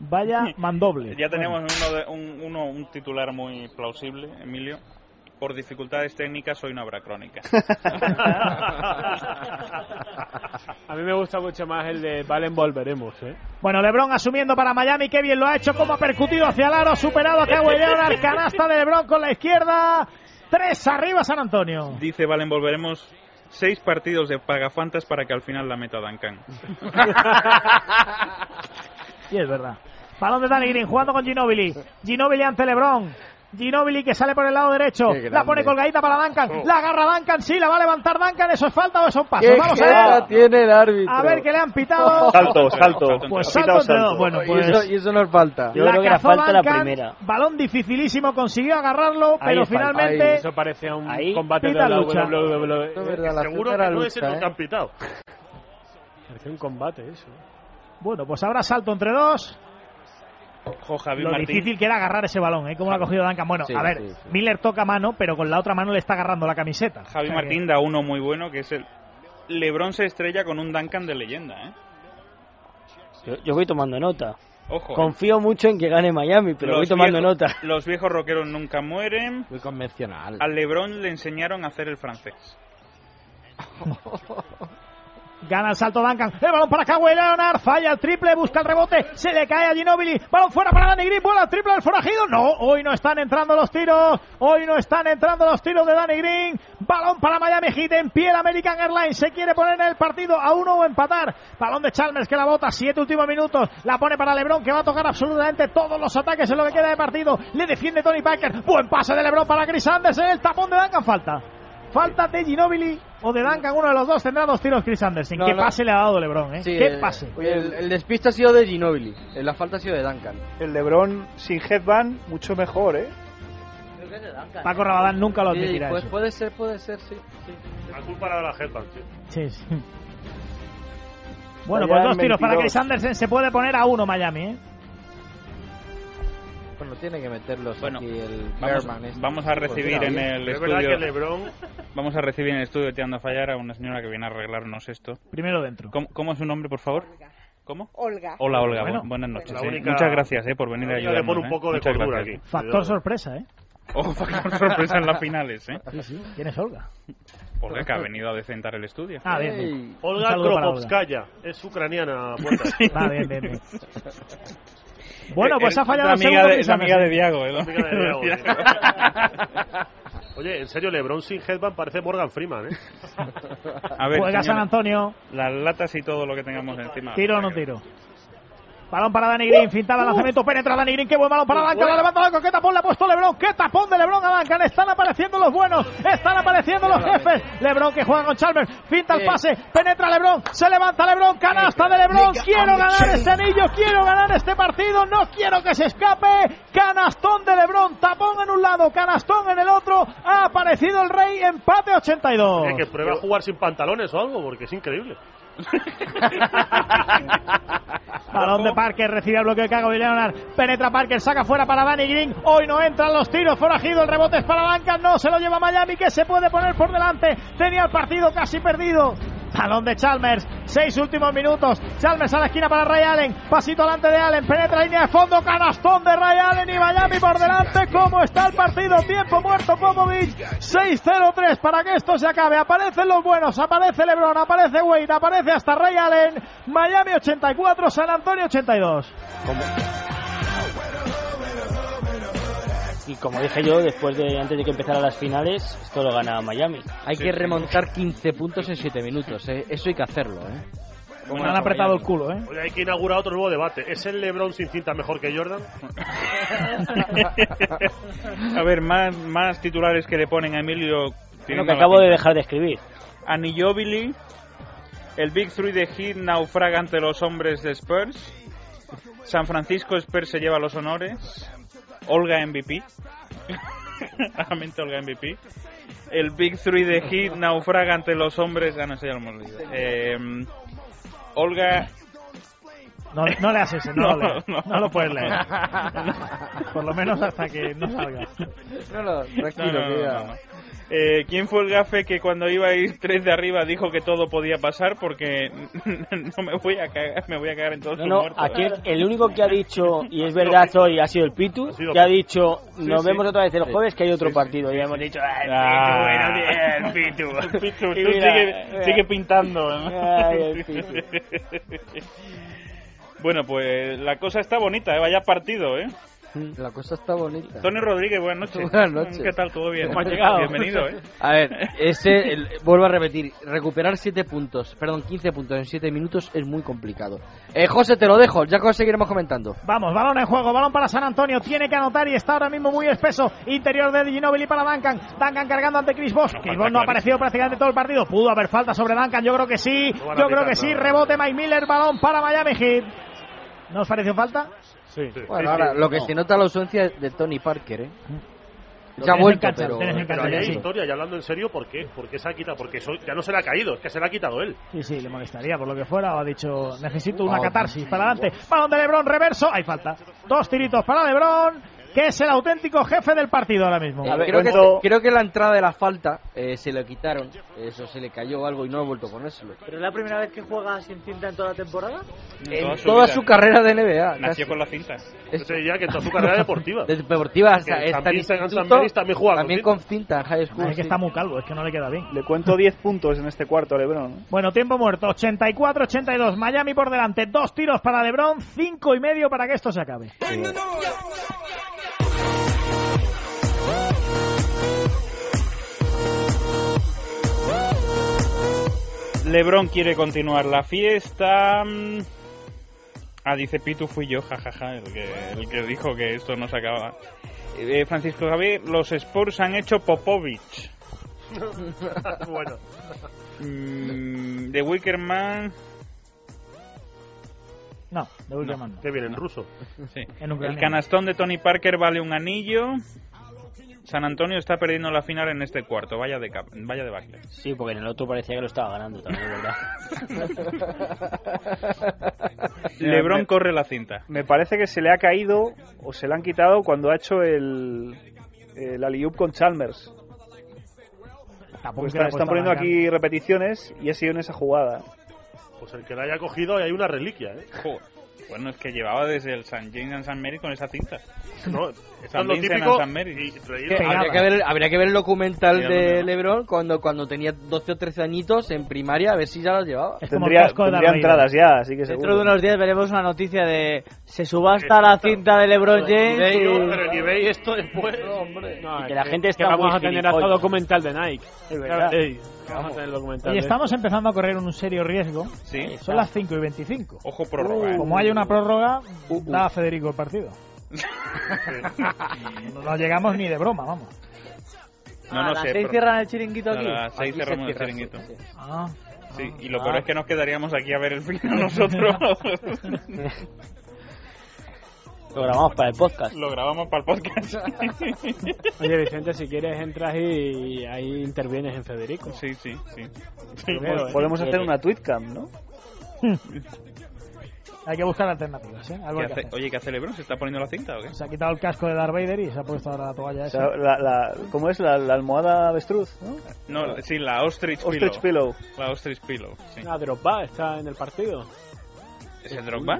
S5: Vaya mandoble.
S14: Ya tenemos uno, de- un, uno- un titular muy plausible, Emilio. Por dificultades técnicas hoy no habrá
S9: [LAUGHS]
S14: crónica.
S10: A mí me gusta mucho más el de Valen volveremos, ¿eh?
S5: Bueno, LeBron asumiendo para Miami, qué bien lo ha hecho, cómo ha percutido hacia el aro, ha superado a Kawhi Leonard, canasta de LeBron con la izquierda, tres arriba San Antonio.
S14: Dice Valen, volveremos seis partidos de pagafantas para que al final la meta Duncan.
S5: Y es verdad. Balón de Danny Green jugando con Ginobili. Ginobili ante LeBron. Ginobili que sale por el lado derecho,
S6: Qué
S5: la pone
S6: grande.
S5: colgadita para Duncan, la agarra Duncan, sí, la va a levantar Duncan, eso es falta o eso es paso.
S6: ¿Qué
S5: Vamos a
S6: jeta
S5: ver,
S6: tiene el árbitro?
S5: a ver qué le han pitado.
S8: Salto, salto.
S5: Pues
S8: Ha
S5: salto
S8: pitado
S5: entre dos. Bueno,
S6: Y
S5: pues
S6: eso- y eso no es falta.
S5: La cazó Duncan, Balón dificilísimo, consiguió agarrarlo, pero
S10: es falta.
S5: finalmente.
S10: Ahí, eso parece un combate de
S5: pita
S10: la E.
S5: lucha.
S10: WWE.
S6: Esto es verdad, la
S10: Seguro
S6: tercera
S10: que no es
S6: lucha,
S10: el
S6: ¿eh?
S10: que han pitado. Parece un combate eso.
S5: Bueno, pues habrá salto entre dos.
S14: Ojo, Javi
S5: Lo
S14: Martín.
S5: difícil que era agarrar ese balón, ¿eh? Como lo ha cogido Duncan. Bueno,
S14: Sí,
S5: a ver,
S14: sí, sí.
S5: Miller toca mano, pero con la otra mano le está agarrando la camiseta.
S14: Javi
S5: O sea
S14: Martín da uno muy bueno, que es el... Lebron se estrella con un Duncan de leyenda, ¿eh?
S9: Yo, yo voy tomando nota.
S14: Ojo. ¿eh?
S9: Confío mucho en que gane Miami, pero voy tomando
S14: viejos,
S9: nota.
S14: Los viejos rockeros nunca mueren. Muy convencional. Al Lebron le enseñaron a hacer el francés.
S5: que Gana el salto Duncan. El balón para Kawhi Leonard. Falla el triple, busca el rebote. Se le cae a Ginobili. Balón fuera para Danny Green. Vuela el triple del forajido. No, hoy no están entrando los tiros. Hoy no están entrando los tiros de Danny Green. Balón para Miami Heat en pie. El American Airlines se quiere poner en el partido a uno o empatar. Balón de Chalmers que la bota. Siete últimos minutos. La pone para LeBron que va a tocar absolutamente todos los ataques en lo que queda de partido. Le defiende Tony Parker. Buen pase de LeBron para Chris Anderson. El tapón de Duncan falta. Falta de Ginobili o de Duncan, uno de los dos tendrá dos tiros Chris Anderson.
S6: No,
S5: ¿Qué
S6: no.
S5: pase le ha dado LeBron? Eh?
S6: Sí,
S5: ¿Qué
S6: el-
S5: pase?
S6: oye, El, el despiste ha sido de Ginobili. La falta ha sido de Duncan.
S8: El LeBron sin headband, mucho mejor, ¿eh?
S5: Paco Rabadán nunca lo admitirá
S6: Pues
S5: eso.
S6: puede ser, puede ser, sí. sí.
S7: La culpa era de la headband, sí.
S5: Sí, sí. Bueno,
S8: Allá
S5: pues
S8: en
S5: dos tiros para
S8: 22.
S5: Chris Anderson. Se puede poner a uno Miami, ¿eh?
S6: Bueno, tiene que meterlos aquí el
S14: Vamos,
S6: Bearman este.
S14: vamos a
S6: Sí, pues,
S14: recibir
S6: mira,
S14: en
S6: bien.
S14: el estudio. Vamos a recibir en el estudio de Teando a Fallar a una señora que viene a arreglarnos esto.
S5: Primero dentro.
S14: ¿Cómo, cómo es su nombre, por favor? ¿Cómo?
S16: Olga.
S14: Hola, Olga.
S5: Bueno.
S14: bu- buenas noches.
S5: La
S14: eh.
S5: única-
S14: Muchas [LAUGHS] gracias eh, por venir a
S5: la única
S14: ayudarnos.
S5: que pone un
S14: eh.
S5: poco de
S14: Muchas
S5: cordura
S14: gracias.
S5: Factor sorpresa, ¿eh?
S14: Oh,
S5: [LAUGHS]
S14: factor sorpresa en las finales, ¿eh?
S5: Sí, sí. ¿Quién es Olga?
S14: Olga que ha venido a decentar el estudio.
S5: Ah, bien, bien. Un
S7: Olga
S5: saludo para
S7: Kropovskaya, es ucraniana.
S5: [LAUGHS]
S7: puerta.
S5: Va, bien, bien,
S7: [LAUGHS]
S5: bien. Bueno,
S7: Eh,
S5: pues
S7: eh,
S5: ha fallado
S7: la
S5: el
S7: amiga
S5: segundo
S7: de-
S5: Chris
S7: la amiga
S5: Anderson.
S7: de Diago, ¿eh? La amiga
S5: [LAUGHS]
S7: de Diago, Oye, en serio, LeBron sin headband parece Morgan Freeman, ¿eh?
S14: A ver,
S5: Juega San
S14: señora,
S5: Antonio.
S14: las latas y todo lo que tengamos encima.
S5: Tiro o no tiro. Balón para Danny Green, fintaba el lanzamiento, penetra Danny Green, qué buen balón para Duncan, la levanta Duncan, qué tapón le ha puesto Lebron, qué tapón de Lebron a Duncan, están apareciendo los buenos, están apareciendo los jefes, Lebron que juega con Chalmers, finta el pase, penetra Lebron, se levanta Lebron, canasta de Lebron, quiero ganar este anillo, quiero ganar este partido, no quiero que se escape, canastón de Lebron, tapón en un lado, canastón en el otro, ha aparecido el rey, empate 82.
S7: Oye, que prueba a jugar sin pantalones o algo, porque es increíble.
S5: Balón de Parker, recibe el bloqueo de Kawhi Leonard. Penetra Parker, saca fuera para Danny Green. Hoy no entran los tiros, forajido, el rebote es para Duncan. No, se lo lleva Miami, que se puede poner por delante. Tenía el partido casi perdido. Balón de Chalmers, seis últimos minutos. Chalmers a la esquina para Ray Allen. Pasito delante de Allen, penetra línea de fondo. Canastón de Ray Allen y Miami por delante. ¿Cómo está el partido? Tiempo muerto, Popovich. 6-0-3 para que esto se acabe. Aparecen los buenos, aparece LeBron, aparece Wade, aparece hasta Ray Allen. Miami 84, San Antonio 82.
S9: Y como dije yo, después de antes de que empezaran las finales, esto lo gana Miami.
S6: Hay que remontar 15 puntos en 7 minutos, ¿eh? eso hay que hacerlo. ¿eh?
S24: Como han apretado el culo, ¿eh?
S7: Oye, hay que inaugurar otro nuevo debate. ¿Es el LeBron sin cinta mejor que Jordan?
S3: A [LAUGHS] ver, más, más titulares que le ponen a Emilio.
S9: Lo que acabo de dejar de escribir.
S3: Anillobili, el Big Three de Heat naufraga ante los hombres de Spurs. San Francisco Spurs se lleva los honores. Olga [LAUGHS] MVP. Claramente Olga MVP. El Big Three de Heat naufraga ante los hombres. Ah, no, eso ya lo hemos leído. Eh, Olga.
S24: No, no le haces, no,
S3: No,
S24: lo leas.
S3: no.
S24: No lo puedes leer. Por lo menos hasta que no salga.
S6: No, no, tranquilo,
S3: No, no,
S6: que ya-
S3: no, no. Eh, ¿Quién fue el gafe que cuando iba a ir tres de arriba dijo que todo podía pasar? Porque no me voy a cagar, me voy a cagar en todos
S9: No,
S3: sus
S9: no,
S3: muertos.
S9: aquí el-
S3: [LAUGHS]
S9: el único que ha dicho, y es verdad hoy, ha sido el Pitu, que ha dicho,
S3: Sí,
S9: nos
S3: sí.
S9: vemos otra vez el
S3: Sí.
S9: jueves que hay otro partido. Y hemos dicho, "Ah, el
S3: Ah. [LAUGHS]
S9: Pitu, bueno, bien, el Pitu.
S3: Pitu, tú
S9: Y mira, eh,
S3: sigue,
S9: mira.
S3: sigue pintando. ¿no?
S9: Ay, el Pitu.
S3: [LAUGHS] bueno, pues la cosa está bonita, ¿eh? vaya partido, ¿eh?
S6: La cosa está bonita.
S3: Tony Rodríguez, buenas noches.
S6: Buenas noches.
S3: ¿Qué tal? ¿Todo bien?
S6: ¿Cómo has llegado?
S3: Bienvenido,
S9: [LAUGHS]
S3: ¿eh?
S6: A ver, ese, el- vuelvo a repetir, recuperar 7 puntos, perdón, 15 puntos en 7 minutos es muy complicado. Eh, José, te lo dejo, ya seguiremos comentando.
S5: Vamos, balón en juego, balón para San Antonio, tiene que anotar y está ahora mismo muy espeso. Interior de Ginobili para Duncan, Duncan cargando ante Chris Bosh. Chris Bosh no ha aparecido prácticamente todo el partido. Pudo haber falta sobre Duncan, yo creo que sí,
S24: No van a
S5: yo creo
S24: pitar
S5: que sí.
S24: nada.
S5: Rebote Mike Miller, balón para Miami Heat. ¿No os pareció falta?
S24: Sí.
S6: Bueno, ahora lo que se nota la ausencia de Tony Parker, ¿eh?
S5: Mm. Lo
S6: Ya ha
S5: tienes
S6: vuelto,
S5: en cancha,
S6: pero...
S5: lo tienes en
S7: Pero
S5: cancha,
S7: ahí hay
S5: sí.
S7: historia, y hablando en serio, ¿por qué? ¿Por qué se ha quitado? Porque eso ya no se le ha caído, es que se le ha quitado él.
S5: Sí, sí, le molestaría por lo que fuera. O ha dicho, necesito una
S7: Oh,
S5: catarsis para adelante. Balón de Lebron, reverso. Hay falta. Dos tiritos para Lebron, que es el auténtico jefe del partido ahora mismo.
S6: Eh, creo, que, creo que la entrada de la falta eh, se lo quitaron, eso se le cayó algo y no ha vuelto a ponérselo.
S4: ¿Pero es la primera vez que juega sin cinta en toda la temporada?
S6: En
S4: Eh,
S6: toda su carrera de NBA,
S3: Nació
S6: casi.
S3: con la cinta.
S6: Es-
S7: Yo te diría que en toda su carrera deportiva.
S6: Deportiva, o sea,
S7: Que
S6: está en
S7: también San
S6: instituto,
S7: Antonio también juega con
S6: también
S7: cinta.
S6: con cinta, en high school.
S5: es que
S6: sí.
S5: está muy calvo, es que no le queda bien.
S8: Le cuento 10 puntos en este cuarto a LeBron.
S5: Bueno, tiempo muerto, 84-82, Miami por delante, dos tiros para LeBron, cinco y medio para que esto se acabe.
S3: LeBron quiere continuar la fiesta. Mm. Ah, dice Pitu, fui yo, jajaja, el que, el que dijo que esto no se acababa. Eh, Francisco Javier, los Spurs han hecho Popovich.
S7: bueno.
S3: Mm, The Wickerman.
S5: No, de última mano.
S7: Que viene en ruso.
S3: Sí.
S5: [LAUGHS] En ucraniano.
S3: El canastón de Tony Parker vale un anillo. San Antonio está perdiendo la final en este cuarto. Vaya de, cap- vaya de baile.
S9: Sí, porque en el otro parecía que lo estaba ganando también, es ¿verdad?
S3: [LAUGHS] LeBron
S8: me-
S3: corre la cinta.
S8: Me parece que se le ha caído o se le han quitado cuando ha hecho el, el alley-oop con Chalmers.
S5: Tampoco es
S8: Pues
S5: que la
S8: están, están
S5: puesta
S8: poniendo
S5: Duncan.
S8: aquí repeticiones y ha sido en esa jugada.
S7: Pues el que la haya cogido, ahí hay una reliquia, ¿eh?
S3: Joder. Bueno, es que llevaba desde el San James and San Mary con esa cinta.
S7: No, esto
S3: San
S7: es lo
S3: Vincent
S7: típico.
S3: and San Mary.
S7: y traído-
S6: Que Habría
S5: Pegaba.
S6: que, ver, habría que ver el documental
S3: Sí,
S6: de
S3: hombre.
S6: LeBron cuando, cuando tenía 12 o 13 añitos en primaria, a ver si ya las llevaba.
S5: Es como el
S8: Tendría,
S5: casco de la
S8: tendría
S5: reina.
S8: entradas ya, así que
S4: Dentro de
S8: seguro.
S4: unos días veremos una noticia de se subasta la cinta de LeBron James
S6: eBay,
S4: y-
S7: Yo,
S4: [LAUGHS]
S7: pero en eBay esto después.
S10: No,
S9: Y
S10: es
S9: que la gente está
S10: que vamos
S9: muy
S10: a tener hasta
S9: gilipollas.
S10: documental de Nike.
S9: Es verdad.
S10: Ey, vamos a tener documental
S5: Y
S10: de-
S5: estamos empezando a correr un serio riesgo,
S3: Sí.
S5: son las 5 y 25.
S3: Ojo prórroga. ¿eh? Uh,
S5: Como hay una prórroga, da a Federico el
S3: [LAUGHS]
S5: partido. No, no llegamos ni de broma, vamos.
S3: No,
S4: Ah,
S3: no
S4: las
S3: sé.
S4: seis
S3: pero-
S4: cierran el chiringuito
S3: a
S4: aquí.
S3: las seis
S6: Aquí se
S3: cerramos el
S6: cierra,
S3: chiringuito.
S6: sí, sí.
S5: Ah,
S3: Sí, y lo peor es que nos quedaríamos aquí a ver el final nosotros.
S9: Lo grabamos para el podcast.
S3: lo grabamos para el
S5: [LAUGHS]
S3: podcast.
S9: [LAUGHS]
S10: Oye, Vicente, si quieres entras y ahí intervienes en Federico.
S3: sí, sí, sí.
S10: Lo veo, ¿eh?
S8: Podemos hacer una tweetcam, ¿no?
S5: hay que buscar alternativas, ¿eh? Algo
S3: ¿Qué
S5: hay que
S3: hace-
S5: hacer.
S3: Oye, ¿qué hace Lebron? ¿Se está poniendo la cinta o qué?
S5: Se ha quitado el casco de Darth Vader y se ha puesto ahora la toalla
S8: O
S5: esa.
S8: sea, la, la- ¿Cómo es? La, la almohada avestruz, ¿no?
S3: No, sí, la Ostrich,
S8: Ostrich
S3: Pillow.
S8: pillow.
S3: La Ostrich Pillow, sí.
S10: Ah, Drogba está en el partido.
S3: ¿Es el Drogba?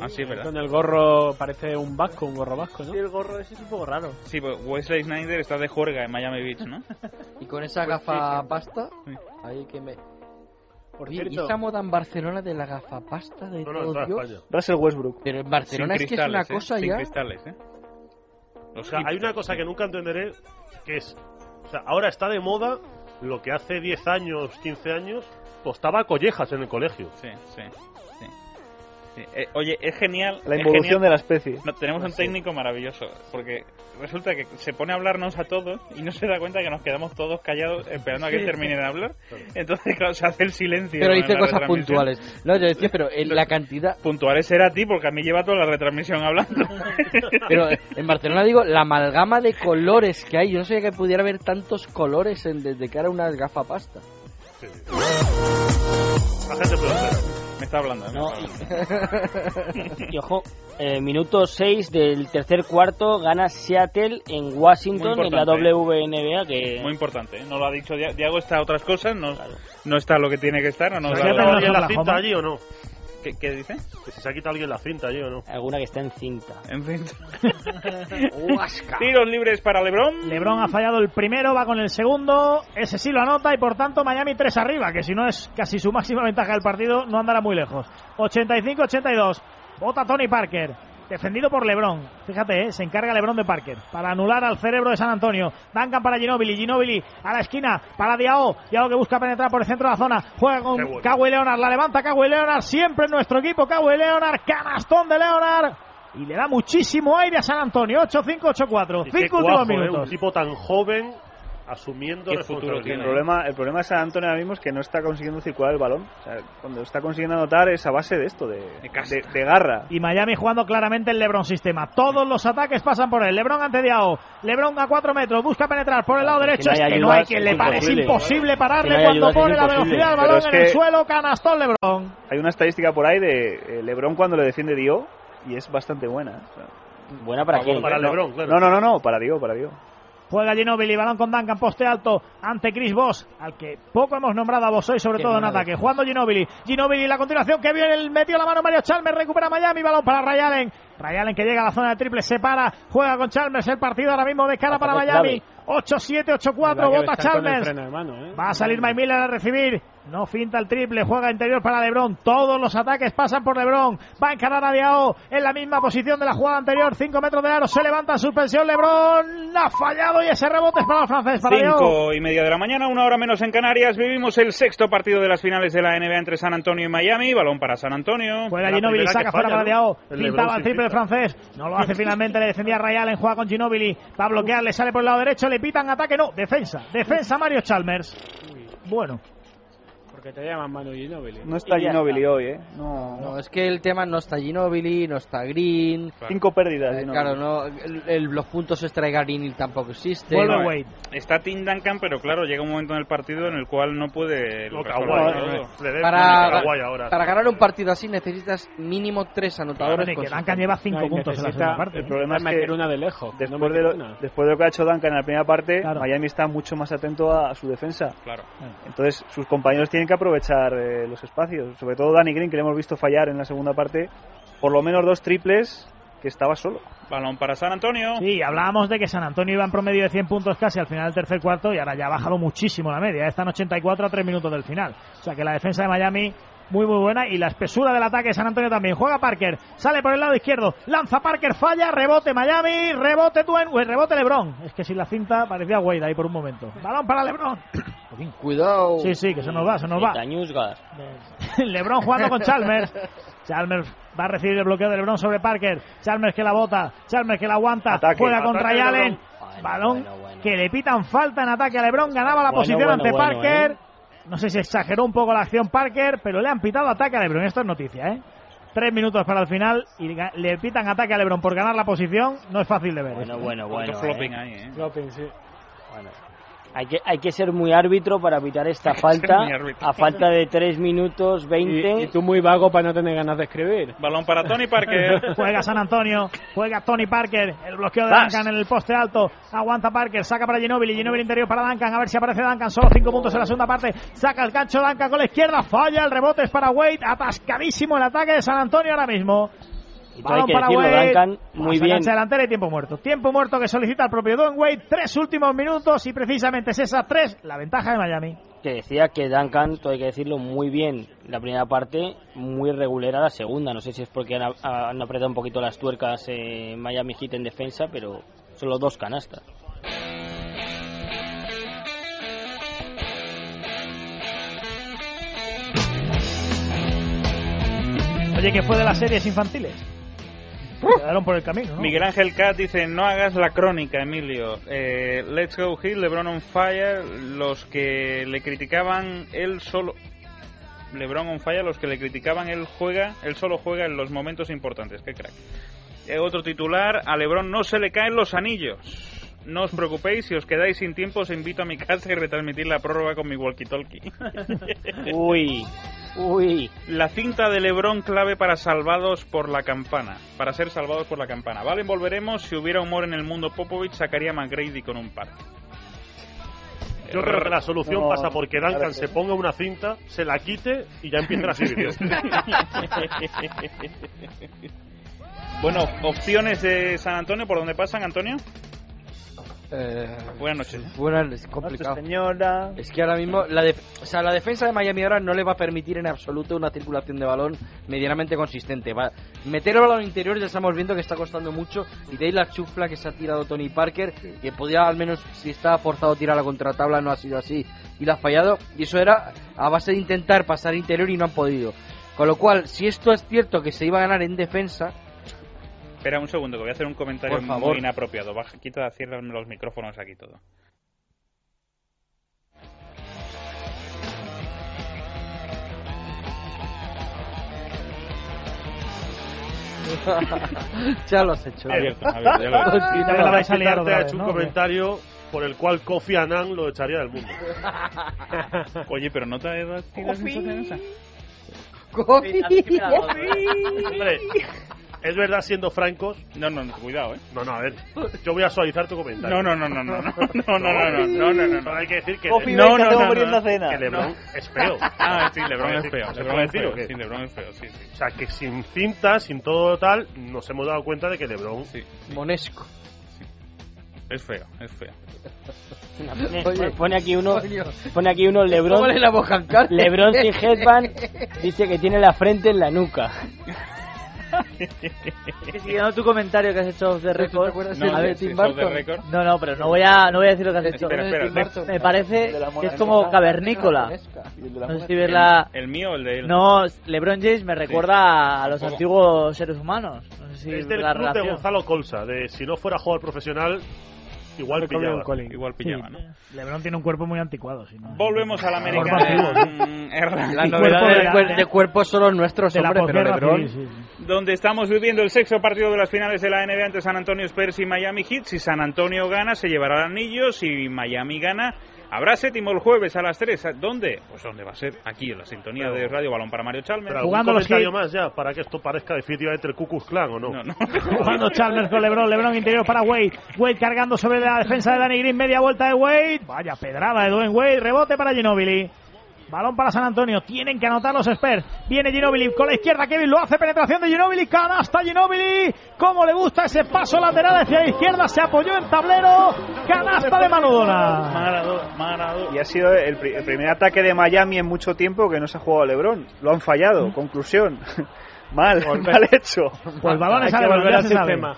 S3: Ah, sí, es verdad.
S10: Con el gorro, parece un vasco, un gorro vasco, ¿no?
S4: Sí, el gorro ese es un poco raro.
S3: Sí, pues Wesley Snyder está de juerga en Miami Beach, ¿no?
S6: [LAUGHS] Y con esa
S8: Pues
S6: gafa pasta, ahí que me... Oye, ¿Y esa moda en Barcelona de la gafa pasta de
S7: No, no, en
S6: todo
S7: toda
S6: Dios?
S7: España.
S8: Russell Westbrook.
S6: Pero en
S3: Sin
S6: Barcelona es que es una
S3: cristales, ¿eh?
S6: cosa
S3: Sin
S6: ya...
S3: cristales, ¿eh?
S7: O sea, hay una cosa que nunca entenderé, que es, o sea, ahora está de moda lo que hace 10 años, 15 años, costaba collejas en el colegio.
S3: Sí, sí. sí. Sí, eh, oye, es genial.
S8: La
S3: es genial.
S8: involución de la especie.
S3: No, tenemos
S7: Pues
S3: un
S8: Así.
S3: técnico maravilloso, porque resulta que se pone a hablarnos a todos y no se da cuenta que nos quedamos todos callados esperando a que
S6: Sí.
S3: terminen de hablar. Entonces, claro, se hace el silencio.
S6: Pero
S3: en
S6: dice
S3: la
S6: cosas
S3: retransmisión.
S6: puntuales. No, yo decía, pero en la cantidad.
S3: Puntuales era a ti, porque a mí lleva toda la retransmisión hablando.
S6: [LAUGHS] Pero eh, en Barcelona digo, la amalgama de colores que hay. Yo no sabía que pudiera haber tantos colores en- desde que era una gafa pasta.
S3: Me está hablando. ¿no?
S9: [LAUGHS] Y ojo, eh, minuto 6 del tercer cuarto gana Seattle en Washington
S3: Muy
S9: en la
S3: importante. ¿eh?
S10: ¿eh?
S9: WNBA que
S3: Muy importante, ¿eh? no lo ha dicho Dia- Diago, está a otras cosas, no, no está lo que tiene que estar. No, nos
S7: ¿Se
S3: da
S7: ha quitado
S3: lo-
S7: alguien la cinta allí o no?
S3: ¿Qué, qué dice?
S7: Que si se ha quitado alguien la cinta allí o no.
S9: Alguna que está en cinta.
S3: En cinta. Tiros libres para Lebron.
S5: Lebron ha fallado el primero, va con el segundo, ese sí lo anota y por tanto Miami 3 arriba, que si no es casi su máxima ventaja del partido, no andará muy lejos. 85-82, vota Tony Parker, defendido por Lebron. Fíjate, eh, se encarga Lebron de Parker para anular al cerebro de San Antonio. Duncan para Ginobili, Ginobili a la esquina para Diao, Diao que busca penetrar por el centro de la zona, juega con
S14: Qué bueno.
S5: Kawhi Leonard, la levanta Kawhi Leonard, siempre en nuestro equipo Kawhi Leonard, canastón de Leonard. Y le da muchísimo aire a San Antonio. 8-5-8-4.
S7: Y qué
S5: Cinco últimos
S7: cuajo, ¿eh?
S5: minutos.
S7: Un tipo tan joven asumiendo
S8: el
S7: responsabilidades.
S8: problema, el problema de San Antonio ahora mismo es que no está consiguiendo circular el balón. O sea, cuando está consiguiendo anotar es a base de esto, de, de- de garra.
S5: Y Miami jugando claramente el LeBron sistema. Todos los ataques pasan por él. LeBron ante Diao. LeBron a 4 metros. Busca penetrar por el lado derecho.
S8: no hay
S5: es que no
S8: ayudas,
S5: hay quien le
S8: es
S5: pare. Es
S8: imposible.
S5: imposible
S8: Si no
S5: pararle
S8: hay
S5: cuando
S8: ayudas, es
S5: pone la
S8: imposible.
S5: velocidad del
S8: Pero
S5: balón
S8: es
S5: en el
S8: que-
S5: suelo. Canastón LeBron.
S8: Hay una estadística por ahí de eh, LeBron cuando le defiende Dio y es bastante buena.
S9: buena
S5: para quién? Para
S8: no,
S5: LeBron, claro.
S8: No, no, no, no, para Dio, para Dio.
S5: Juega Ginobili, balón con Duncan, poste alto ante Chris Boss, al que poco hemos nombrado a Boss hoy, sobre
S8: Qué
S5: todo en
S8: mala
S5: ataque. Jugando Ginobili, Ginobili, la continuación que viene, el- metió la mano Mario Chalmers, recupera Miami, balón para Rayalen. Rayalen que llega a la zona de triple, se para, juega con Chalmers, el partido ahora mismo de cara para
S10: Ataque
S5: Miami.
S10: clave.
S5: 8-7,
S10: Habrá
S5: 8-4,
S10: que
S5: vota
S10: estar con el
S5: Chalmers.
S10: freno de mano, ¿eh?
S5: Va a salir Mike Miller a recibir. No finta el triple, juega interior para LeBron. Todos los ataques pasan por LeBron. Va a encarar a Diao en la misma posición de la jugada anterior. 5 metros de aro, se levanta en suspensión. LeBron ha fallado y ese rebote es para el francés. Para Diao.
S3: Cinco y media de la mañana, una hora menos en Canarias. Vivimos el sexto partido de las finales de la NBA entre San Antonio y Miami. Balón para San Antonio.
S5: Fuera Ginobili, saca fuera para Diao. Pintaba el triple francés. No lo hace finalmente, le defendía Rayal en juega con Ginobili. Va a bloquear, le sale por el lado derecho, le pitan ataque. No, defensa. Defensa Mario Chalmers. Bueno.
S10: Porque te llaman Manu Ginobili.
S8: No está Ginobili hoy, ¿eh? No.
S6: No, es que el tema no está Ginobili, no está Green.
S8: Cinco pérdidas.
S6: Eh,
S8: Ginobili.
S6: Claro, no, el- el- los puntos extra de Garini tampoco existen.
S3: No, eh,
S8: eh,
S3: Está Tim Duncan, pero claro, llega un momento en el partido en el cual no puede.
S6: No,
S3: resolver
S6: Kawhi,
S3: todo.
S6: no, Para, para ganar un partido así necesitas mínimo tres anotadores.
S5: Claro, que
S6: con-
S5: Duncan lleva cinco No, y puntos en la necesita- segunda parte, ¿eh?
S8: El problema es que
S10: meter una de lejos. que no
S8: después, de
S10: mete
S8: lo,
S10: una.
S8: después de lo que ha hecho Duncan en la primera parte, Miami está mucho más atento a, a su defensa.
S3: Claro.
S8: Entonces, sus compañeros tienen que aprovechar eh, los espacios. Sobre todo Danny Green, que le hemos visto fallar en la segunda parte, por lo menos dos triples que estaba solo.
S3: Balón para San Antonio.
S5: Sí, hablábamos de que San Antonio iba en promedio de 100 puntos casi al final del tercer cuarto y ahora ya ha bajado muchísimo la media. Están 84 a 3 minutos del final. O sea que la defensa de Miami muy muy buena y la espesura del ataque de San Antonio también. Juega Parker, sale por el lado izquierdo, lanza Parker, falla, rebote Miami, rebote Dwayne, Wade, rebote LeBron. Es que sin la cinta parecía Wade ahí por un momento. Balón para LeBron.
S6: Cuidado.
S5: Sí, sí, que se nos va, se nos va. [LAUGHS] LeBron jugando con
S14: [LAUGHS]
S5: Chalmers. Chalmers va a recibir el bloqueo de LeBron sobre Parker. Chalmers que la bota, Chalmers que la aguanta, juega contra
S14: ataque,
S5: Allen. Balón que le pitan falta en ataque a LeBron, ganaba la
S14: Bueno,
S5: posición
S14: bueno,
S5: ante
S14: bueno,
S5: Parker.
S14: ¿eh?
S5: No sé si exageró un poco la acción Parker, pero le han pitado ataque a LeBron. Esto es noticia, ¿eh? Tres minutos para el final y ga- le pitan ataque a LeBron por ganar la posición. No es fácil de ver.
S9: Bueno,
S5: esto.
S9: bueno, bueno. eh.
S10: Flopping, sí.
S9: Hay que, hay que ser muy árbitro para
S10: [LAUGHS]
S9: evitar esta falta.
S10: muy árbitro.
S9: A falta de 3 minutos 20.
S10: Y, y tú muy vago para no tener ganas de escribir.
S3: Balón para Tony
S5: [LAUGHS]
S10: [LAUGHS]
S5: Juega San Antonio, juega Tony Parker, el bloqueo de
S10: Flash.
S5: Duncan en el poste alto, aguanta Parker, saca para Ginobili, Ginobili interior para Duncan, a ver si aparece Duncan, solo cinco puntos en la segunda parte, saca el gancho Duncan con la izquierda, falla, el rebote es para Wade, atascadísimo el ataque de San Antonio ahora mismo.
S9: todo hay que decirlo, Duncan, muy
S5: Pasa
S9: bien.
S5: cancha delantera y tiempo muerto. Tiempo muerto que solicita el propio Don Wade, tres últimos minutos y precisamente es esa tres la ventaja de Miami.
S9: que decía que Duncan, todo hay que decirlo, muy bien la primera parte, muy regular a la segunda. No sé si es porque han, han apretado un poquito las tuercas eh, Miami Heat en defensa, pero Solo dos canastas.
S5: Oye, que fue de las series infantiles. Quedaron por el camino, ¿no?
S3: Miguel Ángel Cat dice, no hagas la crónica, Emilio. Eh, let's go Hill, LeBron on fire, los que le criticaban él solo... LeBron on fire, los que le criticaban él juega, él solo juega en los momentos importantes. Qué crack. Eh, otro titular, a LeBron no se le caen los anillos. No os preocupéis, si os quedáis sin tiempo os invito a mi casa y retransmitir la prórroga con mi walkie-talkie.
S9: Uy, uy.
S3: La cinta de Lebrón clave para salvados por la campana. Para ser salvados por la campana. Vale, volveremos. Si hubiera humor en el mundo, Popovich sacaría a McGrady con un par.
S7: Yo creo que la solución pasa porque Duncan se ponga una cinta, se la quite y ya empieza a seguir.
S3: [LAUGHS] Bueno, opciones de San Antonio, ¿por dónde pasan, Antonio?
S6: Eh,
S3: Buenas noches.
S6: Buenas noches, complicado.
S8: Noche, señora.
S6: Es que ahora mismo la, def- o sea, la defensa de Miami ahora no le va a permitir en absoluto una circulación de balón medianamente consistente. Va- meter el balón interior ya estamos viendo que está costando mucho y de ahí la chufla que se ha tirado Tony Parker, que podía al menos si estaba forzado a tirar a la contratabla no ha sido así y la ha fallado y eso era a base de intentar pasar interior y no han podido. Con lo cual, si esto es cierto que se iba a ganar en defensa,
S3: Espera un segundo, que voy a hacer un comentario
S6: Por favor.
S3: muy inapropiado. Baja, quita, cierra los micrófonos aquí todo.
S7: [LAUGHS]
S6: ya lo has hecho.
S7: Abierto,
S6: abierto, ya lo he hecho.
S7: Y
S6: Ya lo vais a
S7: Dante
S6: liar otra
S7: ha
S6: vez,
S7: hecho un
S6: ¿no?
S7: comentario por el cual Kofi Annan lo echaría del mundo.
S3: [LAUGHS] Oye, pero no te ha
S7: Hombre, es verdad, siendo francos.
S3: No, no, no, cuidado, eh.
S7: No, no, a ver. Yo voy a suavizar tu comentario.
S3: No, no, no, no,
S7: [LAUGHS]
S3: no, no, no, no, no, no, no, no, no.
S7: Solo hay que decir que.
S3: Coffee No, break, no, hacemos no, merienda no. cena.
S7: Que LeBron
S3: No.
S7: es feo.
S3: Ah, sí, LeBron es feo,
S7: ¿Se
S3: LeBron
S7: puede
S3: es
S7: decir
S3: feo,
S7: o qué?
S3: sí, LeBron es feo, sí, sí.
S7: O sea, que sin cinta, sin todo tal, nos hemos dado cuenta de que LeBron.
S6: Monesco.
S3: Es feo, es feo.
S9: Pone- pone aquí uno, pone aquí uno Lebron.
S6: Póngale la bojancar.
S9: Lebron sin headband [LAUGHS] dice que tiene la frente en la nuca.
S4: Siguiendo tu comentario que has hecho off the record.
S9: No, del
S4: a
S9: de
S4: ver,
S9: Tim
S4: Tim
S9: Burton?
S4: Burton. No, no, pero no voy a, no voy a decir lo que has hecho.
S3: Espera, espera, espera.
S4: Me parece que es como
S6: Ah,
S4: cavernícola. No sé si ves
S3: El-
S4: la-
S3: ¿El mío o el de él?
S4: No, LeBron James me recuerda a los
S7: Un poco.
S4: antiguos seres humanos. No sé si
S7: Es del
S4: la
S7: club de
S4: relación.
S7: Gonzalo Colsa, de si no fuera jugador profesional, igual pillaba. Igual
S3: pillaba, ¿no?
S5: Lebron tiene un cuerpo muy anticuado. Si no.
S3: Volvemos a la
S5: Norma
S3: americana.
S5: Fields.
S3: Mm, erra-
S6: La novedad de, cuer- de cuerpos son los nuestros,
S3: De la
S6: hombre, pero
S3: posguerra
S6: Lebron.
S3: civil, donde estamos viviendo el sexto partido de las finales de la NBA entre San Antonio Spurs y Miami Heat. Si San Antonio gana, se llevará el anillo. Si Miami gana, habrá séptimo el jueves a las 3. ¿A- ¿Dónde? Pues donde va a ser, aquí en la sintonía de Radio Balón para Mario Chalmers.
S7: Pero Jugando los más ya, para que esto parezca definitivamente el Ku Klux Klan, ¿o no? [LAUGHS] No,
S5: Jugando Chalmers con Lebron, Lebron interior para Wade. Wade cargando sobre la defensa de Danny Green, media vuelta de Wade. Vaya pedrada de Dwayne Wade, rebote para Ginobili. Balón para San Antonio, tienen que anotar los Spurs. Viene Ginobili con la izquierda, Kevin lo hace, penetración de Ginobili, canasta Ginobili. Como le gusta ese paso lateral hacia la izquierda, se apoyó en tablero, canasta de Manudona.
S8: Y ha sido el, pri- el primer ataque de Miami en mucho tiempo que no se ha jugado a LeBron. Lo han fallado. Conclusión. [LAUGHS] mal,
S5: Volver.
S8: mal hecho. [LAUGHS]
S5: Pues balones a
S8: Hay que
S5: Lebron,
S8: volver
S5: ya
S8: al
S5: se sabe.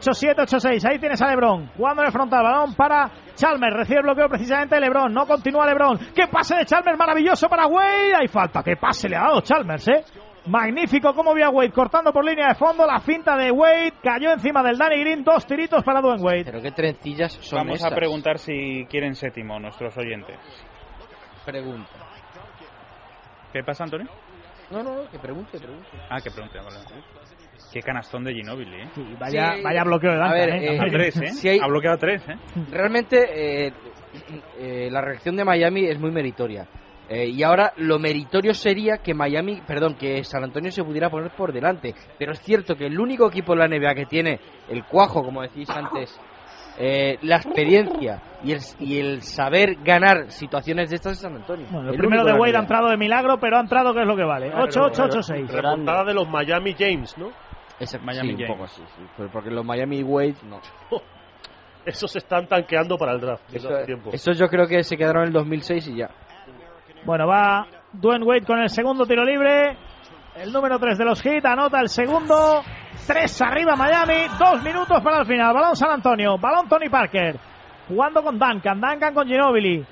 S8: sistema.
S5: 8-7-8-6, ahí tienes a Lebron. Jugando en el frontal, balón para Chalmers. Recibe el bloqueo precisamente de Lebron, no continúa Lebron. ¡Qué pase de Chalmers! Maravilloso para Wade. Hay falta, qué pase le ha dado Chalmers, ¿eh? Magnífico como vio a Wade cortando por línea de fondo. La finta de Wade cayó encima del Danny Green. Dos tiritos para Dwayne Wade.
S6: Pero qué trencillas son
S3: Vamos
S6: esas.
S3: a preguntar si quieren séptimo nuestros oyentes.
S6: Pregunta.
S3: ¿Qué pasa, Antonio?
S6: No, no, no, que pregunte, pregunte.
S3: Ah, que pregunta, vale. Qué canastón de Ginobili, ¿eh?
S5: vaya- Sí. vaya bloqueo de
S6: A
S5: Duncan,
S6: ver,
S5: ¿eh?
S3: A tres, ¿eh?
S6: si hay-
S3: Ha bloqueado a tres, ¿eh?
S6: Realmente eh, eh, la reacción de Miami es muy meritoria. Eh, y ahora lo meritorio sería que Miami, perdón, que San Antonio se pudiera poner por delante. Pero es cierto que el único equipo de la NBA que tiene el cuajo, como decís antes, eh, la experiencia y el, y el saber ganar situaciones de estas es San Antonio.
S5: Bueno, el,
S6: El
S5: primero
S6: único
S5: de
S6: la
S5: Wade ha
S6: NBA.
S5: entrado de milagro, pero ha entrado que es lo que vale. 8-8-8-6.
S7: Remontada de los Miami James, ¿no?
S6: Ese
S7: Miami
S6: sí, un
S7: James.
S6: poco así, sí. Pero porque los Miami Wade no.
S7: [LAUGHS] Esos están tanqueando para el draft. desde hace
S5: Pues-
S7: tiempo.
S6: Eso yo creo que se quedaron en el 2006 y ya.
S5: Bueno, va Dwayne Wade con el segundo tiro libre. El número 3 de los Heat anota el segundo. Tres arriba Miami, dos minutos para el final. Balón San Antonio, balón Tony Parker. Jugando con Duncan, Duncan con Ginobili.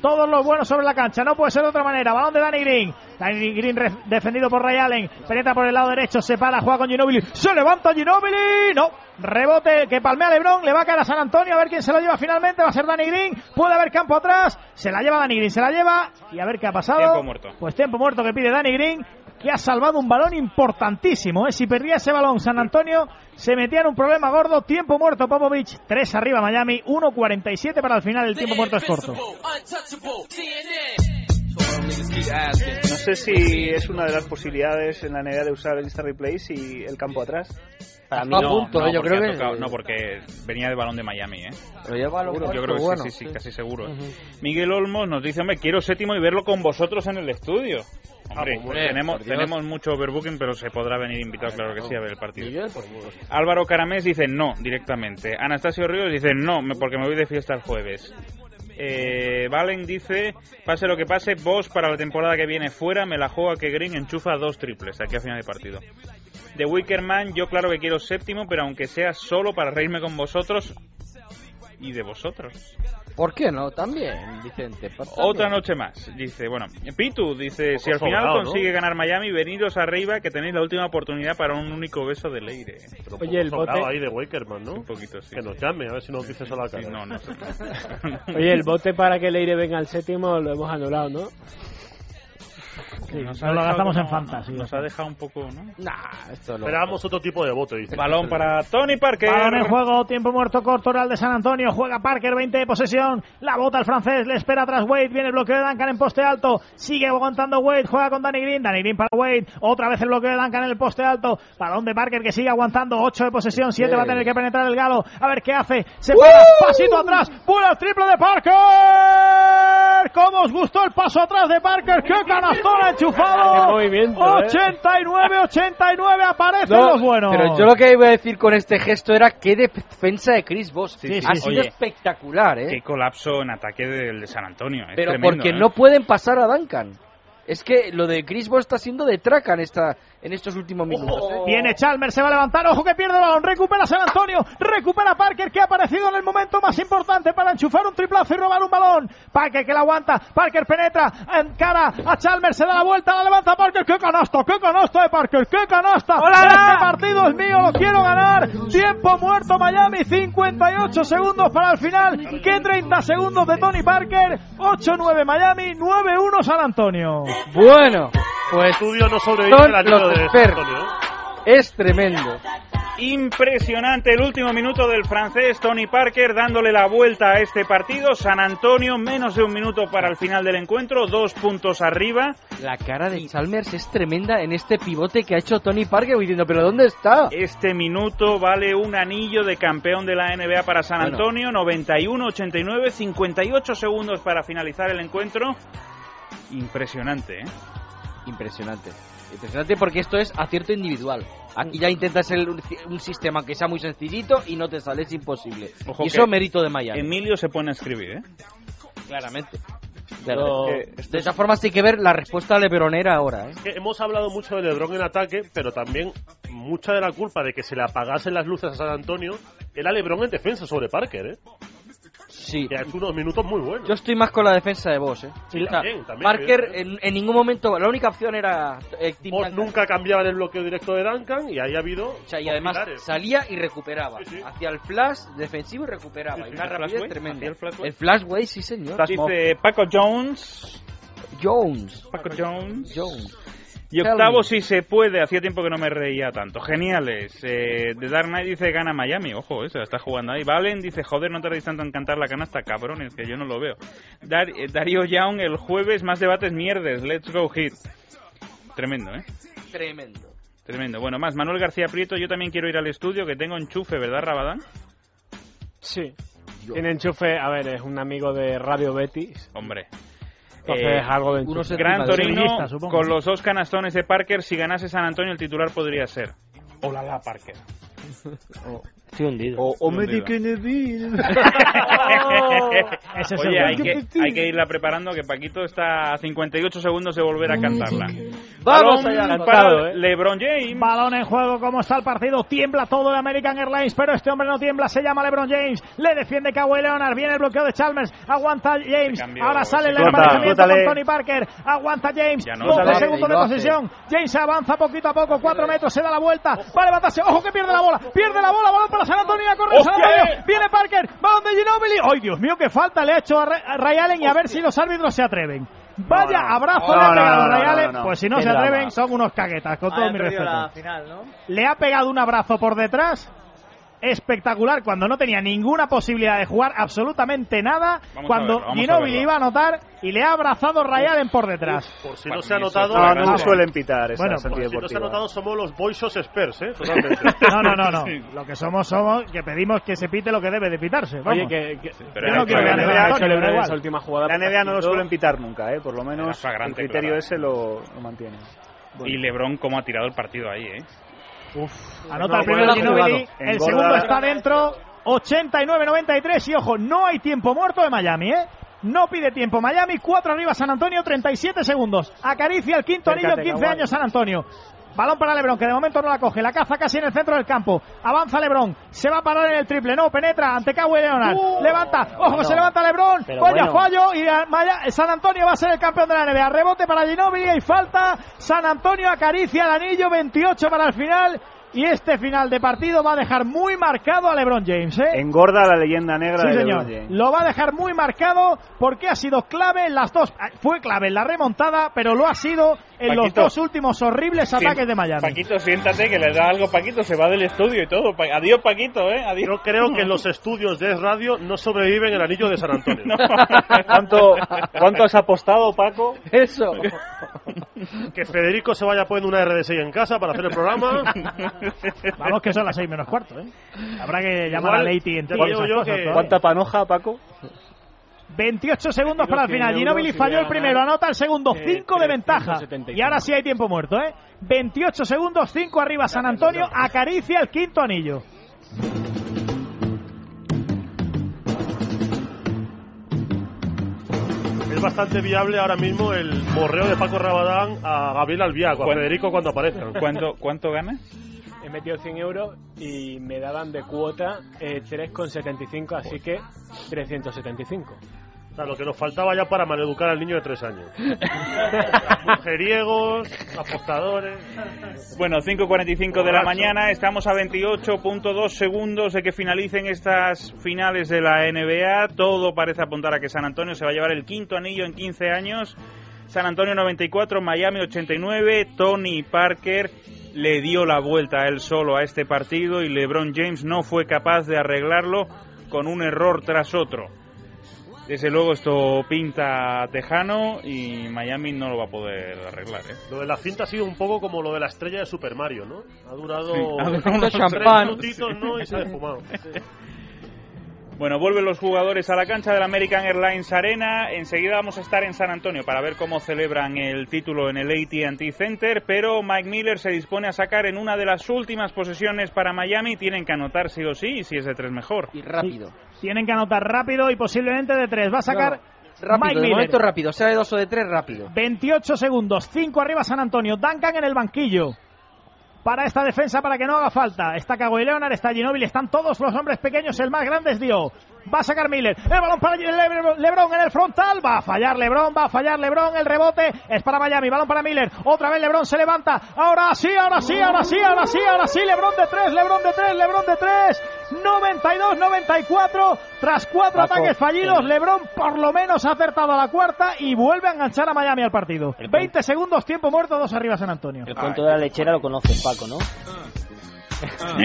S5: Todos los buenos sobre la cancha, no puede ser de otra manera. Balón de Danny Green. Danny Green defendido por Ray Allen. Penetra por el lado derecho, se para, juega con Ginobili. Se levanta Ginobili. No, rebote que palmea Lebron. Le va a caer a San Antonio a ver quién se lo lleva finalmente. Va a ser Danny Green. Puede haber campo atrás. Se la lleva Danny Green, se la lleva. Y a ver qué ha pasado.
S3: Tiempo muerto.
S5: Pues tiempo muerto que pide Danny Green que ha salvado un balón importantísimo. ¿eh? Si perdía ese balón San Antonio, se metía en un problema gordo. Tiempo muerto, Popovich. 3 arriba Miami, 1.47 para el final. El tiempo muerto es corto.
S8: No sé si es una de las posibilidades en la NBA de usar el Insta Replays y el campo atrás.
S6: Para mí no, punto, eh, yo
S3: porque
S6: creo
S3: ha
S6: que-
S3: tocado- no, porque venía de balón de Miami, ¿eh?
S6: Pero lleva balón
S3: Seguro, Yo
S6: corto,
S3: creo que
S6: bueno,
S3: sí, sí, sí,
S6: sí.
S3: casi seguro. Miguel Olmos nos dice, hombre, quiero séptimo y verlo con vosotros en el estudio.
S6: Ah,
S3: Hombre,
S25: pues, hombre,
S3: tenemos,
S25: por Dios.
S3: tenemos mucho overbooking, pero se podrá venir invitado, claro que sí, a ver el partido. Álvaro Caramés dice no, directamente. Anastasio Ríos dice no, me- porque me voy de fiesta el jueves. Eh, Valen dice, pase lo que pase, vos para la temporada que viene fuera, me la juega que Green enchufa dos triples de aquí a final de partido. De Wickerman, yo claro que quiero séptimo, pero aunque sea solo para reírme con vosotros y de vosotros.
S6: ¿Por qué no? También, Vicente. pues también.
S3: Otra noche más, dice, bueno, Pitu dice, si al final
S6: sobrado, ¿no?
S3: consigue ganar Miami, veniros arriba que tenéis la última oportunidad para un único beso de Leire.
S10: Oye, el
S7: Sobrado
S10: bote-
S7: ahí de Wakerman, ¿no?
S3: Un poquito, sí.
S7: Que nos llame, a ver si nos dices a la cara.
S3: no, no.
S7: [LAUGHS]
S10: Oye, el bote para que Leire venga al séptimo lo hemos anulado, ¿no?
S3: nos
S10: no lo gastamos en
S5: fantasy.
S3: Nos ha dejado un poco, ¿no?
S6: Nah, esto
S3: lo...
S7: Esperábamos otro tipo de voto. dice.
S3: Balón para Tony Parker.
S5: Balón en juego, tiempo muerto corto, oral de San Antonio. Juega Parker, 20 de posesión. La bota el francés, le espera atrás Wade. Viene el bloqueo de Duncan en poste alto. Sigue aguantando Wade, juega con Danny Green. Danny Green para Wade. Otra vez el bloqueo de Duncan en el poste alto. Balón de Parker que sigue aguantando. 8 de posesión, 7
S26: Bien.
S5: va a tener que penetrar el galo. A ver qué hace. Se para, pasito atrás. Buena triple de Parker. ¿Cómo os gustó el paso atrás de Parker? ¡Qué canastón ha enchufado!
S6: Qué movimiento, eh.
S5: 89-89
S3: Eh,
S5: aparecen
S6: No,
S5: los buenos.
S6: Pero yo lo que iba a decir con este gesto era qué defensa de Chris Bosh.
S3: sí,
S6: ha
S3: sí.
S6: sido
S3: Oye.
S6: espectacular, ¿eh?
S3: Qué colapso en ataque del de San Antonio. es
S6: Pero
S3: tremendo,
S6: porque
S3: ¿eh?
S6: no pueden pasar a Duncan. Es que lo de Chris Bosh está siendo de traca en, esta, en estos últimos minutos. ¿eh?
S5: Viene Chalmers, se va a levantar, ojo que pierde el balón, recupera San Antonio, recupera Parker que ha aparecido en el momento más importante para enchufar un triplazo y robar un balón. Parker que la aguanta, Parker penetra, en cara a Chalmers, se da la vuelta, la levanta Parker, qué canasta, qué canasta de Parker, qué canasta. Este partido es mío, lo quiero ganar. Tiempo muerto Miami, 58 segundos para el final, que 30 segundos de Tony Parker, 8-9 Miami, 9-1 San Antonio.
S6: Bueno, pues
S7: estudio no
S6: son los Spurs. Es tremendo.
S3: Impresionante el último minuto del francés Tony Parker dándole la vuelta a este partido. San Antonio, menos de un minuto para el final del encuentro, dos puntos arriba.
S6: ¿eh? La cara de Chalmers es tremenda en este pivote que ha hecho Tony Parker diciendo, pero ¿dónde está?
S3: Este minuto vale un anillo de campeón de la NBA para San
S6: Bueno.
S3: Antonio, 91-89, 58 segundos para finalizar el encuentro. Impresionante, ¿eh?
S6: Impresionante. Impresionante porque esto es acierto individual. Aquí ya intentas el- un sistema que sea muy sencillito y no te sale, es imposible.
S3: Ojo
S6: y eso
S3: que
S6: mérito de Miami.
S3: Emilio se pone a escribir, ¿eh?
S6: Claramente.
S7: Pero-
S6: de esa forma sí hay que ver la respuesta lebronera ahora. ¿eh?
S7: Que Hemos hablado mucho de LeBron en ataque, pero también mucha de la culpa de que se le apagasen las luces a San Antonio era LeBron en defensa sobre Parker, ¿eh?
S6: Sí.
S7: Que ha hecho unos minutos muy buenos.
S6: Yo estoy más con la defensa de vos. ¿eh?
S7: Sí, también, también, ¿eh?
S6: Parker en, en ningún momento, la única opción era... eh, Tim
S7: Vos
S6: Duncan.
S7: nunca cambiaban el bloqueo directo de Duncan y ahí ha habido.
S6: O sea, y además
S7: pilares.
S6: salía y recuperaba. Hacia el flash defensivo y recuperaba.
S3: Sí, sí,
S6: Y una
S3: el
S6: rapidez
S3: flashway,
S6: tremenda.
S3: hacía el flashway.
S6: El flashway, sí señor.
S3: Dice Paco Jones.
S6: Jones.
S3: Paco Jones.
S6: Jones.
S3: Y octavo, si se puede. Hacía tiempo que no me reía tanto. Geniales. Eh, The Dark Knight dice gana Miami. Ojo, esa está jugando ahí. Valen dice, joder, no tardéis tanto en cantar la canasta, cabrones, que yo no lo veo. Dar- eh, Darío Young, el jueves, más debates mierdes. Let's go hit. Tremendo, ¿eh?
S6: Tremendo.
S3: Tremendo. Bueno, más. Manuel García Prieto, yo también quiero ir al estudio, que tengo enchufe, ¿verdad, Rabadán? Eh,
S10: Sí. Tiene enchufe, a ver, es un amigo de Radio Betis.
S3: Hombre.
S10: Entonces,
S3: Eh,
S10: algo de enchufe.
S3: Gran Torino, con los dos canastones de Parker, si ganase San Antonio, el titular podría ser. Hola, la Parker.
S14: Estoy hundido.
S9: Oh.
S3: o me di que [LAUGHS]
S14: Ese es el
S3: Oye, hay
S14: bueno.
S3: que, hay que irla preparando, que Paquito está a 58 segundos de volver a cantarla.
S5: Vamos
S3: Balón
S5: allá,
S3: para
S5: anotado, ¿eh?
S3: LeBron James.
S5: Balón en juego, ¿cómo está el partido? Tiembla todo de American Airlines, pero este hombre no tiembla, se llama LeBron James. Le defiende Kawhi Leonard, viene el bloqueo de Chalmers, aguanta James.
S14: cambió,
S5: Ahora
S14: se
S5: sale el
S14: corta,
S5: emparejamiento
S14: córtale.
S5: con Tony Parker, aguanta James.
S14: Ya no,
S5: 12
S14: córtale.
S5: segundos
S14: Y
S5: de
S14: lo hace.
S5: posesión. James avanza poquito a poco, 4 metros, se da la vuelta, va a levantarse. Ojo que pierde la bola, pierde la bola, balón para San Antonio, la corre San
S14: ¡Hostia,
S5: Antonio.
S14: eh!
S5: Viene Parker, balón de Ginobili. ¡Ay, Dios mío, qué falta le ha hecho a Ra- a Ray Allen y a ver si los árbitros se atreven! Vaya abrazo le ha
S14: No, no,
S5: pegado
S14: no, no,
S5: Ray
S14: no, no,
S5: Allen.
S14: no.
S5: Pues si no
S14: Qué
S5: se
S14: drama.
S5: atreven, son unos caguetas, con todo mi respeto
S6: final, ¿no?
S5: le ha pegado un abrazo por detrás. Espectacular, cuando no tenía ninguna posibilidad de jugar absolutamente nada,
S7: Vamos a
S5: cuando
S7: verlo, vamos a
S5: Ginóbili
S7: verlo.
S5: iba a anotar y le ha abrazado Ray Allen por detrás.
S7: Por si no se ha notado.
S8: No, no suelen pitar esas
S5: Bueno,
S8: bueno,
S7: Por si no se ha
S8: antideportivas.
S7: notado, somos los Boisos Spurs, ¿eh? Totalmente.
S5: [LAUGHS] No, no, no,
S7: [LAUGHS]
S5: no. Lo que somos somos que pedimos que se pite lo que debe de pitarse. Vamos.
S10: Oye, que- que-
S5: Yo no quiero
S8: la
S5: ganar a
S8: NBA,
S5: Antonio, me da igual.
S10: esa última jugada.
S8: la NBA no lo
S10: Partido.
S8: suelen pitar nunca, ¿eh? por lo
S3: Era
S8: menos el
S3: flagrante,
S8: criterio
S3: clara.
S8: ese lo, lo mantiene.
S3: Y LeBron cómo ha tirado el partido ahí, ¿eh?
S5: Anota
S3: No,
S5: el primero
S3: bueno,
S5: Ginóbili,
S3: jugado.
S5: el
S3: Engorda.
S5: segundo está dentro, 89-93 y ojo, no hay tiempo muerto de Miami, ¿eh? No pide tiempo Miami, 4 arriba San Antonio, 37 segundos. Acaricia el quinto
S14: Acércate,
S5: anillo, 15
S14: Kawhi.
S5: años San Antonio. Balón para Lebron, que de momento no la coge. La caza casi en el centro del campo. Avanza Lebron. Se va a parar en el triple. No, penetra ante Kawhi Leonard.
S8: ¡Oh!
S5: levanta. Ojo,
S14: bueno.
S5: se levanta Lebron.
S14: Pero
S5: Vaya
S14: bueno.
S5: fallo. Y la- Maya- San Antonio va a ser el campeón de la NBA. Rebote para Ginobili y falta. San Antonio acaricia el anillo. 28 para el final. Y este final de partido va a dejar muy marcado a LeBron James. ¿eh?
S8: Engorda la leyenda negra
S5: Sí,
S8: de
S5: señor.
S8: LeBron James.
S5: Lo va a dejar muy marcado porque ha sido clave en las dos. eh, Fue clave en la remontada, pero lo ha sido en los
S3: Paquito.
S5: dos últimos horribles ataques
S3: Sien-
S5: de Miami.
S3: Paquito, siéntate que le da algo Paquito, se va del estudio y todo. Pa- Adiós, Paquito, ¿eh? Adiós.
S7: Yo creo que los estudios de Es Radio no sobreviven el anillo de San
S3: [LAUGHS]
S7: Antonio.
S8: ¿Cuánto, ¿Cuánto has apostado, Paco?
S27: Eso.
S7: Que Federico se vaya poniendo una RD6 en casa para hacer el programa.
S5: Vamos, que son las seis menos cuarto, ¿eh? Habrá que llamar
S7: Igual,
S5: a Leiti en
S7: ya digo yo que-
S8: ¿Cuánta panoja, Paco?
S5: 28 segundos
S8: Creo
S5: para el
S8: que
S5: final.
S8: en
S5: Ginobili
S8: euros
S5: falló
S8: iría
S5: el primero,
S8: a ganar,
S5: anota el segundo, 5 de ventaja.
S8: 375.
S5: Y ahora sí hay tiempo muerto, ¿eh? 28 segundos, 5 arriba San Antonio, acaricia el quinto anillo.
S7: Es bastante viable ahora mismo el morreo de Paco Rabadán a Gabriel Albiaco, a
S3: ¿Cuán-
S7: Federico cuando aparece.
S3: ¿Cuánto, cuánto ganas?
S10: He metido 100 euros y me daban de cuota eh, 3,75, así que 375.
S7: O sea, lo que nos faltaba ya para maleducar al niño de tres años. Mujeriegos, apostadores.
S3: Bueno, 5.45 de la mañana, estamos a 28.2 segundos de que finalicen estas finales de la NBA. Todo parece apuntar a que San Antonio se va a llevar el quinto anillo en 15 años. San Antonio 94, Miami 89, Tony Parker le dio la vuelta a él solo a este partido y LeBron James no fue capaz de arreglarlo con un error tras otro. Desde luego esto pinta tejano y Miami no lo va a poder arreglar. ¿eh?
S7: Lo de la cinta ha sido un poco como lo de la estrella de Super Mario, ¿no? Ha durado
S3: Sí, ha durado
S7: tres
S3: unos champán.
S7: minutitos, ¿no? Y se ha
S3: [LAUGHS]
S7: desfumado.
S3: Bueno, vuelven los jugadores a la cancha de la American Airlines Arena. Enseguida vamos a estar en San Antonio para ver cómo celebran el título en el AT&T Center, pero Mike Miller se dispone a sacar en una de las últimas posesiones para Miami. Tienen que anotar sí o sí, y si es de tres mejor.
S27: Y rápido.
S5: Tienen que anotar rápido y posiblemente de tres. Va a sacar
S27: Rápido,
S5: Mike
S27: de
S5: Miller.
S27: momento rápido. Sea de dos o
S5: [LAUGHS]
S27: de tres, rápido.
S5: 28 segundos, 5 arriba San Antonio, Duncan en el banquillo. Para esta defensa, para que no haga falta. Está Kawhi Leonard, está Ginóbili, están todos los hombres pequeños. El más grande es Dio. Va a sacar Miller. El balón para Lebron, Lebron en el frontal. Va a fallar Lebron, va a fallar Lebron. El rebote es para Miami. Balón para Miller. Otra vez Lebron se levanta. Ahora sí, ahora sí, ahora sí, ahora sí, ahora sí. Lebron de tres, Lebron de tres, Lebron de tres. 92, 94. Tras cuatro
S14: Paco,
S5: ataques fallidos,
S14: sí.
S5: Lebron por lo menos ha acertado a la cuarta y vuelve a enganchar a Miami al partido. 20 segundos, tiempo muerto, dos arriba San Antonio.
S9: El cuento de la lechera lo conoces, Paco, ¿no? Ah.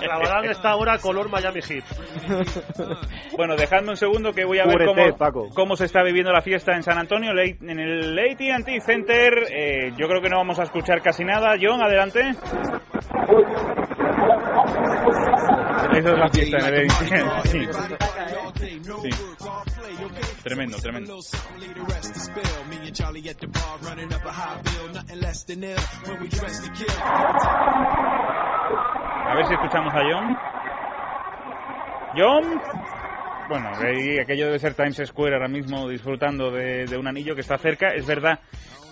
S7: Rabadán está ahora color Miami Heat.
S3: Bueno, dejadme un segundo que voy a ver
S7: Cúbrete,
S3: cómo, cómo se está viviendo la fiesta en San Antonio, le- en el AT&T Center. Eh, yo creo que no vamos a escuchar casi nada. John, adelante. Esa es la fiesta en el AT&T. Sí. Sí. Tremendo, tremendo. A ver si escuchamos a John. John. Bueno, ahí aquello debe ser Times Square ahora mismo disfrutando de, de un anillo que está cerca. Es verdad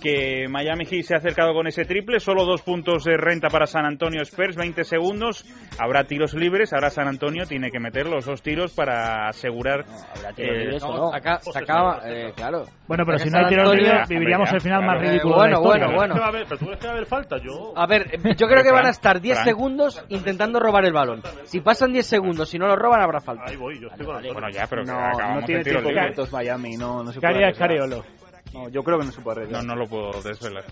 S3: que Miami Heat se ha acercado con ese triple, solo dos puntos de renta para San Antonio Spurs, 20 segundos, habrá tiros libres, ahora San Antonio tiene que meter los dos tiros para asegurar... eh,
S6: tiros libres o no. Acá- se acaba, eh, claro.
S5: Bueno, pero
S6: Acá
S5: si no
S6: San
S5: hay tiros
S6: Antonio-
S5: libres, viviríamos el final más
S6: Eh,
S5: ridículo. de la
S6: Bueno,
S5: historia.
S6: bueno, bueno.
S7: A ver, pero tú crees que va a haber falta, yo.
S6: A ver, eh, yo creo que van a estar 10 segundos intentando robar el balón. Si pasan 10 segundos, si no lo roban, habrá falta.
S7: Ahí voy, yo estoy
S3: Bueno, ya, pero
S8: No,
S3: acabamos
S8: no tiene
S3: en tiros
S8: tiempo
S3: libres.
S8: cortos Miami, no, no se
S3: ¿Qué
S8: puede
S3: haría
S8: arriesgar.
S3: Scariolo?
S8: No, yo creo que no se puede
S3: No,
S8: arriesgar.
S3: no lo puedo desvelar.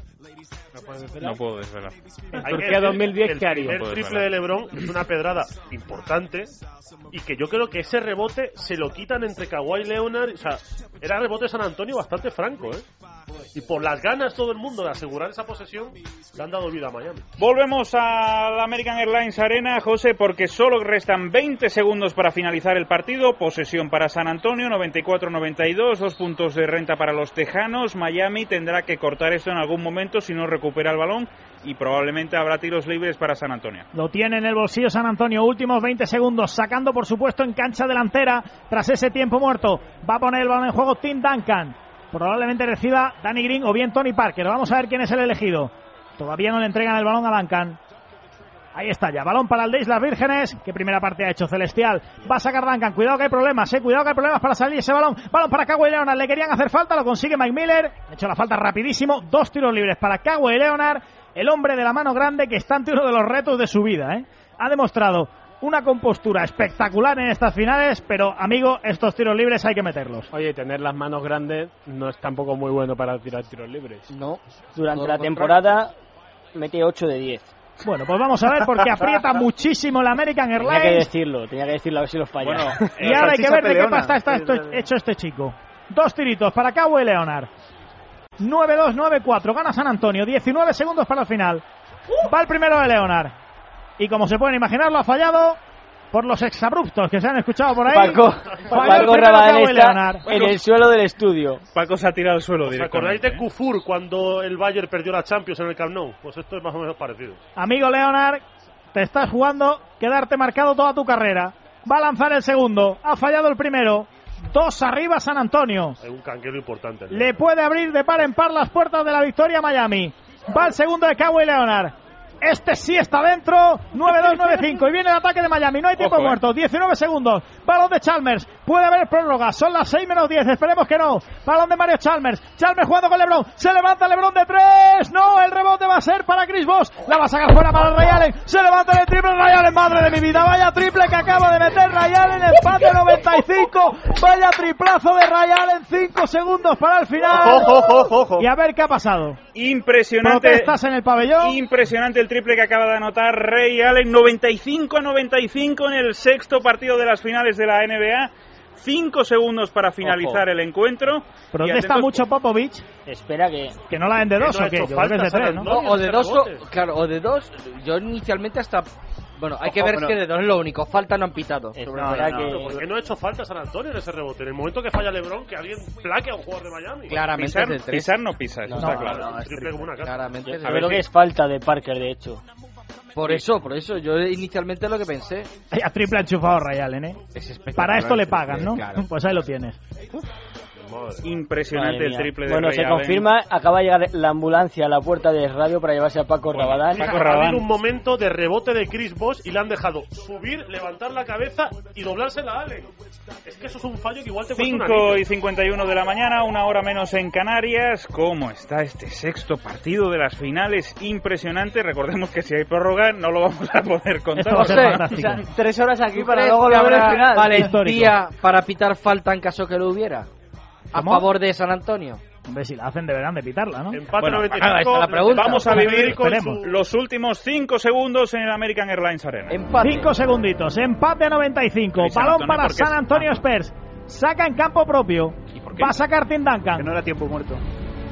S3: No puedo desvelar.
S7: Hay que
S10: Turquía
S7: decir
S10: 2010,
S7: que el
S10: ¿qué haría?
S7: primer
S10: Pues,
S7: triple
S10: vale.
S7: de LeBron es una pedrada importante y que yo creo que ese rebote se lo quitan entre Kawhi y Leonard. O sea, era rebote San Antonio bastante franco, ¿eh? Y por las ganas todo el mundo de asegurar esa posesión, le han dado vida a Miami.
S3: Volvemos a la American Airlines Arena, José, porque solo restan 20 segundos para finalizar el partido. Posesión para San Antonio, 94-92, dos puntos de renta para los Tejanos. Miami tendrá que cortar esto en algún momento si no recupera el balón y probablemente habrá tiros libres para San Antonio.
S5: Lo tiene en el bolsillo San Antonio, últimos 20 segundos, sacando por supuesto en cancha delantera tras ese tiempo muerto. Va a poner el balón en juego Tim Duncan. Probablemente reciba Danny Green o bien Tony Parker. Vamos a ver quién es el elegido. Todavía no le entregan el balón a Duncan. Ahí está ya, balón para el de Islas Vírgenes, que primera parte ha hecho Celestial. Va a sacar Duncan, cuidado que hay problemas, eh, cuidado que hay problemas para salir ese balón. Balón para Kawhi Leonard, le querían hacer falta, lo consigue Mike Miller. Ha hecho la falta rapidísimo, dos tiros libres para Kawhi Leonard, el hombre de la mano grande que está ante uno de los retos de su vida. eh. Ha demostrado una compostura espectacular en estas finales, pero amigo, estos tiros libres hay que meterlos.
S10: Oye, tener las manos grandes no es tampoco muy bueno para tirar tiros libres.
S6: No.
S10: Todo
S9: Durante la
S10: lo contrario.
S9: temporada mete 8 de 10.
S5: Bueno, pues vamos a ver porque
S9: [LAUGHS]
S5: aprieta muchísimo la American
S9: [LAUGHS] Tenía que
S5: Airlines.
S9: decirlo, tenía que decirlo a ver si lo [LAUGHS] falla.
S5: Y ahora hay que ver de qué pasta está esto- hecho este chico. Dos tiritos para Cabo y Leonard. 9-2, 9-4. Gana San Antonio. 19 segundos para el final. Va el primero de Leonard. Y como se pueden imaginar, lo ha fallado por los exabruptos que se han escuchado por ahí.
S9: Paco,
S5: Falló el
S9: Paco
S5: primero
S9: Rabadell
S5: Kawhi
S9: está
S5: Leonard.
S9: en el suelo del estudio.
S3: Paco se ha tirado al suelo ¿eh?
S7: ¿Os acordáis de Kufur cuando el Bayern perdió la Champions en el Camp Nou? Pues esto es más o menos parecido.
S5: Amigo Leonard, te estás jugando quedarte marcado toda tu carrera. Va a lanzar el segundo. Ha fallado el primero. Dos arriba San Antonio.
S7: Hay un canquero importante.
S5: Le puede abrir de par en par las puertas de la victoria a Miami. Va el segundo de Kawhi Leonard. Este sí está dentro. 9-2-9-5. Y viene el ataque de Miami. No hay tiempo
S3: Ojo, eh.
S5: muerto. 19 segundos. Balón de Chalmers. Puede haber prórroga. Son las 6 menos 10. Esperemos que no. Balón de Mario Chalmers. Chalmers jugando con LeBron. Se levanta LeBron de 3. No, el rebote va a ser para Chris Bosh. La va a sacar fuera para Ray Allen. Se levanta el triple Ray Allen. Madre de mi vida. Vaya triple que acaba de meter Ray Allen. Empate 95. Vaya triplazo de Ray Allen. 5 segundos para el final.
S3: Ojo, ojo, ojo, ojo.
S5: Y a ver qué ha pasado.
S3: Impresionante.
S5: Protestas en el pabellón.
S3: Impresionante el triple que acaba de anotar Ray Allen, 95 a 95 en el sexto partido de las finales de la NBA. Cinco segundos para finalizar el encuentro. Y
S5: Protesta
S3: atentos-
S5: mucho Popovich.
S9: Espera que.
S5: Que no la den de dos o qué. Yo creo que es de tres, ¿no?
S6: No, o de
S5: [LAUGHS]
S6: dos, o- claro, o de dos. Yo inicialmente hasta. Bueno, hay que
S7: Ojo,
S6: ver
S7: pero-
S6: que de dos es lo único. Falta no han pitado. Sobre
S7: No,
S6: todo.
S7: no, no, ¿Por qué no ha hecho falta San Antonio en ese rebote? En el momento que falla LeBron, que alguien plaque a un jugador de Miami.
S6: Claramente
S3: pisar,
S6: es de tres.
S3: pisar no pisa, eso
S6: No,
S3: está
S6: no,
S3: claro.
S6: no, es
S7: Triple como una casa.
S6: Claramente es de
S9: Yo
S6: tres.
S9: creo que es falta de Parker, de hecho.
S6: Por eso, por eso. Yo inicialmente lo que pensé.
S5: Vaya triple enchufado Ray Allen, ¿eh? Para esto le pagan, ¿no?
S6: eh, Claro.
S5: [LAUGHS] Pues ahí lo tienes.
S3: Impresionante
S9: Madre
S3: el
S9: mía.
S3: triple de
S9: Bueno,
S3: Ray
S9: se
S3: Allen.
S9: confirma, acaba de llegar la ambulancia a la puerta de radio para llevarse a Paco Rabadán.
S7: Ha habido un momento de rebote de Chris Bosh y le han dejado subir, levantar la cabeza y doblársela a Allen. Es que eso es un fallo que igual te cuesta una
S3: 5 y 51 de la mañana, una hora menos en Canarias. ¿Cómo está este sexto partido de las finales? Impresionante. Recordemos que si hay prórroga no lo vamos a poder contar.
S5: Esto va a ser fantástico.
S9: Tres horas aquí para
S6: ¿Crees
S9: luego
S6: que
S9: la hora
S6: habrá
S9: final.
S6: valentía para pitar falta en caso que lo hubiera? A
S5: ¿Cómo?
S6: favor de San Antonio.
S5: Hombre, si la hacen deberán de pitarla, ¿no?
S7: Empate
S3: Bueno,
S7: 95.
S6: ah, esa es la pregunta.
S3: Vamos a vivir
S5: Esperemos.
S3: los últimos 5 segundos en el American Airlines Arena.
S5: Cinco segunditos. Empate a 95.
S3: Ay, San
S5: Balón
S3: Antonio,
S5: para
S3: ¿por qué
S5: San
S3: es-
S5: Antonio Spurs. Saca en campo propio. Va a sacar Tim Duncan.
S8: Que no era tiempo muerto.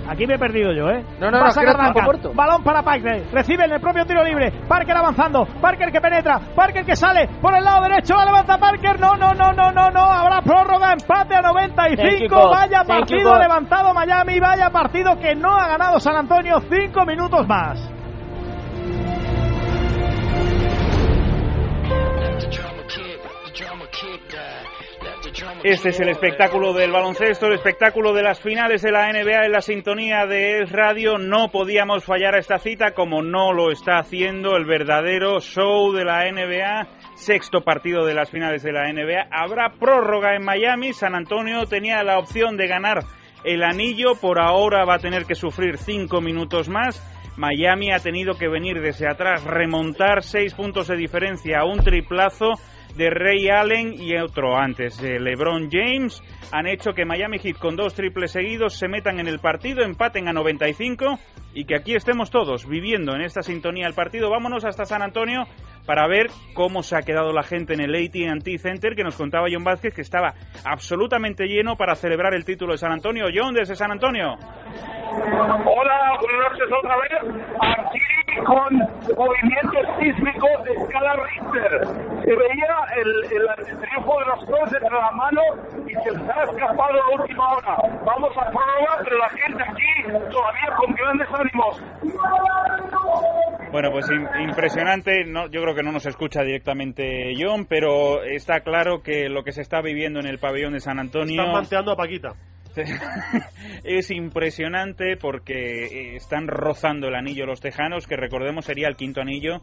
S5: Aquí me he perdido yo, ¿eh?
S6: No, no,
S5: Va a
S6: no, creo
S5: sacar
S6: que
S5: Duncan.
S6: tampoco corto.
S5: Balón para Parker. Recibe en el propio tiro libre. Parker avanzando. Parker que penetra. Parker que sale por el lado derecho. La levanta Parker. No, no, no, no, no, no. Habrá prórroga. Empate a 95.
S9: chicos.
S5: Vaya
S9: Sí,
S5: partido
S9: chicos.
S5: levantado Miami. Vaya partido que no ha ganado San Antonio. Cinco minutos más.
S14: drama kid, the drama kid.
S3: Este es el espectáculo del baloncesto, el espectáculo de las finales de la NBA en la sintonía de Es Radio. No podíamos fallar a esta cita como no lo está haciendo el verdadero show de la NBA. Sexto partido de las finales de la NBA. Habrá prórroga en Miami. San Antonio tenía la opción de ganar el anillo. Por ahora va a tener que sufrir cinco minutos más. Miami ha tenido que venir desde atrás, remontar seis puntos de diferencia, un triplazo de Ray Allen y otro antes de LeBron James han hecho que Miami Heat con dos triples seguidos se metan en el partido, empaten a 95 y que aquí estemos todos viviendo en esta sintonía el partido. Vámonos hasta San Antonio para ver cómo se ha quedado la gente en el AT&T Center que nos contaba John Vázquez que estaba absolutamente lleno para celebrar el título de San Antonio. John desde San Antonio.
S14: Hola, buenas noches otra vez. Aquí con movimientos sísmicos de escala Richter. Se veía el, el, el triunfo de los dos entre la mano y se les ha escapado a última hora. Vamos a prueba, pero la gente aquí todavía con grandes ánimos.
S3: Bueno, pues im- impresionante. No, yo creo que no nos escucha directamente John, pero está claro que lo que se está viviendo en el pabellón de San Antonio
S7: Están manteando a Paquita.
S3: [LAUGHS] es impresionante porque eh, están rozando el anillo los tejanos, que recordemos sería el quinto anillo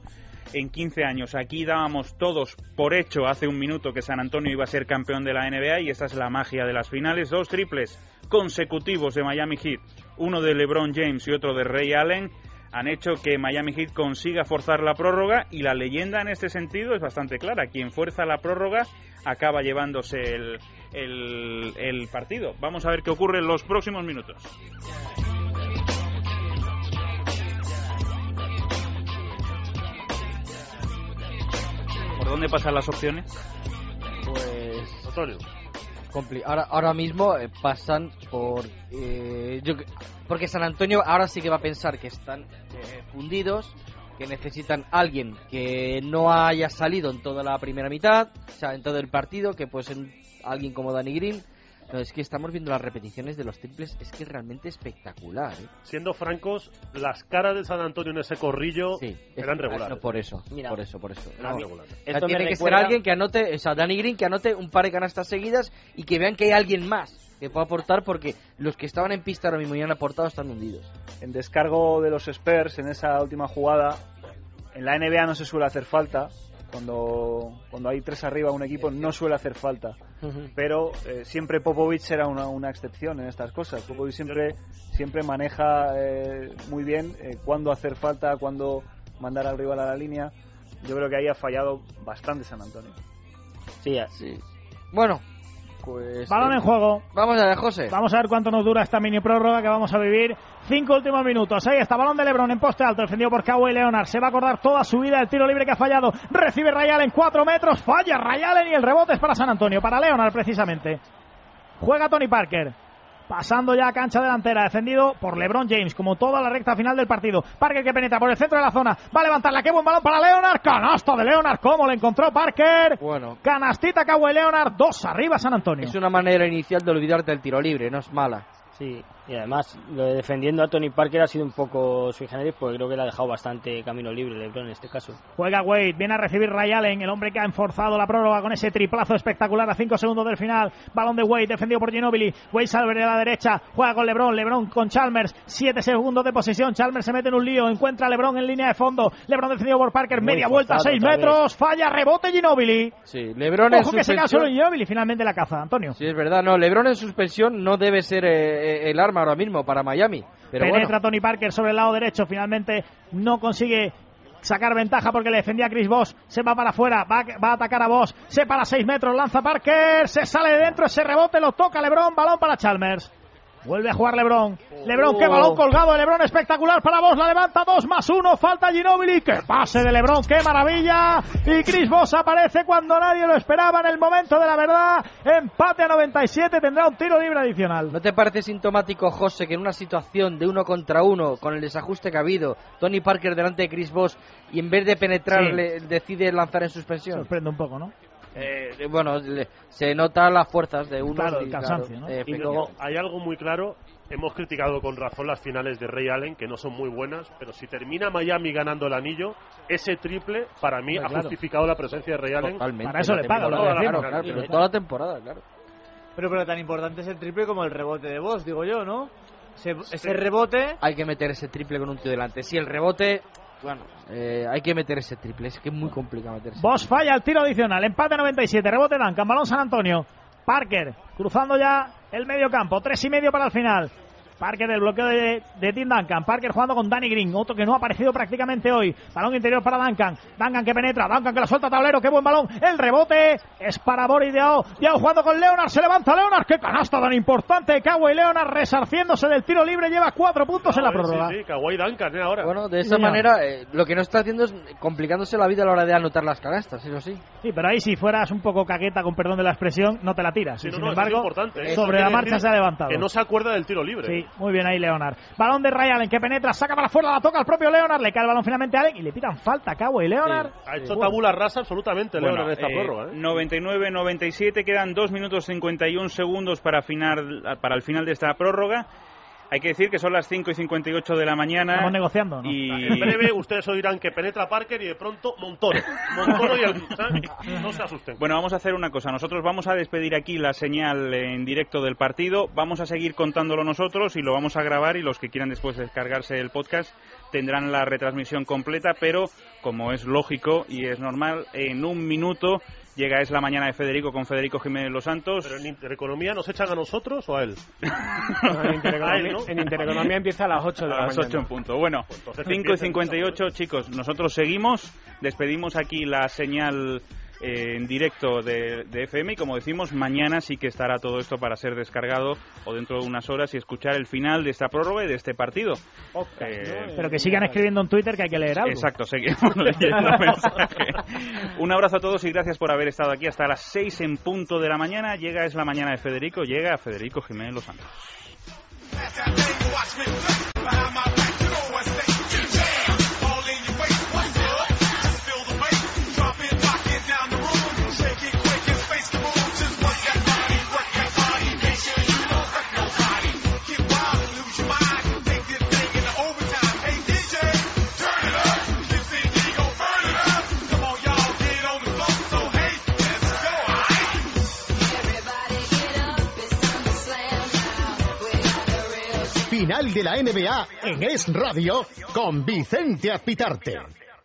S3: en 15 años. Aquí dábamos todos por hecho hace un minuto que San Antonio iba a ser campeón de la NBA y esa es la magia de las finales. Dos triples consecutivos de Miami Heat, uno de LeBron James y otro de Ray Allen, han hecho que Miami Heat consiga forzar la prórroga y la leyenda en este sentido es bastante clara. Quien fuerza la prórroga acaba llevándose el, el, el partido. Vamos a ver qué ocurre en los próximos minutos. ¿Por dónde pasan las opciones?
S6: Pues. Compli- ahora, ahora mismo eh, pasan por. eh, yo que- porque San Antonio ahora sí que va a pensar que están eh, fundidos, que necesitan alguien que no haya salido en toda la primera mitad, o sea, en todo el partido, que puede ser un- alguien como Danny Green. No, es que estamos viendo las repeticiones de los triples, es que es realmente espectacular. ¿eh?
S7: Siendo francos, las caras de San Antonio en ese corrillo eran
S6: es-
S7: regulares.
S6: no, por eso,
S7: Mira.
S6: por eso, por eso.
S7: Eran
S6: No,
S7: regulares.
S6: o sea,
S7: Esto me
S6: tiene que ser
S7: recuerda-
S6: alguien que anote, o sea, Danny Green que anote un par de canastas seguidas y que vean que hay alguien más que pueda aportar porque los que estaban en pista ahora mismo y han aportado están hundidos.
S8: En descargo de los Spurs en esa última jugada, en la NBA no se suele hacer falta. Cuando, cuando hay tres arriba un equipo no suele hacer falta. Pero eh, siempre Popovich era una, una excepción en estas cosas. Popovich siempre, siempre maneja eh, muy bien eh, cuándo hacer falta, cuándo mandar al rival a la línea. Yo creo que ahí ha fallado bastante San Antonio.
S9: Sí,
S6: Bueno, pues...
S5: Balón
S6: eh,
S5: en juego.
S6: Vamos a ver, José.
S5: Vamos a ver cuánto nos dura esta mini prórroga que vamos a vivir. Cinco últimos minutos. Ahí está, balón de Lebron en poste alto, defendido por Kawhi Leonard. Se va a acordar toda su vida el tiro libre que ha fallado. Recibe Rayal en cuatro metros, falla Rayal y el rebote es para San Antonio, para Leonard precisamente. Juega Tony Parker. Pasando ya a cancha delantera, defendido por LeBron James, como toda la recta final del partido. Parker que penetra por el centro de la zona, va a levantarla, qué buen balón para Leonard, canasta de Leonard, cómo le encontró Parker.
S6: Bueno.
S5: Canastita Kawhi Leonard, dos arriba San Antonio.
S6: Es una manera inicial de olvidarte del tiro libre, no es mala.
S9: Sí, y además lo de defendiendo a Tony Parker ha sido un poco sui generis porque creo que le ha dejado bastante camino libre LeBron en este caso.
S5: Juega Wade, viene a recibir Ray Allen, el hombre que ha enforzado la prórroga con ese triplazo espectacular a 5 segundos del final. Balón de Wade, defendido por Ginobili. Wade salve de la derecha, juega con LeBron, LeBron con Chalmers. 7 segundos de posesión, Chalmers se mete en un lío, encuentra a LeBron en línea de fondo. LeBron defendido por Parker,
S6: Muy
S5: media vuelta,
S6: forzado
S5: 6
S6: otra
S5: metros, falla, rebote Ginobili.
S6: Sí, LeBron en
S5: Ojo que se cae
S6: suspensión-
S5: solo Ginobili, finalmente la caza, Antonio.
S6: Sí, es verdad, no, LeBron en suspensión no debe ser eh, eh, el arma ahora mismo para Miami. Pero bueno,
S5: Penetra Tony Parker sobre el lado derecho, finalmente no consigue sacar ventaja porque le defendía a Chris Boss. Se va para afuera, va, va a atacar a Boss, se para 6 metros, lanza Parker, se sale de dentro, ese rebote lo toca LeBron, balón para Chalmers. Vuelve a jugar LeBron. LeBron, qué
S6: Oh.
S5: balón colgado de LeBron, espectacular para Boss, la levanta 2 más 1, falta Ginobili, qué pase de LeBron, qué maravilla. Y Chris Boss aparece cuando nadie lo esperaba en el momento de la verdad. Empate a 97, tendrá un tiro libre adicional.
S6: ¿No te parece sintomático, José, que en una situación de uno contra uno, con el desajuste que ha habido, Tony Parker delante de Chris Bosh y en vez de penetrarle, decide lanzar en suspensión?
S5: Sorprende un poco, ¿no?
S6: Eh, bueno, le- se notan las fuerzas de uno
S7: Claro,
S6: y,
S7: el cansancio,
S6: claro,
S7: ¿no?
S6: eh,
S7: Y luego hay algo muy claro. Hemos criticado con razón las finales de Ray Allen, que no son muy buenas, pero si termina Miami ganando el anillo, ese triple para mí
S6: Hombre,
S7: ha
S6: claro.
S7: justificado la presencia de Ray Allen.
S6: Totalmente, Para eso la le paga, lo temporada, decimos. claro, claro, pero toda la temporada, claro.
S4: Pero, pero tan importante es el triple como el rebote de vos, digo yo, ¿no? Ese, ese rebote.
S6: Hay que meter ese triple con un tío delante. Si el rebote. Bueno, eh, hay que meter ese triple. Es que es muy complicado meterse.
S5: Vos falla el tiro adicional. Empate 97. Rebote Duncan. Balón San Antonio. Parker cruzando ya el medio campo. Tres y medio para el final. Parker del bloqueo de, de Tim Duncan. Parker jugando con Danny Green. Otro que no ha aparecido prácticamente hoy. Balón interior para Duncan. Duncan que penetra. Duncan que la suelta a tablero. Qué buen balón. El rebote es para Boris Diao. Diao jugando con Leonard. Se levanta Leonard. Qué canasta tan importante. Kawhi Leonard resarciéndose del tiro libre. Lleva cuatro puntos en la prórroga.
S7: Sí, sí, Kawhi Duncan, ¿eh? ahora.
S6: Bueno, de esa
S5: Señor.
S6: manera, eh, lo que no está haciendo es complicándose la vida a la hora de anotar las canastas, eso sí.
S5: Sí, pero ahí si fueras un poco caqueta, con perdón de la expresión, no te la tiras.
S7: Sí,
S5: Y
S7: no,
S5: sin
S7: no, eso es
S5: embargo,
S7: importante, ¿eh?
S5: sobre
S7: Eso
S5: la
S7: quiere
S5: marcha
S7: decir
S5: se ha levantado.
S7: Que no se acuerda del tiro libre.
S5: Sí, muy bien ahí Leonard. Balón de Ray Allen que penetra, saca para afuera, la toca al propio Leonard, le cae el balón finalmente a Allen y le pitan falta a y Leonard.
S7: Ha hecho tabula rasa absolutamente
S3: Bueno,
S7: Leonard en esta
S3: eh,
S7: prórroga. ¿eh?
S3: 99-97, quedan 2 minutos 51 segundos para, final, para el final de esta prórroga. Hay que decir que son las 5 y 58 de la mañana.
S5: Estamos negociando, ¿no?
S3: Y...
S7: En breve ustedes oirán que penetra Parker y de pronto Montoro. Montoro y el... ¿sabes? [LAUGHS] No se asusten.
S3: Bueno, vamos a hacer una cosa. Nosotros vamos a despedir aquí la señal en directo del partido. Vamos a seguir contándolo nosotros y lo vamos a grabar y los que quieran después descargarse el podcast tendrán la retransmisión completa, pero como es lógico y es normal, en un minuto llega Es la Mañana de Federico con Federico Jiménez Los Santos.
S7: ¿Pero en Intereconomía nos echan a nosotros o
S10: [LAUGHS]
S7: a él?
S10: En Intereconomía, en Intereconomía empieza a las 8
S3: A
S10: de la
S3: las
S10: mañana.
S3: 8 en punto. Bueno,
S5: Pues
S7: entonces
S3: 5 y
S7: empiecen,
S3: 58, chicos. Nosotros seguimos. Despedimos aquí la señal eh, en directo de, de FM. Y como decimos, mañana sí que estará todo esto para ser descargado o dentro de unas horas y escuchar el final de esta prórroga y de este partido. Eh,
S5: Pero que sigan escribiendo en Twitter que hay que leer algo.
S3: Exacto, seguimos [LAUGHS] leyendo mensajes. Un abrazo a todos y gracias por haber estado aquí hasta las 6 en punto de la mañana. Llega es la mañana de Federico, llega Federico Jiménez Los Santos.
S1: Final de la NBA en Es Radio con Vicente Azpitarte.